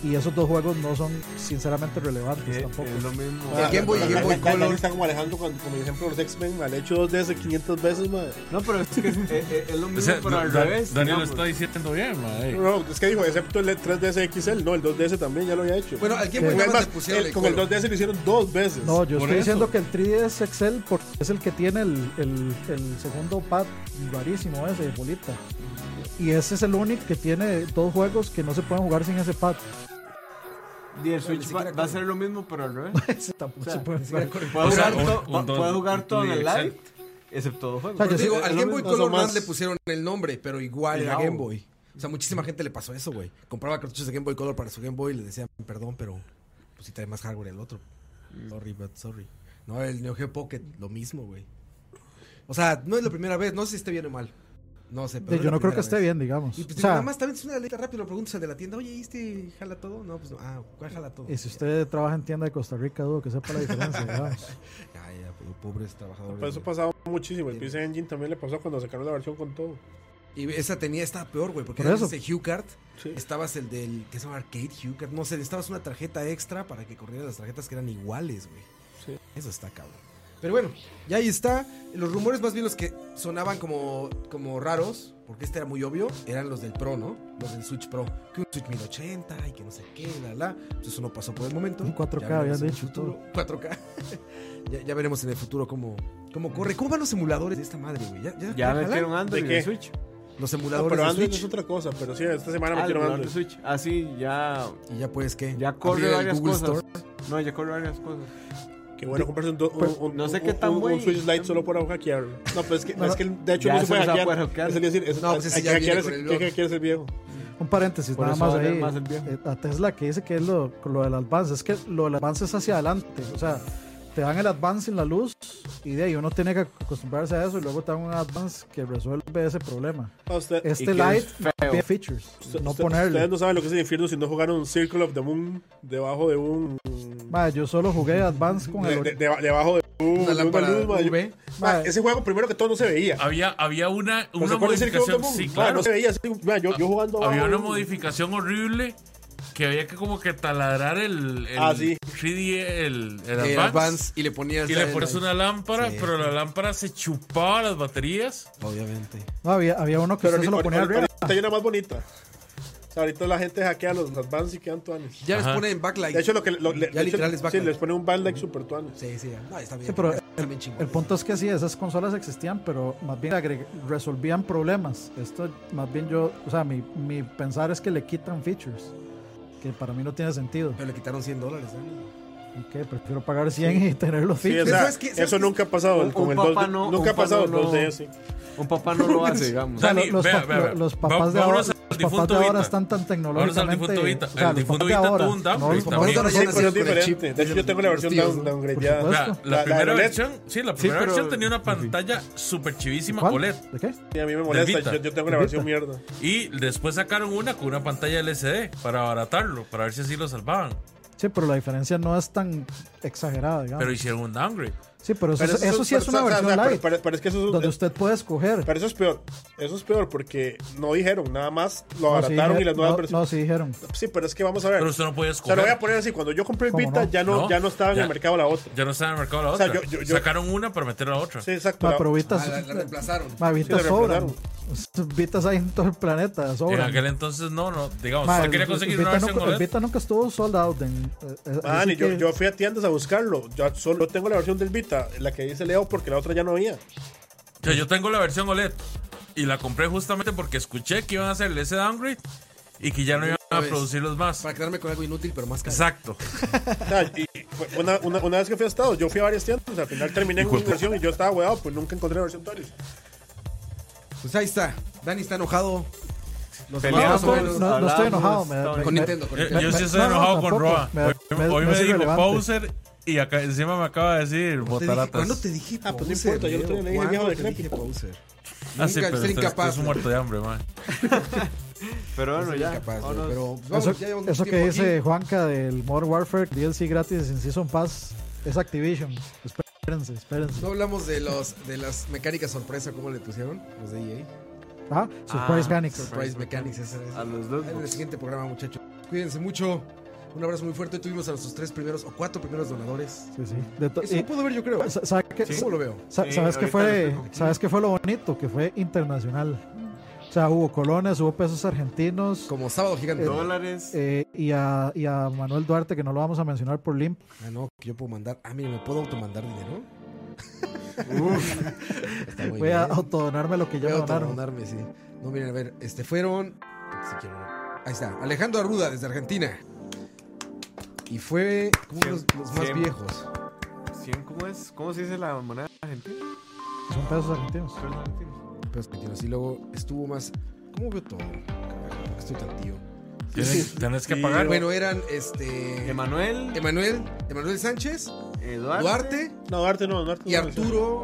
B: y esos dos juegos no son sinceramente
D: Eh,
B: relevantes
E: Es,
B: tampoco.
E: es lo mismo.
A: Ah,
C: El Game Boy y Game Boy Color.
A: Está como Alejandro con, como ejemplo los X-Men, me han hecho dos DS 500 veces, madre.
E: No, pero es que es, es- es- es lo mismo,
D: O sea,
E: pero al
D: Da-
E: revés.
D: Daniel lo
E: digamos.
D: está diciendo bien, mae.
A: No, no, es que dijo, excepto el 3DS XL, no, el 2DS también ya lo había hecho.
C: Bueno, al Game
E: pues
A: Con
C: Boy
A: el
C: Advance
A: más-
C: le pusieron
A: el-
C: el
A: con el
C: color.
A: 2DS lo hicieron dos veces.
B: No, yo
D: Por
B: estoy
D: eso.
B: diciendo que el 3DS Excel porque es el que tiene el, el- el segundo pad rarísimo ese de bolita. Y ese es el único que tiene dos juegos que no se pueden jugar sin ese pad.
E: Y el Switch va,
C: siquiera
E: va a ser lo mismo, pero al revés.
B: Ese tampoco se puede jugar.
E: Puedo
D: O sea,
E: jugar,
D: un-
E: to-
D: un
E: puedo
D: dos-
E: jugar todo en el
D: Excel.
E: live, excepto dos juegos.
B: O sea, yo
C: Pero digo,
B: sí-
C: al Game Boy
A: no
C: Color
A: son más-
C: Advance le pusieron el nombre, pero igual era
E: Cuidado.
C: Game Boy. O sea, muchísima gente le pasó eso, güey. Compraba cartuchos de Game Boy Color para su Game Boy y le decían, perdón, pero pues si trae más hardware el otro.
A: Mm.
C: Sorry, but sorry. No, el Neo Geo Pocket, lo mismo, güey. O sea, no es la primera vez, no sé si esté bien o mal. No sé, pero.
B: Yo no creo que esté bien, digamos.
C: Y
B: O
C: pues,
B: sea,
C: nada más también es una letra rápida, lo preguntas al de la tienda, oye, ¿y este jala todo? No, pues no. Ah, ¿cuál jala todo?
B: y si usted trabaja en tienda de Costa Rica, dudo que sepa la diferencia, digamos.
C: Ya, ya, pero pobres trabajadores.
A: Por eso
C: güey.
A: pasaba muchísimo. El PC Engine también le pasó cuando sacaron la versión con todo.
C: Y esa tenía, estaba peor, güey, porque
B: Por
C: era
B: eso.
C: ese Hue Card.
A: Sí.
C: Estabas el del, ¿qué se llama? Arcade Hue Card. No sé, necesitabas una tarjeta extra para que corrieran las tarjetas que eran iguales, güey.
A: Sí.
C: Eso está cabrón. Pero bueno, ya ahí está. Los rumores más bien los que sonaban como, como raros, porque este era muy obvio, eran los del Pro, ¿no? Los del Switch Pro. Que un Switch 1080 y que no sé qué, la, la. Entonces eso no pasó por el momento.
B: Un 4K
C: Ya veremos
B: habían
C: en el
B: dicho
C: futuro. 4K. ya, ya veremos en el futuro cómo, cómo corre. ¿Cómo van los emuladores de esta madre, güey? Ya, ya,
E: Ya
C: jalan?
E: metieron Android
A: ¿De
E: en
A: qué?
E: el Switch.
C: Los
A: No,
C: emuladores
A: pero
C: de
A: Android
C: Switch.
A: es otra cosa. Pero sí, esta semana
E: Ah, el
A: metieron
E: emulador
A: Android.
E: de Switch. Ah, sí, ya,
C: Y ya puedes que.
E: ya corre varias cosas. No, ya corre varias cosas.
A: Qué bueno comprarse un, do- un, un-
E: Pues, no sé
A: un-
E: qué tan
A: un- un
E: güey.
A: Switch Lite solo para hackear. No, pero es que,
B: No,
A: es
B: no.
A: que de hecho
E: Ya
A: no se puede
E: se nos va a
A: hackear.
E: poder hackear.
A: Es el decir, es,
C: No, pues ese
A: hay que
C: ya
A: hackear
C: viene
A: es-
C: con el
A: hay que
C: blog.
A: hackear es el viejo.
B: Un paréntesis,
E: Por
B: nada
E: eso
B: más
E: vale
B: ahí.
E: más el viejo.
B: eh, a Tesla que dice que es lo, lo del avance, es que lo del avance es hacia adelante. O sea, te dan el advance en la luz y de ahí uno tiene que acostumbrarse a eso y luego te dan un advance que resuelve ese problema.
A: Ah, usted-
E: Y
B: Este
E: que es
B: light no
E: feo.
B: tiene features,
A: usted-
B: no
A: usted- Ustedes
B: ponerle.
A: no saben lo que es el infierno si no jugaron un Circle of the Moon debajo de un.
B: Ma, yo solo jugué advance con
A: de-
B: el.
A: de- de- debajo de un.
C: Una
A: de
C: lámpara
A: luz, ma. Yo-
C: UV.
A: ma,
B: Ma,
A: ese juego, primero que todo, no se veía.
D: Había, había una,
A: ¿No se
D: una
A: acuerdan de Circle of the
D: modificación.
A: Moon?
D: Sí,
A: Ma,
D: claro.
A: No se veía. así, ma, yo, yo jugando abajo
D: Había
A: de
D: una
A: un-
D: modificación horrible que había que como que taladrar el, el
A: Ah, sí.
D: 3D, el, el
C: El
D: Advance.
C: Advance y le ponías.
D: Y
C: la-
D: le pones
C: la-
D: una lámpara,
C: Sí.
D: pero la lámpara se chupaba las baterías.
C: Obviamente.
B: no, había, había uno que
A: Pero
B: usted se lo
A: ahorita,
B: ponía arriba.
A: ahorita hay una más bonita. O sea, ahorita la gente hackea los advances y quedan tuanes.
C: Ya les
D: Ajá.
C: ponen backlight.
A: De hecho, lo que. Lo, le-
C: Ya
A: de hecho,
C: literal es
A: Sí,
C: backlight.
A: les pone un backlight super tuanes.
C: Sí, sí, ya. No, está bien.
B: Sí, pero
C: Está bien chingón.
B: El punto es que sí, esas consolas existían, pero más bien agre- resolvían problemas. Esto, más bien yo, o sea, mi, mi pensar es que le quitan features, que para mí no tiene sentido.
C: Pero le quitaron 100 dólares, Dani.
B: Ok, prefiero pagar 100 y tener los
A: Sí, o
B: features.
A: sea,
C: ¿Sabes qué? ¿Sabes
A: eso
C: qué?
A: nunca ha pasado
E: Un-
A: con
E: un
A: el 2
E: papá no-
A: Nunca
E: un
A: ha pasado el
E: papá no-
A: 2DS.
E: Un papá no lo hace, digamos.
B: O sea,
D: Dani,
B: lo- los,
D: vea,
B: pap-
D: vea, vea.
B: lo- los
D: Va-
B: papás de ahora,
D: vámonos al
B: los papás
D: difunto
B: de ahora
D: Vita.
B: están tan
D: Vámonos al
B: tecnológicamente.
D: difunto Vita.
B: o sea,
D: El
B: los
D: difunto
B: papás de
D: Vita
B: ahora,
D: tuvo un
B: no,
D: downgrade
B: los papás
D: también.
B: de ahora
A: Sí,
C: Ahora sí,
A: pero pues, es
C: con el chip.
A: diferente. De hecho, yo tengo la
C: Los
A: versión
C: tíos,
A: down,
C: ¿no?
B: Por
A: downgradeada.
B: supuesto.
D: O sea,
A: La- E
D: la,
A: la
D: primera
A: OLED.
D: versión, sí, la
E: Sí,
D: primera
E: pero-
D: versión tenía una pantalla super chivísima
B: ¿Cuál?
D: OLED.
B: ¿De qué?
A: Y a mí me molesta.
D: Vita.
A: Yo, yo tengo la
B: Del
A: versión
B: Vita. Pues
A: mierda.
D: E Y después sacaron una con una pantalla LCD para abaratarlo, para ver si así lo salvaban.
B: Sí, pero la diferencia no es tan exagerada, digamos.
D: Pero hicieron un downgrade.
B: sí, pero eso,
A: Pero
B: eso sí es
A: pero,
B: una
A: o sea,
B: versión
A: o sea, Pero,
B: light,
A: pero- pero es que eso es,
B: donde
A: un-
B: usted puede escoger.
A: pero eso es peor. Eso es peor porque no dijeron nada más. Lo
B: No, sí
A: abarataron y
B: dije-
A: las nuevas
B: no,
A: versiones.
B: No, sí dijeron.
A: Sí, pero es que vamos a ver.
D: Pero usted no podía
A: o sea,
D: escoger.
A: lo voy a poner así. Cuando yo compré el
B: ¿Cómo
A: Vita,
B: no?
A: ya, no,
D: No.
A: ya no estaba en
D: Ya.
A: el mercado la otra.
D: Ya no estaba en el mercado la
A: O sea,
D: otra.
A: yo- yo- yo-
D: Sacaron una para meter la otra.
A: Sí, exacto.
B: Ma,
A: la-
B: pero Vita,
C: Ah, la, la reemplazaron.
B: ma, Vita
A: Sí, la
B: sobran. Vitas hay en todo el planeta,
D: en
B: sobran.
D: aquel entonces no, no. Digamos,
B: Ma,
D: usted quería
B: el-
D: conseguir
B: el
D: una
B: Vita
D: versión E
B: nunca- el
D: OLED.
B: Vita nunca estuvo sold out. en- eh, eh,
A: Man,
B: así
A: y yo,
B: que-
A: yo fui a tiendas a buscarlo. Yo solo tengo la versión del Vita, la que dice Leo, porque la otra ya no había.
D: O sea, yo tengo la versión OLED y la compré justamente porque escuché que iban a hacerle ese downgrade y que ya no iban a
C: vez.
D: producirlos más.
C: Para quedarme con algo inútil, pero más caro.
D: Exacto.
A: O sea, y fue- una, una- una vez que fui a Estados, yo fui a varias tiendas. Al final terminé en
D: Hijo
A: una
D: de puta.
A: versión y yo estaba weado, pues nunca encontré la versión Tories.
C: Pues ahí está. Dani está enojado. Los demás,
E: Peleamos,
B: no,
C: más o
B: pues, no,
C: menos.
B: no estoy enojado,
E: hablamos,
B: me- me-
C: Con
B: me-
C: Nintendo, con
D: Yo,
C: Nintendo.
D: Eh, yo sí estoy
B: No, no,
D: enojado con
B: tampoco.
D: Roa.
B: Me-
D: Hoy
B: me-
D: hoy
B: me
D: me
B: es
D: dijo
B: irrelevante.
D: Bowser y acá, encima me acaba de decir
C: Te dije, ¿Cuándo
D: botaratas.
C: te dije
A: Ah, pues no
C: Bowser,
A: importa, yo no
C: Leo?
A: te dije viejo
C: ¿Cuándo
A: decrépito.
C: dije Bowser?
D: Ah, sí,
C: Nunca,
D: pero
C: ser
D: usted- usted
C: incapaz.
D: es un muerto de hambre, man.
E: Pero bueno,
C: Ser
E: ya.
C: incapaz, güey,
E: vámonos.
C: pero, pues, vamos,
B: Eso,
C: ya llevamos
B: eso que
C: tiempo
B: dice
C: aquí.
B: Juanca del Modern Warfare DLC gratis en Season Pass es Activision. Espérense, espérense.
C: No hablamos de, los, de las mecánicas sorpresa, ¿cómo le pusieron? Los de EA.
B: Ah, Surprise
E: Ah,
B: Mechanics.
E: surprise.
C: Surprise Mechanics, esa es.
E: A los
C: En el
E: dos.
C: siguiente programa, muchachos. Cuídense mucho. Un abrazo muy fuerte. Tuvimos a nuestros tres primeros o cuatro primeros donadores.
B: Sí, sí. De to-
C: Eso
B: y-
C: lo puedo ver, yo creo.
B: sa- ¿sabe qué-
C: ¿Cómo lo veo?
B: sa-
E: Sí,
B: ¿Sabes qué
E: ahorita lo
B: fue?
E: tengo aquí.
B: ¿Sabes qué fue lo bonito? Que fue internacional. O sea, hubo colones, hubo pesos argentinos.
C: Como sábado gigante.
E: Dólares.
B: eh, y, a, y a Manuel Duarte, que no lo vamos a mencionar por Limp.
C: Ah, no, que yo puedo mandar. Ah, mira, me puedo automandar dinero. Está muy
B: Voy a
C: bien. ¿eh?
B: autodonarme lo que ya
C: Voy
B: me
C: a
B: donaron.
C: autodonarme, sí. No, miren, a ver, este fueron. si quiero- ahí está. Alejandro Arruda, desde Argentina. Y fue como
E: Cien-
C: los, los más
E: cien.
C: viejos.
E: 100, ¿cómo es? ¿Cómo se dice la moneda argentina?
B: Son pesos argentinos.
E: Pesos argentinos.
C: Pero es que tiene así luego estuvo más. ¿Cómo veo todo? Carajo, ¿por qué estoy tan tío.
D: Tienes, tenés que
E: Y-
D: pagar.
C: Bueno, eran este.
E: Ah, Emanuel,
C: Emanuel, Emanuel Sánchez,
B: Eh,
E: Eduardo,
C: Duarte
A: No, Duarte no, Duarte
C: y
A: no,
C: Arturo.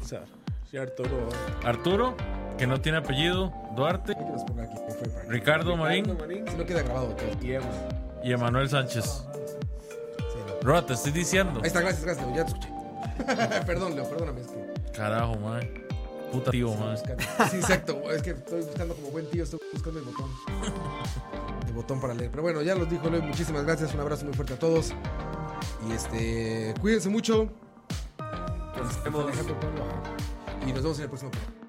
A: O sea, sí, Arturo.
D: Arturo, que no tiene apellido, Duarte,
C: Hay que los ponga aquí, que fue para-
D: Ricardo Marín
E: Marín
C: Si no queda grabado todo.
E: y Emma.
D: y Emanuel Sánchez.
C: Sí, no.
D: Roa, te estoy diciendo.
C: Ahí está, gracias, gracias, Leo, ya te escuché. Perdón, Leo, perdóname. Es que
D: Carajo, man. Puta tío, man.
C: buscando- Sí, exacto. Es que estoy buscando como buen tío, estoy buscando el botón. El botón para leer. Pero bueno, ya los dijo Leo, muchísimas gracias. Un abrazo muy fuerte a todos. Y este, cuídense mucho.
E: Nos vemos.
C: Alejandro Pablo, ajá. Y nos vemos en el próximo programa.